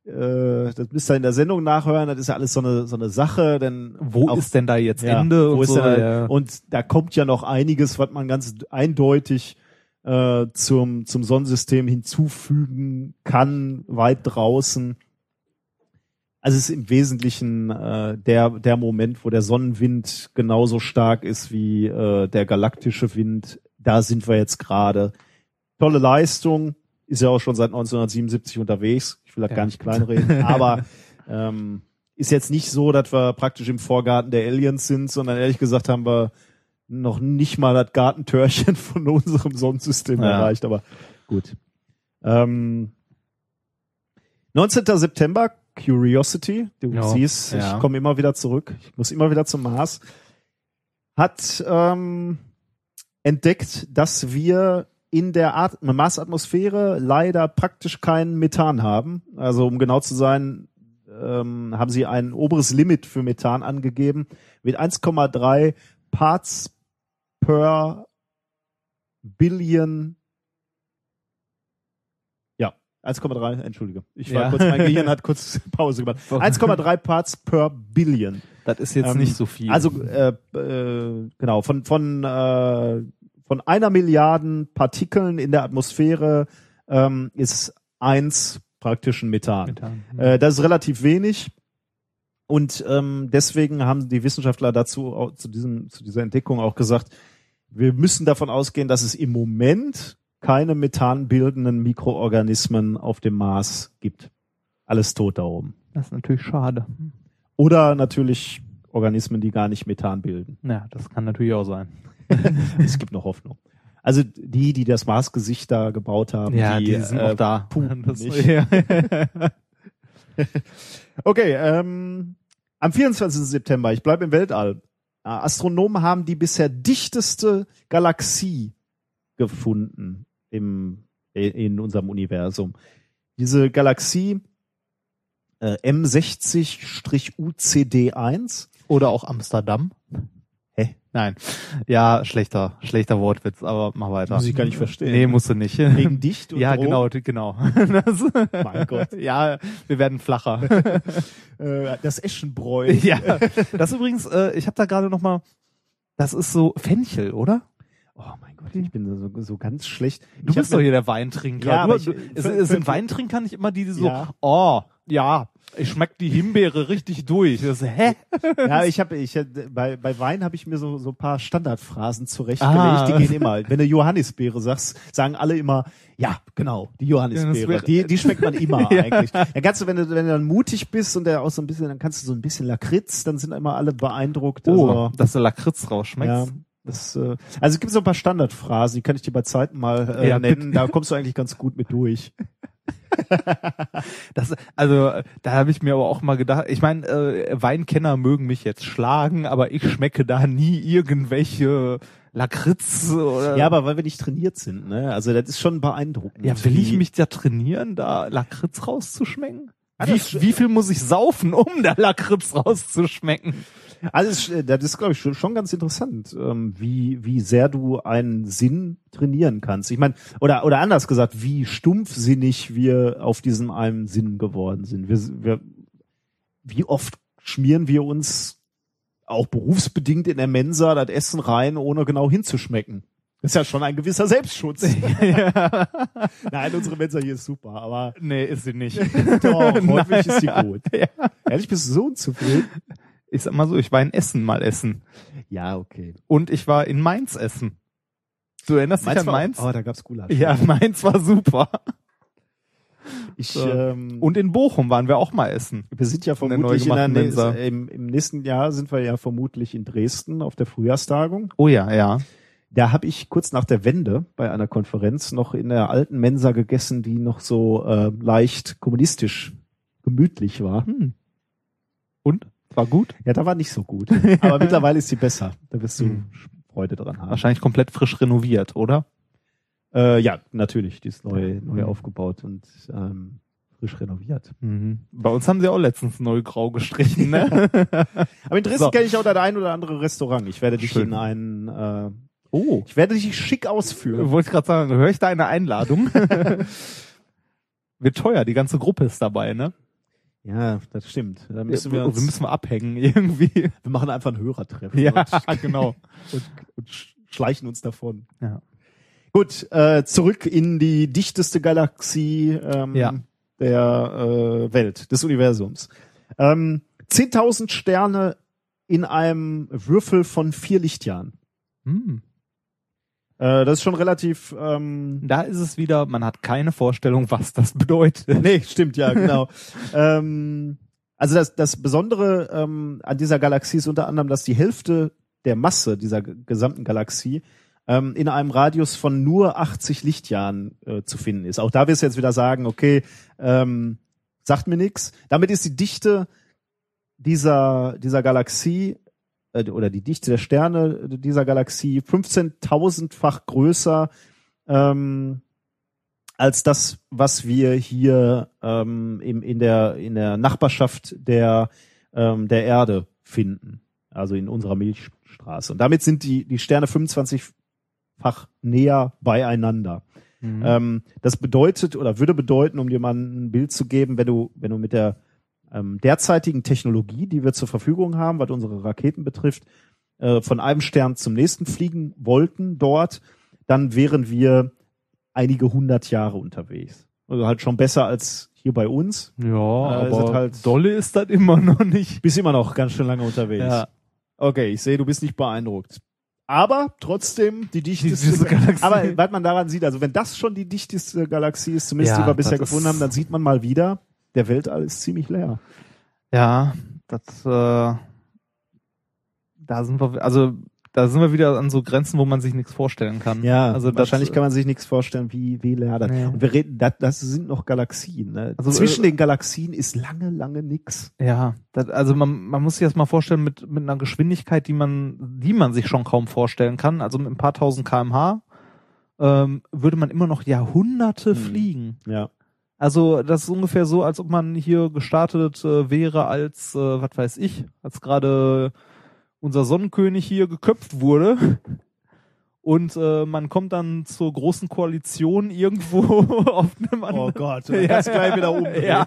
[SPEAKER 1] äh, das müsst ihr in der Sendung nachhören, das ist ja alles so eine, so eine Sache, denn
[SPEAKER 2] Wo
[SPEAKER 1] auch-
[SPEAKER 2] ist denn da jetzt
[SPEAKER 1] ja,
[SPEAKER 2] Ende?
[SPEAKER 1] wo
[SPEAKER 2] und
[SPEAKER 1] ist
[SPEAKER 2] so,
[SPEAKER 1] denn da-
[SPEAKER 2] ja.
[SPEAKER 1] Und da kommt ja noch einiges, was man ganz eindeutig äh, zum, zum Sonnensystem hinzufügen kann, weit draußen. Also es ist im Wesentlichen äh, der, der Moment, wo der Sonnenwind genauso stark ist wie äh, der galaktische Wind. Da sind wir jetzt gerade. Tolle Leistung, ist ja auch schon seit 1977 unterwegs. Ich will das
[SPEAKER 2] Ja.
[SPEAKER 1] gar nicht kleinreden, aber [laughs] ähm, ist jetzt nicht so, dass wir praktisch im Vorgarten der Aliens sind, sondern ehrlich gesagt haben wir noch nicht mal das Gartentörchen [laughs] von unserem Sonnensystem
[SPEAKER 2] Ja.
[SPEAKER 1] erreicht, aber gut. Ähm, 19. September, Curiosity, du
[SPEAKER 2] Ja.
[SPEAKER 1] siehst,
[SPEAKER 2] Ja.
[SPEAKER 1] ich komme immer wieder zurück, ich muss immer wieder zum Mars, hat ähm, entdeckt, dass wir in der At Marsatmosphäre leider praktisch keinen Methan haben. Also um genau zu sein, äh, ähm, haben sie ein oberes Limit für Methan angegeben mit 1,3 Parts per Billion. Ja, 1,3, entschuldige. Ich war
[SPEAKER 2] Ja.
[SPEAKER 1] kurz, mein Gehirn hat kurz [laughs] Pause gemacht. 1,3 Parts per Billion.
[SPEAKER 2] Das ist jetzt
[SPEAKER 1] Ähm,
[SPEAKER 2] nicht so viel.
[SPEAKER 1] Also äh, äh, genau von von äh, von einer Milliarden Partikeln in der Atmosphäre ähm, ist eins praktisch ein Methan.
[SPEAKER 2] Methan.
[SPEAKER 1] Äh, das ist relativ wenig. Und ähm, deswegen haben die Wissenschaftler dazu auch, zu diesem zu dieser Entdeckung auch gesagt, wir müssen davon ausgehen, dass es im Moment keine methanbildenden Mikroorganismen auf dem Mars gibt. Alles tot da oben.
[SPEAKER 2] Das ist natürlich schade.
[SPEAKER 1] Oder natürlich Organismen, die gar nicht Methan bilden.
[SPEAKER 2] [laughs] Ja, das kann natürlich auch sein.
[SPEAKER 1] es gibt noch Hoffnung. Also die, die das Marsgesicht da gebaut haben, die, äh,
[SPEAKER 2] da.
[SPEAKER 1] pupen
[SPEAKER 2] Das,
[SPEAKER 1] nicht.
[SPEAKER 2] ja.
[SPEAKER 1] Okay, ähm, am 24. September, ich bleibe im Weltall. Äh, Astronomen haben die bisher dichteste Galaxie gefunden im, äh, in unserem Universum. Diese Galaxie äh,
[SPEAKER 2] [laughs]
[SPEAKER 1] M60-UCD1.
[SPEAKER 2] [laughs] Oder auch Amsterdam.
[SPEAKER 1] Hä?
[SPEAKER 2] Nein. Ja, schlechter, schlechter Wortwitz, aber mach weiter.
[SPEAKER 1] Muss ich gar nicht verstehen.
[SPEAKER 2] Nee, musst du nicht. [laughs]
[SPEAKER 1] Wegen dicht und
[SPEAKER 2] ja,
[SPEAKER 1] Drogen.
[SPEAKER 2] genau, d- genau. [laughs] Das,
[SPEAKER 1] Mein Gott.
[SPEAKER 2] [laughs] Ja, wir
[SPEAKER 1] [laughs]
[SPEAKER 2] werden flacher.
[SPEAKER 1] Äh, das
[SPEAKER 2] [laughs]
[SPEAKER 1] Eschenbräu.
[SPEAKER 2] ja. Das übrigens, äh, ich habe da gerade noch mal das ist so Fenchel, oder?
[SPEAKER 1] Oh mein Gott, ich bin so, so ganz schlecht.
[SPEAKER 2] Du
[SPEAKER 1] Ich hab
[SPEAKER 2] bist doch hier der Weintrinker.
[SPEAKER 1] Ja,
[SPEAKER 2] du,
[SPEAKER 1] aber ich-
[SPEAKER 2] du, es, es sind Weintrinker nicht immer die, die so,
[SPEAKER 1] Ja.
[SPEAKER 2] oh, ja, ich schmeck die Himbeere richtig durch. Das, hä?
[SPEAKER 1] Ja, ich habe ich hätt- bei bei Wein habe ich mir so so ein paar Standardphrasen zurechtgelegt,
[SPEAKER 2] Ah.
[SPEAKER 1] die gehen immer. Wenn du Johannisbeere sagst, sagen alle immer, ja, genau, die Johannisbeere,
[SPEAKER 2] Johannisbeere.
[SPEAKER 1] die die schmeckt man immer
[SPEAKER 2] [laughs] Ja.
[SPEAKER 1] eigentlich. Dann kannst du, wenn du wenn du dann mutig bist und der auch so ein bisschen, dann kannst du so ein bisschen Lakritz, dann sind immer alle beeindruckt.
[SPEAKER 2] Oh,
[SPEAKER 1] Also,
[SPEAKER 2] dass der Lakritz rausschmeckt.
[SPEAKER 1] ja. Das, äh, also es gibt so ein paar Standardphrasen, die kann ich dir bei Zeiten mal äh,
[SPEAKER 2] Ja,
[SPEAKER 1] nennen. Da kommst du eigentlich ganz gut mit
[SPEAKER 2] [laughs]
[SPEAKER 1] durch.
[SPEAKER 2] Das, also äh, da habe ich mir aber auch mal gedacht, ich meine, äh, Weinkenner mögen mich jetzt schlagen, aber ich schmecke da nie irgendwelche Lakritz oder.
[SPEAKER 1] Ja, aber weil wir nicht trainiert sind, ne? Also das ist schon beeindruckend.
[SPEAKER 2] Ähm. ja will ich
[SPEAKER 1] Wie-
[SPEAKER 2] mich da trainieren, da Lakritz rauszuschmecken?
[SPEAKER 1] Ah,
[SPEAKER 2] Wie,
[SPEAKER 1] das-
[SPEAKER 2] wie viel muss ich saufen, um da Lakritz rauszuschmecken?
[SPEAKER 1] Also es ist, das ist, glaube ich, schon- schon ganz interessant, ähm, wie, wie sehr du einen Sinn trainieren kannst. Ich meine, oder, oder anders gesagt, wie stumpfsinnig wir auf diesem einen Sinn geworden sind. Wir, wir, wie oft schmieren wir uns auch berufsbedingt in der Mensa das Essen rein, ohne genau hinzuschmecken. Das ist ja schon ein gewisser
[SPEAKER 2] [laughs]
[SPEAKER 1] Selbstschutz.
[SPEAKER 2] ja.
[SPEAKER 1] Nein, unsere Mensa hier ist super,
[SPEAKER 2] [laughs]
[SPEAKER 1] aber
[SPEAKER 2] [laughs] Nee, ist sie nicht.
[SPEAKER 1] doch, häufig
[SPEAKER 2] Nein.
[SPEAKER 1] ist sie gut.
[SPEAKER 2] Ja.
[SPEAKER 1] Ehrlich, bist du so unzufrieden?
[SPEAKER 2] Ich sag mal so, ich war in Essen mal essen.
[SPEAKER 1] Ja, okay.
[SPEAKER 2] Und ich war in Mainz essen. Du erinnerst dich an
[SPEAKER 1] war-
[SPEAKER 2] Mainz?
[SPEAKER 1] Oh, da gab's Gulasch.
[SPEAKER 2] ja, [laughs] Mainz war super.
[SPEAKER 1] Ich,
[SPEAKER 2] So.
[SPEAKER 1] ähm,
[SPEAKER 2] Und in Bochum waren wir auch mal essen.
[SPEAKER 1] Wir sind ja
[SPEAKER 2] In der
[SPEAKER 1] vermutlich in der
[SPEAKER 2] neugemachten Mensa.
[SPEAKER 1] Nä- im, im nächsten Jahr sind wir ja vermutlich in Dresden auf der Frühjahrstagung.
[SPEAKER 2] Oh ja, ja.
[SPEAKER 1] Da habe ich kurz nach der Wende bei einer Konferenz noch in der alten Mensa gegessen, die noch so äh, leicht kommunistisch gemütlich war.
[SPEAKER 2] Hm. Und? War gut?
[SPEAKER 1] Ja, da war nicht so gut.
[SPEAKER 2] [laughs]
[SPEAKER 1] Aber mittlerweile ist sie besser. Da wirst du
[SPEAKER 2] Hm.
[SPEAKER 1] Freude dran haben.
[SPEAKER 2] Wahrscheinlich komplett frisch renoviert, oder?
[SPEAKER 1] Äh, ja, natürlich. Die ist neu, neu
[SPEAKER 2] Mhm.
[SPEAKER 1] aufgebaut und ähm, frisch renoviert.
[SPEAKER 2] Bei uns haben sie auch letztens neu grau gestrichen, ne? [laughs]
[SPEAKER 1] Aber in Dresden
[SPEAKER 2] So.
[SPEAKER 1] kenne ich auch das ein oder andere Restaurant. Ich werde dich
[SPEAKER 2] Schön.
[SPEAKER 1] in einen, äh,
[SPEAKER 2] Oh.
[SPEAKER 1] ich werde dich schick ausführen.
[SPEAKER 2] Wollte ich gerade sagen, höre ich da eine [laughs] Einladung? Wird teuer, die ganze Gruppe ist dabei, ne?
[SPEAKER 1] Ja, das stimmt. Da müssen wir,
[SPEAKER 2] Wir
[SPEAKER 1] uns, wir, [laughs]
[SPEAKER 2] müssen abhängen irgendwie.
[SPEAKER 1] machen einfach ein Hörertreffen
[SPEAKER 2] Ja,
[SPEAKER 1] [laughs] und,
[SPEAKER 2] genau.
[SPEAKER 1] und, und sch- schleichen uns davon.
[SPEAKER 2] Ja.
[SPEAKER 1] Gut, äh, zurück in die dichteste Galaxie ähm,
[SPEAKER 2] Ja.
[SPEAKER 1] der äh, Welt, des Universums. Ähm, 10.000 Sterne in einem Würfel von vier Lichtjahren.
[SPEAKER 2] Hm.
[SPEAKER 1] Äh, das ist schon relativ... Ähm,
[SPEAKER 2] Da ist es wieder, man hat keine Vorstellung, was das [laughs] bedeutet.
[SPEAKER 1] [laughs] Nee, stimmt, ja, genau. ähm, also das, das Besondere ähm, an dieser Galaxie ist unter anderem, dass die Hälfte der Masse dieser g- gesamten Galaxie ähm, in einem Radius von nur 80 Lichtjahren äh, zu finden ist. Auch da wirst du jetzt wieder sagen, okay, ähm, sagt mir nichts. Damit ist die Dichte dieser, dieser Galaxie äh, oder die Dichte der Sterne dieser Galaxie 15.000-fach größer ähm, als das, was wir hier ähm, im, in, der, in der Nachbarschaft der, ähm, der Erde finden. Also in unserer Milchstraße. Und damit sind die, die Sterne 25-fach näher beieinander.
[SPEAKER 2] Mhm. Äh,
[SPEAKER 1] Ähm, das bedeutet oder würde bedeuten, um dir mal ein Bild zu geben, wenn du, wenn du mit der ähm, derzeitigen Technologie, die wir zur Verfügung haben, was unsere Raketen betrifft, äh, von einem Stern zum nächsten fliegen wollten dort, dann wären wir einige hundert Jahre unterwegs. Also halt schon besser als hier bei uns.
[SPEAKER 2] Ja,
[SPEAKER 1] ist
[SPEAKER 2] aber
[SPEAKER 1] es halt-
[SPEAKER 2] dolle äh, ist das immer [laughs] noch nicht.
[SPEAKER 1] Bist immer noch ganz schön lange unterwegs.
[SPEAKER 2] Ja.
[SPEAKER 1] Okay, ich sehe, du bist nicht beeindruckt. Aber trotzdem die dichteste
[SPEAKER 2] dichteste Galaxie.
[SPEAKER 1] Aber was man daran sieht, also wenn das schon die dichteste Galaxie ist, zumindest
[SPEAKER 2] Ja,
[SPEAKER 1] die wir bisher
[SPEAKER 2] das ist-
[SPEAKER 1] gefunden haben, dann sieht man mal wieder, der Weltall ist ziemlich leer.
[SPEAKER 2] Ja, das, äh, da sind wir, also, da sind wir wieder an so Grenzen, wo man sich nichts vorstellen kann. also das-
[SPEAKER 1] wahrscheinlich kann man sich nichts vorstellen, wie, wie leer das.
[SPEAKER 2] Nee.
[SPEAKER 1] Und wir reden, das, das sind noch Galaxien. Ne?
[SPEAKER 2] Also,
[SPEAKER 1] Zwischen
[SPEAKER 2] äh,
[SPEAKER 1] den Galaxien ist lange, lange nix.
[SPEAKER 2] Ja, das, also man, man muss sich das mal vorstellen mit, mit einer Geschwindigkeit, die man, die man sich schon kaum vorstellen kann. Also mit ein paar tausend kmh ähm, würde man immer noch Jahrhunderte
[SPEAKER 1] Hm.
[SPEAKER 2] fliegen.
[SPEAKER 1] Ja.
[SPEAKER 2] Also das ist ungefähr so, als ob man hier gestartet äh, wäre als, äh, was weiß ich, als gerade unser Sonnenkönig hier geköpft wurde. Und äh, man kommt dann zur großen Koalition irgendwo [laughs] auf einem anderen. [laughs]
[SPEAKER 1] Gott,
[SPEAKER 2] dann kannst du Oh gleich wieder umdrehen.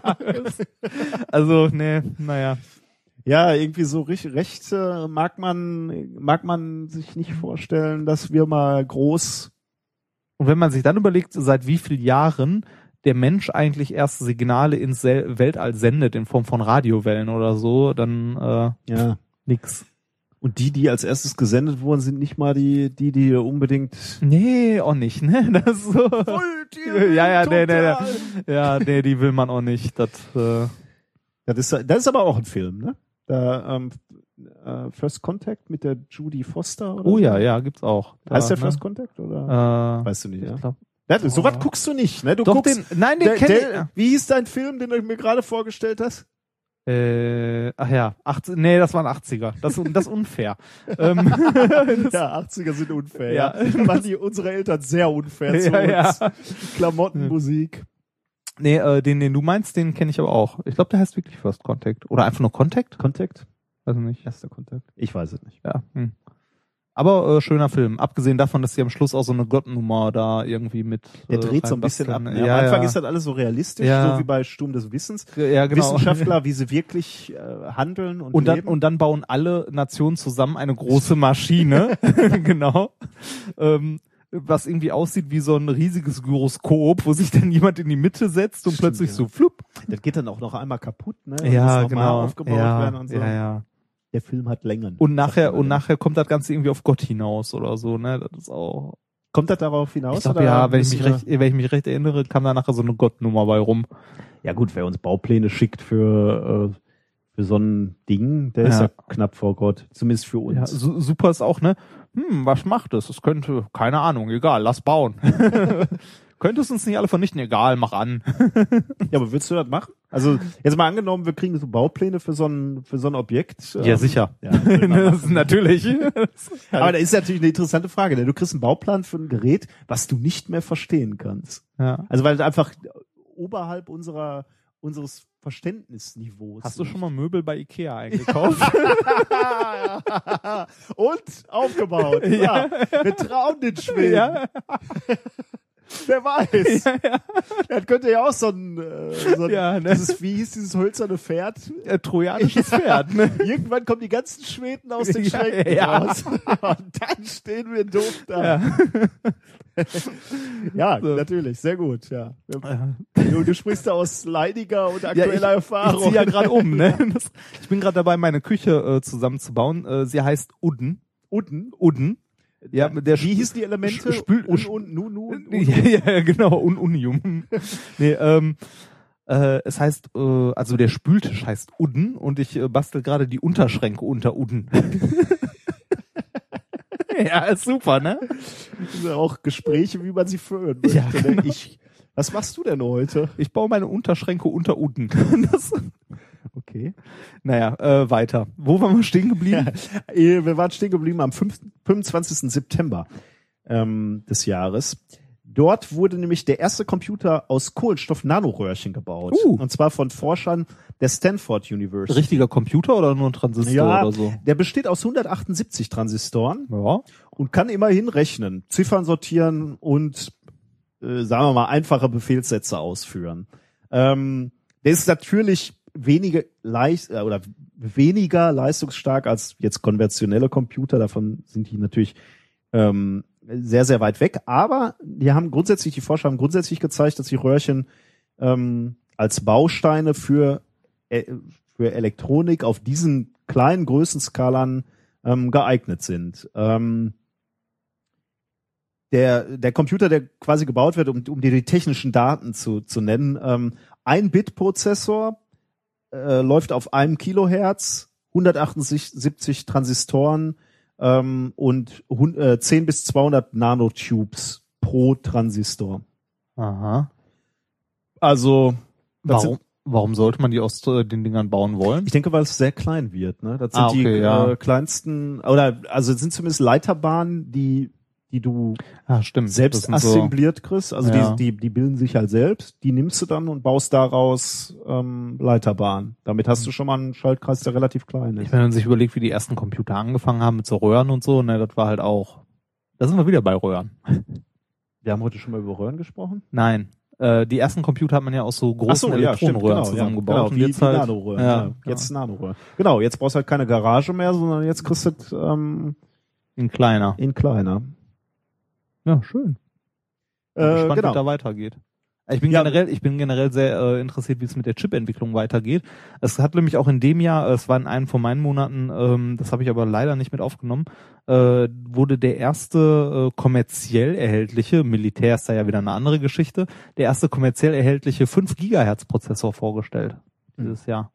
[SPEAKER 2] Also, nee, naja.
[SPEAKER 1] Ja, irgendwie so recht, recht äh, mag man mag man sich nicht vorstellen, dass wir mal groß.
[SPEAKER 2] Und wenn man sich dann überlegt, seit wie vielen Jahren der Mensch eigentlich erste Signale ins Sel Weltall sendet in Form von Radiowellen oder so, dann äh,
[SPEAKER 1] Ja.
[SPEAKER 2] nix.
[SPEAKER 1] Und die, die als erstes gesendet wurden, sind nicht mal die, die, die
[SPEAKER 2] [laughs]
[SPEAKER 1] unbedingt.
[SPEAKER 2] Nee, auch nicht, ne? [laughs] Das ist so. ja, ja, nee, nee, nee. Ja, nee, die will man auch nicht. Das, äh,
[SPEAKER 1] Das ist, das ist aber auch ein Film, ne? Da, ähm, äh, First Contact mit der Judy Foster. Oder
[SPEAKER 2] oh
[SPEAKER 1] so?
[SPEAKER 2] ja, ja, gibt's auch. Da,
[SPEAKER 1] Heißt der
[SPEAKER 2] ne?
[SPEAKER 1] First Contact oder?
[SPEAKER 2] Äh,
[SPEAKER 1] Weißt du nicht, ja?
[SPEAKER 2] ich glaub,
[SPEAKER 1] Das, so was
[SPEAKER 2] Oh.
[SPEAKER 1] guckst du nicht, ne? Du
[SPEAKER 2] doch,
[SPEAKER 1] guckst
[SPEAKER 2] den, nein, den
[SPEAKER 1] der,
[SPEAKER 2] kenn
[SPEAKER 1] der, Wie hieß dein Film, den du mir gerade vorgestellt hast?
[SPEAKER 2] ich. Äh, ach ja, 80, nee, das waren 80er. Das,
[SPEAKER 1] [laughs]
[SPEAKER 2] das ist unfair. ähm,
[SPEAKER 1] Ja, 80er sind unfair.
[SPEAKER 2] Ja.
[SPEAKER 1] Da waren die, unsere Eltern sehr unfair zu
[SPEAKER 2] [laughs] Ja,
[SPEAKER 1] uns.
[SPEAKER 2] ja.
[SPEAKER 1] Klamotten,
[SPEAKER 2] Hm.
[SPEAKER 1] Musik.
[SPEAKER 2] Nee, äh, den, den du meinst, den kenne ich aber auch. Ich glaube, der heißt wirklich First Contact. Oder einfach nur Contact?
[SPEAKER 1] Kontakt?
[SPEAKER 2] Also nicht.
[SPEAKER 1] Erster Kontakt. Ich weiß es nicht.
[SPEAKER 2] Ja. Hm. Aber äh, schöner Film. Abgesehen davon, dass sie am Schluss auch so eine Gottnummer da irgendwie mit.
[SPEAKER 1] Der
[SPEAKER 2] äh,
[SPEAKER 1] dreht so ein bisschen ab.
[SPEAKER 2] reinbasteln.
[SPEAKER 1] ne?
[SPEAKER 2] Ja,
[SPEAKER 1] Am Anfang
[SPEAKER 2] ja.
[SPEAKER 1] ist das alles so realistisch,
[SPEAKER 2] Ja.
[SPEAKER 1] so wie bei Sturm des Wissens.
[SPEAKER 2] ja, genau. [laughs]
[SPEAKER 1] Wissenschaftler, wie sie wirklich äh, handeln und,
[SPEAKER 2] Und dann,
[SPEAKER 1] leben.
[SPEAKER 2] und dann bauen alle Nationen zusammen eine große Maschine. [laughs] genau. Ähm, was irgendwie aussieht wie so ein riesiges Gyroskop, wo sich dann jemand in die Mitte setzt und
[SPEAKER 1] Stimmt,
[SPEAKER 2] plötzlich
[SPEAKER 1] ja.
[SPEAKER 2] so flupp. genau.
[SPEAKER 1] das geht dann auch noch einmal kaputt, ne? Und muss noch mal aufgebaut
[SPEAKER 2] ja,
[SPEAKER 1] werden und so.
[SPEAKER 2] ja, ja.
[SPEAKER 1] Der Film hat Längen.
[SPEAKER 2] Und nachher,
[SPEAKER 1] Sagt man
[SPEAKER 2] und
[SPEAKER 1] ja.
[SPEAKER 2] nachher kommt das Ganze irgendwie auf Gott hinaus oder so, ne? Das ist auch.
[SPEAKER 1] Kommt das darauf hinaus?
[SPEAKER 2] ich glaube,
[SPEAKER 1] oder
[SPEAKER 2] ja, wenn ich,
[SPEAKER 1] müssen
[SPEAKER 2] mich
[SPEAKER 1] wir-
[SPEAKER 2] recht, wenn ich mich recht erinnere, kam da nachher so eine Gottnummer bei rum.
[SPEAKER 1] Ja gut, wer uns Baupläne schickt für, äh, für so ein Ding, der ist
[SPEAKER 2] Ja.
[SPEAKER 1] ja knapp vor Gott. Zumindest für
[SPEAKER 2] Ja,
[SPEAKER 1] uns.
[SPEAKER 2] su super ist auch, ne? Hm, was macht es? Es könnte, keine Ahnung, egal, lass bauen. [laughs] könnte es uns nicht alle vernichten? Egal, mach an.
[SPEAKER 1] Ja, aber würdest du das machen? Also jetzt mal angenommen, wir kriegen so Baupläne für so ein, für so ein Objekt. ähm,
[SPEAKER 2] sicher.
[SPEAKER 1] Ja,
[SPEAKER 2] [laughs]
[SPEAKER 1] würde man
[SPEAKER 2] das
[SPEAKER 1] machen.
[SPEAKER 2] ist natürlich.
[SPEAKER 1] aber das ist natürlich eine interessante Frage, denn du kriegst einen Bauplan für ein Gerät, was du nicht mehr verstehen kannst.
[SPEAKER 2] [laughs] ja.
[SPEAKER 1] Also weil das einfach oberhalb unserer unseres Verständnisniveaus.
[SPEAKER 2] Hast du
[SPEAKER 1] liegt.
[SPEAKER 2] schon mal Möbel bei Ikea eingekauft?
[SPEAKER 1] [laughs]
[SPEAKER 2] [laughs]
[SPEAKER 1] und aufgebaut. Ja. Wir trauen den Schweden. Wer weiß. Das könnte ja auch so ein, äh, so ein
[SPEAKER 2] Ja, ne?
[SPEAKER 1] dieses, wie hieß dieses hölzerne Pferd?
[SPEAKER 2] Äh, Trojanisches Pferd, [laughs] ne?
[SPEAKER 1] Irgendwann kommen die ganzen Schweden aus den
[SPEAKER 2] Ja,
[SPEAKER 1] Schränken
[SPEAKER 2] ja.
[SPEAKER 1] raus. Und dann stehen wir doof da.
[SPEAKER 2] Ja.
[SPEAKER 1] [laughs] Ja,
[SPEAKER 2] So.
[SPEAKER 1] natürlich. Sehr gut, ja.
[SPEAKER 2] Ja.
[SPEAKER 1] Du, du sprichst da aus leidiger und aktueller
[SPEAKER 2] ich- Ich
[SPEAKER 1] Erfahrung.
[SPEAKER 2] zieh ja gerade um, ne? [laughs] Das, ich bin gerade dabei, meine Küche äh, zusammenzubauen. Äh, sie heißt Udden.
[SPEAKER 1] Unten.
[SPEAKER 2] Udden. Ja, mit der
[SPEAKER 1] Wie hieß die Elemente?
[SPEAKER 2] Spül-
[SPEAKER 1] und, und, nu,
[SPEAKER 2] [laughs]
[SPEAKER 1] nu, und,
[SPEAKER 2] ja, ja, genau, Un [laughs] Unium. nee, ähm, äh, es heißt, äh, also der Spültisch heißt Udden und ich äh, bastel gerade die Unterschränke unter Udden. [laughs] ja, ist super, ne?
[SPEAKER 1] Sind ja auch Gespräche, wie man sie führen möchte.
[SPEAKER 2] Ja, genau.
[SPEAKER 1] ich, was machst du denn heute?
[SPEAKER 2] Ich baue meine Unterschränke unter [laughs] Udden. das,
[SPEAKER 1] Okay.
[SPEAKER 2] naja, äh, weiter. Wo waren wir stehen geblieben?
[SPEAKER 1] Äh, Wir waren stehen geblieben am 5, 25. September ähm, des Jahres. Dort wurde nämlich der erste Computer aus Kohlenstoff-Nanoröhrchen gebaut.
[SPEAKER 2] Uh.
[SPEAKER 1] Und zwar von Forschern der Stanford University.
[SPEAKER 2] Richtiger Computer oder nur ein Transistor
[SPEAKER 1] Ja,
[SPEAKER 2] oder so?
[SPEAKER 1] der besteht aus 178 Transistoren
[SPEAKER 2] Ja.
[SPEAKER 1] und kann immerhin rechnen, Ziffern sortieren und, äh, sagen wir mal, einfache Befehlssätze ausführen. Ähm, der ist natürlich weniger leicht äh, oder weniger leistungsstark als jetzt konventionelle Computer. Davon sind die natürlich ähm, sehr, sehr weit weg. Aber die haben grundsätzlich, die Forscher haben grundsätzlich gezeigt, dass die Röhrchen ähm, als Bausteine für, äh, für Elektronik auf diesen kleinen Größenskalen ähm, geeignet sind. Ähm, der, der Computer, der quasi gebaut wird, um, um dir die technischen Daten zu, zu nennen, ähm, ein Bit-Prozessor äh, läuft auf einem Kilohertz, 178 Transistoren ähm, und hun- äh, 10 bis 200 Nanotubes pro Transistor.
[SPEAKER 2] Aha.
[SPEAKER 1] Also das
[SPEAKER 2] Warum,
[SPEAKER 1] Sind,
[SPEAKER 2] warum sollte man die aus äh, den Dingern bauen wollen?
[SPEAKER 1] ich denke, weil es sehr klein wird. Ne? Das sind
[SPEAKER 2] Ah, okay,
[SPEAKER 1] die
[SPEAKER 2] ja.
[SPEAKER 1] äh, kleinsten oder also es sind zumindest Leiterbahnen, die die du
[SPEAKER 2] ah, stimmt. Das
[SPEAKER 1] selbst
[SPEAKER 2] sind so,
[SPEAKER 1] assembliert kriegst. Also
[SPEAKER 2] Ja.
[SPEAKER 1] die, die, die bilden sich halt selbst. Die nimmst du dann und baust daraus ähm, Leiterbahn. Damit hast du schon mal einen Schaltkreis, der relativ klein ist.
[SPEAKER 2] wenn man sich überlegt, wie die ersten Computer angefangen haben mit so Röhren und so, ne, das war halt auch. Da sind wir wieder bei Röhren.
[SPEAKER 1] Wir haben heute schon mal über Röhren gesprochen.
[SPEAKER 2] Nein. Äh, die ersten Computer hat man ja aus so großen Elektronenröhren zusammengebaut.
[SPEAKER 1] genau,
[SPEAKER 2] und
[SPEAKER 1] wie,
[SPEAKER 2] jetzt
[SPEAKER 1] wie
[SPEAKER 2] halt,
[SPEAKER 1] Nanoröhren.
[SPEAKER 2] Ja,
[SPEAKER 1] Ja,
[SPEAKER 2] genau.
[SPEAKER 1] Jetzt Nanoröhren. Genau, jetzt brauchst du halt keine Garage mehr, sondern jetzt kriegst du das, ähm,
[SPEAKER 2] ein kleiner.
[SPEAKER 1] in kleiner.
[SPEAKER 2] Ja, schön. Bin
[SPEAKER 1] Äh,
[SPEAKER 2] gespannt,
[SPEAKER 1] genau.
[SPEAKER 2] wie da weitergeht. Ich bin
[SPEAKER 1] Ja.
[SPEAKER 2] generell, ich bin generell sehr äh, interessiert, wie es mit der Chip-Entwicklung weitergeht. Es hat nämlich auch in dem Jahr, äh, es war in einem von meinen Monaten, ähm, das habe ich aber leider nicht mit aufgenommen, äh, wurde der erste äh, kommerziell erhältliche, Militär ist da ja wieder eine andere Geschichte, der erste kommerziell erhältliche 5 Gigahertz Prozessor vorgestellt dieses Jahr.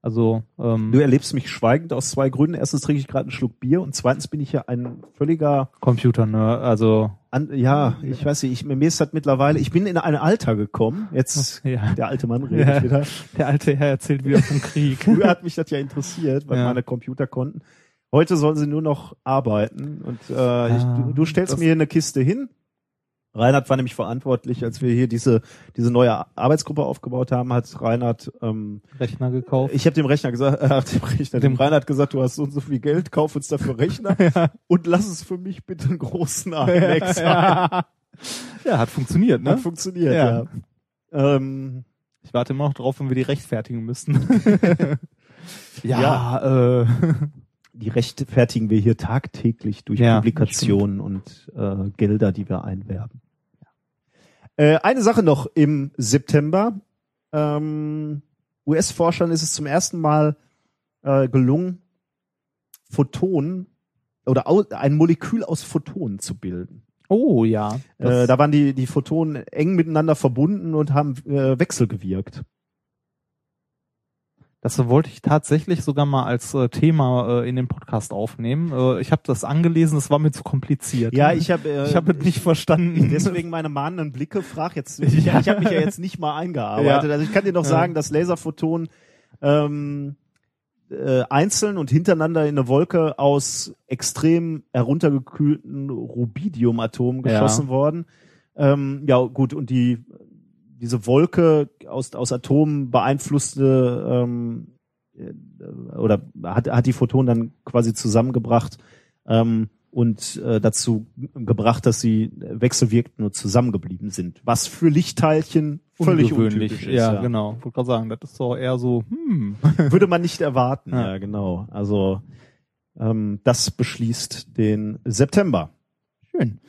[SPEAKER 2] Also ähm,
[SPEAKER 1] Du erlebst mich schweigend aus zwei Gründen. Erstens trinke ich gerade einen Schluck Bier und zweitens bin ich ja ein völliger
[SPEAKER 2] Computer, ne? Also
[SPEAKER 1] An, ja, ich weiß nicht, ich, mir ist das mittlerweile, ich bin in ein Alter gekommen, jetzt
[SPEAKER 2] ja,
[SPEAKER 1] der alte Mann redet
[SPEAKER 2] Ja.
[SPEAKER 1] wieder.
[SPEAKER 2] der alte Herr erzählt wieder vom Krieg.
[SPEAKER 1] Früher hat mich das ja interessiert, weil
[SPEAKER 2] Ja.
[SPEAKER 1] meine Computer konnten. Heute sollen sie nur noch arbeiten und äh, ich, du, du stellst
[SPEAKER 2] Ah, das-
[SPEAKER 1] mir hier eine Kiste hin. Reinhard war nämlich verantwortlich, als wir hier diese, diese neue Arbeitsgruppe aufgebaut haben, hat Reinhard, ähm,
[SPEAKER 2] Rechner gekauft.
[SPEAKER 1] ich habe dem Rechner gesagt, [laughs] äh, dem, Rechner, dem
[SPEAKER 2] Dem-
[SPEAKER 1] Reinhard gesagt, du hast so und so viel Geld, kauf uns dafür Rechner
[SPEAKER 2] [laughs] Ja.
[SPEAKER 1] und lass es für mich bitte einen großen iMac sein.
[SPEAKER 2] [laughs] Ja, hat funktioniert,
[SPEAKER 1] Hat
[SPEAKER 2] ne?
[SPEAKER 1] funktioniert,
[SPEAKER 2] Ja.
[SPEAKER 1] ja. Ähm,
[SPEAKER 2] Ich warte immer noch drauf, wenn wir die rechtfertigen müssen.
[SPEAKER 1] [laughs]
[SPEAKER 2] ja, äh,
[SPEAKER 1] die rechtfertigen wir hier tagtäglich durch
[SPEAKER 2] Ja,
[SPEAKER 1] Publikationen und äh, Gelder, die wir einwerben. Äh, eine Sache noch im September. Ähm, US-Forschern ist es zum ersten Mal äh, gelungen, Photonen oder au- ein Molekül aus Photonen zu bilden.
[SPEAKER 2] oh ja.
[SPEAKER 1] Äh, da waren die, die Photonen eng miteinander verbunden und haben äh, Wechsel gewirkt.
[SPEAKER 2] Das wollte ich tatsächlich sogar mal als äh, Thema äh, in den Podcast aufnehmen. Äh, ich habe das angelesen, es war mir zu kompliziert.
[SPEAKER 1] Ja, ich habe äh,
[SPEAKER 2] ich habe es nicht [laughs] verstanden.
[SPEAKER 1] Deswegen [laughs] meine mahnenden Blicke. Frag
[SPEAKER 2] [laughs]
[SPEAKER 1] jetzt, ich,
[SPEAKER 2] Ja.
[SPEAKER 1] ich habe mich ja jetzt nicht mal eingearbeitet.
[SPEAKER 2] Ja.
[SPEAKER 1] Also ich kann dir noch
[SPEAKER 2] Ja.
[SPEAKER 1] sagen, dass Laserphotonen ähm, äh, einzeln und hintereinander in eine Wolke aus extrem heruntergekühlten Rubidium-Atomen
[SPEAKER 2] Ja.
[SPEAKER 1] geschossen worden. Ähm, ja, gut, und die diese Wolke aus, aus Atomen beeinflusste ähm, äh, oder hat, hat die Photonen dann quasi zusammengebracht ähm, und äh, dazu gebracht, dass sie wechselwirkten und zusammengeblieben sind. Was für Lichtteilchen völlig
[SPEAKER 2] ungewöhnlich.
[SPEAKER 1] untypisch ist.
[SPEAKER 2] ja,
[SPEAKER 1] ja.
[SPEAKER 2] genau. Wollte gerade sagen, das ist doch eher so, hm.
[SPEAKER 1] Würde man nicht erwarten.
[SPEAKER 2] Ja.
[SPEAKER 1] Ja, genau. Also ähm, das beschließt den September.
[SPEAKER 2] Schön.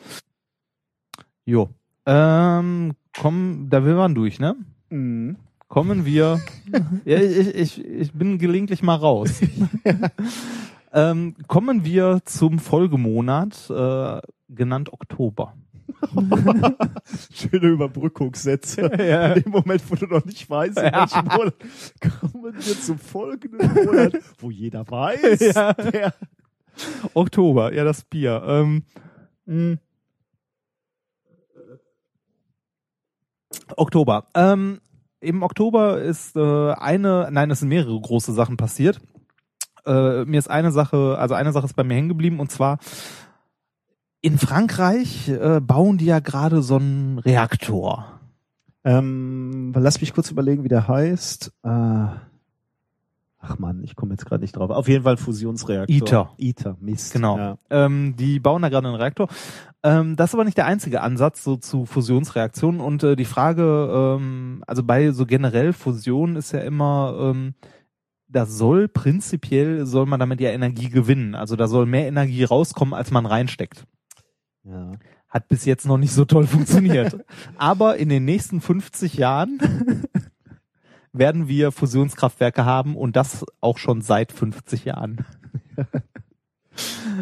[SPEAKER 2] Jo. Ähm, komm, da wir waren durch, ne?
[SPEAKER 1] Mhm.
[SPEAKER 2] kommen wir. ja, ich, ich, ich bin gelegentlich mal raus. ähm, kommen wir zum Folgemonat, äh, genannt Oktober.
[SPEAKER 1] Schöne Überbrückungssätze.
[SPEAKER 2] [laughs] Ja.
[SPEAKER 1] In dem Moment, wo du noch nicht weißt,
[SPEAKER 2] [laughs]
[SPEAKER 1] in
[SPEAKER 2] Ja.
[SPEAKER 1] welchem Monat kommen wir zum folgenden Monat, wo jeder weiß,
[SPEAKER 2] [laughs] Ja.
[SPEAKER 1] der
[SPEAKER 2] Oktober, ja, das Bier. Ähm, mh. Oktober. Ähm, Im Oktober ist äh, eine, nein, es sind mehrere große Sachen passiert. Äh, mir ist eine Sache, also eine Sache ist bei mir hängen geblieben und zwar In Frankreich äh, bauen die ja gerade so einen Reaktor.
[SPEAKER 1] Ähm, lass mich kurz überlegen, wie der heißt. Äh, ach man, ich komme jetzt gerade nicht drauf. Auf jeden Fall Fusionsreaktor.
[SPEAKER 2] ITER.
[SPEAKER 1] ITER, Mist.
[SPEAKER 2] Genau.
[SPEAKER 1] Ja.
[SPEAKER 2] Ähm, die bauen da gerade einen Reaktor. Ähm, das ist aber nicht der einzige Ansatz so zu Fusionsreaktionen. Und äh, die Frage, ähm, also bei so generell Fusion ist ja immer, ähm, da soll prinzipiell, soll man damit ja Energie gewinnen. Also da soll mehr Energie rauskommen, als man reinsteckt.
[SPEAKER 1] Ja.
[SPEAKER 2] Hat bis jetzt noch nicht so toll funktioniert. Aber in den nächsten 50 Jahren [laughs] werden wir Fusionskraftwerke haben und das auch schon seit 50 Jahren.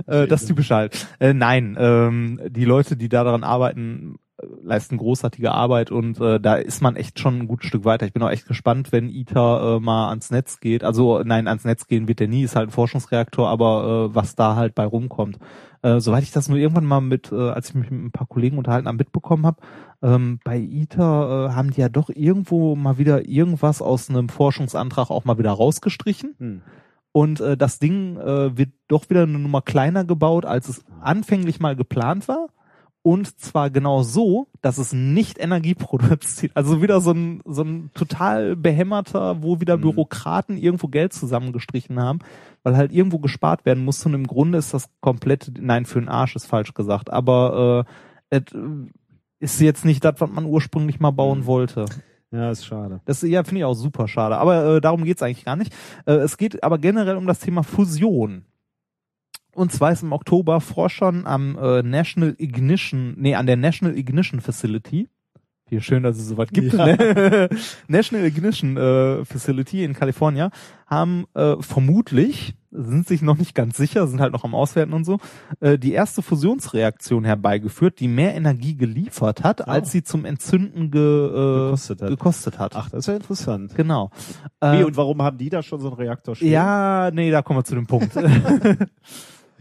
[SPEAKER 2] äh, das ist typisch halt. Äh, nein, ähm, die Leute, die da daran arbeiten, äh, leisten großartige Arbeit und äh, da ist man echt schon ein gutes Stück weiter. Ich bin auch echt gespannt, wenn ITER äh, mal ans Netz geht. Also nein, ans Netz gehen wird er nie, ist halt ein Forschungsreaktor, aber äh, was da halt bei rumkommt. Äh, soweit ich das nur irgendwann mal mit, äh, als ich mich mit ein paar Kollegen unterhalten habe, mitbekommen habe, ähm, bei ITER äh, haben die ja doch irgendwo mal wieder irgendwas aus einem Forschungsantrag auch mal wieder rausgestrichen.
[SPEAKER 1] Hm.
[SPEAKER 2] Und äh, das Ding äh, wird doch wieder eine Nummer kleiner gebaut, als es anfänglich mal geplant war. Und zwar genau so, dass es nicht Energie [laughs] produziert. Also wieder so ein, so ein total behämmerter, wo wieder
[SPEAKER 1] Mhm.
[SPEAKER 2] Bürokraten irgendwo Geld zusammengestrichen haben, weil halt irgendwo gespart werden muss. Und im Grunde ist das komplett, nein, für den Arsch ist falsch gesagt, aber äh, es ist jetzt nicht das, was man ursprünglich mal bauen
[SPEAKER 1] Mhm.
[SPEAKER 2] wollte.
[SPEAKER 1] ja, ist schade.
[SPEAKER 2] Das ja, finde ich auch super schade. Aber äh, darum geht's eigentlich gar nicht. Äh, es geht aber generell um das Thema Fusion. Und zwar ist im Oktober Forschern am äh, National Ignition, nee, an der National Ignition Facility. Wie schön, dass es sowas gibt.
[SPEAKER 1] Ja.
[SPEAKER 2] Ne? [laughs] National Ignition äh, Facility in Kalifornien haben äh, vermutlich, sind sich noch nicht ganz sicher, sind halt noch am Auswerten und so, äh, die erste Fusionsreaktion herbeigeführt, die mehr Energie geliefert hat, als sie zum Entzünden ge, äh,
[SPEAKER 1] Ah. Gekostet hat.
[SPEAKER 2] gekostet hat.
[SPEAKER 1] Ach, das ist ja interessant.
[SPEAKER 2] Genau.
[SPEAKER 1] Wie
[SPEAKER 2] Ähm,
[SPEAKER 1] und warum haben die da schon so einen Reaktor stehen?
[SPEAKER 2] ja, nee, da kommen wir zu
[SPEAKER 1] [laughs]
[SPEAKER 2] dem Punkt. [laughs]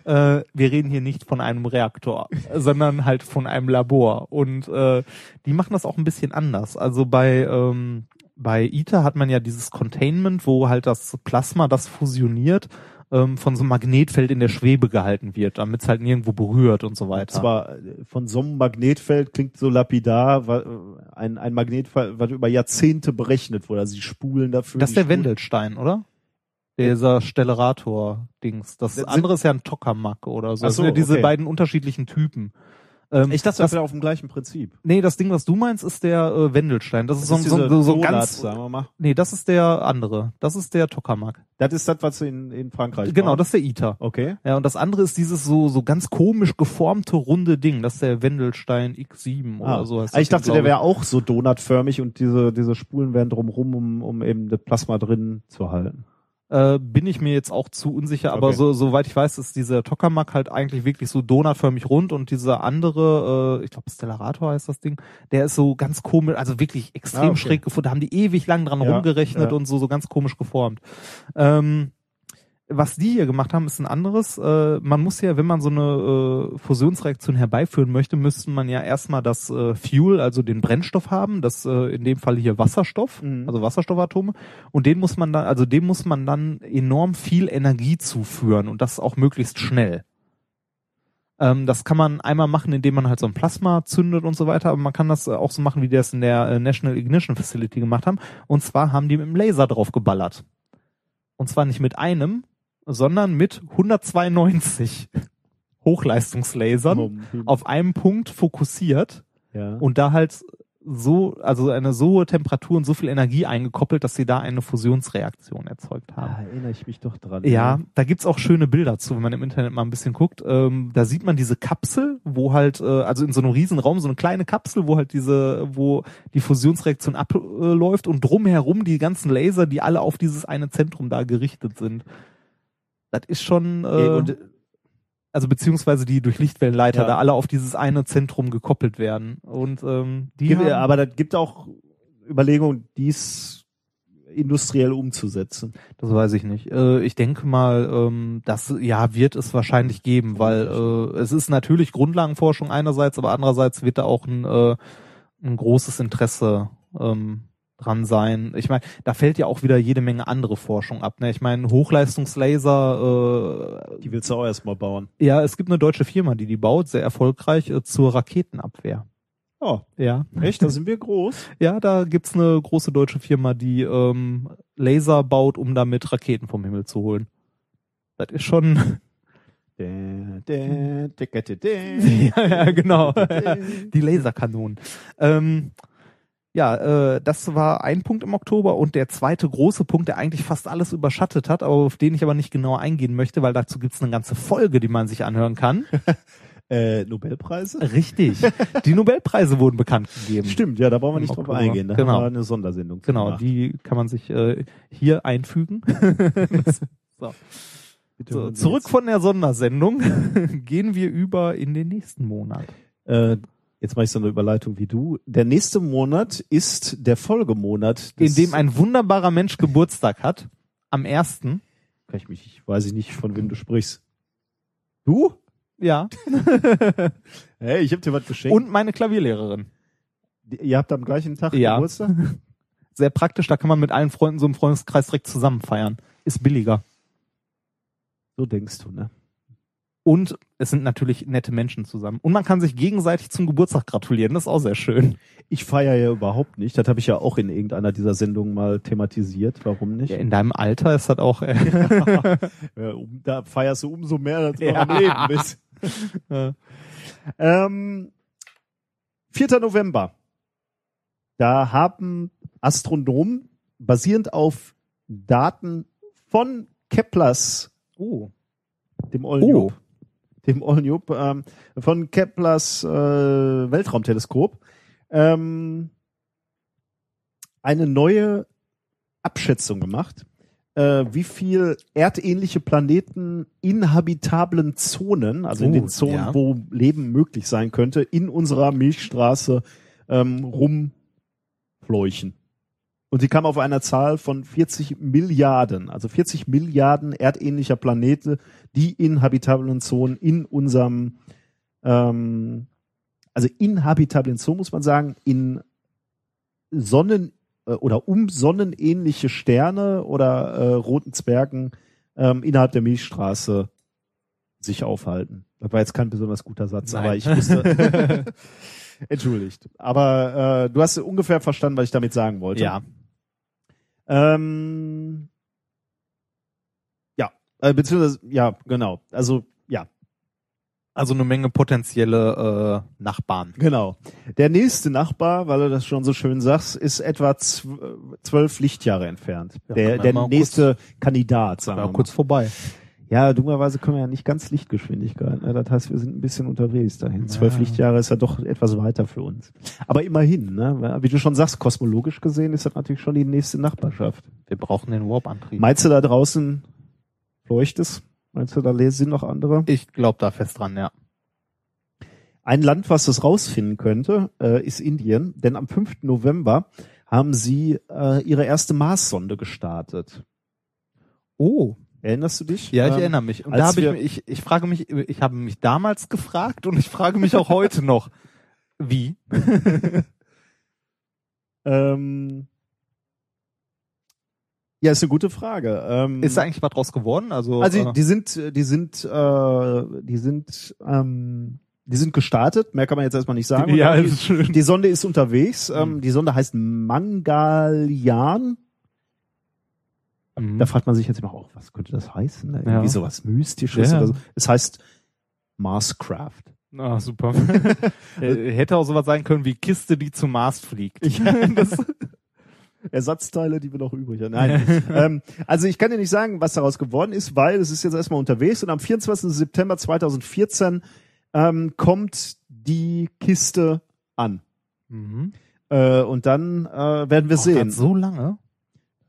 [SPEAKER 2] Äh, wir reden hier nicht von einem Reaktor, sondern halt von einem Labor. Und äh, die machen das auch ein bisschen anders. Also bei, ähm, bei ITER hat man ja dieses Containment, wo halt das Plasma, das fusioniert, ähm, von so einem Magnetfeld in der Schwebe gehalten wird, damit es halt nirgendwo berührt und so weiter.
[SPEAKER 1] Zwar äh, von so einem Magnetfeld klingt so lapidar, wa- äh, ein, ein Magnetfeld, was über Jahrzehnte berechnet wurde. Also sie spulen dafür.
[SPEAKER 2] das
[SPEAKER 1] die
[SPEAKER 2] ist der
[SPEAKER 1] Spulen-
[SPEAKER 2] Wendelstein, oder? Dieser Stellarator-Dings. Das,
[SPEAKER 1] Das sind-
[SPEAKER 2] andere ist ja ein Tokamak oder so.
[SPEAKER 1] Ach
[SPEAKER 2] Das sind
[SPEAKER 1] so,
[SPEAKER 2] ja diese
[SPEAKER 1] okay.
[SPEAKER 2] beiden unterschiedlichen Typen. Ähm,
[SPEAKER 1] Ich dachte, das
[SPEAKER 2] das,
[SPEAKER 1] wäre auf dem gleichen Prinzip.
[SPEAKER 2] nee, das Ding, was du meinst, ist der äh, Wendelstein. Das ist, so, so, so, so ganz.
[SPEAKER 1] sagen wir mal.
[SPEAKER 2] Nee, das ist der andere. Das ist der Tokamak.
[SPEAKER 1] Das ist das, was sie in, in Frankreich
[SPEAKER 2] Genau,
[SPEAKER 1] bauen.
[SPEAKER 2] das ist der ITER.
[SPEAKER 1] Okay.
[SPEAKER 2] Ja, und das andere ist dieses so, so ganz komisch geformte, runde Ding. Das ist der Wendelstein X7
[SPEAKER 1] Ah.
[SPEAKER 2] oder so. heißt
[SPEAKER 1] Ah, ich
[SPEAKER 2] das
[SPEAKER 1] dachte, der
[SPEAKER 2] Ding, glaub
[SPEAKER 1] wäre auch so donutförmig und diese, diese Spulen wären drumrum, um, um eben das Plasma drin zu halten.
[SPEAKER 2] Äh, bin ich mir jetzt auch zu unsicher, aber
[SPEAKER 1] Okay.
[SPEAKER 2] so, soweit ich weiß, ist dieser Tokamak halt eigentlich wirklich so donutförmig rund und dieser andere, äh, ich glaube Stellarator heißt das Ding, der ist so ganz komisch, also wirklich
[SPEAKER 1] Ah,
[SPEAKER 2] extrem
[SPEAKER 1] okay.
[SPEAKER 2] schräg gefunden, da haben die ewig lang dran
[SPEAKER 1] Ja,
[SPEAKER 2] rumgerechnet
[SPEAKER 1] ja.
[SPEAKER 2] und so, so ganz komisch geformt. Ähm, was die hier gemacht haben, ist ein anderes. Äh, man muss ja, wenn man so eine äh, Fusionsreaktion herbeiführen möchte, müsste man ja erstmal das äh, Fuel, also den Brennstoff haben, das äh, in dem Fall hier Wasserstoff,
[SPEAKER 1] Mhm.
[SPEAKER 2] also Wasserstoffatome. Und den muss man dann, also dem muss man dann enorm viel Energie zuführen und das auch möglichst schnell. Ähm, das kann man einmal machen, indem man halt so ein Plasma zündet und so weiter, aber man kann das äh, auch so machen, wie die das in der äh, National Ignition Facility gemacht haben. Und zwar haben die mit dem Laser drauf geballert. Und zwar nicht mit einem, sondern mit 192 [laughs] Hochleistungslasern
[SPEAKER 1] Oh.
[SPEAKER 2] auf einem Punkt fokussiert
[SPEAKER 1] ja.
[SPEAKER 2] und da halt so, also eine so hohe Temperatur und so viel Energie eingekoppelt, dass sie da eine Fusionsreaktion erzeugt haben.
[SPEAKER 1] Ah, erinnere ich mich doch dran.
[SPEAKER 2] Ja, da gibt's auch schöne Bilder zu, wenn man im Internet mal ein bisschen guckt. Ähm, da sieht man diese Kapsel, wo halt, äh, also in so einem Riesenraum, so eine kleine Kapsel, wo halt diese, wo die Fusionsreaktion abläuft und drumherum die ganzen Laser, die alle auf dieses eine Zentrum da gerichtet sind. Das ist schon, äh,
[SPEAKER 1] Und, äh,
[SPEAKER 2] also beziehungsweise die durch Lichtwellenleiter
[SPEAKER 1] Ja.
[SPEAKER 2] da alle auf dieses eine Zentrum gekoppelt werden. Und ähm, die
[SPEAKER 1] gibt,
[SPEAKER 2] haben,
[SPEAKER 1] aber das gibt auch Überlegungen, dies industriell umzusetzen.
[SPEAKER 2] Das weiß ich nicht. Äh, ich denke mal, ähm, das ja wird es wahrscheinlich geben, weil äh, es ist natürlich Grundlagenforschung einerseits, aber andererseits wird da auch ein, äh, ein großes Interesse ähm, dran sein. Ich meine, da fällt ja auch wieder jede Menge andere Forschung ab. Ne? Ich meine, Hochleistungslaser, äh,
[SPEAKER 1] Die willst du auch erstmal bauen.
[SPEAKER 2] ja, es gibt eine deutsche Firma, die die baut, sehr erfolgreich, äh, zur Raketenabwehr.
[SPEAKER 1] Oh,
[SPEAKER 2] Ja,
[SPEAKER 1] echt? Da sind wir groß. [laughs]
[SPEAKER 2] ja, da gibt's eine große deutsche Firma, die ähm, Laser baut, um damit Raketen vom Himmel zu holen. Das ist schon, [laughs]
[SPEAKER 1] Dä, dä, dä, dä, dä.
[SPEAKER 2] ja, ja, genau.
[SPEAKER 1] Dä.
[SPEAKER 2] Die Laserkanonen. Ähm, ja, äh, das war ein Punkt im Oktober und der zweite große Punkt, der eigentlich fast alles überschattet hat, aber auf den ich aber nicht genauer eingehen möchte, weil dazu gibt's eine ganze Folge, die man sich anhören kann.
[SPEAKER 1] Äh, Nobelpreise?
[SPEAKER 2] Richtig. Die Nobelpreise wurden bekannt gegeben.
[SPEAKER 1] Stimmt, ja, da brauchen wir nicht
[SPEAKER 2] Im
[SPEAKER 1] drauf
[SPEAKER 2] Oktober.
[SPEAKER 1] eingehen. Da
[SPEAKER 2] Genau.
[SPEAKER 1] haben wir eine Sondersendung. zu
[SPEAKER 2] Genau,
[SPEAKER 1] gemacht.
[SPEAKER 2] die kann man sich äh, hier einfügen. [laughs]
[SPEAKER 1] Bitte
[SPEAKER 2] so,
[SPEAKER 1] hören Sie
[SPEAKER 2] zurück von der Sondersendung [laughs] gehen wir über in den nächsten Monat.
[SPEAKER 1] Jetzt, äh, jetzt mache ich so eine Überleitung wie du. Der nächste Monat ist der Folgemonat.
[SPEAKER 2] In dem ein wunderbarer Mensch Geburtstag hat, am 1.
[SPEAKER 1] Kann ich mich, ich weiß ich nicht, von wem du sprichst. Du?
[SPEAKER 2] Ja,
[SPEAKER 1] [laughs] Hey, ich hab dir was geschenkt.
[SPEAKER 2] und meine Klavierlehrerin.
[SPEAKER 1] ihr habt am gleichen Tag
[SPEAKER 2] Ja.
[SPEAKER 1] Geburtstag?
[SPEAKER 2] [laughs] Sehr praktisch, da kann man mit allen Freunden so im Freundeskreis direkt zusammen feiern. Ist billiger.
[SPEAKER 1] So denkst du, ne?
[SPEAKER 2] Und es sind natürlich nette Menschen zusammen. Und man kann sich gegenseitig zum Geburtstag gratulieren, das ist auch sehr schön.
[SPEAKER 1] Ich feiere ja überhaupt nicht. Das habe ich ja auch in irgendeiner dieser Sendungen mal thematisiert. Warum nicht?
[SPEAKER 2] Ja, in deinem Alter ist das
[SPEAKER 1] [laughs]
[SPEAKER 2] auch... [laughs] Äh,
[SPEAKER 1] Äh, um, da feierst du umso mehr, als du
[SPEAKER 2] Ja.
[SPEAKER 1] noch am Leben bist.
[SPEAKER 2] äh,
[SPEAKER 1] Ähm, 4. November. Da haben Astronomen basierend auf Daten von Keplers,
[SPEAKER 2] oh,
[SPEAKER 1] dem Olden
[SPEAKER 2] Oh.
[SPEAKER 1] Job, dem Olden Job, ähm, von Keplers äh, Weltraumteleskop, ähm, eine neue Abschätzung gemacht, äh, wie viel erdähnliche Planeten in habitablen Zonen, also in
[SPEAKER 2] Oh,
[SPEAKER 1] den Zonen,
[SPEAKER 2] ja.
[SPEAKER 1] wo Leben möglich sein könnte, in unserer Milchstraße ähm, rumfleuchen. Und sie kam auf einer Zahl von 40 Milliarden, also 40 Milliarden erdähnlicher Planete, die in habitablen Zonen in unserem, ähm, also in habitablen Zonen muss man sagen, in Sonnen äh, oder um sonnenähnliche Sterne oder äh, roten Zwergen ähm, innerhalb der Milchstraße sich aufhalten. Das war jetzt kein besonders guter Satz,
[SPEAKER 2] Nein.
[SPEAKER 1] aber ich
[SPEAKER 2] [laughs]
[SPEAKER 1] wusste. Entschuldigt. Aber äh, du hast ungefähr verstanden, was ich damit sagen wollte.
[SPEAKER 2] ja.
[SPEAKER 1] Ähm, ja, äh, beziehungsweise, ja, genau. Also, ja,
[SPEAKER 2] Also eine Menge potenzielle äh, Nachbarn.
[SPEAKER 1] genau. Der nächste Nachbar, weil du das schon so schön sagst, ist etwa zw- zwölf Lichtjahre entfernt.
[SPEAKER 2] Ja, kann
[SPEAKER 1] der
[SPEAKER 2] man
[SPEAKER 1] der
[SPEAKER 2] mal kurz-
[SPEAKER 1] nächste Kandidat, sagen
[SPEAKER 2] Ja,
[SPEAKER 1] wir mal.
[SPEAKER 2] kurz vorbei.
[SPEAKER 1] Ja, dummerweise können wir ja nicht ganz Lichtgeschwindigkeit. Ne? Das heißt, wir sind ein bisschen unterwegs dahin.
[SPEAKER 2] Ja.
[SPEAKER 1] Zwölf Lichtjahre ist ja doch etwas weiter für uns. Aber immerhin, ne? wie du schon sagst, kosmologisch gesehen ist das natürlich schon die nächste Nachbarschaft.
[SPEAKER 2] Wir brauchen den Warp-Antrieb.
[SPEAKER 1] Meinst du da draußen leuchtet es? Meinst du, da les- sind noch andere?
[SPEAKER 2] Ich glaube da fest dran, ja.
[SPEAKER 1] Ein Land, was das rausfinden könnte, äh, ist Indien. Denn am 5. November haben sie äh, ihre erste Marssonde gestartet.
[SPEAKER 2] Oh.
[SPEAKER 1] Erinnerst du dich?
[SPEAKER 2] Ja, ich
[SPEAKER 1] Ähm,
[SPEAKER 2] erinnere mich. Und
[SPEAKER 1] als
[SPEAKER 2] da habe ich,
[SPEAKER 1] wir-
[SPEAKER 2] mich- ich, ich frage mich, ich habe mich damals gefragt und ich frage mich auch heute noch, wie?
[SPEAKER 1] [laughs] Ähm, ja, ist eine gute Frage. Ähm,
[SPEAKER 2] Ist da eigentlich was draus geworden? Also,
[SPEAKER 1] also
[SPEAKER 2] äh,
[SPEAKER 1] die sind, die sind, äh, die sind, ähm, die sind gestartet. Mehr kann man jetzt erstmal nicht sagen. Und
[SPEAKER 2] ja,
[SPEAKER 1] die-
[SPEAKER 2] ist schön.
[SPEAKER 1] Die Sonde ist unterwegs. Ähm,
[SPEAKER 2] Mhm.
[SPEAKER 1] die Sonde heißt Mangalyaan.
[SPEAKER 2] Mhm.
[SPEAKER 1] Da fragt man sich jetzt immer auch, was könnte das heißen? Ne?
[SPEAKER 2] Ja.
[SPEAKER 1] Irgendwie sowas Mystisches
[SPEAKER 2] Ja.
[SPEAKER 1] oder so. Es heißt Marscraft. [laughs]
[SPEAKER 2] Ah, super. Äh, Hätte auch sowas sein können wie Kiste, die zum Mars fliegt. Das-
[SPEAKER 1] Ersatzteile, die wir noch übrig haben.
[SPEAKER 2] [laughs]
[SPEAKER 1] Nein. ähm, also ich kann dir nicht sagen, was daraus geworden ist, weil es ist jetzt erstmal unterwegs und am 24. September 2014 ähm, kommt die Kiste an.
[SPEAKER 2] mhm.
[SPEAKER 1] Äh, und dann äh, werden wir
[SPEAKER 2] Auch
[SPEAKER 1] sehen.
[SPEAKER 2] das so lange?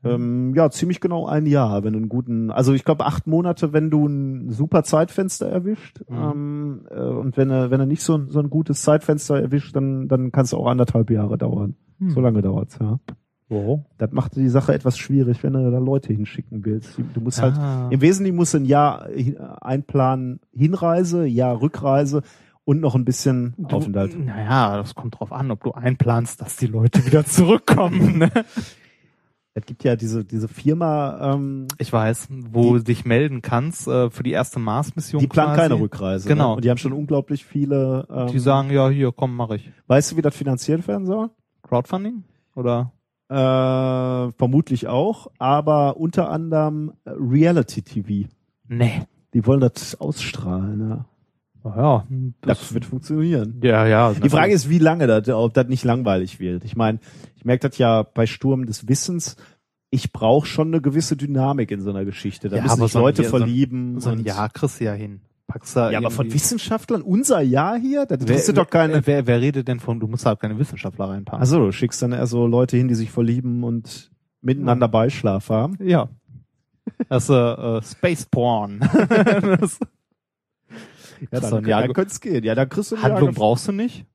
[SPEAKER 2] Mhm.
[SPEAKER 1] Ähm, ja, ziemlich genau ein Jahr, wenn du einen guten, also ich glaube acht Monate, wenn du ein super Zeitfenster erwischt.
[SPEAKER 2] Mhm.
[SPEAKER 1] Ähm, äh, und wenn er, wenn er nicht so, ein- so ein gutes Zeitfenster erwischt, dann, dann kann es auch anderthalb Jahre dauern.
[SPEAKER 2] Hm.
[SPEAKER 1] So lange Oh, dauert's ja.
[SPEAKER 2] Wow.
[SPEAKER 1] Das macht die Sache etwas schwierig, wenn du da Leute hinschicken willst. Du musst halt,
[SPEAKER 2] Ah.
[SPEAKER 1] im Wesentlichen musst du ein Jahr hin- einplanen, Hinreise, Jahr Rückreise und noch ein bisschen
[SPEAKER 2] Du-
[SPEAKER 1] Aufenthalt.
[SPEAKER 2] Naja, das kommt drauf an, ob du einplanst, dass die Leute wieder [laughs] zurückkommen. Ne?
[SPEAKER 1] Es gibt ja diese, diese Firma, ähm,
[SPEAKER 2] Ich weiß, wo du dich melden kannst äh, für die erste Mars-Mission.
[SPEAKER 1] die planen
[SPEAKER 2] quasi.
[SPEAKER 1] keine Rückreise.
[SPEAKER 2] Genau.
[SPEAKER 1] Ne? Und die haben schon unglaublich viele. Ähm,
[SPEAKER 2] Die sagen, ja, hier, komm, mach ich.
[SPEAKER 1] weißt du, wie das finanziert werden soll?
[SPEAKER 2] Crowdfunding? Oder?
[SPEAKER 1] Äh, vermutlich auch, aber unter anderem äh, Reality TV.
[SPEAKER 2] Nee.
[SPEAKER 1] Die wollen das ausstrahlen. Ja.
[SPEAKER 2] Naja,
[SPEAKER 1] Das, wird funktionieren.
[SPEAKER 2] ja, ja. also
[SPEAKER 1] Die Frage ist, wie lange das, ob das nicht langweilig wird. Ich meine, ich merke das ja bei Sturm des Wissens. Ich brauche schon eine gewisse Dynamik in so einer Geschichte. Da
[SPEAKER 2] Ja,
[SPEAKER 1] müssen
[SPEAKER 2] aber
[SPEAKER 1] sich
[SPEAKER 2] so ein-
[SPEAKER 1] Leute
[SPEAKER 2] ja, so ein-
[SPEAKER 1] verlieben.
[SPEAKER 2] so ein
[SPEAKER 1] und-
[SPEAKER 2] Jahr kriegst du ja hin. Packst da
[SPEAKER 1] Ja, aber von
[SPEAKER 2] irgendwie-
[SPEAKER 1] Wissenschaftlern? Unser Jahr hier? Das
[SPEAKER 2] Wer,
[SPEAKER 1] interessiert doch keine.
[SPEAKER 2] wer, wer, wer redet denn von, du musst halt keine Wissenschaftler reinpacken.
[SPEAKER 1] Also du schickst dann eher so Leute hin, die sich verlieben und miteinander Beischlaf haben.
[SPEAKER 2] ja. Das ist äh, äh, Space Porn. [laughs] das,
[SPEAKER 1] Ja,
[SPEAKER 2] ist
[SPEAKER 1] dann,
[SPEAKER 2] so ein Jahr-
[SPEAKER 1] dann könnte es gehen. Ja, dann kriegst du ein
[SPEAKER 2] Handlung
[SPEAKER 1] Jahr-
[SPEAKER 2] brauchst
[SPEAKER 1] [laughs]
[SPEAKER 2] du nicht.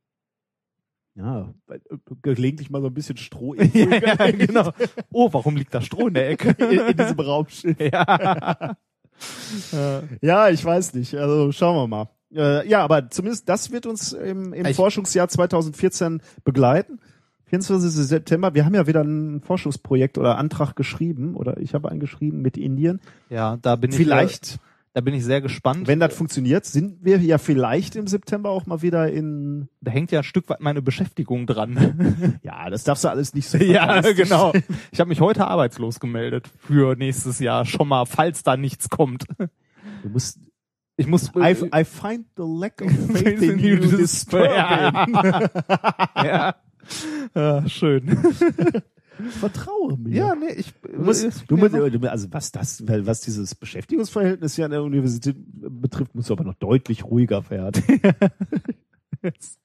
[SPEAKER 1] Ja, weil, äh, gelegentlich mal so ein bisschen [laughs] Stroh in,
[SPEAKER 2] ja, ja, [laughs] genau. Oh, warum liegt da Stroh in der
[SPEAKER 1] in, in
[SPEAKER 2] Ecke?
[SPEAKER 1] diesem Raumschiff.
[SPEAKER 2] [laughs] ja.
[SPEAKER 1] Ja, ich weiß nicht. Also schauen wir mal. Äh, ja, aber zumindest das wird uns im, im
[SPEAKER 2] Ich-
[SPEAKER 1] Forschungsjahr 2014 begleiten. 24. September. Wir haben ja wieder ein Forschungsprojekt oder Antrag geschrieben oder ich habe einen geschrieben mit Indien.
[SPEAKER 2] ja, da bin ich
[SPEAKER 1] Vielleicht,
[SPEAKER 2] da bin ich sehr gespannt.
[SPEAKER 1] wenn das funktioniert, sind wir ja vielleicht im September auch mal wieder in.
[SPEAKER 2] da hängt ja ein Stück weit meine Beschäftigung dran.
[SPEAKER 1] [laughs] Ja, das darfst du alles [laughs] nicht so.
[SPEAKER 2] ja,
[SPEAKER 1] verkaufen.
[SPEAKER 2] genau. Ich habe mich heute arbeitslos gemeldet für nächstes Jahr schon mal, falls da nichts kommt.
[SPEAKER 1] Du musst
[SPEAKER 2] Ich muss äh,
[SPEAKER 1] I, [laughs] I find the lack
[SPEAKER 2] [laughs]
[SPEAKER 1] of faith in you disturbing.
[SPEAKER 2] Ja. [laughs] ja. Ah, schön.
[SPEAKER 1] Vertraue mir.
[SPEAKER 2] nee, ich
[SPEAKER 1] du musst, du musst, du musst- also was das, weil was dieses Beschäftigungsverhältnis hier an der Universität betrifft, musst du aber noch deutlich ruhiger werden.
[SPEAKER 2] [laughs] ich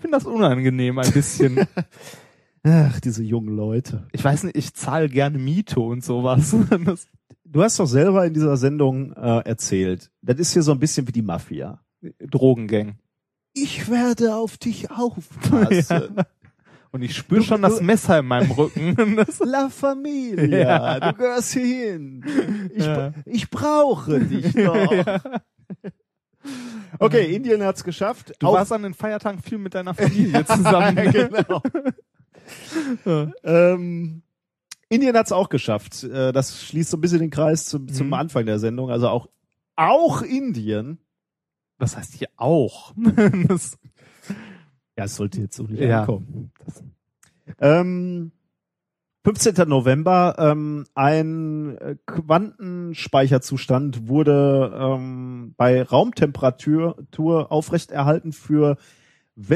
[SPEAKER 2] finde das unangenehm ein bisschen.
[SPEAKER 1] [laughs] Ach, diese jungen Leute.
[SPEAKER 2] Ich weiß nicht, ich zahle gerne Miete und sowas. [laughs] Das,
[SPEAKER 1] Du hast doch selber in dieser Sendung äh, erzählt, das ist hier so ein bisschen wie die Mafia.
[SPEAKER 2] Drogengang.
[SPEAKER 1] Ich werde auf dich
[SPEAKER 2] [laughs]
[SPEAKER 1] aufpassen.
[SPEAKER 2] Und ich spüre schon das Messer in meinem
[SPEAKER 1] [laughs]
[SPEAKER 2] Rücken. Das,
[SPEAKER 1] La Familia,
[SPEAKER 2] [laughs] Ja.
[SPEAKER 1] du gehörst hier hin. Ich,
[SPEAKER 2] Ja.
[SPEAKER 1] ich brauche
[SPEAKER 2] [laughs]
[SPEAKER 1] dich noch. Okay, Indien hat's geschafft.
[SPEAKER 2] Mhm. du
[SPEAKER 1] Auch-
[SPEAKER 2] warst an den Feiertagen viel mit deiner
[SPEAKER 1] [laughs]
[SPEAKER 2] Familie zusammen. ne?
[SPEAKER 1] genau. ähm, Indien hat's auch geschafft. Äh, Das schließt so ein bisschen den Kreis zum, zum
[SPEAKER 2] Mhm.
[SPEAKER 1] Anfang der Sendung. Also auch, auch Indien.
[SPEAKER 2] Das heißt hier [laughs] auch. Das,
[SPEAKER 1] Ja, es sollte jetzt so nicht
[SPEAKER 2] Ja.
[SPEAKER 1] ankommen. Ähm, 15. November, ähm, ein äh, Quantenspeicherzustand wurde ähm, bei Raumtemperatur Tour aufrechterhalten für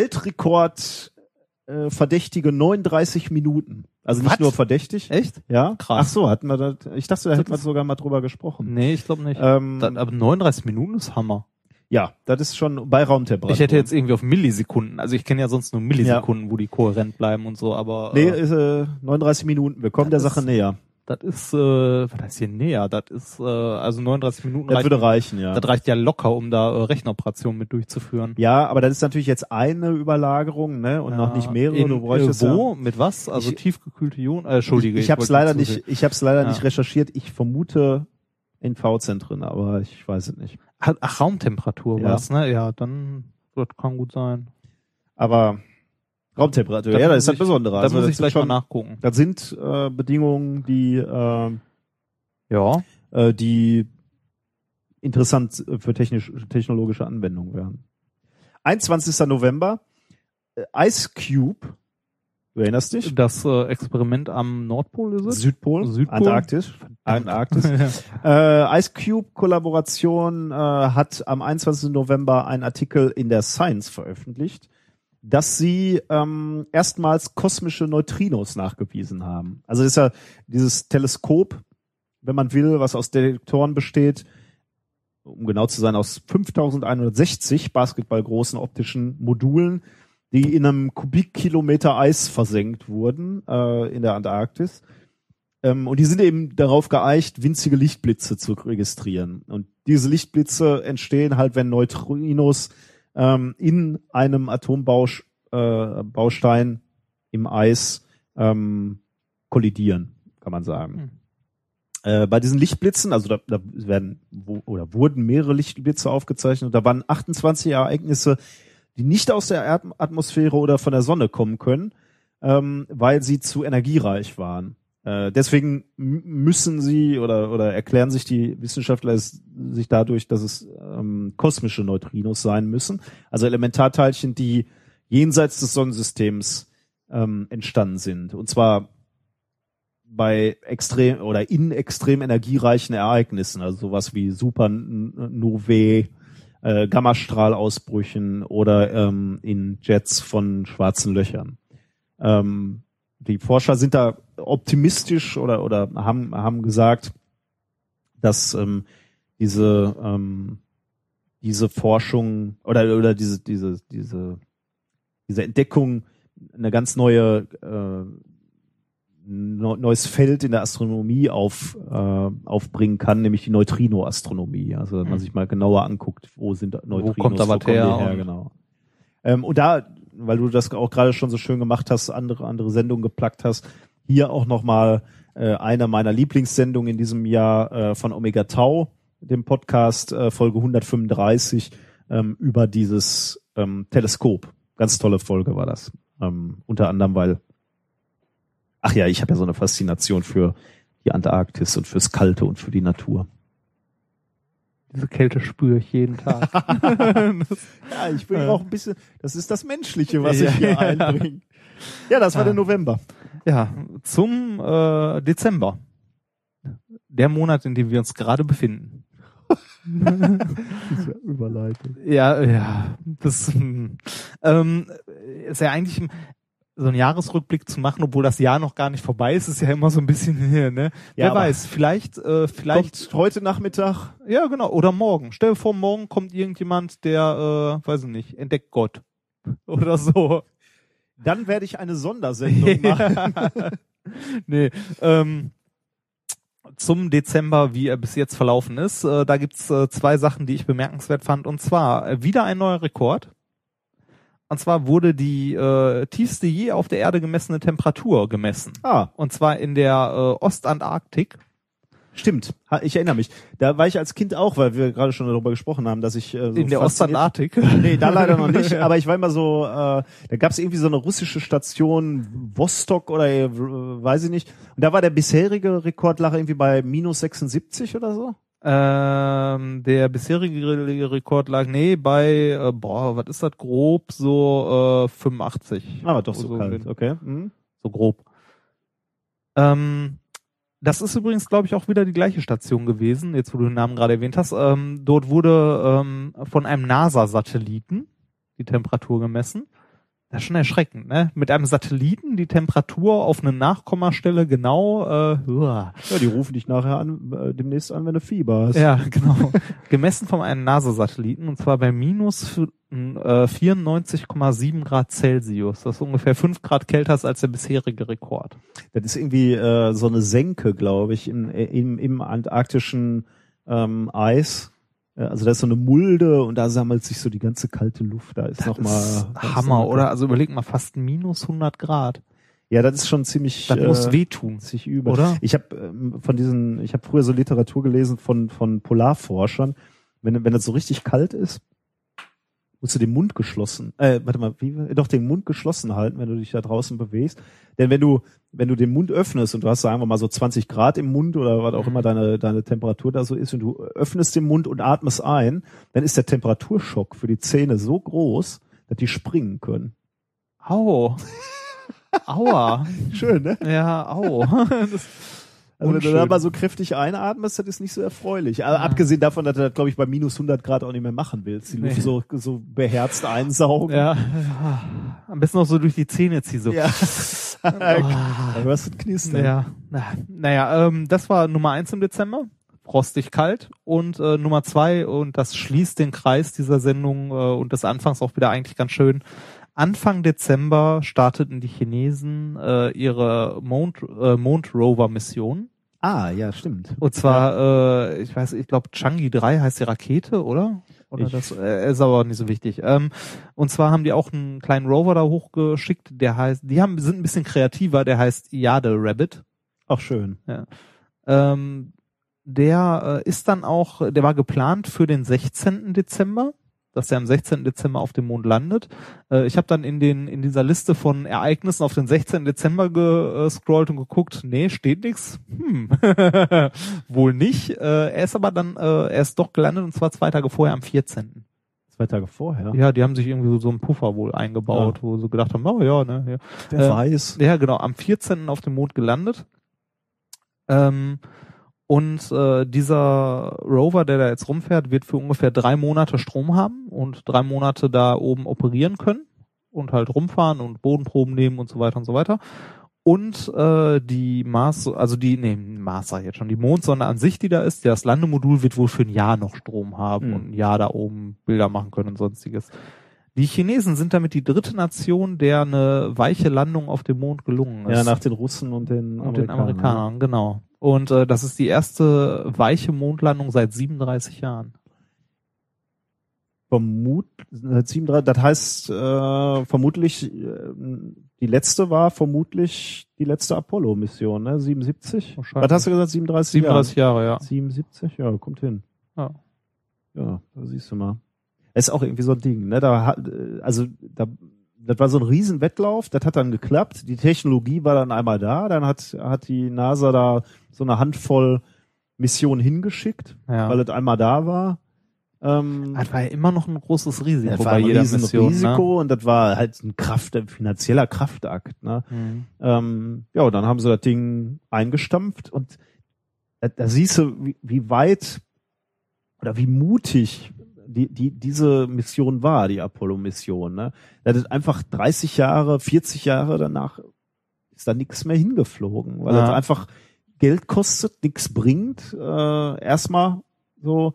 [SPEAKER 1] Weltrekord äh, verdächtige 39 Minuten. Also nicht
[SPEAKER 2] Was?
[SPEAKER 1] nur verdächtig.
[SPEAKER 2] Echt?
[SPEAKER 1] Ja, Ach
[SPEAKER 2] Krass.
[SPEAKER 1] so, hatten wir das. Ich dachte, da hätten wir sogar mal drüber gesprochen.
[SPEAKER 2] Nee, ich glaube nicht.
[SPEAKER 1] Ähm,
[SPEAKER 2] Dann, äh, aber 39 Minuten ist Hammer.
[SPEAKER 1] ja, das ist schon bei Raumtemperatur.
[SPEAKER 2] Ich hätte jetzt irgendwie auf Millisekunden, also ich kenne ja sonst nur Millisekunden, wo die kohärent bleiben und so, aber
[SPEAKER 1] Nee,
[SPEAKER 2] äh,
[SPEAKER 1] ist, äh, 39 Minuten. Wir kommen der
[SPEAKER 2] Das
[SPEAKER 1] Sache
[SPEAKER 2] ist-
[SPEAKER 1] näher.
[SPEAKER 2] das ist, äh, was heißt hier näher? Das ist, äh, also 39 Minuten
[SPEAKER 1] Das
[SPEAKER 2] reicht,
[SPEAKER 1] würde reichen, ja.
[SPEAKER 2] das reicht ja locker, um da äh, Rechenoperationen mit durchzuführen.
[SPEAKER 1] Ja, aber das ist natürlich jetzt eine Überlagerung, ne? Und noch
[SPEAKER 2] Ja,
[SPEAKER 1] nicht mehrere.
[SPEAKER 2] in,
[SPEAKER 1] du bräuchtest
[SPEAKER 2] äh, wo? Mit was? Also
[SPEAKER 1] Ich-
[SPEAKER 2] tiefgekühlte Ionen? Äh,
[SPEAKER 1] ja. Ich,
[SPEAKER 2] Entschuldige.
[SPEAKER 1] ich habe es
[SPEAKER 2] wollte
[SPEAKER 1] leider
[SPEAKER 2] zu viel-
[SPEAKER 1] nicht. Ich habe es leider
[SPEAKER 2] Ja.
[SPEAKER 1] nicht recherchiert. Ich vermute in V-Zentren, aber ich weiß es nicht.
[SPEAKER 2] Ach, ach, Raumtemperatur
[SPEAKER 1] Ja.
[SPEAKER 2] war's, ne? Ja, dann, das kann gut sein.
[SPEAKER 1] Aber Raumtemperatur,
[SPEAKER 2] Da
[SPEAKER 1] ja, das
[SPEAKER 2] muss
[SPEAKER 1] ist das
[SPEAKER 2] ich-
[SPEAKER 1] Besondere.
[SPEAKER 2] Da
[SPEAKER 1] Also
[SPEAKER 2] muss
[SPEAKER 1] das
[SPEAKER 2] ich
[SPEAKER 1] sind
[SPEAKER 2] gleich mal
[SPEAKER 1] schon-
[SPEAKER 2] nachgucken.
[SPEAKER 1] Das sind äh, Bedingungen, die äh,
[SPEAKER 2] Ja.
[SPEAKER 1] äh, die interessant äh, für technisch, technologische Anwendungen wären. 21. November, äh, Ice Cube, du erinnerst dich?
[SPEAKER 2] Das äh, Experiment am Nordpol ist es?
[SPEAKER 1] Südpol,
[SPEAKER 2] Südpol.
[SPEAKER 1] Antarktis, Antarktis. [laughs]
[SPEAKER 2] [laughs]
[SPEAKER 1] äh, Ice Cube Kollaboration äh, hat am 21. November einen Artikel in der Science veröffentlicht, dass sie ähm, erstmals kosmische Neutrinos nachgewiesen haben. Also ist ja dieses Teleskop, wenn man will, was aus Detektoren besteht, um genau zu sein, aus 5160 basketballgroßen optischen Modulen, die in einem Kubikkilometer Eis versenkt wurden äh, in der Antarktis. Ähm, und die sind eben darauf geeicht, winzige Lichtblitze zu registrieren. Und diese Lichtblitze entstehen halt, wenn Neutrinos ähm, in einem Atombaustein äh, Baustein im Eis ähm, kollidieren, kann man sagen.
[SPEAKER 2] Hm.
[SPEAKER 1] Äh, bei diesen Lichtblitzen, also da, da werden wo, oder wurden mehrere Lichtblitze aufgezeichnet, da waren 28 Ereignisse, die nicht aus der Erdatmosphäre oder von der Sonne kommen können, ähm, weil sie zu energiereich waren. Äh, deswegen m- müssen sie oder, oder erklären sich die Wissenschaftler es sich dadurch, dass es ähm, kosmische Neutrinos sein müssen, also Elementarteilchen, die jenseits des Sonnensystems ähm, entstanden sind. Und zwar bei extrem oder in extrem energiereichen Ereignissen, also sowas wie Supernovae, äh, Gammastrahlausbrüchen oder ähm, in Jets von schwarzen Löchern. Ähm, die Forscher sind da optimistisch oder, oder haben, haben gesagt, dass ähm, diese, ähm, diese Forschung oder, oder diese, diese, diese, diese Entdeckung eine ganz neue äh, neu- neues Feld in der Astronomie auf, äh, aufbringen kann, nämlich die Neutrino-Astronomie. Also dass man sich mal genauer anguckt, wo sind Neutrinos,
[SPEAKER 2] kommt da was
[SPEAKER 1] kommen die
[SPEAKER 2] her und-
[SPEAKER 1] genau. Ähm, und da, weil du das auch gerade schon so schön gemacht hast, andere andere Sendungen geplackt hast, hier auch noch mal äh, eine meiner Lieblingssendungen in diesem Jahr äh, von Omega Tau, dem Podcast äh, Folge 135 ähm, über dieses ähm, Teleskop. Ganz tolle Folge war das. Ähm, unter anderem, weil Ach ja, ich habe ja so eine Faszination für die Antarktis und fürs Kalte und für die Natur.
[SPEAKER 2] Diese Kälte spüre ich jeden Tag.
[SPEAKER 1] Ja, ich
[SPEAKER 2] Äh.
[SPEAKER 1] bin auch ein bisschen, das ist das Menschliche, was ich hier einbringe. Ja, das
[SPEAKER 2] Ah.
[SPEAKER 1] war der November.
[SPEAKER 2] ja, zum äh, Dezember. Der Monat, in dem wir uns gerade befinden.
[SPEAKER 1] Überleitung.
[SPEAKER 2] Ja, ja. Das hm. ähm, ist ja eigentlich so ein Jahresrückblick zu machen, obwohl das Jahr noch gar nicht vorbei ist, ist ja immer so ein bisschen hier, ne?
[SPEAKER 1] Ja,
[SPEAKER 2] Wer
[SPEAKER 1] aber-
[SPEAKER 2] weiß, vielleicht, äh, vielleicht,
[SPEAKER 1] Vielleicht heute Nachmittag.
[SPEAKER 2] ja genau, oder morgen. Stell dir vor, morgen kommt irgendjemand, der, äh, weiß ich nicht, entdeckt Gott. [laughs] Oder so.
[SPEAKER 1] Dann werde ich eine [laughs]
[SPEAKER 2] [laughs]
[SPEAKER 1] Sondersendung machen.
[SPEAKER 2] nee, ähm, zum Dezember, wie er bis jetzt verlaufen ist, äh, da gibt's äh, zwei Sachen, die ich bemerkenswert fand. Und zwar äh, wieder ein neuer Rekord. Und zwar wurde die äh, tiefste je auf der Erde gemessene Temperatur gemessen.
[SPEAKER 1] Ah,
[SPEAKER 2] Und zwar in der äh, Ostantarktik.
[SPEAKER 1] stimmt. Ha, Ich erinnere mich. Da war ich als Kind auch, weil wir gerade schon darüber gesprochen haben, dass ich äh, so
[SPEAKER 2] in der
[SPEAKER 1] fasziniert-
[SPEAKER 2] Ostantarktik.
[SPEAKER 1] Nee, da leider noch
[SPEAKER 2] [laughs]
[SPEAKER 1] nicht, aber ich war immer so, äh, da gab es irgendwie so eine russische Station, Vostok oder äh, weiß ich nicht. Und da war der bisherige Rekordlacher irgendwie bei minus 76 oder so.
[SPEAKER 2] Ähm, der bisherige Rekord lag, nee, bei, äh, boah, was ist das grob, so äh, 85.
[SPEAKER 1] Aber doch so,
[SPEAKER 2] Also
[SPEAKER 1] kalt,
[SPEAKER 2] den-
[SPEAKER 1] okay. Mhm.
[SPEAKER 2] so grob. Ähm, das ist übrigens, glaube ich, auch wieder die gleiche Station gewesen, jetzt wo du den Namen gerade erwähnt hast. Ähm, dort wurde ähm, von einem NASA-Satelliten die Temperatur gemessen. Das ist schon erschreckend, ne? Mit einem Satelliten die Temperatur auf eine Nachkommastelle genau, äh, uah.
[SPEAKER 1] Ja, die rufen dich nachher an, äh, demnächst an, wenn du Fieber hast.
[SPEAKER 2] ja, genau. [laughs] Gemessen von einem NASA-Satelliten und zwar bei minus f- n- äh, 94,7 Grad Celsius. Das ist ungefähr 5 Grad kälter ist als der bisherige Rekord.
[SPEAKER 1] Das ist irgendwie äh, so eine Senke, glaube ich, in, äh, im, im antarktischen ähm, Eis. Äh, Also da ist so eine Mulde und da sammelt sich so die ganze kalte Luft. Da ist nochmal
[SPEAKER 2] ist Hammer, oder? Also überleg mal, fast minus 100 Grad.
[SPEAKER 1] Ja, das ist schon ziemlich. äh,
[SPEAKER 2] Das muss wehtun,
[SPEAKER 1] sich über. [laughs]
[SPEAKER 2] oder?
[SPEAKER 1] Ich habe ähm, von diesen, ich habe früher so Literatur gelesen von von Polarforschern. Wenn wenn das so richtig kalt ist, musst du den Mund geschlossen. Äh, warte mal, wie, war- doch den Mund geschlossen halten, wenn du dich da draußen bewegst. Denn wenn du wenn du den Mund öffnest und du hast sagen wir mal so 20 Grad im Mund oder was auch immer deine deine Temperatur da so ist und du öffnest den Mund und atmest ein, dann ist der Temperaturschock für die Zähne so groß, dass die springen können.
[SPEAKER 2] Au. Aua.
[SPEAKER 1] Schön, ne?
[SPEAKER 2] Ja, au. [laughs] Das,
[SPEAKER 1] Also wenn du
[SPEAKER 2] Unschön.
[SPEAKER 1] da mal so kräftig einatmest, das ist nicht so erfreulich. Aber
[SPEAKER 2] Ja.
[SPEAKER 1] abgesehen davon, dass du das, glaube ich, bei minus 100 Grad auch nicht mehr machen willst. Die Luft
[SPEAKER 2] Nee.
[SPEAKER 1] so, so beherzt einsaugen.
[SPEAKER 2] ja. Am besten noch so durch die Zähne zieh so.
[SPEAKER 1] ja.
[SPEAKER 2] [laughs] Ah.
[SPEAKER 1] [laughs] Da hörst du ein Knistern.
[SPEAKER 2] Ja. Na, naja, ähm, das war Nummer eins im Dezember. Frostig kalt. Und äh, Nummer zwei, und das schließt den Kreis dieser Sendung äh, und des Anfangs auch wieder eigentlich ganz schön. Anfang Dezember starteten die Chinesen äh, ihre Mond, äh, Mondrover-Mission.
[SPEAKER 1] Ah, ja, stimmt.
[SPEAKER 2] Und zwar, äh, ich weiß, ich glaube, Changi 3 heißt die Rakete, oder? Oder
[SPEAKER 1] Ich-
[SPEAKER 2] das äh, ist aber nicht so wichtig. Ähm, und zwar haben die auch einen kleinen Rover da hochgeschickt, der heißt, die haben sind ein bisschen kreativer, der heißt Jade Rabbit.
[SPEAKER 1] Auch schön.
[SPEAKER 2] Ähm, der äh, ist dann auch, der war geplant für den 16. Dezember, dass er am 16. Dezember auf dem Mond landet. Äh, ich habe dann in den in dieser Liste von Ereignissen auf den 16. Dezember gescrollt und geguckt, nee, steht nix. Hm. [laughs] Wohl nicht. Äh, er ist aber dann, äh, er ist doch gelandet und zwar zwei Tage vorher am 14.
[SPEAKER 1] Zwei Tage vorher.
[SPEAKER 2] Ja, die haben sich irgendwie so, so einen Puffer wohl eingebaut, wo sie gedacht haben, oh ja, ne,
[SPEAKER 1] Wer
[SPEAKER 2] äh,
[SPEAKER 1] weiß.
[SPEAKER 2] ja. ja, genau, am 14. auf dem Mond gelandet. Ähm, und äh, dieser Rover, der da jetzt rumfährt, wird für ungefähr drei Monate Strom haben und drei Monate da oben operieren können und halt rumfahren und Bodenproben nehmen und so weiter und so weiter. Und äh, die Mars, also die, nee, Mars sag ich jetzt schon, die Mondsonde an sich, die da ist, das Landemodul wird wohl für ein Jahr noch Strom haben
[SPEAKER 1] Mhm.
[SPEAKER 2] und ein Jahr da oben Bilder machen können und sonstiges. Die Chinesen sind damit die dritte Nation, der eine weiche Landung auf dem Mond gelungen ist.
[SPEAKER 1] Ja, nach den Russen und den
[SPEAKER 2] und den Amerikanern, genau. Und äh, das ist die erste weiche Mondlandung seit 37 Jahren.
[SPEAKER 1] Vermut, seit 37, das heißt äh, vermutlich, äh, die letzte war vermutlich die letzte Apollo-Mission, ne? 77?
[SPEAKER 2] Wahrscheinlich.
[SPEAKER 1] Was hast du gesagt? 37?
[SPEAKER 2] 37 Jahre, ja.
[SPEAKER 1] Jahre. 77? Ja, kommt hin.
[SPEAKER 2] Ja.
[SPEAKER 1] Ja, da siehst du mal. Ist auch irgendwie so ein Ding, ne? Da, hat- äh, also da, das war so ein Riesenwettlauf, das hat dann geklappt. Die Technologie war dann einmal da, dann hat, hat die NASA da so eine Handvoll Missionen hingeschickt,
[SPEAKER 2] ja.
[SPEAKER 1] weil es einmal da war. Ähm,
[SPEAKER 2] das war ja immer noch ein großes Risiko
[SPEAKER 1] das war
[SPEAKER 2] bei
[SPEAKER 1] ein
[SPEAKER 2] jeder
[SPEAKER 1] riesen
[SPEAKER 2] Mission. ne?
[SPEAKER 1] Risiko und das war halt ein Kraft, ein finanzieller Kraftakt. Ne?
[SPEAKER 2] Ne? Mhm.
[SPEAKER 1] Ähm, ja, und dann haben sie das Ding eingestampft und da, da siehst du, wie, wie weit oder wie mutig die, die, diese Mission war, die Apollo-Mission. Ne? Das ist einfach 30 Jahre, 40 Jahre danach ist da nichts mehr hingeflogen, weil
[SPEAKER 2] Ja.
[SPEAKER 1] das einfach Geld kostet, nichts bringt. Äh, erstmal so,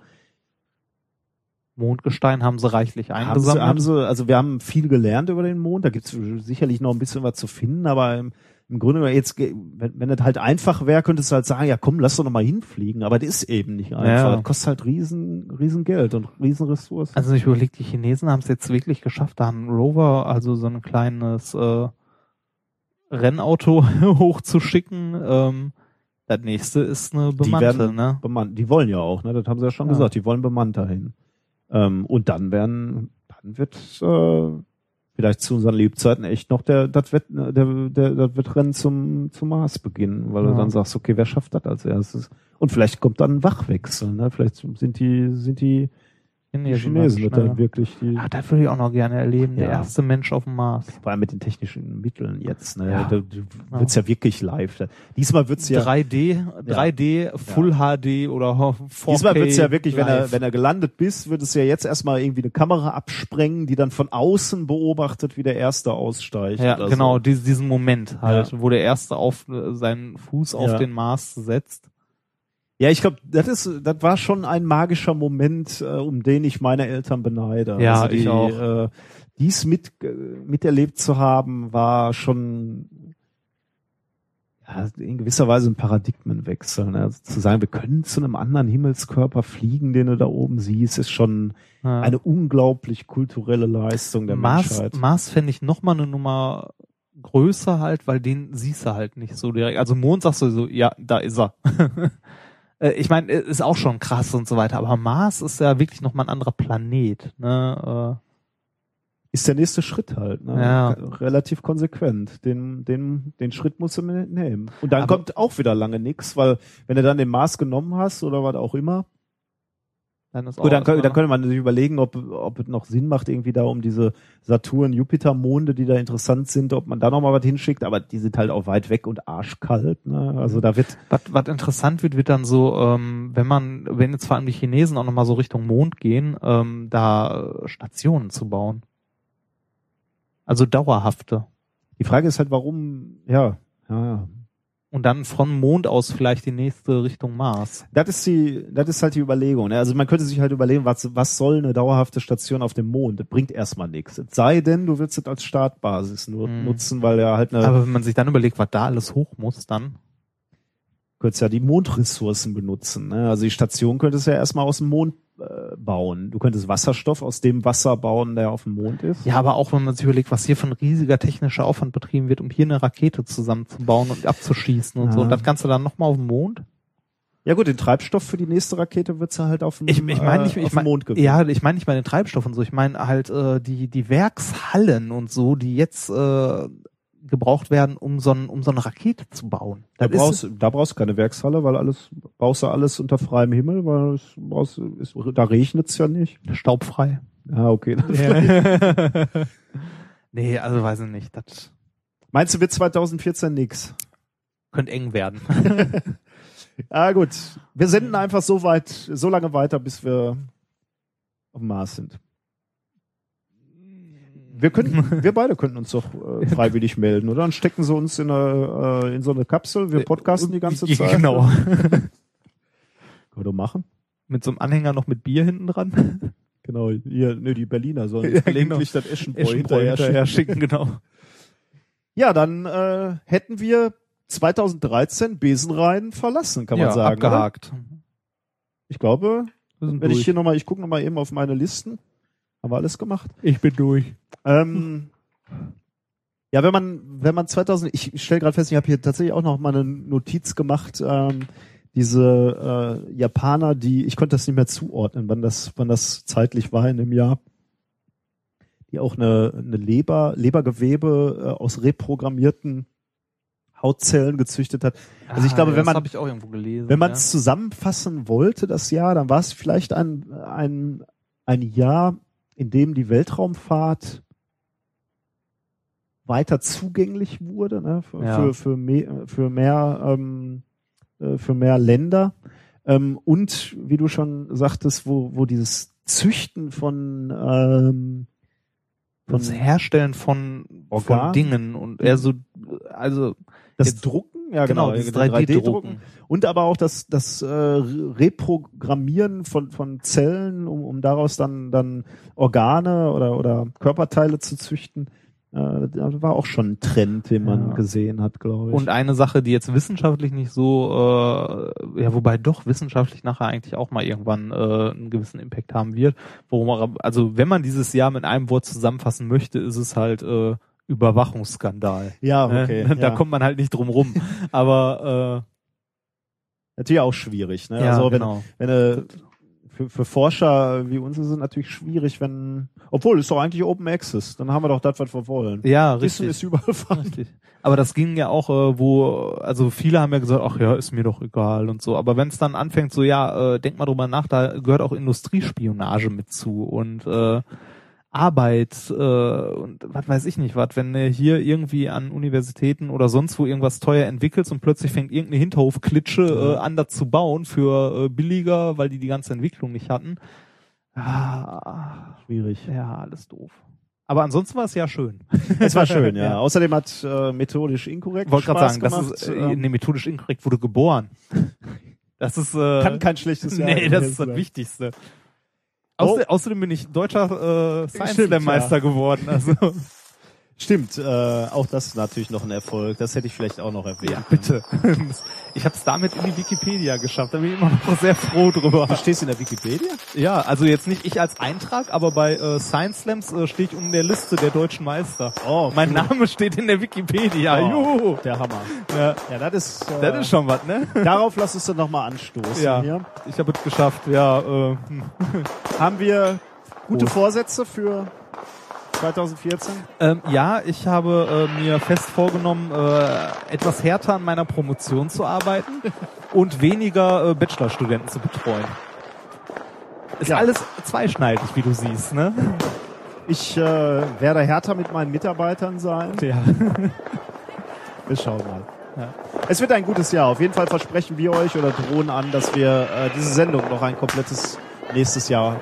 [SPEAKER 2] Mondgestein haben sie reichlich
[SPEAKER 1] haben sie,
[SPEAKER 2] eingesammelt.
[SPEAKER 1] haben sie, also wir haben viel gelernt über den Mond, da gibt's sicherlich noch ein bisschen was zu finden, aber im, im Grunde genommen jetzt, ge- wenn, wenn das halt einfach wäre, könntest du halt sagen, ja komm, lass doch noch mal hinfliegen, aber das ist eben nicht einfach.
[SPEAKER 2] Ja.
[SPEAKER 1] Das kostet halt riesen, riesen Geld und riesen Ressourcen.
[SPEAKER 2] Also ich überlege, die Chinesen haben es jetzt wirklich geschafft, da einen Rover, also so ein kleines äh, Rennauto [laughs] hochzuschicken. Ähm, das nächste ist eine bemannte,
[SPEAKER 1] werden-
[SPEAKER 2] ne?
[SPEAKER 1] bemannt. Die wollen ja auch, ne? Das haben sie ja schon
[SPEAKER 2] Ja.
[SPEAKER 1] gesagt, die wollen bemannt dahin. Ähm, und dann werden, dann wird äh, vielleicht zu unseren Lebzeiten echt noch der das Wett, der, der, das Wettrennen zum, zum Mars beginnen, weil
[SPEAKER 2] Ja.
[SPEAKER 1] du dann sagst, okay, wer schafft das als erstes? Und vielleicht kommt dann ein Wachwechsel, ne? Vielleicht sind die, sind die, die Chinesen
[SPEAKER 2] waren
[SPEAKER 1] das dann
[SPEAKER 2] schneller.
[SPEAKER 1] wirklich die.
[SPEAKER 2] Ah, das würde ich auch noch gerne erleben. Der
[SPEAKER 1] Ja.
[SPEAKER 2] erste Mensch auf dem Mars.
[SPEAKER 1] Vor allem mit den technischen Mitteln jetzt, ne?
[SPEAKER 2] Ja.
[SPEAKER 1] Du, du wird's ja wirklich live. Diesmal wird's ja.
[SPEAKER 2] 3D, 3D, Full HD oder [laughs] ho- 4K.
[SPEAKER 1] Diesmal wird's ja wirklich, wenn er,
[SPEAKER 2] live.
[SPEAKER 1] wenn er gelandet bist, wird es ja jetzt erstmal irgendwie eine Kamera absprengen, die dann von außen beobachtet, wie der Erste aussteigt.
[SPEAKER 2] ja,
[SPEAKER 1] oder
[SPEAKER 2] genau,
[SPEAKER 1] So.
[SPEAKER 2] dies- diesen Moment halt, wo der erste auf äh, seinen Fuß auf
[SPEAKER 1] Ja.
[SPEAKER 2] den Mars setzt.
[SPEAKER 1] Ja, ich glaube, das ist, das war schon ein magischer Moment, äh, um den ich meine Eltern beneide.
[SPEAKER 2] Ja,
[SPEAKER 1] die,
[SPEAKER 2] ich auch.
[SPEAKER 1] Äh, dies mit, äh, miterlebt zu haben, war schon ja, in gewisser Weise ein Paradigmenwechsel. Ne? Also zu sagen, wir können zu einem anderen Himmelskörper fliegen, den du da oben siehst, ist schon
[SPEAKER 2] Ja.
[SPEAKER 1] eine unglaublich kulturelle Leistung der
[SPEAKER 2] Mars,
[SPEAKER 1] Menschheit.
[SPEAKER 2] Mars fände ich noch mal eine Nummer größer halt, weil den siehst du halt nicht so direkt. Also Mond sagst du so, ja, da ist er. [laughs] Äh, ich meine, äh, ist auch schon krass und so weiter, aber Mars ist ja wirklich noch mal ein anderer Planet. Ne?
[SPEAKER 1] ist der nächste Schritt halt. Ne?
[SPEAKER 2] Ja.
[SPEAKER 1] Relativ konsequent. Den, den, den Schritt musst du nehmen. Und dann
[SPEAKER 2] Aber-
[SPEAKER 1] kommt auch wieder lange nichts, weil wenn du dann den Mars genommen hast oder was auch immer,
[SPEAKER 2] Äh, dann ist
[SPEAKER 1] gut, dann, kö-
[SPEAKER 2] erstmal-
[SPEAKER 1] dann könnte man sich überlegen, ob, ob es noch Sinn macht, irgendwie da um diese Saturn-Jupiter-Monde, die da interessant sind, ob man da nochmal was hinschickt, aber die sind halt auch weit weg und arschkalt. Ne? Also da wird
[SPEAKER 2] Was, was interessant wird, wird dann so, ähm, wenn man, wenn jetzt vor allem die Chinesen auch nochmal so Richtung Mond gehen, ähm, da äh, Stationen zu bauen. Also dauerhafte.
[SPEAKER 1] die Frage ist halt, warum, ja, ja, ja.
[SPEAKER 2] Und dann vom Mond aus vielleicht die nächste Richtung Mars.
[SPEAKER 1] Das ist die, das ist halt die Überlegung. Ne? Also man könnte sich halt überlegen, was, was soll eine dauerhafte Station auf dem Mond? Das bringt erstmal nichts. Es sei denn, du willst es als Startbasis nur
[SPEAKER 2] Mhm.
[SPEAKER 1] nutzen, weil ja halt eine,
[SPEAKER 2] Aber wenn man sich dann überlegt, was da alles hoch muss, dann.
[SPEAKER 1] könntest ja die Mondressourcen benutzen. Ne? Also die Station könntest du ja erstmal aus dem Mond äh, bauen. Du könntest Wasserstoff aus dem Wasser bauen, der auf dem Mond ist.
[SPEAKER 2] Ja, aber auch wenn man sich überlegt, was hier für ein riesiger technischer Aufwand betrieben wird, um hier eine Rakete zusammenzubauen und abzuschießen und so.
[SPEAKER 1] Ja.
[SPEAKER 2] Und das Ganze dann nochmal auf dem Mond?
[SPEAKER 1] Ja gut, den Treibstoff für die nächste Rakete wird ja halt auf dem,
[SPEAKER 2] Ich, ich meine nicht,
[SPEAKER 1] äh,
[SPEAKER 2] ich
[SPEAKER 1] auf dem
[SPEAKER 2] mein,
[SPEAKER 1] Mond gewinnen.
[SPEAKER 2] ja, ich meine nicht meine Treibstoff und so. Ich meine halt äh, die die Werkshallen und so, die jetzt äh, gebraucht werden, um so, ein, um so eine Rakete zu bauen.
[SPEAKER 1] Da
[SPEAKER 2] Das ist-
[SPEAKER 1] brauchst, da brauchst du keine Werkshalle, weil alles brauchst du alles unter freiem Himmel, weil es brauchst, ist, da regnet's ja nicht.
[SPEAKER 2] staubfrei.
[SPEAKER 1] Ah, okay. [laughs]
[SPEAKER 2] [laughs] nee, also weiß ich nicht. Das
[SPEAKER 1] Meinst du, wird 2014 nix?
[SPEAKER 2] könnte eng werden.
[SPEAKER 1] Ah, gut. Wir senden einfach so weit, so lange weiter, bis wir auf dem Mars sind. Wir [laughs] könnten, wir beide könnten uns doch äh, freiwillig melden, oder? Dann stecken sie uns in, eine, äh, in so eine Kapsel, wir podcasten die [laughs]
[SPEAKER 2] [laughs]
[SPEAKER 1] ganze Zeit.
[SPEAKER 2] Genau.
[SPEAKER 1] Können wir doch machen.
[SPEAKER 2] Mit so einem Anhänger noch mit Bier hinten
[SPEAKER 1] [laughs]
[SPEAKER 2] dran.
[SPEAKER 1] Genau, hier, nö, die Berliner [laughs] sollen
[SPEAKER 2] Ja,
[SPEAKER 1] gelegentlich das Eschenbräu,
[SPEAKER 2] Eschenbräu
[SPEAKER 1] genau. hinterher schicken.
[SPEAKER 2] hinterher schicken, genau.
[SPEAKER 1] Ja, dann äh, hätten wir 2013 Besenrein verlassen, [laughs] kann man sagen. oder?
[SPEAKER 2] abgehakt.
[SPEAKER 1] Ich glaube,
[SPEAKER 2] Wir sind
[SPEAKER 1] wenn ich
[SPEAKER 2] durch.
[SPEAKER 1] hier nochmal, ich gucke nochmal eben auf meine Listen. Haben wir alles gemacht?
[SPEAKER 2] ich bin durch.
[SPEAKER 1] Ähm, ja, wenn man, wenn man 2000, ich stelle gerade fest, ich habe hier tatsächlich auch noch mal eine Notiz gemacht, ähm, diese äh, Japaner, die, ich konnte das nicht mehr zuordnen, wann das, wann das zeitlich war in dem Jahr, die auch eine, eine Leber, Lebergewebe äh, aus reprogrammierten Hautzellen gezüchtet hat. Also ich glaube, wenn man-
[SPEAKER 2] Ah, das habe ich auch irgendwo gelesen.
[SPEAKER 1] Wenn man
[SPEAKER 2] ja.
[SPEAKER 1] es zusammenfassen wollte, das Jahr, dann war es vielleicht ein, ein, ein Jahr, in dem die Weltraumfahrt weiter zugänglich wurde, ne? für,
[SPEAKER 2] Ja.
[SPEAKER 1] für, für, me, für, mehr, ähm, äh, für mehr Länder. Ähm, und wie du schon sagtest, wo, wo dieses Züchten von, ähm, von
[SPEAKER 2] das Herstellen von,
[SPEAKER 1] Organ?
[SPEAKER 2] Mhm. von Dingen und eher so, also
[SPEAKER 1] das
[SPEAKER 2] jetzt-
[SPEAKER 1] Drucken, ja
[SPEAKER 2] genau, dieses 3D-Drucken.
[SPEAKER 1] Und aber auch das, das äh, Reprogrammieren von, von Zellen, um, um daraus dann, dann Organe oder, oder Körperteile zu züchten, äh, das war auch schon ein Trend, den man
[SPEAKER 2] Ja.
[SPEAKER 1] gesehen hat, glaube ich.
[SPEAKER 2] Und eine Sache, die jetzt wissenschaftlich nicht so, äh, ja, wobei doch wissenschaftlich nachher eigentlich auch mal irgendwann äh, einen gewissen Impact haben wird, worum, man- also wenn man dieses Jahr mit einem Wort zusammenfassen möchte, ist es halt äh, Überwachungsskandal.
[SPEAKER 1] ja,
[SPEAKER 2] Ne?
[SPEAKER 1] Ah, okay.
[SPEAKER 2] [laughs] da
[SPEAKER 1] ja.
[SPEAKER 2] kommt man halt nicht drum rum. Aber
[SPEAKER 1] natürlich auch schwierig.
[SPEAKER 2] äh,
[SPEAKER 1] Ne?
[SPEAKER 2] ja,
[SPEAKER 1] also wenn,
[SPEAKER 2] genau.
[SPEAKER 1] wenn äh, für, für Forscher wie uns ist es natürlich schwierig, wenn obwohl ist doch eigentlich Open Access, dann haben wir doch das, was wir wollen.
[SPEAKER 2] Ja,
[SPEAKER 1] Wissen
[SPEAKER 2] richtig.
[SPEAKER 1] ist
[SPEAKER 2] [laughs]
[SPEAKER 1] überall vorhanden.
[SPEAKER 2] Richtig. Aber das ging ja auch, äh, wo, also viele haben ja gesagt, ach ja, ist mir doch egal und so. Aber wenn es dann anfängt, so ja, äh, denk mal drüber nach, da gehört auch Industriespionage mit zu und äh, Arbeit äh, und was weiß ich nicht was, wenn du hier irgendwie an Universitäten oder sonst wo irgendwas teuer entwickelst und plötzlich fängt irgendeine Hinterhofklitsche äh, an, das zu bauen für äh, billiger, weil die die ganze Entwicklung nicht hatten. Ah,
[SPEAKER 1] Schwierig.
[SPEAKER 2] ja, alles doof. Aber ansonsten war es ja schön.
[SPEAKER 1] Es war
[SPEAKER 2] [laughs]
[SPEAKER 1] schön, ja.
[SPEAKER 2] Ja.
[SPEAKER 1] Außerdem hat äh, methodisch inkorrekt.
[SPEAKER 2] Ich wollte gerade
[SPEAKER 1] Spaß
[SPEAKER 2] sagen,
[SPEAKER 1] gemacht.
[SPEAKER 2] das ist äh,
[SPEAKER 1] Ähm,
[SPEAKER 2] nee, methodisch inkorrekt, wurde geboren. [laughs] Das ist äh,
[SPEAKER 1] kann kein schlechtes Jahr
[SPEAKER 2] nee, das ist das
[SPEAKER 1] gewesen sein.
[SPEAKER 2] Wichtigste.
[SPEAKER 1] Oh.
[SPEAKER 2] Außer- Außerdem bin ich deutscher äh, Science
[SPEAKER 1] Stimmt,
[SPEAKER 2] Slam Meister
[SPEAKER 1] [laughs]
[SPEAKER 2] geworden. Also
[SPEAKER 1] Stimmt, äh, auch das ist natürlich noch ein Erfolg. Das hätte ich vielleicht auch noch erwähnt.
[SPEAKER 2] bitte. Ich habe es damit in die Wikipedia geschafft. Da bin ich immer noch sehr froh drüber.
[SPEAKER 1] Du stehst in der Wikipedia?
[SPEAKER 2] Ja, also jetzt nicht ich als Eintrag, aber bei äh, Science Slams äh, stehe ich unter der Liste der deutschen Meister.
[SPEAKER 1] Oh,
[SPEAKER 2] Mein Name steht in der Wikipedia.
[SPEAKER 1] Oh.
[SPEAKER 2] Juhu.
[SPEAKER 1] Der Hammer.
[SPEAKER 2] Ja,
[SPEAKER 1] Ja, das ist, äh,
[SPEAKER 2] das ist schon was, ne?
[SPEAKER 1] darauf lass uns dann nochmal anstoßen.
[SPEAKER 2] Ja.
[SPEAKER 1] Hier.
[SPEAKER 2] Ich habe es geschafft. Ja, äh, hm.
[SPEAKER 1] Haben wir gute
[SPEAKER 2] Prost.
[SPEAKER 1] Vorsätze für 2014?
[SPEAKER 2] Ähm, ja, ich habe äh, mir fest vorgenommen, äh, etwas härter an meiner Promotion zu arbeiten und weniger äh, Bachelorstudenten zu betreuen. Ist
[SPEAKER 1] Ja.
[SPEAKER 2] alles zweischneidig, wie du siehst, ne?
[SPEAKER 1] [laughs] Ich äh, werde härter mit meinen Mitarbeitern sein.
[SPEAKER 2] Ja.
[SPEAKER 1] Wir schauen mal.
[SPEAKER 2] Ja.
[SPEAKER 1] Es wird ein gutes Jahr. Auf jeden Fall versprechen wir euch oder drohen an, dass wir äh, diese Sendung noch ein komplettes nächstes Jahr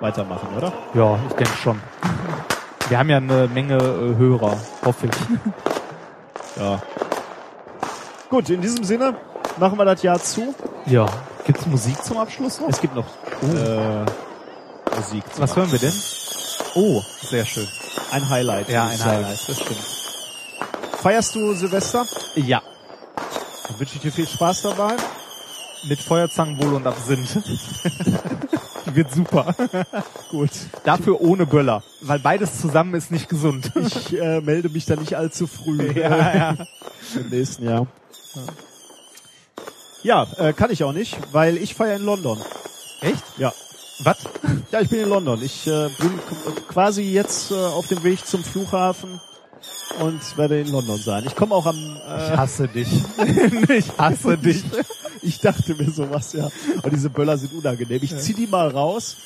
[SPEAKER 1] weitermachen, oder?
[SPEAKER 2] Ja, ich denke schon. Wir haben ja eine Menge äh, Hörer, hoffe ich.
[SPEAKER 1] Ja. Gut, in diesem Sinne machen wir das Jahr zu.
[SPEAKER 2] Ja. Gibt's Musik zum Abschluss noch?
[SPEAKER 1] Es gibt noch äh, Musik. zu
[SPEAKER 2] Was
[SPEAKER 1] machen.
[SPEAKER 2] hören wir denn? Oh, sehr schön.
[SPEAKER 1] Ein Highlight.
[SPEAKER 2] Ja,
[SPEAKER 1] würde ich
[SPEAKER 2] ein
[SPEAKER 1] sagen.
[SPEAKER 2] Highlight, das stimmt.
[SPEAKER 1] Feierst du Silvester?
[SPEAKER 2] Ja,
[SPEAKER 1] Dann wünsche ich dir viel Spaß dabei.
[SPEAKER 2] mit Feuerzangenwohl und Absinth. [laughs] Wird super. [laughs]
[SPEAKER 1] Gut.
[SPEAKER 2] Dafür ohne Böller. Weil beides zusammen ist
[SPEAKER 1] [laughs]
[SPEAKER 2] nicht gesund.
[SPEAKER 1] [laughs] Ich äh, melde mich äh, da nicht allzu früh
[SPEAKER 2] ja.
[SPEAKER 1] im nächsten Jahr. Ja. Ja, äh, kann ich auch nicht, weil ich feiere in London.
[SPEAKER 2] Echt?
[SPEAKER 1] Ja.
[SPEAKER 2] Was?
[SPEAKER 1] Ja, ich bin in London. Ich äh, bin k- quasi jetzt äh, auf dem Weg zum Flughafen und werde in London sein. Ich komme auch am... Äh,
[SPEAKER 2] hasse dich.
[SPEAKER 1] [laughs]
[SPEAKER 2] ich hasse dich.
[SPEAKER 1] ich dachte mir sowas, ja. Und diese Böller sind unangenehm. Ich zieh die mal raus.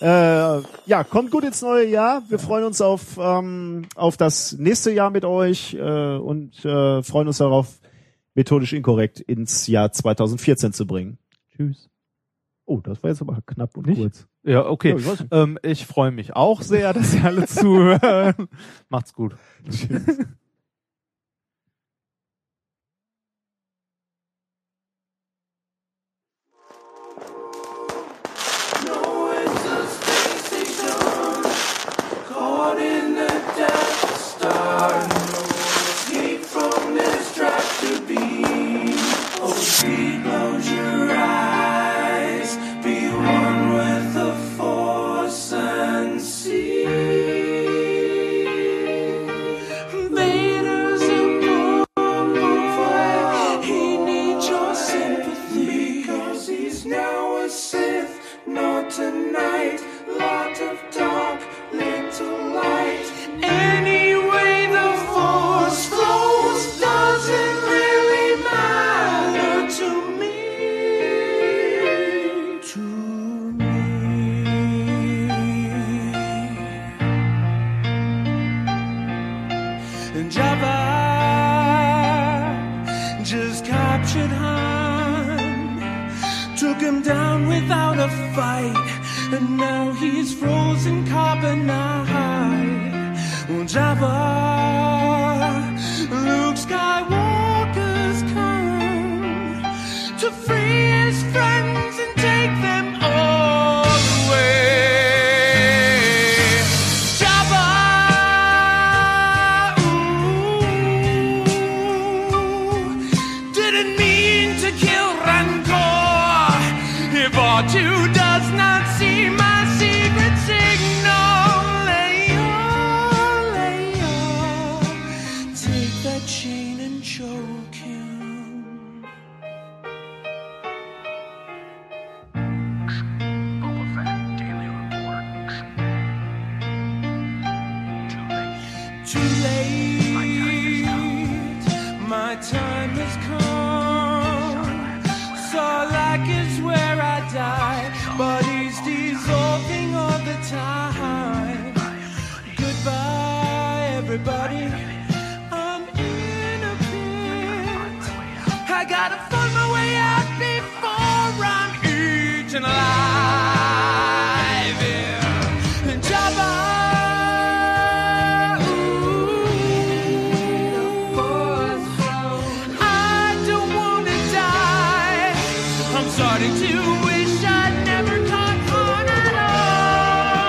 [SPEAKER 1] Äh, ja, kommt gut ins neue Jahr. Wir freuen uns auf, ähm, auf das nächste Jahr mit euch äh, und äh, freuen uns darauf, methodisch inkorrekt ins Jahr 2014 zu bringen.
[SPEAKER 2] Tschüss.
[SPEAKER 1] Oh, das war jetzt aber knapp und
[SPEAKER 2] Nicht?
[SPEAKER 1] kurz.
[SPEAKER 2] Ja, okay.
[SPEAKER 1] Ja, ich weiß nicht.
[SPEAKER 2] ähm, ich freue mich auch sehr, dass ihr alle zuhören. Macht's gut.
[SPEAKER 8] and Java just captured Han, took him down without a fight, and now he's frozen carbonite. Well, Java, Luke Skywalker's come to free his friends and take them all away. Jabba, ooh, didn't mean to kill Rancor. If R2 does not see my secret signal, Leia, Leia, take that chain and choke him. too late. My time has come. Sarlacc is where I die, but he's dissolving all the time. Goodbye, everybody. I'm in a pit. I gotta find my way out before I'm eaten alive. Yeah. Jabba. ooh. I don't wanna die. I'm starting to wish I'd never caught on at all.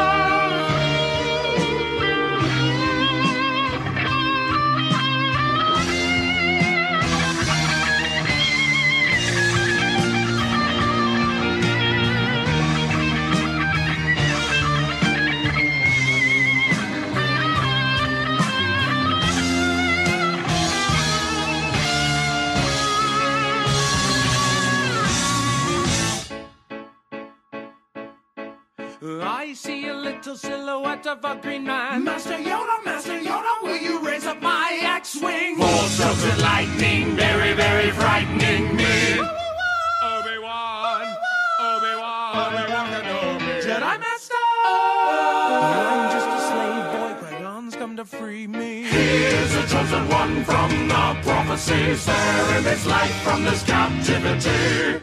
[SPEAKER 8] I see a little silhouette of a green man. Master Yoda, Master Yoda, will you raise up my X-wing? Force of the lightning, very, very frightening me. Obi-Wan, Obi-Wan, Obi-Wan Kenobi. Jedi Master. I'm just a slave boy. Qui-Gon's come to free me. He's a chosen one from the prophecies. There in this life from this captivity.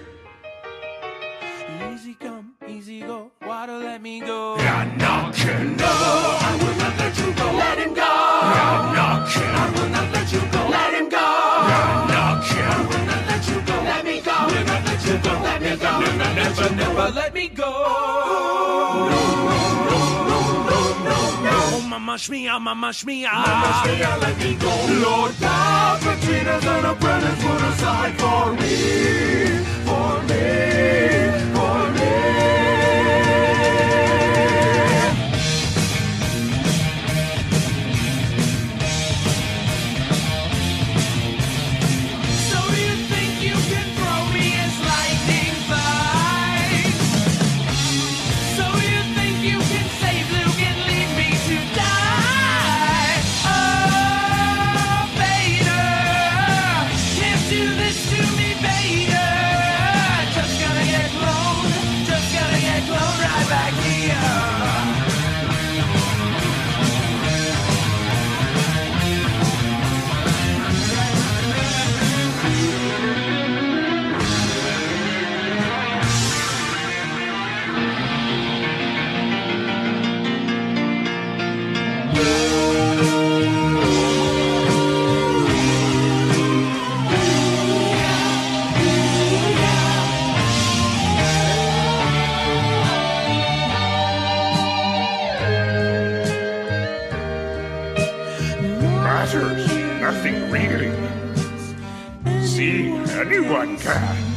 [SPEAKER 8] Easy come, easy go. Why do let me go? Yeah, knock and no, I will not let you go. Let him go. Yeah, knock I will not let you go. Let him go. Yeah, knock I will not let you go. Let me go. Will not let you go. Let me go. Oh. Will not let you never let me go. No, no, no, no, no, no, no. Oh, mama shmia, mama shmia. Mama shmia, let me go. Lord Palpatine as an apprentice put aside for me, for me, for me. So you think you can throw me as
[SPEAKER 9] Oh, back here.
[SPEAKER 8] matters nothing really. See, anyone can.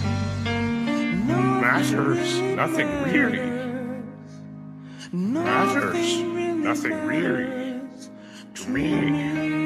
[SPEAKER 8] Matters nothing really. Matters nothing really. To me,